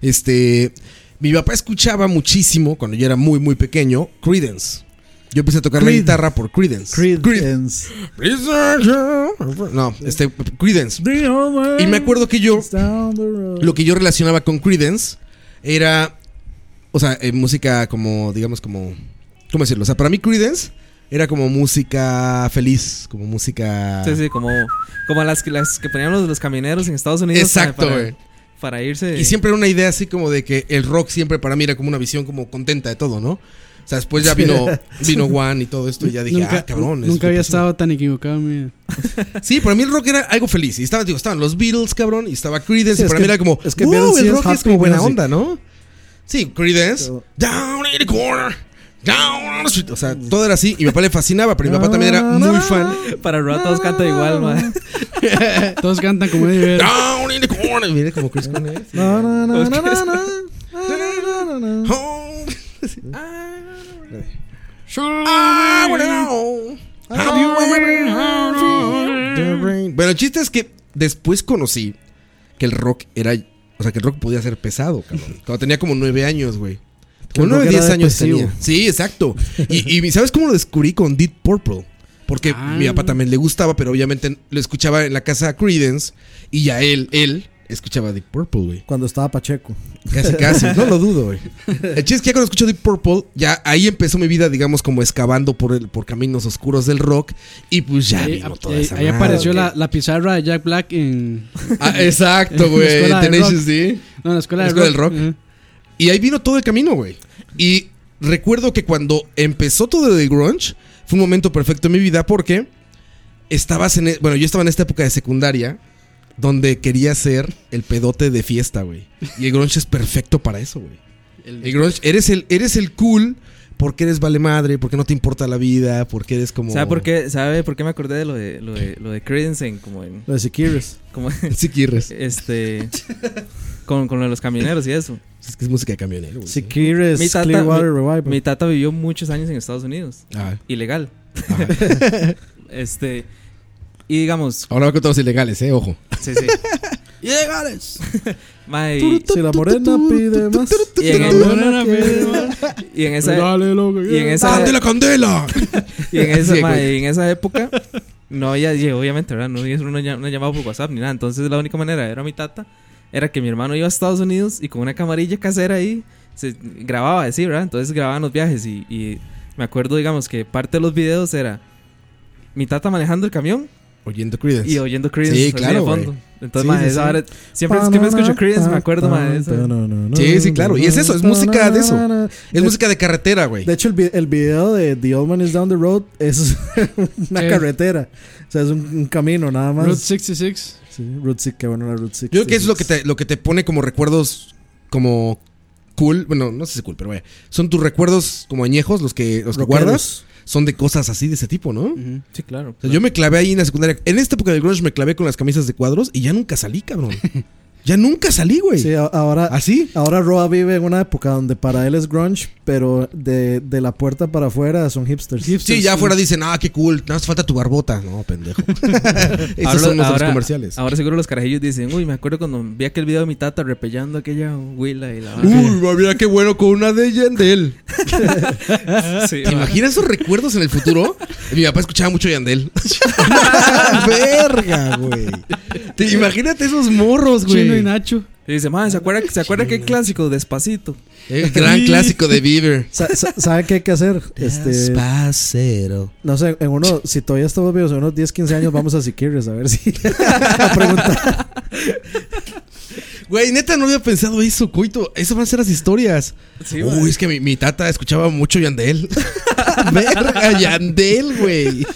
[SPEAKER 4] Este. Mi papá escuchaba muchísimo cuando yo era muy, muy pequeño. Credence. Yo empecé a tocar la
[SPEAKER 5] Creed.
[SPEAKER 4] guitarra por Credence.
[SPEAKER 5] Creed.
[SPEAKER 4] No, este. Credence. Y me acuerdo que yo. Lo que yo relacionaba con Credence era. O sea, eh, música como. Digamos, como. ¿Cómo decirlo? O sea, para mí Credence era como música feliz. Como música.
[SPEAKER 6] Sí, sí, como, como las, que- las que ponían los, los camineros en Estados Unidos.
[SPEAKER 4] Exacto,
[SPEAKER 6] mae, para-
[SPEAKER 4] güey.
[SPEAKER 6] para irse.
[SPEAKER 4] Y siempre era una idea así como de que el rock siempre para mí era como una visión como contenta de todo, ¿no? O sea, después ya
[SPEAKER 5] *laughs*
[SPEAKER 4] vino, vino One y todo esto y ya dije,
[SPEAKER 3] nunca,
[SPEAKER 4] ah, cabrón. es
[SPEAKER 3] Nunca había
[SPEAKER 4] súper-
[SPEAKER 3] estado tan equivocado, mira.
[SPEAKER 4] Sí, para mí el rock era algo feliz. Y estaba, digo, estaban los Beatles, cabrón, y estaba Creedence.
[SPEAKER 5] Sí,
[SPEAKER 4] y
[SPEAKER 5] es
[SPEAKER 4] para
[SPEAKER 5] que-
[SPEAKER 4] mí era como,
[SPEAKER 5] es que
[SPEAKER 4] wow,
[SPEAKER 5] Beatles sí
[SPEAKER 4] el
[SPEAKER 5] es
[SPEAKER 4] rock es
[SPEAKER 5] happy
[SPEAKER 4] como buena
[SPEAKER 5] music.
[SPEAKER 4] onda, ¿no? Sí, Creedence. Down in the corner. Down on the street. O
[SPEAKER 5] Mm.
[SPEAKER 4] sea, todo era así. Y mi papá le fascinaba, pero mi papá también era muy fan.
[SPEAKER 6] *laughs* Para Roa todos cantan igual, man.
[SPEAKER 3] Todos cantan como Eddie Vedder.
[SPEAKER 4] Down in the corner. Mire como Chris Cornell.
[SPEAKER 5] No, no, no, no, no, no.
[SPEAKER 4] *laughs* Oh. Ah, bueno. Have you ever heard of the rain? Bueno, el chiste es que después conocí que el rock era. O sea, que el rock podía ser pesado,
[SPEAKER 5] *laughs*
[SPEAKER 4] cabrón. Cuando tenía como nueve años, güey.
[SPEAKER 5] Que el
[SPEAKER 4] Como nueve,
[SPEAKER 5] rock era
[SPEAKER 4] diez años
[SPEAKER 5] depresivo.
[SPEAKER 4] tenía. Sí, exacto. Y, y ¿sabes cómo lo descubrí con Deep Purple? Porque
[SPEAKER 5] Ah.
[SPEAKER 4] mi papá también le gustaba, pero obviamente lo escuchaba en la casa de Creedence. Y ya él, él, escuchaba Deep Purple, güey.
[SPEAKER 5] Cuando estaba Pacheco.
[SPEAKER 4] Casi, casi. No lo dudo, güey. El chiste es que ya cuando escucho Deep Purple, ya ahí empezó mi vida, digamos, como excavando por, el, por caminos oscuros del rock. Y pues *laughs* ya
[SPEAKER 3] Ahí,
[SPEAKER 4] vino toda
[SPEAKER 3] ahí-
[SPEAKER 4] esa
[SPEAKER 3] ah, eh, ahí
[SPEAKER 4] madre.
[SPEAKER 3] apareció la, la pizarra de Jack Black en.
[SPEAKER 4] Ah,
[SPEAKER 3] *laughs*
[SPEAKER 4] exacto,
[SPEAKER 3] en la
[SPEAKER 4] güey.
[SPEAKER 3] escuela de
[SPEAKER 4] Tenacious
[SPEAKER 3] rock.
[SPEAKER 4] D.
[SPEAKER 3] No, en la escuela,
[SPEAKER 4] La
[SPEAKER 3] de
[SPEAKER 4] escuela del
[SPEAKER 3] rock.
[SPEAKER 4] rock. Y ahí vino todo el camino, güey. Y recuerdo que cuando empezó todo el grunge, fue un momento perfecto en mi vida porque estabas en. e- Bueno, yo estaba en esta época de secundaria donde quería ser el pedote de fiesta, güey. Y el grunge es perfecto para eso, güey. El, grunge, eres el, eres el cool porque eres vale madre, porque no te importa la vida, porque eres como.
[SPEAKER 6] ¿Sabe por qué, sabe por qué me acordé de lo de, lo de, lo de Creedence en- como en...
[SPEAKER 5] Lo de Siquirres.
[SPEAKER 6] Como *laughs*
[SPEAKER 4] Siquirres.
[SPEAKER 6] Este... Con, con lo de los camioneros y eso.
[SPEAKER 4] Es que es música de camionero, güey.
[SPEAKER 5] Siquirres,
[SPEAKER 6] Mi tata,
[SPEAKER 5] Clearwater
[SPEAKER 6] mi-
[SPEAKER 5] Revival.
[SPEAKER 6] mi tata vivió muchos años en Estados Unidos.
[SPEAKER 4] Ah.
[SPEAKER 6] Ilegal.
[SPEAKER 4] Ajá.
[SPEAKER 6] este... Y digamos...
[SPEAKER 4] Ahora va con todos los ilegales, eh, ojo.
[SPEAKER 6] Sí, sí.
[SPEAKER 4] ¡Ilegales!
[SPEAKER 6] Mae,
[SPEAKER 5] Si la morena pide más.
[SPEAKER 6] Y en, y en esa y en esa
[SPEAKER 4] ¡Dale la candela!
[SPEAKER 6] y
[SPEAKER 4] *laughs*
[SPEAKER 6] en esa
[SPEAKER 4] Sí, güey.
[SPEAKER 6] ma, y en esa época no había y obviamente ¿verdad? no había una, lla- una llamada por WhatsApp ni nada entonces la única manera era mi tata era que mi hermano iba a Estados Unidos y con una camarilla casera ahí se grababa sí verdad entonces grababan los viajes y, y me acuerdo digamos que parte de los videos era mi tata manejando el camión
[SPEAKER 4] Oyendo Creedence.
[SPEAKER 6] y oyendo Creedence
[SPEAKER 4] Sí,
[SPEAKER 6] así
[SPEAKER 4] claro,
[SPEAKER 6] de
[SPEAKER 4] güey.
[SPEAKER 6] fondo entonces
[SPEAKER 4] Sí,
[SPEAKER 6] ma,
[SPEAKER 4] sí,
[SPEAKER 6] esa
[SPEAKER 4] sí.
[SPEAKER 6] vara- siempre es que me escucho Creedence me acuerdo ma, de eso.
[SPEAKER 4] Sí, sí, claro. Y es eso, es música de eso. Es música de carretera, güey.
[SPEAKER 5] De hecho, el, vi- el video de The Old Man is Down the Road es *laughs* una
[SPEAKER 3] Sí.
[SPEAKER 5] carretera. O sea, es un, un camino nada más.
[SPEAKER 3] Route 66.
[SPEAKER 5] Sí, Route 6, qué bueno la Route 6.
[SPEAKER 4] Yo creo que es lo que te, lo que te pone como recuerdos como cool. Bueno, no sé si cool, pero vaya. Son tus recuerdos como añejos, los que, los que
[SPEAKER 5] Rockeros.
[SPEAKER 4] guardas. Son de cosas así de ese tipo, ¿no?
[SPEAKER 6] sí claro
[SPEAKER 4] O sea, yo me clavé ahí en la secundaria. En esta época del grunge me clavé con las camisas de cuadros y ya nunca salí, cabrón. *laughs* ya nunca salí, güey.
[SPEAKER 5] Sí, a- ahora.
[SPEAKER 4] ¿Así?
[SPEAKER 5] Ahora Roa vive en una época donde para él es grunge, pero de, de la puerta para afuera son hipsters.
[SPEAKER 4] Sí, ya afuera dicen, ah, qué cool, nada más falta tu barbota. No, *laughs* pendejo. Esos
[SPEAKER 6] Ahora-
[SPEAKER 4] son nuestros
[SPEAKER 6] ahora-
[SPEAKER 4] comerciales.
[SPEAKER 6] Ahora seguro los carajillos dicen, uy, me acuerdo cuando vi aquel video de mi tata repellando aquella huila y la
[SPEAKER 4] Uy, mira qué bueno con una de Yandel.
[SPEAKER 6] Sí,
[SPEAKER 4] ¿Te
[SPEAKER 6] va.
[SPEAKER 4] imaginas esos recuerdos en el futuro? Mi papá escuchaba mucho Yandel. Verga, güey. Te- Imagínate esos morros, güey.
[SPEAKER 3] Chino y Nacho.
[SPEAKER 6] Y dice, madre, ¿se acuerda, ¿se acuerda qué clásico? Despacito.
[SPEAKER 4] El Eh, gran clásico de Bieber.
[SPEAKER 5] Sa- sa- ¿Saben qué hay que hacer?
[SPEAKER 4] *laughs*
[SPEAKER 5] Este,
[SPEAKER 4] Despacero.
[SPEAKER 5] no sé, en uno, si todavía estamos vivos, en unos 10, 15 años vamos a Siquirres a ver si. *laughs* a preguntar.
[SPEAKER 4] Güey, neta, no había pensado eso, coito. Eso van a ser las historias.
[SPEAKER 6] Sí,
[SPEAKER 4] Uy,
[SPEAKER 6] güey.
[SPEAKER 4] es que mi, mi tata escuchaba mucho *laughs* Yandel. Verga, Yandel, güey.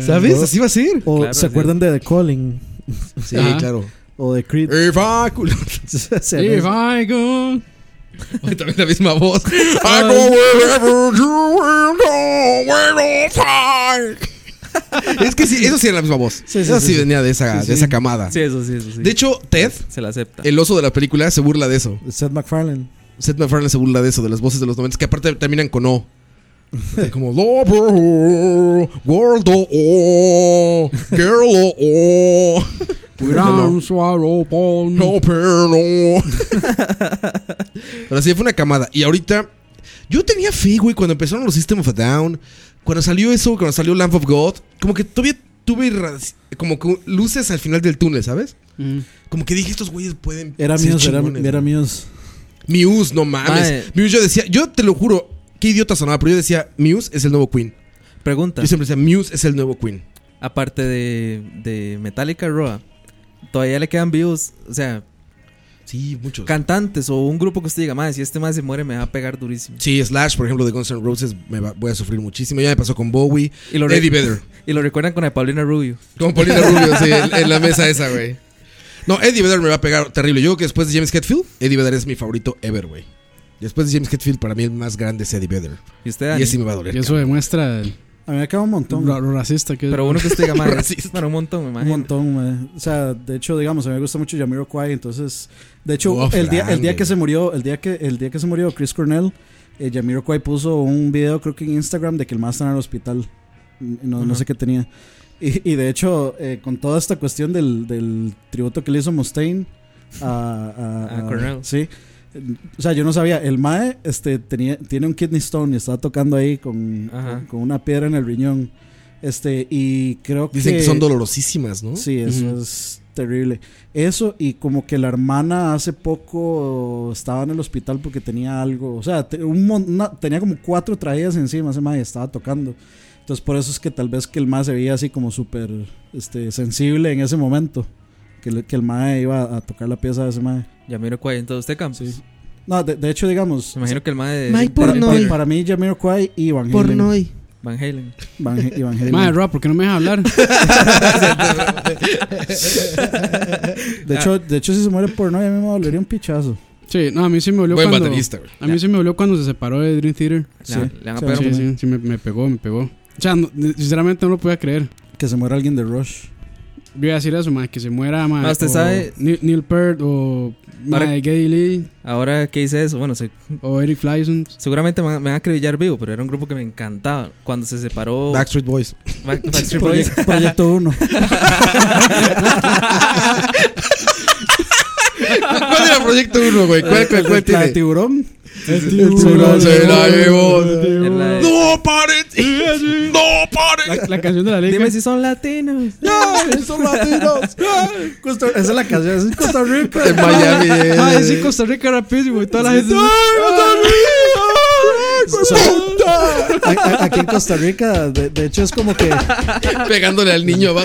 [SPEAKER 4] ¿Sabes? Así va a ser.
[SPEAKER 5] O
[SPEAKER 4] Claro,
[SPEAKER 5] se acuerdan de The Calling.
[SPEAKER 4] Sí,
[SPEAKER 3] Ajá.
[SPEAKER 4] claro.
[SPEAKER 5] O de Creed.
[SPEAKER 4] If I could-
[SPEAKER 5] *laughs* Se
[SPEAKER 3] If
[SPEAKER 5] anunció.
[SPEAKER 3] I go.
[SPEAKER 4] *laughs* Oye, También la misma *laughs* voz. I go wherever you will go, where I'll find. *laughs* Es que sí, eso sí era la misma voz.
[SPEAKER 5] Sí, sí,
[SPEAKER 4] eso
[SPEAKER 5] sí,
[SPEAKER 4] sí,
[SPEAKER 5] sí.
[SPEAKER 4] venía de esa,
[SPEAKER 5] Sí,
[SPEAKER 4] de
[SPEAKER 5] sí.
[SPEAKER 4] esa camada.
[SPEAKER 6] Sí, eso sí, eso sí.
[SPEAKER 4] De hecho, eh, Ted,
[SPEAKER 6] se la acepta.
[SPEAKER 4] el oso de la película, se burla de eso.
[SPEAKER 5] Seth MacFarlane.
[SPEAKER 4] Seth MacFarlane se burla de eso, de las voces de los 90 que aparte terminan con O.
[SPEAKER 5] *laughs*
[SPEAKER 4] Como Lobo, World O, Girl O,
[SPEAKER 3] Gran suaropón.
[SPEAKER 4] No,
[SPEAKER 5] *laughs*
[SPEAKER 4] pero. Pero sí, fue una camada. Y ahorita. Yo tenía fe, güey, cuando empezaron los System of a Down. Cuando salió eso, cuando salió Lamb of God. Como que todavía tuve irradi- como que luces al final del túnel, ¿sabes?
[SPEAKER 3] Mm.
[SPEAKER 4] Como que dije, estos güeyes pueden.
[SPEAKER 5] Era
[SPEAKER 4] ser
[SPEAKER 5] Muse, era,
[SPEAKER 4] chingones,
[SPEAKER 5] era
[SPEAKER 4] güey".
[SPEAKER 5] Muse.
[SPEAKER 4] Muse, no mames.
[SPEAKER 6] Mae.
[SPEAKER 4] Muse, yo decía, yo te lo juro, qué idiota sonaba, pero yo decía, Muse es el nuevo Queen.
[SPEAKER 6] Pregunta,
[SPEAKER 4] Yo siempre decía, Muse es el nuevo Queen.
[SPEAKER 6] aparte de, de Metallica Roa, todavía le quedan vivos, o sea,
[SPEAKER 4] Sí, muchos.
[SPEAKER 6] Cantantes o un grupo que usted diga, madre, si este más se muere me va a pegar durísimo.
[SPEAKER 4] Sí, Slash, por ejemplo, de Guns N' Roses, me va- voy a sufrir muchísimo. Ya me pasó con Bowie.
[SPEAKER 6] Y lo re-
[SPEAKER 4] Eddie Vedder.
[SPEAKER 6] Y lo recuerdan con la de Paulina Rubio.
[SPEAKER 4] Con Paulina Rubio, sí, en, en la mesa esa, güey. No, Eddie Vedder me va a pegar terrible. Yo creo que después de James Hetfield, Eddie Vedder es mi favorito ever, güey. Después de James Hetfield, para mí el más grande es Eddie Vedder.
[SPEAKER 6] Y
[SPEAKER 4] Y ese me va a doler.
[SPEAKER 3] Y eso demuestra.
[SPEAKER 5] A mí me acaba un montón.
[SPEAKER 3] Lo, lo racista que es.
[SPEAKER 6] Pero uno que usted diga,
[SPEAKER 4] *laughs*
[SPEAKER 6] madre, pero un montón, me
[SPEAKER 5] Un
[SPEAKER 6] imagino.
[SPEAKER 5] montón, mae. O sea, de hecho, digamos, a mí me gusta mucho Jamiroquai, entonces, de hecho,
[SPEAKER 6] Uf,
[SPEAKER 5] el día, el
[SPEAKER 6] grande,
[SPEAKER 5] día que se murió, el día que, el día que se murió Chris Cornell, eh, Jamiroquai puso un video, creo que en Instagram, de que el más estaba en el hospital. Mm, No, no
[SPEAKER 6] Ajá.
[SPEAKER 5] sé qué tenía. Y, y de hecho, eh, con toda esta cuestión del, del tributo que le hizo Mustaine a,
[SPEAKER 6] *laughs* A Cornell.
[SPEAKER 5] Sí. O sea, yo no sabía. El Mae este, tenía, tiene un kidney stone y estaba tocando ahí con,
[SPEAKER 6] Ajá.
[SPEAKER 5] con una piedra en el riñón. Este, y creo
[SPEAKER 4] Dicen que son dolorosísimas, ¿no?
[SPEAKER 5] Sí, eso
[SPEAKER 4] Ujú.
[SPEAKER 5] es terrible. Eso, y como que la hermana hace poco estaba en el hospital porque tenía algo. O sea, te- un mon- una- tenía como cuatro traídas encima, ese mae estaba tocando. Entonces, por eso es que tal vez que el mae se veía así como súper este, sensible en ese momento. Que, le- que el mae iba a tocar la pieza de ese mae.
[SPEAKER 6] Jamiroquai, entonces usted, Campos.
[SPEAKER 5] No, de, de hecho, digamos.
[SPEAKER 6] Me imagino que el mae de-
[SPEAKER 5] Para-
[SPEAKER 6] Mike
[SPEAKER 5] para-
[SPEAKER 6] Portnoy.
[SPEAKER 5] Para, mí, Jamiroquai y Van Halen.
[SPEAKER 6] Portnoy. Van Halen.
[SPEAKER 4] *laughs*
[SPEAKER 6] *laughs*
[SPEAKER 5] Van, He- y *laughs* Van Halen.
[SPEAKER 3] Madre, Rob, ¿por qué no me deja hablar?
[SPEAKER 5] De hecho, de hecho, si se muere por no, a mí me dolería un pichazo.
[SPEAKER 3] Sí, no, a mí sí me dolió
[SPEAKER 5] Buen
[SPEAKER 3] cuando.
[SPEAKER 5] baterista, güey.
[SPEAKER 3] A mí sí me dolió cuando se separó de Dream Theater.
[SPEAKER 5] Sí.
[SPEAKER 3] sí,
[SPEAKER 5] Le van a
[SPEAKER 3] sí,
[SPEAKER 5] pegar un-
[SPEAKER 3] sí, sí, sí, me, me pegó, me pegó. O sea, no- sinceramente no lo podía creer.
[SPEAKER 5] Que se muera alguien de Rush.
[SPEAKER 3] Yo iba a decir eso, más que se muera, más.
[SPEAKER 6] Ma, usted sabe-
[SPEAKER 3] Neil, Neil Peart o.
[SPEAKER 6] Ahora-
[SPEAKER 3] Mae Geddy Lee.
[SPEAKER 6] Ahora que hice eso, bueno, se-
[SPEAKER 3] O Eric Flyson.
[SPEAKER 6] seguramente me, van- me van a acribillar vivo, pero era un grupo que me encantaba. Cuando se separó.
[SPEAKER 4] Backstreet Boys. *laughs*
[SPEAKER 6] Ba-
[SPEAKER 5] *laughs*
[SPEAKER 6] Backstreet Boys. *laughs*
[SPEAKER 5] Proye- Proyecto 1.
[SPEAKER 4] ¿Cuál era Proyecto 1, güey? ¿Cuál, cuál, cuál
[SPEAKER 5] ¿La
[SPEAKER 4] tiene?
[SPEAKER 5] de tiburón?
[SPEAKER 4] El tiburón. Se la llevó. ¡No pares! ¡No pares!
[SPEAKER 3] La, canción de la ley.
[SPEAKER 6] Dime si son latinos.
[SPEAKER 5] ¡No! ¡Son *laughs* latinos! Costa- Esa es la canción, es en Costa Rica.
[SPEAKER 4] En Miami. *laughs* eh.
[SPEAKER 3] Mae, sí, Costa Rica rapidísimo y
[SPEAKER 6] *laughs*
[SPEAKER 3] toda la gente.
[SPEAKER 5] A- a- Aquí en Costa Rica, de, de hecho, es como que.
[SPEAKER 4] Pegándole al niño, va.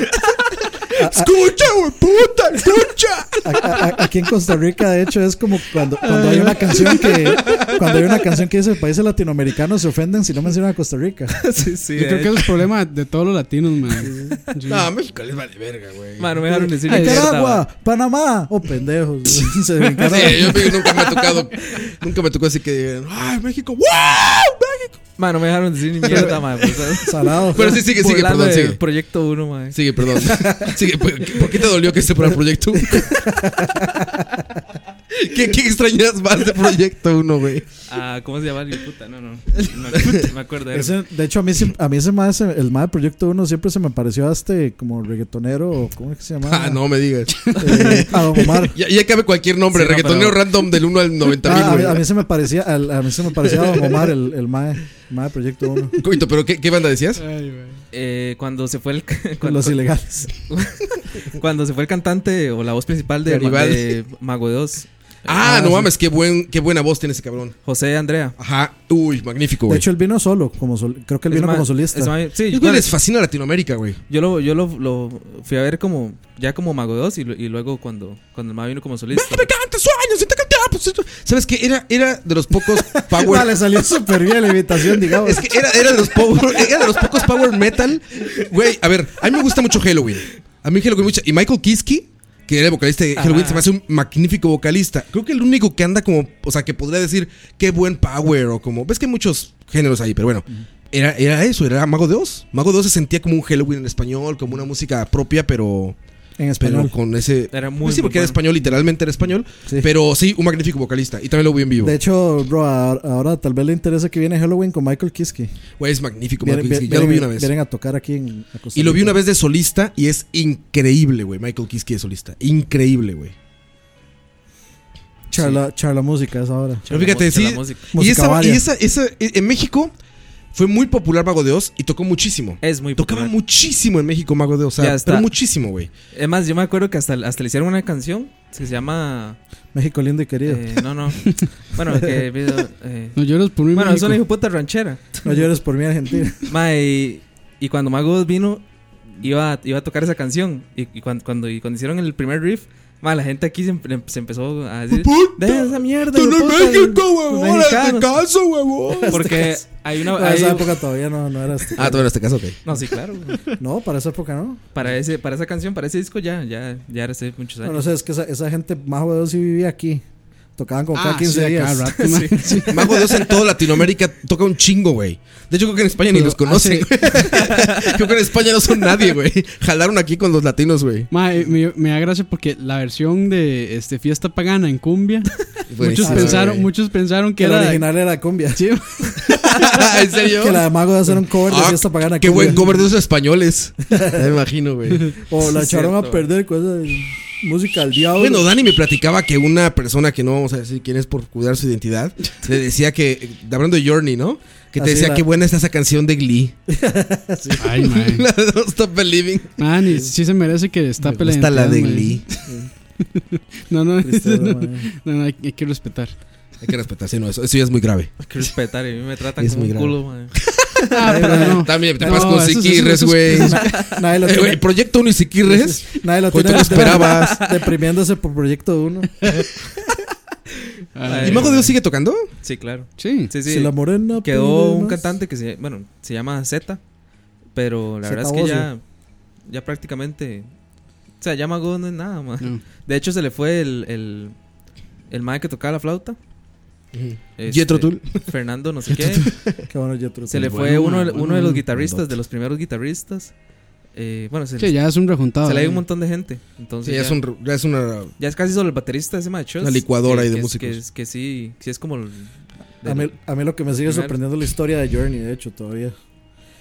[SPEAKER 4] ¡Escucha, güey, puta! ¡Escucha!
[SPEAKER 5] a- a- aquí en Costa Rica, de hecho, es como cuando, cuando hay una canción que. Cuando hay una canción que dice países latinoamericanos se ofenden si no mencionan a Costa Rica.
[SPEAKER 6] sí, sí.
[SPEAKER 3] Yo creo que eso es el problema de todos los latinos, man.
[SPEAKER 4] No, México les vale verga, güey.
[SPEAKER 6] Ma, no me dejaron decir ni
[SPEAKER 5] Nicaragua, Panamá. Oh, pendejos. Se brincaron.
[SPEAKER 4] Sí, yo me- nunca me ha tocado. *laughs* Nunca me tocó así que. ¡Ay, México! ¡Wow!
[SPEAKER 6] Mano, me dejaron decir ni mierda, pues, man.
[SPEAKER 5] Salado.
[SPEAKER 4] Pero sí, sigue, sigue, perdón, sigue.
[SPEAKER 6] Proyecto 1, man.
[SPEAKER 4] Sigue, perdón.
[SPEAKER 5] *laughs*
[SPEAKER 4] Sigue, ¿por qué- por qué te dolió que se fuera Proyecto 1? ¿Qué, ¿Qué extrañas más de Proyecto 1, güey?
[SPEAKER 6] Ah, ¿cómo se llama el puta? No, no. No me acuerdo. no me acuerdo.
[SPEAKER 5] Ese- de hecho, a mí, se- a mí ese más, el más de Proyecto 1 siempre se me pareció a este como reggaetonero, ¿cómo es que se llama?
[SPEAKER 4] Ah, no me digas.
[SPEAKER 5] *laughs* Eh, a
[SPEAKER 4] *laughs*
[SPEAKER 5] Don Omar.
[SPEAKER 4] Ya, ya cabe cualquier nombre,
[SPEAKER 5] Sí, no,
[SPEAKER 4] reggaetonero
[SPEAKER 5] pero-
[SPEAKER 4] random del 1 al 90
[SPEAKER 5] Ah, a, mí,
[SPEAKER 4] mil,
[SPEAKER 5] a
[SPEAKER 4] güey.
[SPEAKER 5] mí se me parecía al- a, mí se me parecía a Don Omar, el, el mae, mae de Proyecto 1.
[SPEAKER 4] Coito, ¿pero qué, qué banda decías?
[SPEAKER 6] Eh, cuando se fue el. *laughs* Cuando,
[SPEAKER 5] Los ilegales.
[SPEAKER 6] cuando se fue el cantante o la voz principal de,
[SPEAKER 4] Garibaldi.
[SPEAKER 6] de Mago de Oz.
[SPEAKER 4] Ah, no
[SPEAKER 6] sí.
[SPEAKER 4] mames, qué, buen, qué buena voz tiene ese cabrón.
[SPEAKER 6] José Andrea.
[SPEAKER 7] Ah,
[SPEAKER 4] Ajá. Uy, magnífico,
[SPEAKER 5] De
[SPEAKER 4] güey.
[SPEAKER 5] hecho, él vino solo, como sol- creo que él
[SPEAKER 6] Es
[SPEAKER 5] vino
[SPEAKER 6] mae-
[SPEAKER 5] como solista.
[SPEAKER 6] es
[SPEAKER 5] *laughs*
[SPEAKER 6] mae- sí,
[SPEAKER 4] Es que
[SPEAKER 6] bueno,
[SPEAKER 4] les fascina Latinoamérica, güey.
[SPEAKER 6] Yo lo, yo lo, lo fui a ver como ya como Mago de Oz y, lo- y luego cuando, cuando el Mago vino como
[SPEAKER 4] ¡Ah,
[SPEAKER 6] solista.
[SPEAKER 4] ¡Antes sueños! ¡Siente que te ah, pues, esto- ¿Sabes qué? Era, era de los *laughs* pocos power...
[SPEAKER 5] Ah, le salió súper bien la invitación, digamos.
[SPEAKER 4] Es que era, era de los power, era de los pocos power metal. Güey, a ver, a mí me gusta mucho Halloween. A mí Halloween mucho. Y Michael Kiske, que era el vocalista de Halloween,
[SPEAKER 6] Ajá.
[SPEAKER 4] se me hace un magnífico vocalista. Creo que el único que anda como, o sea, que podría decir qué buen power o como. Ves que hay muchos géneros ahí, pero bueno. Era, era eso, era Mago de Oz. Mago de Oz se sentía como un Halloween en español, como una música propia, pero.
[SPEAKER 5] En
[SPEAKER 4] Pero
[SPEAKER 5] español.
[SPEAKER 4] con ese.
[SPEAKER 6] Era muy,
[SPEAKER 4] sí,
[SPEAKER 6] muy
[SPEAKER 4] porque era
[SPEAKER 6] bueno.
[SPEAKER 4] español, literalmente era español. Pero sí, un magnífico vocalista. Y también lo vi en vivo.
[SPEAKER 5] De hecho, bro, ahora, ahora tal vez le interesa que viene Halloween con Michael Kiske.
[SPEAKER 4] Güey, es magnífico.
[SPEAKER 5] Vienen-
[SPEAKER 4] Michael Kiske. Ya
[SPEAKER 5] vienen-
[SPEAKER 4] lo vi una vez.
[SPEAKER 5] Vienen a tocar aquí en a Costa
[SPEAKER 4] Y lo vi
[SPEAKER 5] Rica.
[SPEAKER 4] una vez de solista y es increíble, güey. Michael Kiske de solista. Increíble, güey.
[SPEAKER 5] Charla, charla música es ahora.
[SPEAKER 4] Pero fíjate, sí. Y,
[SPEAKER 5] Música
[SPEAKER 4] esa, y
[SPEAKER 5] varia.
[SPEAKER 4] esa, esa- e, en México fue muy popular Mago de Oz y tocó muchísimo.
[SPEAKER 6] Es muy
[SPEAKER 4] Tocaba muchísimo en México Mago de Oz. o sea,
[SPEAKER 6] Ya está.
[SPEAKER 4] pero muchísimo, güey.
[SPEAKER 6] Es más, yo me acuerdo que hasta, hasta le hicieron una canción que se llama.
[SPEAKER 5] México lindo y querido.
[SPEAKER 6] eh,
[SPEAKER 7] *laughs*
[SPEAKER 6] no, no. Bueno, que. eh,
[SPEAKER 3] No llores por mí,
[SPEAKER 6] Bueno, es
[SPEAKER 3] México.
[SPEAKER 6] una hijo puta ranchera.
[SPEAKER 5] *laughs* No llores por mí, Argentina.
[SPEAKER 6] Ma, y, y cuando Mago vino, iba, iba a tocar esa canción. Y, y cuan- cuando, y cuando hicieron el primer riff, Ma, la gente aquí se, empe- se empezó a decir:
[SPEAKER 7] ¡Puta!
[SPEAKER 6] "Deja esa mierda!
[SPEAKER 7] ¡Tú
[SPEAKER 6] hijo
[SPEAKER 7] no
[SPEAKER 6] de
[SPEAKER 7] eres
[SPEAKER 6] puta,
[SPEAKER 7] México, huevón!
[SPEAKER 6] los
[SPEAKER 4] este
[SPEAKER 6] mexicanos".
[SPEAKER 7] ¡Hazte caso, huevón!
[SPEAKER 4] *laughs*
[SPEAKER 5] *laughs*
[SPEAKER 6] Porque hay una.
[SPEAKER 5] No,
[SPEAKER 6] hay-
[SPEAKER 5] esa época todavía no, no era este.
[SPEAKER 4] Ah, tú eras caso, ok.
[SPEAKER 6] No, sí, claro.
[SPEAKER 5] No, para esa época no.
[SPEAKER 6] Para, ese, para esa canción, para ese disco ya, ya, ya era hace muchos
[SPEAKER 5] No,
[SPEAKER 6] años.
[SPEAKER 5] no sé, es que esa, esa gente más o menos sí vivía aquí. Tocaban como
[SPEAKER 3] Ah,
[SPEAKER 5] cada 15 días. *laughs*
[SPEAKER 4] Mago Dios en toda Latinoamérica toca un chingo, güey. De hecho, creo que en España ni
[SPEAKER 3] Pero
[SPEAKER 4] los conocen. *laughs* creo que en España no son nadie, güey. Jalaron aquí con los latinos, güey.
[SPEAKER 3] Ma, eh, me, me da gracia porque la versión de este, Fiesta Pagana en cumbia, muchos,
[SPEAKER 5] Buenísima,
[SPEAKER 3] pensaron,
[SPEAKER 5] güey.
[SPEAKER 3] muchos pensaron que
[SPEAKER 5] Que la
[SPEAKER 3] era...
[SPEAKER 5] original era cumbia.
[SPEAKER 3] Sí.
[SPEAKER 5] *laughs*
[SPEAKER 4] *laughs* ¿En serio?
[SPEAKER 5] Que la de Mago de hacer un cover de
[SPEAKER 4] Ah,
[SPEAKER 5] fiesta pagana.
[SPEAKER 4] Qué
[SPEAKER 5] cumbia.
[SPEAKER 4] buen cover de
[SPEAKER 3] *laughs*
[SPEAKER 4] esos españoles. Ya me imagino, güey.
[SPEAKER 5] O la
[SPEAKER 4] Sí,
[SPEAKER 5] echaron
[SPEAKER 4] cierto.
[SPEAKER 5] a perder con esa de música al diablo. *laughs*
[SPEAKER 4] Bueno, Dani me platicaba que una persona que no vamos a decir quién es por cuidar
[SPEAKER 3] *laughs*
[SPEAKER 4] su identidad, le decía que, eh, hablando de Journey, ¿no? Que te
[SPEAKER 3] Así
[SPEAKER 4] decía
[SPEAKER 3] la-
[SPEAKER 4] qué buena está esa canción
[SPEAKER 3] *laughs*
[SPEAKER 4] de Glee.
[SPEAKER 3] Ay, mae.
[SPEAKER 4] *laughs* La de Don't Stop Believing.
[SPEAKER 3] Man, y Ah, sí se merece que está
[SPEAKER 4] gusta la de Glee.
[SPEAKER 3] No, *laughs* no,
[SPEAKER 5] Este,
[SPEAKER 4] Tristeza,
[SPEAKER 3] no,
[SPEAKER 4] mae.
[SPEAKER 3] no, no, hay, hay que respetar.
[SPEAKER 4] Hay que respetar, sí, no, eso, eso ya es muy grave.
[SPEAKER 6] Hay que respetar, y a mí me tratan
[SPEAKER 4] Es
[SPEAKER 6] como
[SPEAKER 4] muy
[SPEAKER 6] un
[SPEAKER 4] grave.
[SPEAKER 6] culo, man.
[SPEAKER 3] *laughs* Ah, pero no.
[SPEAKER 4] *laughs* También te
[SPEAKER 3] No,
[SPEAKER 4] pasas con
[SPEAKER 3] eso es- eso-
[SPEAKER 4] Siquirres,
[SPEAKER 3] eso es- *laughs*
[SPEAKER 4] güey. *laughs*
[SPEAKER 3] Na- nadie lo
[SPEAKER 4] Eh,
[SPEAKER 3] tiene.
[SPEAKER 4] güey, Proyecto 1 y Siquirres.
[SPEAKER 5] Nadie lo
[SPEAKER 4] Hoy
[SPEAKER 5] tiene
[SPEAKER 4] tú lo esperabas.
[SPEAKER 5] *laughs* deprimiéndose por Proyecto 1.
[SPEAKER 6] Ay,
[SPEAKER 4] ¿Y Mago de Dios sigue tocando?
[SPEAKER 6] Sí, claro.
[SPEAKER 3] Sí.
[SPEAKER 6] sí, sí.
[SPEAKER 5] Si la morena
[SPEAKER 6] Quedó
[SPEAKER 5] pide
[SPEAKER 6] un
[SPEAKER 5] más.
[SPEAKER 6] cantante que se, bueno, se llama Z, pero la
[SPEAKER 5] Zeta
[SPEAKER 6] verdad es que ya,
[SPEAKER 5] Bosio.
[SPEAKER 6] ya prácticamente. O sea, ya Mago no es nada, más.
[SPEAKER 4] Mm.
[SPEAKER 6] De hecho, se le fue el, el, el mae que tocaba la flauta.
[SPEAKER 4] Ujú.
[SPEAKER 6] Este,
[SPEAKER 4] Jethro Tull.
[SPEAKER 6] Fernando, no sé qué.
[SPEAKER 4] Jethro
[SPEAKER 5] Qué bueno, Jethro
[SPEAKER 6] Se
[SPEAKER 5] Tull.
[SPEAKER 6] le
[SPEAKER 5] Es
[SPEAKER 6] fue
[SPEAKER 5] bueno,
[SPEAKER 6] uno, de-
[SPEAKER 5] bueno,
[SPEAKER 6] uno de los
[SPEAKER 5] bueno.
[SPEAKER 6] guitarristas, de los primeros guitarristas. Eh, bueno, se,
[SPEAKER 3] Sí,
[SPEAKER 6] le-
[SPEAKER 3] ya es un rejuntado,
[SPEAKER 6] Se le dio
[SPEAKER 3] eh.
[SPEAKER 6] un montón de gente. Entonces
[SPEAKER 3] Pues
[SPEAKER 4] Sí, ya es un re- ya es una-
[SPEAKER 6] ya es casi solo el baterista ese mae, Chus,
[SPEAKER 4] Una
[SPEAKER 6] que-
[SPEAKER 4] licuadora ahí de
[SPEAKER 6] que es-
[SPEAKER 4] músicos.
[SPEAKER 6] Que, es- que sí, sí es como. el-
[SPEAKER 5] A mí,
[SPEAKER 6] del-
[SPEAKER 5] a mí lo que me sigue
[SPEAKER 6] primero.
[SPEAKER 5] sorprendiendo es la historia de Journey, de hecho, todavía.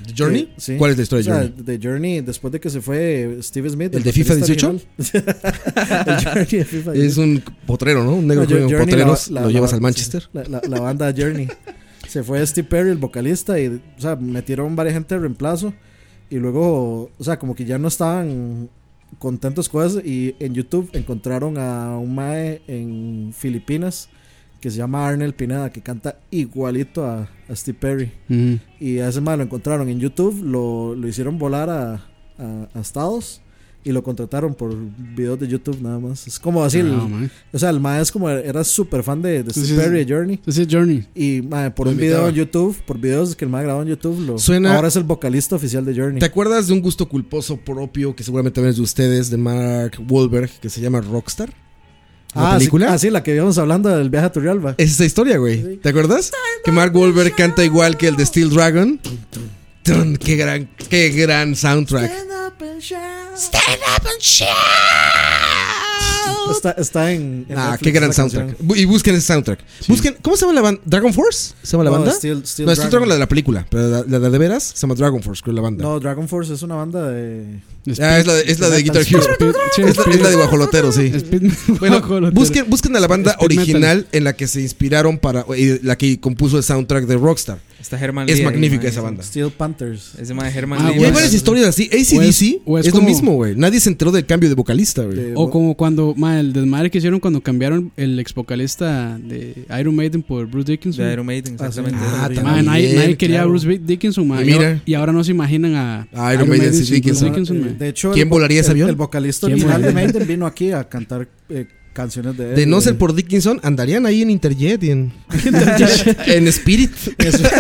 [SPEAKER 4] ¿De Journey?
[SPEAKER 5] Que- Eh, sí.
[SPEAKER 4] ¿Cuál es la historia de
[SPEAKER 5] O sea,
[SPEAKER 4] Journey?
[SPEAKER 5] de Journey, después de que se fue Steve Smith.
[SPEAKER 4] ¿El de FIFA
[SPEAKER 5] baterista
[SPEAKER 4] 18?
[SPEAKER 5] original. *laughs* El Journey de FIFA
[SPEAKER 4] Es un potrero, ¿no? Un negro
[SPEAKER 5] No,
[SPEAKER 4] que juega en
[SPEAKER 5] Journey,
[SPEAKER 4] potreros,
[SPEAKER 5] la- la-
[SPEAKER 4] lo llevas
[SPEAKER 5] la-
[SPEAKER 4] al Manchester.
[SPEAKER 5] La, la- la banda Journey. Se fue Steve Perry, el vocalista, y, o sea, metieron varias gente de reemplazo. Y luego, o sea, como que ya no estaban contentos con eso. Y en YouTube encontraron a un mae en Filipinas que se llama Arnel Pineda, que canta igualito a, a Steve Perry.
[SPEAKER 3] Ujú.
[SPEAKER 5] Y a ese mae lo encontraron en YouTube, lo, lo hicieron volar a, a- a Estados. Y lo contrataron por videos de YouTube nada más. Es como así. el-
[SPEAKER 3] Wow, mae.
[SPEAKER 5] o sea, el mae es como era súper fan de, de Steve
[SPEAKER 3] Sí, sí,
[SPEAKER 5] Perry,
[SPEAKER 3] sí.
[SPEAKER 5] de Journey.
[SPEAKER 3] Sí, sí, Journey.
[SPEAKER 5] Y mae, por
[SPEAKER 3] Lo
[SPEAKER 5] un
[SPEAKER 3] invitaba.
[SPEAKER 5] video en YouTube, por videos que el mae grabó en YouTube, lo,
[SPEAKER 4] Suena-
[SPEAKER 5] ahora es el vocalista oficial de Journey.
[SPEAKER 4] ¿Te acuerdas de un gusto culposo propio que seguramente también es de ustedes, de Mark Wahlberg, que se llama Rockstar? ¿La
[SPEAKER 5] ah,
[SPEAKER 4] película? Eh.
[SPEAKER 5] Sí, ah, sí, la que íbamos hablando del viaje a Turrialba.
[SPEAKER 4] Es esa historia, güey. ¿Te acuerdas? Que Mark Wahlberg canta igual que el de Steel Dragon. Tun, qué gran, qué gran soundtrack.
[SPEAKER 7] Stand up and shout.
[SPEAKER 5] Está, está en. en
[SPEAKER 4] Ah,
[SPEAKER 5] Netflix
[SPEAKER 4] qué gran
[SPEAKER 5] esa
[SPEAKER 4] soundtrack.
[SPEAKER 5] canción.
[SPEAKER 4] Bu- Y busquen ese soundtrack. Busquen, ¿cómo se llama la banda? ¿Dragon Force? ¿Se llama la
[SPEAKER 5] No,
[SPEAKER 4] banda?
[SPEAKER 5] Steel- Steel
[SPEAKER 4] no, Steel
[SPEAKER 5] Dragon.
[SPEAKER 4] Dragon la de la película, pero la, la de de veras se llama Dragon Force, creo la banda.
[SPEAKER 5] No, Dragon Force es una banda de.
[SPEAKER 4] Ah, es la de, es la de Guitar Hero. Es la, es la de Guajolotero, sí. *laughs* Bueno, busquen, busquen a la banda
[SPEAKER 6] Speed metal.
[SPEAKER 4] original en la que se inspiraron para. eh, La que compuso el soundtrack de Rockstar.
[SPEAKER 6] Está Herman
[SPEAKER 4] Es
[SPEAKER 6] Lee ahí,
[SPEAKER 4] magnífica
[SPEAKER 6] mae.
[SPEAKER 4] esa banda.
[SPEAKER 5] Steel Panthers.
[SPEAKER 6] Ese mae Herman
[SPEAKER 4] Ah,
[SPEAKER 6] Lee,
[SPEAKER 4] y hay
[SPEAKER 6] mae.
[SPEAKER 4] varias historias así.
[SPEAKER 3] O es-
[SPEAKER 4] ACDC
[SPEAKER 3] o
[SPEAKER 4] es,
[SPEAKER 3] es
[SPEAKER 4] lo
[SPEAKER 3] como-
[SPEAKER 4] mismo, güey. Nadie se enteró del cambio de vocalista, güey.
[SPEAKER 3] O como cuando, ma, el desmadre que hicieron cuando cambiaron el ex vocalista de Iron Maiden por Bruce Dickinson.
[SPEAKER 6] De Iron Maiden, exactamente.
[SPEAKER 3] Ah,
[SPEAKER 6] Ah,
[SPEAKER 3] ma, nadie,
[SPEAKER 6] también,
[SPEAKER 3] nadie quería a
[SPEAKER 6] claro.
[SPEAKER 3] Bruce Dickinson, ma.
[SPEAKER 6] Y
[SPEAKER 3] Y,
[SPEAKER 6] mira.
[SPEAKER 3] ahora- y ahora no se imaginan a,
[SPEAKER 4] Iron Maiden sin
[SPEAKER 3] sin
[SPEAKER 4] Dickinson.
[SPEAKER 3] Bruce Dickinson, ma.
[SPEAKER 5] Eh, De hecho,
[SPEAKER 4] ¿Quién
[SPEAKER 5] el vo-
[SPEAKER 4] volaría ese
[SPEAKER 5] el-
[SPEAKER 4] avión?
[SPEAKER 5] El vocalista
[SPEAKER 4] ¿Quién
[SPEAKER 5] original de
[SPEAKER 4] volaría?
[SPEAKER 5] Maiden vino aquí a cantar eh, canciones de él.
[SPEAKER 4] De no
[SPEAKER 5] güey.
[SPEAKER 4] ser por Dickinson, andarían ahí en Interjet y en, *laughs* en Spirit.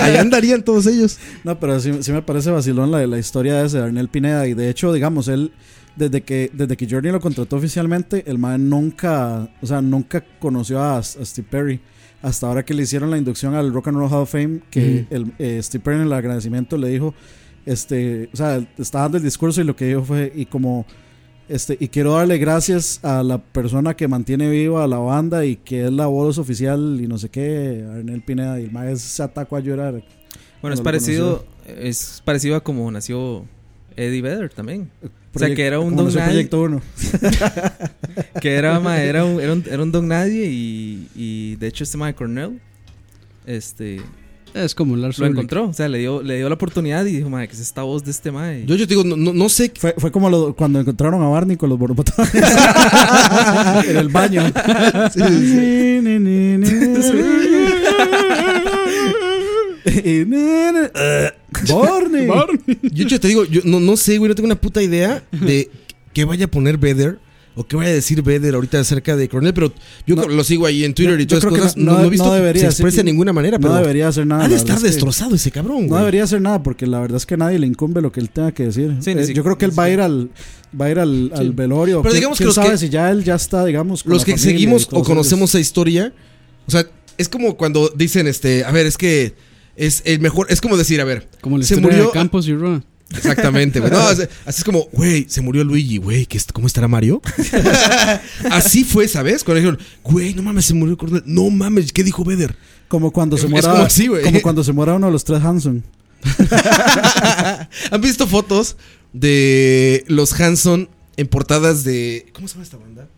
[SPEAKER 4] Ahí andarían todos ellos.
[SPEAKER 5] No, pero sí, sí me parece vacilón la, la historia de ese de Arnel Pineda. Y de hecho, digamos, él, desde que, desde que Journey lo contrató oficialmente, el man nunca, o sea, nunca conoció a, a Steve Perry. Hasta ahora que le hicieron la inducción al Rock and Roll Hall of Fame, que
[SPEAKER 3] Ujú.
[SPEAKER 5] el, eh, Steve Perry en el agradecimiento le dijo, este, o sea, estaba dando el discurso y lo que dijo fue, y como, este, y quiero darle gracias a la persona que mantiene viva a la banda y que es la voz oficial y no sé qué, Arnel Pineda, y el man se atacó a llorar.
[SPEAKER 6] Bueno,
[SPEAKER 5] cuando
[SPEAKER 6] es
[SPEAKER 5] lo
[SPEAKER 6] parecido,
[SPEAKER 5] conoció.
[SPEAKER 6] es parecido a como nació Eddie Vedder también. o sea,
[SPEAKER 5] Proyec-
[SPEAKER 6] que era un
[SPEAKER 5] como
[SPEAKER 6] don
[SPEAKER 5] nació
[SPEAKER 6] nadie.
[SPEAKER 5] Proyecto Uno.
[SPEAKER 6] que era, ma, era, un, era, un, era un don nadie y, y de hecho este Mike Cornell este,
[SPEAKER 3] Es como Lars
[SPEAKER 6] lo
[SPEAKER 3] Ulrich.
[SPEAKER 6] encontró. O sea, le dio, le dio la oportunidad y dijo, madre, que es esta voz de este mae.
[SPEAKER 4] Yo, yo te digo, no, no, no sé.
[SPEAKER 5] Fue, fue como lo- cuando encontraron a Barney con
[SPEAKER 4] *laughs*
[SPEAKER 5] los borbotones en el baño.
[SPEAKER 7] Sí, sí,
[SPEAKER 5] Y, nene, eh, Barney.
[SPEAKER 4] Yo, yo te digo, yo no, no sé, güey, no tengo una puta idea de que vaya a poner Vedder o qué vaya a decir Vader ahorita acerca de Coronel, pero yo lo sigo ahí en Twitter y todas esas
[SPEAKER 5] creo que
[SPEAKER 4] cosas. No, no he visto que se
[SPEAKER 5] sí,
[SPEAKER 4] exprese de ninguna manera, pero
[SPEAKER 5] No debería hacer
[SPEAKER 4] Ha
[SPEAKER 5] nada.
[SPEAKER 4] de
[SPEAKER 5] la
[SPEAKER 4] estar
[SPEAKER 5] verdad es que-
[SPEAKER 4] destrozado ese cabrón.
[SPEAKER 5] No
[SPEAKER 4] güey.
[SPEAKER 5] debería hacer nada porque la verdad es que a nadie le incumbe lo que él tenga que decir.
[SPEAKER 4] Sí, ni
[SPEAKER 5] Eh,
[SPEAKER 4] si-
[SPEAKER 5] yo creo que él va a ir al va a ir al, al
[SPEAKER 4] Sí.
[SPEAKER 5] velorio.
[SPEAKER 4] Pero
[SPEAKER 5] ¿Quién-
[SPEAKER 4] digamos que
[SPEAKER 5] quién
[SPEAKER 4] los
[SPEAKER 5] sabe
[SPEAKER 4] que-
[SPEAKER 5] si ya él ya está, digamos, con
[SPEAKER 4] los
[SPEAKER 5] la
[SPEAKER 4] que
[SPEAKER 5] familia y
[SPEAKER 4] seguimos
[SPEAKER 5] todos
[SPEAKER 4] o conocemos
[SPEAKER 5] ellos.
[SPEAKER 4] esa historia, o sea, es como cuando dicen, este, a ver, es que es el mejor, es como decir, a ver,
[SPEAKER 3] Como la
[SPEAKER 4] se
[SPEAKER 3] historia
[SPEAKER 4] murió.
[SPEAKER 3] de Campos y Roa.
[SPEAKER 4] Exactamente, güey. No, así así es como, güey, se murió Luigi, güey, ¿qué est- ¿cómo estará Mario? así fue, ¿sabes? Cuando dijeron, güey, no mames, se murió Coronel. No mames, ¿qué dijo Vader?
[SPEAKER 5] Como cuando se
[SPEAKER 4] Es
[SPEAKER 5] muera
[SPEAKER 4] como *laughs* así, güey.
[SPEAKER 5] como cuando se muera uno de los tres Hanson.
[SPEAKER 4] ¿Han visto fotos de los Hanson en portadas de. ¿Cómo se llama esta banda?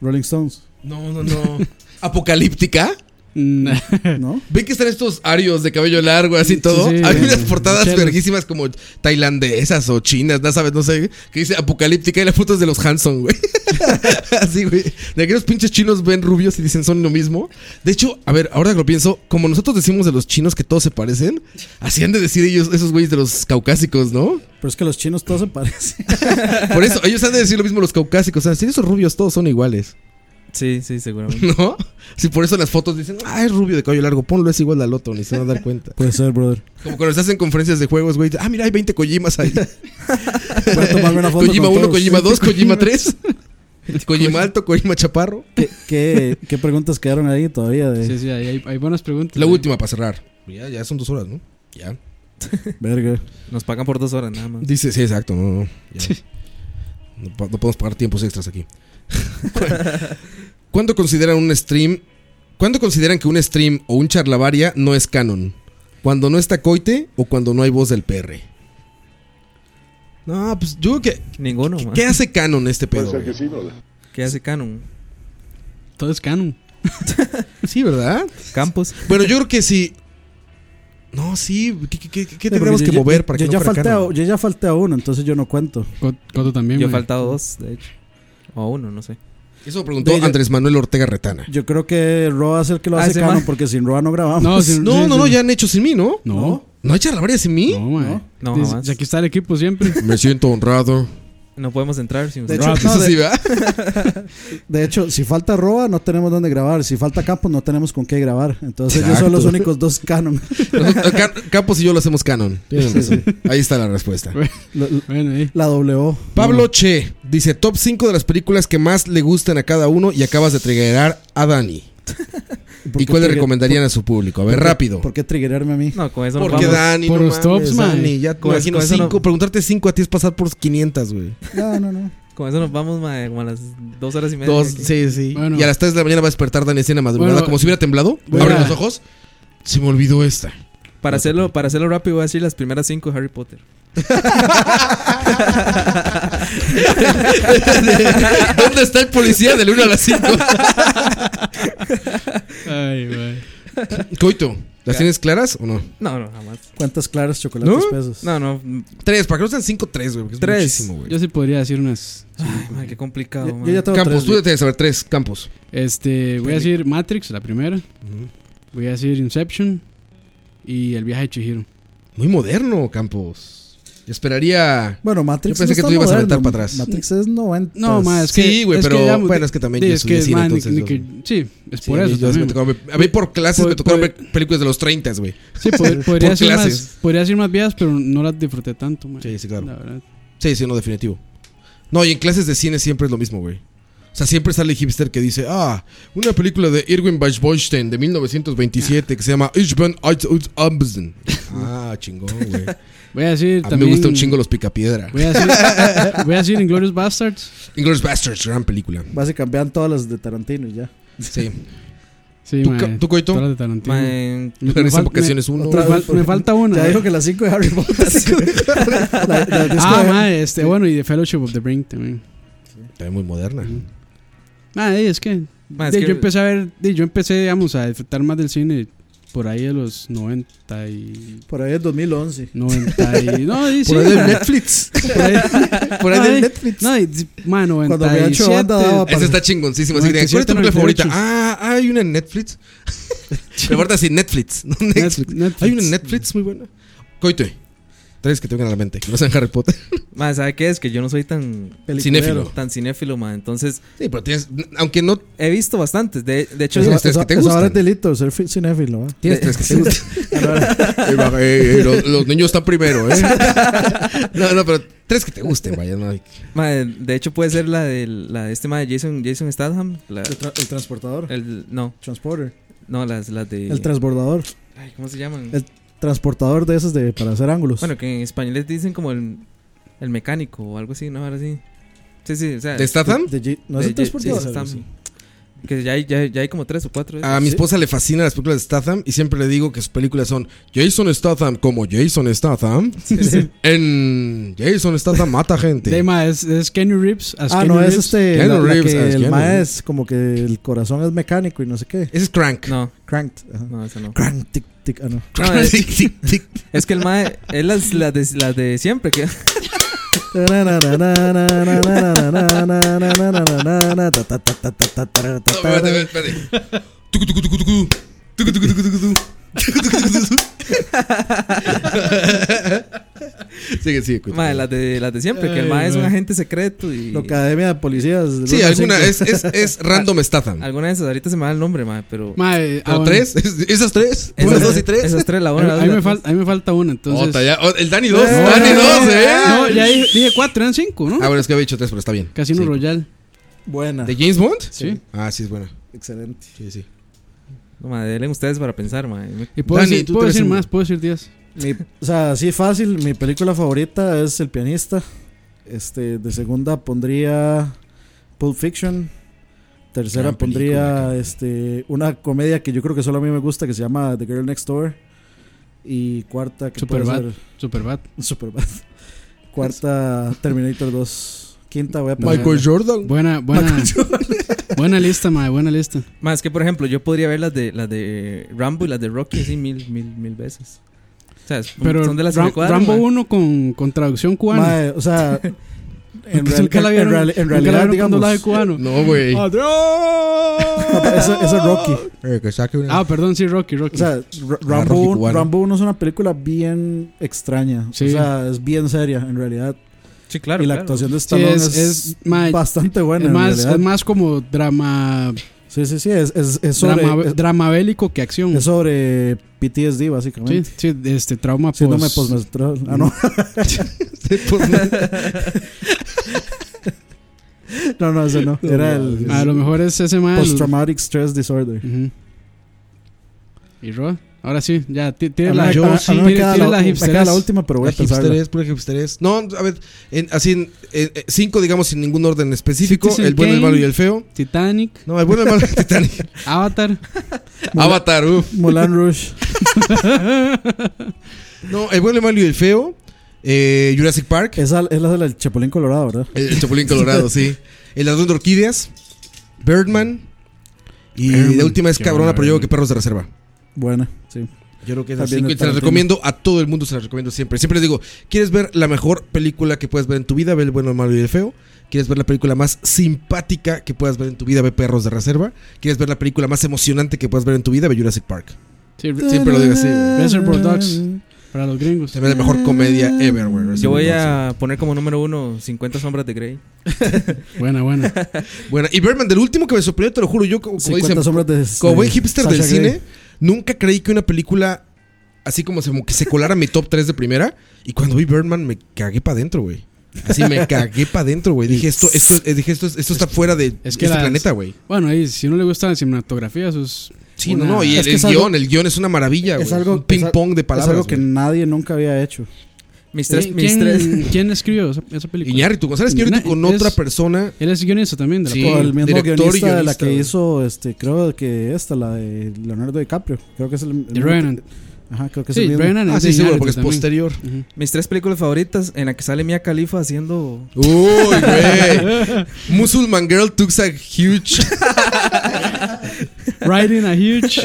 [SPEAKER 5] Rolling Stones. *laughs*
[SPEAKER 4] No, no, no. ¿Apocalíptica?
[SPEAKER 5] ¿No?
[SPEAKER 4] ¿Ven que están estos arios de cabello largo, así todo?
[SPEAKER 5] sí,
[SPEAKER 4] Hay
[SPEAKER 5] eh,
[SPEAKER 4] unas portadas
[SPEAKER 5] chelos.
[SPEAKER 4] verguísimas como tailandesas o chinas, no sabes, no sé, que dice apocalíptica y las fotos de los Hanson, güey. *laughs* así, güey. De aquellos pinches chinos ven rubios y dicen son lo mismo. De hecho, a ver, ahora que lo pienso, como nosotros decimos de los chinos que todos se parecen, así han de decir ellos, esos güeyes de los caucásicos, ¿no?
[SPEAKER 5] Pero es que los chinos todos se parecen.
[SPEAKER 4] Por eso, ellos han de decir lo mismo los caucásicos. O sea, si esos rubios todos son iguales.
[SPEAKER 6] Sí, sí,
[SPEAKER 4] *laughs*
[SPEAKER 6] seguramente.
[SPEAKER 4] ¿No? Si por eso en las fotos dicen, ah, es rubio de cabello largo, ponlo, es igual al otro, ni se van a dar cuenta.
[SPEAKER 5] *laughs* Puede ser, brother.
[SPEAKER 4] Como cuando estás en conferencias de juegos, güey. Ah, mira, hay 20 Kojimas *laughs* ahí.
[SPEAKER 5] Voy a tomarme una foto
[SPEAKER 4] Kojima
[SPEAKER 5] con
[SPEAKER 4] 1,
[SPEAKER 5] todos.
[SPEAKER 4] Kojima 2, *laughs*
[SPEAKER 5] *laughs*
[SPEAKER 4] Kojima 3. Kojima alto, Kojima chaparro.
[SPEAKER 5] ¿Qué, qué, qué preguntas quedaron ahí todavía? De...
[SPEAKER 3] Sí, sí, ahí hay, hay buenas preguntas. eh.
[SPEAKER 4] La última para cerrar. Ya, ya son dos horas, ¿no? Ya.
[SPEAKER 5] Verga.
[SPEAKER 6] Nos pagan por dos horas nada más.
[SPEAKER 4] Dice, sí, exacto. No, no, ya. No pa- no podemos pagar tiempos extras aquí. *laughs* ¿Cuándo consideran un stream? ¿Cuándo consideran que un stream o un charlavaria no es canon? ¿Cuando no está coite o cuando no hay voz del PR? No, pues yo creo que.
[SPEAKER 6] Ninguno, man.
[SPEAKER 4] *laughs* ¿Qué hace canon este pedo? güey?
[SPEAKER 6] ¿Qué hace Canon?
[SPEAKER 3] Todo es canon.
[SPEAKER 4] Sí, ¿verdad?
[SPEAKER 6] Campos.
[SPEAKER 4] Bueno, yo creo que sí. No, sí. ¿Qué, qué- qué- qué
[SPEAKER 5] Sí, porque
[SPEAKER 4] tendríamos
[SPEAKER 5] yo-
[SPEAKER 4] que
[SPEAKER 5] yo-
[SPEAKER 4] mover
[SPEAKER 5] yo,
[SPEAKER 4] para que
[SPEAKER 5] yo
[SPEAKER 4] no
[SPEAKER 5] ya
[SPEAKER 4] fuera
[SPEAKER 5] falté
[SPEAKER 4] canon?
[SPEAKER 5] a- Yo ya falté a uno, entonces yo no cuento.
[SPEAKER 3] Coto también.
[SPEAKER 6] Yo he
[SPEAKER 5] güey.
[SPEAKER 6] faltado dos, de hecho. O uno, no sé.
[SPEAKER 4] Eso lo preguntó Andrés Manuel Ortega Retana.
[SPEAKER 5] Yo creo que Roa es el que lo
[SPEAKER 4] Ah,
[SPEAKER 5] hace
[SPEAKER 4] ese
[SPEAKER 5] canon
[SPEAKER 4] man.
[SPEAKER 5] porque sin Roa no grabamos.
[SPEAKER 4] *laughs* No, no, no, ya han hecho sin mí, ¿no?
[SPEAKER 3] No.
[SPEAKER 4] ¿No hay charlavaria sin mí?
[SPEAKER 3] No, man.
[SPEAKER 6] No,
[SPEAKER 3] Dice-
[SPEAKER 6] jamás.
[SPEAKER 3] Aquí está el equipo siempre.
[SPEAKER 4] Me siento honrado.
[SPEAKER 6] No podemos entrar sin
[SPEAKER 5] De
[SPEAKER 6] usted.
[SPEAKER 5] hecho, no, de- De hecho, si falta Roa, no tenemos dónde grabar. Si falta Campos, no tenemos con qué grabar. Entonces, ellos son los
[SPEAKER 4] Exacto.
[SPEAKER 5] únicos dos canon.
[SPEAKER 4] Nosotros- Ca- Campos y yo lo hacemos canon. Tienen
[SPEAKER 5] Sí,
[SPEAKER 4] razón. Ahí está la respuesta.
[SPEAKER 3] *laughs*
[SPEAKER 5] La W.
[SPEAKER 4] Pablo Che dice: Top 5 de las películas que más le gustan a cada uno y acabas de triggerar a Dani.
[SPEAKER 5] ¿Por
[SPEAKER 4] ¿Y
[SPEAKER 5] qué
[SPEAKER 4] cuál le
[SPEAKER 5] trigger-
[SPEAKER 4] recomendarían a su público? A ver,
[SPEAKER 5] ¿Por qué-
[SPEAKER 4] rápido.
[SPEAKER 5] ¿Por qué triggerarme a mí?
[SPEAKER 6] No, con eso
[SPEAKER 4] Porque Dani, no mames, Dani, ya te
[SPEAKER 6] con,
[SPEAKER 4] imagino
[SPEAKER 6] con eso
[SPEAKER 4] cinco,
[SPEAKER 6] no-
[SPEAKER 4] preguntarte 5 a ti es pasar por 500, güey.
[SPEAKER 5] No, no, no.
[SPEAKER 6] con eso nos vamos, mae, como a las dos horas y media.
[SPEAKER 4] Dos,
[SPEAKER 6] aquí.
[SPEAKER 4] sí, sí.
[SPEAKER 3] Bueno.
[SPEAKER 4] y a las 3 de la mañana va a despertar Dani así en la madrugada,
[SPEAKER 3] Bueno,
[SPEAKER 4] como si hubiera temblado.
[SPEAKER 3] voy
[SPEAKER 4] Abre
[SPEAKER 3] a-
[SPEAKER 4] los ojos. Se me olvidó
[SPEAKER 6] *laughs*
[SPEAKER 4] esta.
[SPEAKER 6] Para hacerlo, para hacerlo rápido, voy a decir las primeras cinco de Harry Potter. *laughs*
[SPEAKER 4] ¿Dónde está el policía del 1 a las 5?
[SPEAKER 3] Ay, güey.
[SPEAKER 4] Coito, ¿las tienes claras o no?
[SPEAKER 6] No, no, jamás.
[SPEAKER 5] ¿Cuántas claras chocolates
[SPEAKER 4] ¿No?
[SPEAKER 5] pesos?
[SPEAKER 6] No, no.
[SPEAKER 4] Tres, para que no sean cinco, tres, güey. porque es
[SPEAKER 6] Tres.
[SPEAKER 4] muchísimo, güey.
[SPEAKER 3] Yo sí podría decir unas.
[SPEAKER 6] Ay, mae, qué complicado, mae.
[SPEAKER 4] Campos, tú debes saber tres, Campos.
[SPEAKER 3] Este, voy a decir Matrix, la primera.
[SPEAKER 4] Ujú.
[SPEAKER 3] Voy a decir Inception. Y el viaje de Chihiro.
[SPEAKER 4] Muy moderno, Campos. Yo Esperaría.
[SPEAKER 5] Bueno, Matrix.
[SPEAKER 4] Yo pensé
[SPEAKER 5] no
[SPEAKER 4] que
[SPEAKER 5] está
[SPEAKER 4] tú ibas a
[SPEAKER 5] moderno.
[SPEAKER 4] aventar para atrás.
[SPEAKER 5] Matrix es 90.
[SPEAKER 3] No, más es que.
[SPEAKER 4] Sí, güey,
[SPEAKER 3] es
[SPEAKER 4] pero
[SPEAKER 3] digamos,
[SPEAKER 4] bueno, es que también
[SPEAKER 3] sí,
[SPEAKER 4] yo
[SPEAKER 3] es
[SPEAKER 4] soy
[SPEAKER 3] que,
[SPEAKER 4] de cine,
[SPEAKER 3] man, ni-
[SPEAKER 4] entonces
[SPEAKER 3] ni
[SPEAKER 4] yo-
[SPEAKER 3] que- Sí, es
[SPEAKER 4] Sí,
[SPEAKER 3] por
[SPEAKER 4] a mí-
[SPEAKER 3] eso.
[SPEAKER 4] yo- me
[SPEAKER 3] también.
[SPEAKER 4] tocaba ver- a mí por clases
[SPEAKER 3] Pod-
[SPEAKER 4] me tocaron
[SPEAKER 3] pod-
[SPEAKER 4] ver películas de los 30, güey.
[SPEAKER 3] Sí,
[SPEAKER 4] *laughs*
[SPEAKER 3] pod-
[SPEAKER 4] Por
[SPEAKER 3] podría, ser
[SPEAKER 4] clases.
[SPEAKER 3] más, podría ser más viejas, pero no las disfruté tanto, man.
[SPEAKER 4] Sí, sí, claro.
[SPEAKER 3] La verdad.
[SPEAKER 4] Sí, sí, no, definitivo. No, y en clases de cine siempre es lo mismo, güey. O sea, siempre sale el hipster que dice, ah, una película de Irwin Bachboystein de 1927 que se llama Ich bin alt und absen. Ah, chingón,
[SPEAKER 3] *laughs*
[SPEAKER 4] güey.
[SPEAKER 3] Voy a decir
[SPEAKER 4] A mí me
[SPEAKER 3] también.
[SPEAKER 4] gusta un chingo los picapiedra.
[SPEAKER 3] Voy a
[SPEAKER 4] *laughs*
[SPEAKER 3] decir, voy a decir Inglorious Bastards.
[SPEAKER 4] Inglourious Bastards, gran película.
[SPEAKER 5] Básicamente vean todas las de Tarantino y ya.
[SPEAKER 4] Sí.
[SPEAKER 3] Sí,
[SPEAKER 4] ¿Tú,
[SPEAKER 3] mae,
[SPEAKER 4] Ca- tú, Coito?
[SPEAKER 3] todas de Tarantino.
[SPEAKER 6] Mae,
[SPEAKER 3] Me- me
[SPEAKER 4] Regresan
[SPEAKER 3] fal-
[SPEAKER 4] vacaciones
[SPEAKER 3] me-
[SPEAKER 4] uno.
[SPEAKER 3] otra vez, me falta una. eh.
[SPEAKER 4] eh.
[SPEAKER 5] Ya dijo que las 5 de Harry
[SPEAKER 4] *laughs*
[SPEAKER 5] Potter. *laughs* La- la- es que-
[SPEAKER 3] Ah, mae, este, bueno, y The Fellowship of the Ring también.
[SPEAKER 4] También muy moderna.
[SPEAKER 3] Ah, eh, es que,
[SPEAKER 6] Mae, es
[SPEAKER 3] de-
[SPEAKER 6] que-
[SPEAKER 3] yo empecé a ver, de- yo empecé, digamos, a disfrutar más del cine por ahí de los 90 y...
[SPEAKER 5] Por ahí es 2011.
[SPEAKER 3] 90 y... No, y sí,
[SPEAKER 4] Por ahí del
[SPEAKER 3] mae.
[SPEAKER 4] *laughs* Netflix.
[SPEAKER 3] Por ahí,
[SPEAKER 4] Por ahí
[SPEAKER 3] no,
[SPEAKER 4] del
[SPEAKER 3] y-
[SPEAKER 4] Netflix.
[SPEAKER 3] No, y, mae,
[SPEAKER 5] Cuando había hecho
[SPEAKER 3] 97.
[SPEAKER 5] banda daba
[SPEAKER 3] pues,
[SPEAKER 4] Esa está chingoncísima. Así de, ¿Cuál es
[SPEAKER 3] 97,
[SPEAKER 4] tu película favorita?
[SPEAKER 3] 98.
[SPEAKER 4] Ah, hay una en Netflix. Pero aparte así, Netflix. no Netflix.
[SPEAKER 3] Netflix.
[SPEAKER 4] Hay una en Netflix muy buena. Coito. Tres que tengan a la mente, que no sean Harry Potter.
[SPEAKER 6] Más, ¿sabe qué es? Que yo no soy tan
[SPEAKER 4] Cinéfilo.
[SPEAKER 6] Tan cinéfilo, ma. Entonces.
[SPEAKER 4] Sí, pero tienes. Aunque no.
[SPEAKER 6] He visto bastantes. De, de hecho,
[SPEAKER 5] Eso- eso- eso ahora es delito, ser fi- cinéfilo. ¿eh?
[SPEAKER 6] Tienes tres que te
[SPEAKER 4] *laughs*
[SPEAKER 6] gustan.
[SPEAKER 4] Ey, Eh, va, ey, ey, los, los niños están primero, ¿eh? *laughs* No, no, pero tres que te gusten, vaya. No hay-
[SPEAKER 6] Ma, de hecho, puede ser la de, la de este ma de Jason, Jason Statham. la-
[SPEAKER 5] El, tra- el transportador.
[SPEAKER 4] Eh.
[SPEAKER 6] el- no.
[SPEAKER 5] Transporter.
[SPEAKER 6] No, las, las de.
[SPEAKER 5] El transbordador.
[SPEAKER 6] Ay, ¿Cómo se llaman?
[SPEAKER 5] El transportador de esos de, para hacer ángulos.
[SPEAKER 6] Bueno, que en español les dicen como el, el mecánico o algo así, ¿no? Ahora sí. Sí, sí, o sea.
[SPEAKER 4] ¿De Statham? De
[SPEAKER 5] J- no es el
[SPEAKER 6] J-
[SPEAKER 5] transportador,
[SPEAKER 6] Jason
[SPEAKER 5] algo
[SPEAKER 6] Statham. Que ya hay, ya, hay- ya hay como tres o cuatro. ¿eh? de
[SPEAKER 4] A
[SPEAKER 5] Ah,
[SPEAKER 6] esos.
[SPEAKER 4] mi esposa le fascinan las películas de Statham y siempre le digo que sus películas son Jason Statham como Jason Statham. En Jason Statham mata gente.
[SPEAKER 3] Dema, es, es Kenny Reeves. as
[SPEAKER 5] Ah,
[SPEAKER 3] Keanu
[SPEAKER 5] no, es
[SPEAKER 3] Reeves.
[SPEAKER 5] este.
[SPEAKER 4] Keanu
[SPEAKER 5] la- la
[SPEAKER 4] Reeves,
[SPEAKER 5] que
[SPEAKER 4] es
[SPEAKER 5] el
[SPEAKER 4] Keanu
[SPEAKER 5] mae
[SPEAKER 4] Reeves.
[SPEAKER 5] es como que el corazón es mecánico y no sé qué.
[SPEAKER 4] Ese es Crank.
[SPEAKER 6] No.
[SPEAKER 5] Cranked. ajá.
[SPEAKER 6] No,
[SPEAKER 5] *laughs*
[SPEAKER 6] ese no.
[SPEAKER 5] Crank, tic, tic. Ah, no.
[SPEAKER 6] No, es, es que el mae es las, las, de, las de siempre.
[SPEAKER 5] *laughs*
[SPEAKER 6] Que,
[SPEAKER 4] Sigue, sigue. cuenta.
[SPEAKER 6] mae, las, de, las de siempre. Que el
[SPEAKER 5] Ay,
[SPEAKER 6] mae es un
[SPEAKER 5] mae.
[SPEAKER 6] agente secreto. Y,
[SPEAKER 5] La academia de policías. del
[SPEAKER 4] Sí,
[SPEAKER 5] uno al
[SPEAKER 4] alguna
[SPEAKER 5] cinco.
[SPEAKER 4] es, es, es random Statham.
[SPEAKER 6] Alguna de esas, ahorita se me da el nombre, mae, pero.
[SPEAKER 3] Mae, ah,
[SPEAKER 4] ¿O tres? ¿Esas tres?
[SPEAKER 6] Esas
[SPEAKER 4] ¿Unas dos
[SPEAKER 6] tres.
[SPEAKER 4] y tres?
[SPEAKER 6] Esas tres, la
[SPEAKER 3] A
[SPEAKER 6] una, la
[SPEAKER 3] mí
[SPEAKER 6] otra.
[SPEAKER 3] me, falta, a mí me falta una, entonces.
[SPEAKER 4] Ota, ya. O- el Dani dos.
[SPEAKER 3] No,
[SPEAKER 4] Dani
[SPEAKER 3] no,
[SPEAKER 4] dos, ¿eh?
[SPEAKER 3] No, ya dije, dije cuatro, eran cinco, ¿no?
[SPEAKER 4] Ah, bueno, es que había dicho tres, pero está bien.
[SPEAKER 3] Casino
[SPEAKER 4] Sí.
[SPEAKER 3] Royal.
[SPEAKER 5] Buena.
[SPEAKER 4] ¿De James Bond?
[SPEAKER 3] Sí.
[SPEAKER 4] Ah, sí, es buena.
[SPEAKER 5] Excelente.
[SPEAKER 4] Sí, sí.
[SPEAKER 6] No, mae, denle ustedes para pensar, mae.
[SPEAKER 3] Y puedo
[SPEAKER 5] Dani,
[SPEAKER 3] decir,
[SPEAKER 5] tú
[SPEAKER 3] puedo
[SPEAKER 5] traes
[SPEAKER 3] decir
[SPEAKER 5] una.
[SPEAKER 3] más, puedo decir diez.
[SPEAKER 5] Mi- o sea, así fácil. Mi película favorita es El Pianista. Este, de segunda pondría Pulp Fiction. Tercera
[SPEAKER 4] Gran película,
[SPEAKER 5] pondría este, una comedia que yo creo que solo a mí me gusta que se llama The Girl Next Door. Y cuarta que puede
[SPEAKER 3] Superbad,
[SPEAKER 5] ser-
[SPEAKER 3] Superbad.
[SPEAKER 5] Superbad. *laughs* Cuarta Terminator 2. Quinta voy a poner
[SPEAKER 4] Michael Jordan.
[SPEAKER 3] Buena, buena.
[SPEAKER 5] Michael
[SPEAKER 3] buena lista, mae, buena lista.
[SPEAKER 6] Más que, por ejemplo, yo podría ver las de, las de Rambo y las de Rocky así mil, mil, mil veces. O sea, es-
[SPEAKER 3] Pero
[SPEAKER 6] son de las que
[SPEAKER 3] Ram-
[SPEAKER 6] me cuadran,
[SPEAKER 3] Rambo
[SPEAKER 6] mae.
[SPEAKER 3] 1 con, con traducción cubana.
[SPEAKER 5] Mae,
[SPEAKER 3] *laughs*
[SPEAKER 5] o sea, en,
[SPEAKER 3] Pues
[SPEAKER 5] real-
[SPEAKER 3] nunca la
[SPEAKER 5] en
[SPEAKER 3] vieron-
[SPEAKER 5] real- en
[SPEAKER 3] nunca la
[SPEAKER 5] realidad,
[SPEAKER 3] vieron con
[SPEAKER 5] digamos.
[SPEAKER 3] doblaje cubano.
[SPEAKER 4] Ah, No, güey.
[SPEAKER 5] *laughs* Eso, eso es Rocky.
[SPEAKER 4] Eh,
[SPEAKER 3] Ah, perdón, sí, Rocky, Rocky.
[SPEAKER 5] O sea, Ra- Rambo,
[SPEAKER 3] Rocky
[SPEAKER 5] 1,
[SPEAKER 3] cubano.
[SPEAKER 5] Rambo 1 es una película bien extraña.
[SPEAKER 3] Sí.
[SPEAKER 5] O sea, es bien seria en realidad.
[SPEAKER 6] Sí, claro.
[SPEAKER 5] Y la
[SPEAKER 6] claro.
[SPEAKER 5] actuación de
[SPEAKER 3] Sí,
[SPEAKER 5] Stallone es,
[SPEAKER 3] mae,
[SPEAKER 5] bastante buena.
[SPEAKER 3] Es
[SPEAKER 5] en
[SPEAKER 3] más,
[SPEAKER 5] realidad.
[SPEAKER 3] es más como drama.
[SPEAKER 5] Sí, sí, sí. Es, es, es sobre,
[SPEAKER 3] drama,
[SPEAKER 5] es-
[SPEAKER 3] drama bélico que acción.
[SPEAKER 5] es sobre PTSD,
[SPEAKER 3] Sí,
[SPEAKER 5] básicamente.
[SPEAKER 3] sí, este trauma
[SPEAKER 5] Sí, no me
[SPEAKER 3] pos-
[SPEAKER 5] postmenstrual. Ah, no. *laughs*
[SPEAKER 3] *laughs*
[SPEAKER 5] no, no, ese no. Era el.
[SPEAKER 3] A lo mejor es ese más.
[SPEAKER 5] Post-traumatic stress disorder.
[SPEAKER 3] ¿Y Ro? Ahora sí, ya, ti- tire
[SPEAKER 5] A
[SPEAKER 3] la,
[SPEAKER 5] mí- a- a mí
[SPEAKER 3] tire-
[SPEAKER 5] me queda
[SPEAKER 3] tire
[SPEAKER 5] la-
[SPEAKER 3] la
[SPEAKER 5] me
[SPEAKER 3] hipsterés.
[SPEAKER 5] queda la última, pero voy a
[SPEAKER 4] Pura
[SPEAKER 5] pensarla.
[SPEAKER 4] hipsterés, pura hipsterés. No, a ver, en- así en, eh, eh, cinco, digamos, sin ningún orden específico.
[SPEAKER 3] Citizen
[SPEAKER 4] el bueno, el
[SPEAKER 3] Kane.
[SPEAKER 4] malo y el feo.
[SPEAKER 3] Titanic,
[SPEAKER 4] No, el bueno, el
[SPEAKER 5] *laughs*
[SPEAKER 4] malo y el Titanic.
[SPEAKER 3] Avatar.
[SPEAKER 4] Avatar, uff.
[SPEAKER 5] Mulan
[SPEAKER 3] *laughs*
[SPEAKER 5] Rush.
[SPEAKER 4] No, el bueno, el malo y el feo. eh, Jurassic Park.
[SPEAKER 5] Esa es la del Chapulín Colorado, ¿verdad?
[SPEAKER 4] El, el Chapulín Colorado, sí. El ladrón de orquídeas. Birdman. Y
[SPEAKER 5] Birdman,
[SPEAKER 4] la última es
[SPEAKER 5] qué
[SPEAKER 4] cabrona,
[SPEAKER 5] buena
[SPEAKER 4] pero yo creo que
[SPEAKER 5] Birdman.
[SPEAKER 4] Perros de Reserva.
[SPEAKER 5] Buena, sí.
[SPEAKER 4] Yo creo que es así.
[SPEAKER 5] También de
[SPEAKER 4] Y se las
[SPEAKER 5] Tarantino.
[SPEAKER 4] recomiendo a todo el mundo, se las recomiendo siempre. Siempre les digo, ¿quieres ver la mejor película que puedes ver en tu vida? Ve El bueno, el malo y el feo. ¿Quieres ver la película más simpática que puedas ver en tu vida? Ve Perros de Reserva. ¿Quieres ver la película más emocionante que puedas ver en tu vida? Ve Jurassic Park.
[SPEAKER 3] Sí,
[SPEAKER 4] Siempre lo digo así. güey.
[SPEAKER 3] Reservoir Dogs. Para los gringos.
[SPEAKER 4] Se ve la mejor comedia ever, güey.
[SPEAKER 6] Yo
[SPEAKER 4] Reservoir
[SPEAKER 6] voy
[SPEAKER 4] Dogs.
[SPEAKER 6] a poner como número uno 50 sombras de Grey.
[SPEAKER 3] Buena,
[SPEAKER 4] *laughs*
[SPEAKER 3] buena.
[SPEAKER 4] Buena. Y Berman, del último que me sorprendió, te lo juro, yo como, como
[SPEAKER 5] 50
[SPEAKER 4] dicen,
[SPEAKER 5] sombras de-
[SPEAKER 4] como
[SPEAKER 5] de
[SPEAKER 4] buen hipster del
[SPEAKER 5] Sasha
[SPEAKER 4] cine,
[SPEAKER 5] Grey.
[SPEAKER 4] nunca creí que una película así como se, como que se colara mi top 3 de primera. Y cuando vi Birdman me cagué para adentro, güey. Así
[SPEAKER 5] *laughs*
[SPEAKER 4] me cagué para adentro, güey. Dije, esto, esto, eh, dije esto, esto está fuera de
[SPEAKER 3] Es que
[SPEAKER 4] este
[SPEAKER 3] las-
[SPEAKER 4] planeta, güey.
[SPEAKER 3] Bueno, ahí, si no le gusta la cinematografía, eso es.
[SPEAKER 4] Sí,
[SPEAKER 3] pues, una-
[SPEAKER 4] no, no. Y el,
[SPEAKER 5] que
[SPEAKER 4] el
[SPEAKER 5] es
[SPEAKER 4] guión,
[SPEAKER 5] algo-
[SPEAKER 4] el guión es una maravilla, güey.
[SPEAKER 5] Es algo.
[SPEAKER 4] Un ping pong de palabras.
[SPEAKER 5] Es algo que nadie nunca había hecho.
[SPEAKER 6] Mis
[SPEAKER 3] ¿Quién- ¿Quién, *laughs* quién escribió esa, esa película?
[SPEAKER 4] Iñárritu, González Iñárritu con otra persona.
[SPEAKER 3] Él es guionista también de la
[SPEAKER 4] Sí,
[SPEAKER 5] O el mismo
[SPEAKER 4] director y
[SPEAKER 5] guionista, de la
[SPEAKER 4] guionista,
[SPEAKER 5] que
[SPEAKER 4] güey.
[SPEAKER 5] hizo, este, creo que esta, la de Leonardo DiCaprio. Creo que es el. el
[SPEAKER 3] The
[SPEAKER 5] mismo-
[SPEAKER 3] Revenant.
[SPEAKER 5] Ajá, creo que es
[SPEAKER 3] Sí,
[SPEAKER 5] el mismo.
[SPEAKER 3] Revenant
[SPEAKER 4] Ah,
[SPEAKER 3] es
[SPEAKER 4] sí,
[SPEAKER 3] de
[SPEAKER 4] seguro,
[SPEAKER 3] Iñárritu
[SPEAKER 4] porque es
[SPEAKER 3] también.
[SPEAKER 4] posterior.
[SPEAKER 3] Ujú.
[SPEAKER 6] Mis tres películas favoritas en la que sale Mia Khalifa haciendo.
[SPEAKER 4] Uy,
[SPEAKER 5] *laughs*
[SPEAKER 4] güey. Musulman Girl Tuxa Huge.
[SPEAKER 3] Riding a
[SPEAKER 4] *laughs*
[SPEAKER 3] Huge.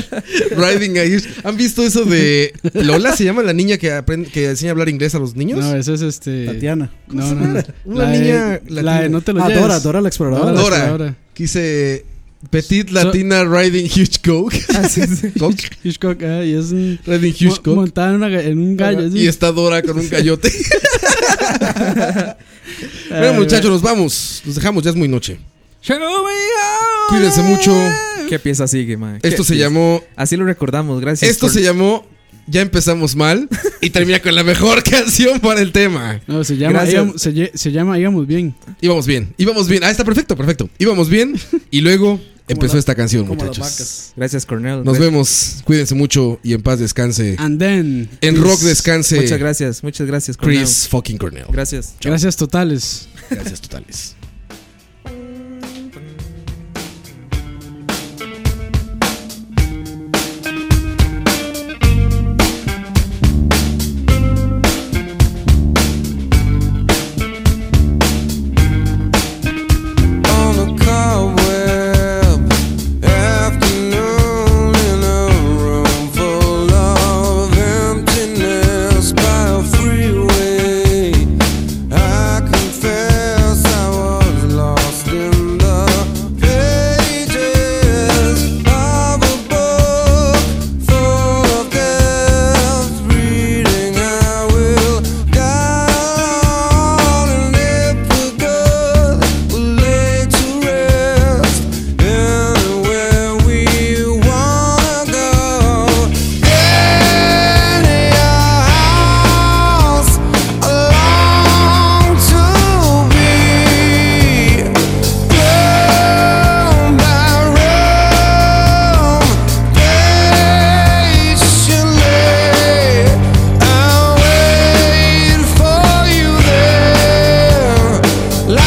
[SPEAKER 4] Riding a Huge. ¿Han visto eso de Lola? ¿Se llama la niña que aprende, que enseña a hablar inglés a los niños?
[SPEAKER 3] No, esa es este.
[SPEAKER 5] Tatiana.
[SPEAKER 3] No, no, no.
[SPEAKER 4] Una
[SPEAKER 3] La de-
[SPEAKER 4] niña
[SPEAKER 3] La
[SPEAKER 4] latina.
[SPEAKER 3] de No te lo
[SPEAKER 5] Ah,
[SPEAKER 3] lleves. *laughs*
[SPEAKER 5] Dora, Dora la exploradora.
[SPEAKER 3] Dora la
[SPEAKER 4] Dora.
[SPEAKER 3] exploradora.
[SPEAKER 4] Quise. Petit Latina Riding Huge Coke.
[SPEAKER 3] Ah,
[SPEAKER 4] Coke.
[SPEAKER 3] Huge Coke, ah, y es un.
[SPEAKER 4] *laughs* Riding Huge
[SPEAKER 3] mo-
[SPEAKER 4] Coke.
[SPEAKER 3] Montada en, una ga- en un gallo.
[SPEAKER 4] Y está Dora con un
[SPEAKER 3] *laughs*
[SPEAKER 4] gallote.
[SPEAKER 3] Ah,
[SPEAKER 4] bueno, muchachos, nos vamos. Nos dejamos, ya es muy noche. Cuídense mucho.
[SPEAKER 6] ¿Qué pieza sigue, mae?
[SPEAKER 4] Esto
[SPEAKER 6] ¿Qué
[SPEAKER 4] se
[SPEAKER 6] pieza?
[SPEAKER 4] llamó.
[SPEAKER 6] Así lo recordamos, gracias.
[SPEAKER 4] Esto
[SPEAKER 6] por-
[SPEAKER 4] se llamó. Ya empezamos mal. Y termina con la mejor *laughs* canción para el tema.
[SPEAKER 3] No, se llama,
[SPEAKER 4] Gracias.
[SPEAKER 3] íbamos, se, lle- se llama Íbamos Bien.
[SPEAKER 4] Íbamos bien, íbamos bien. Ah, está perfecto, perfecto. Íbamos bien.
[SPEAKER 6] *laughs*
[SPEAKER 4] Y luego empezó esta canción, muchachos.
[SPEAKER 6] Gracias, Cornel.
[SPEAKER 4] Nos
[SPEAKER 6] Gracias.
[SPEAKER 4] vemos. Cuídense mucho y en paz descanse.
[SPEAKER 3] And then.
[SPEAKER 4] En rock descanse.
[SPEAKER 6] Muchas gracias, muchas gracias, Cornel.
[SPEAKER 4] eh. Chris fucking Cornell.
[SPEAKER 6] Gracias.
[SPEAKER 3] Gracias totales.
[SPEAKER 4] Gracias totales.
[SPEAKER 7] on a cobweb afternoon in a room full of emptiness by a freeway. I confess I was lost in the pages of a book full of death. Reading, I will die on an April good.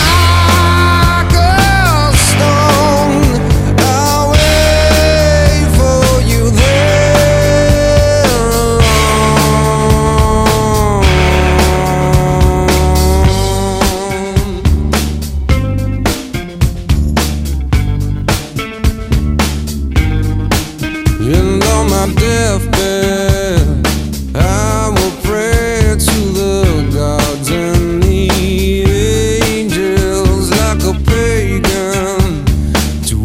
[SPEAKER 7] Like a stone, I'll wait for you there alone. And on my deathbed, I will pray to the gods and the angels like a pagan to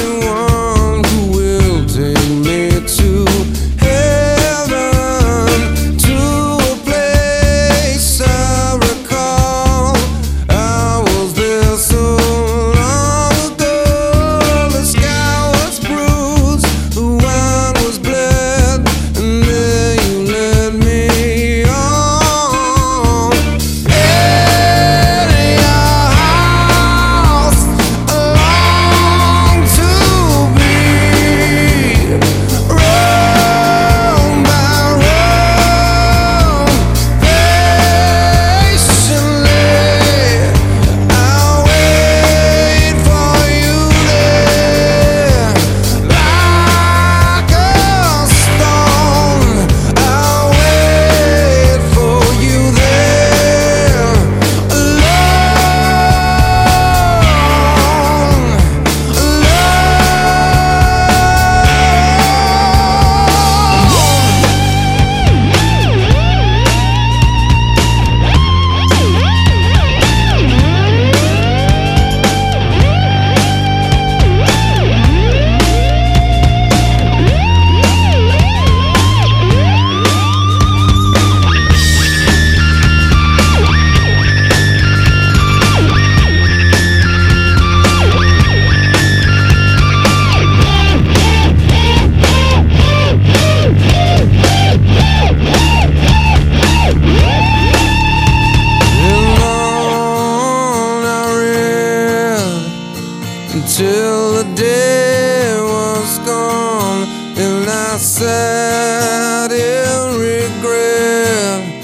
[SPEAKER 7] anyone who will take me to heaven, to a place I recall. I was there so long ago. The sky was bruised, the wine was bled, and there you led me on. In your house, alone to be roam by roam. Patiently, I'll wait for you there. Like a stone, I'll wait for you there. Alone, until the day was gone and I sat in regret
[SPEAKER 11] oh,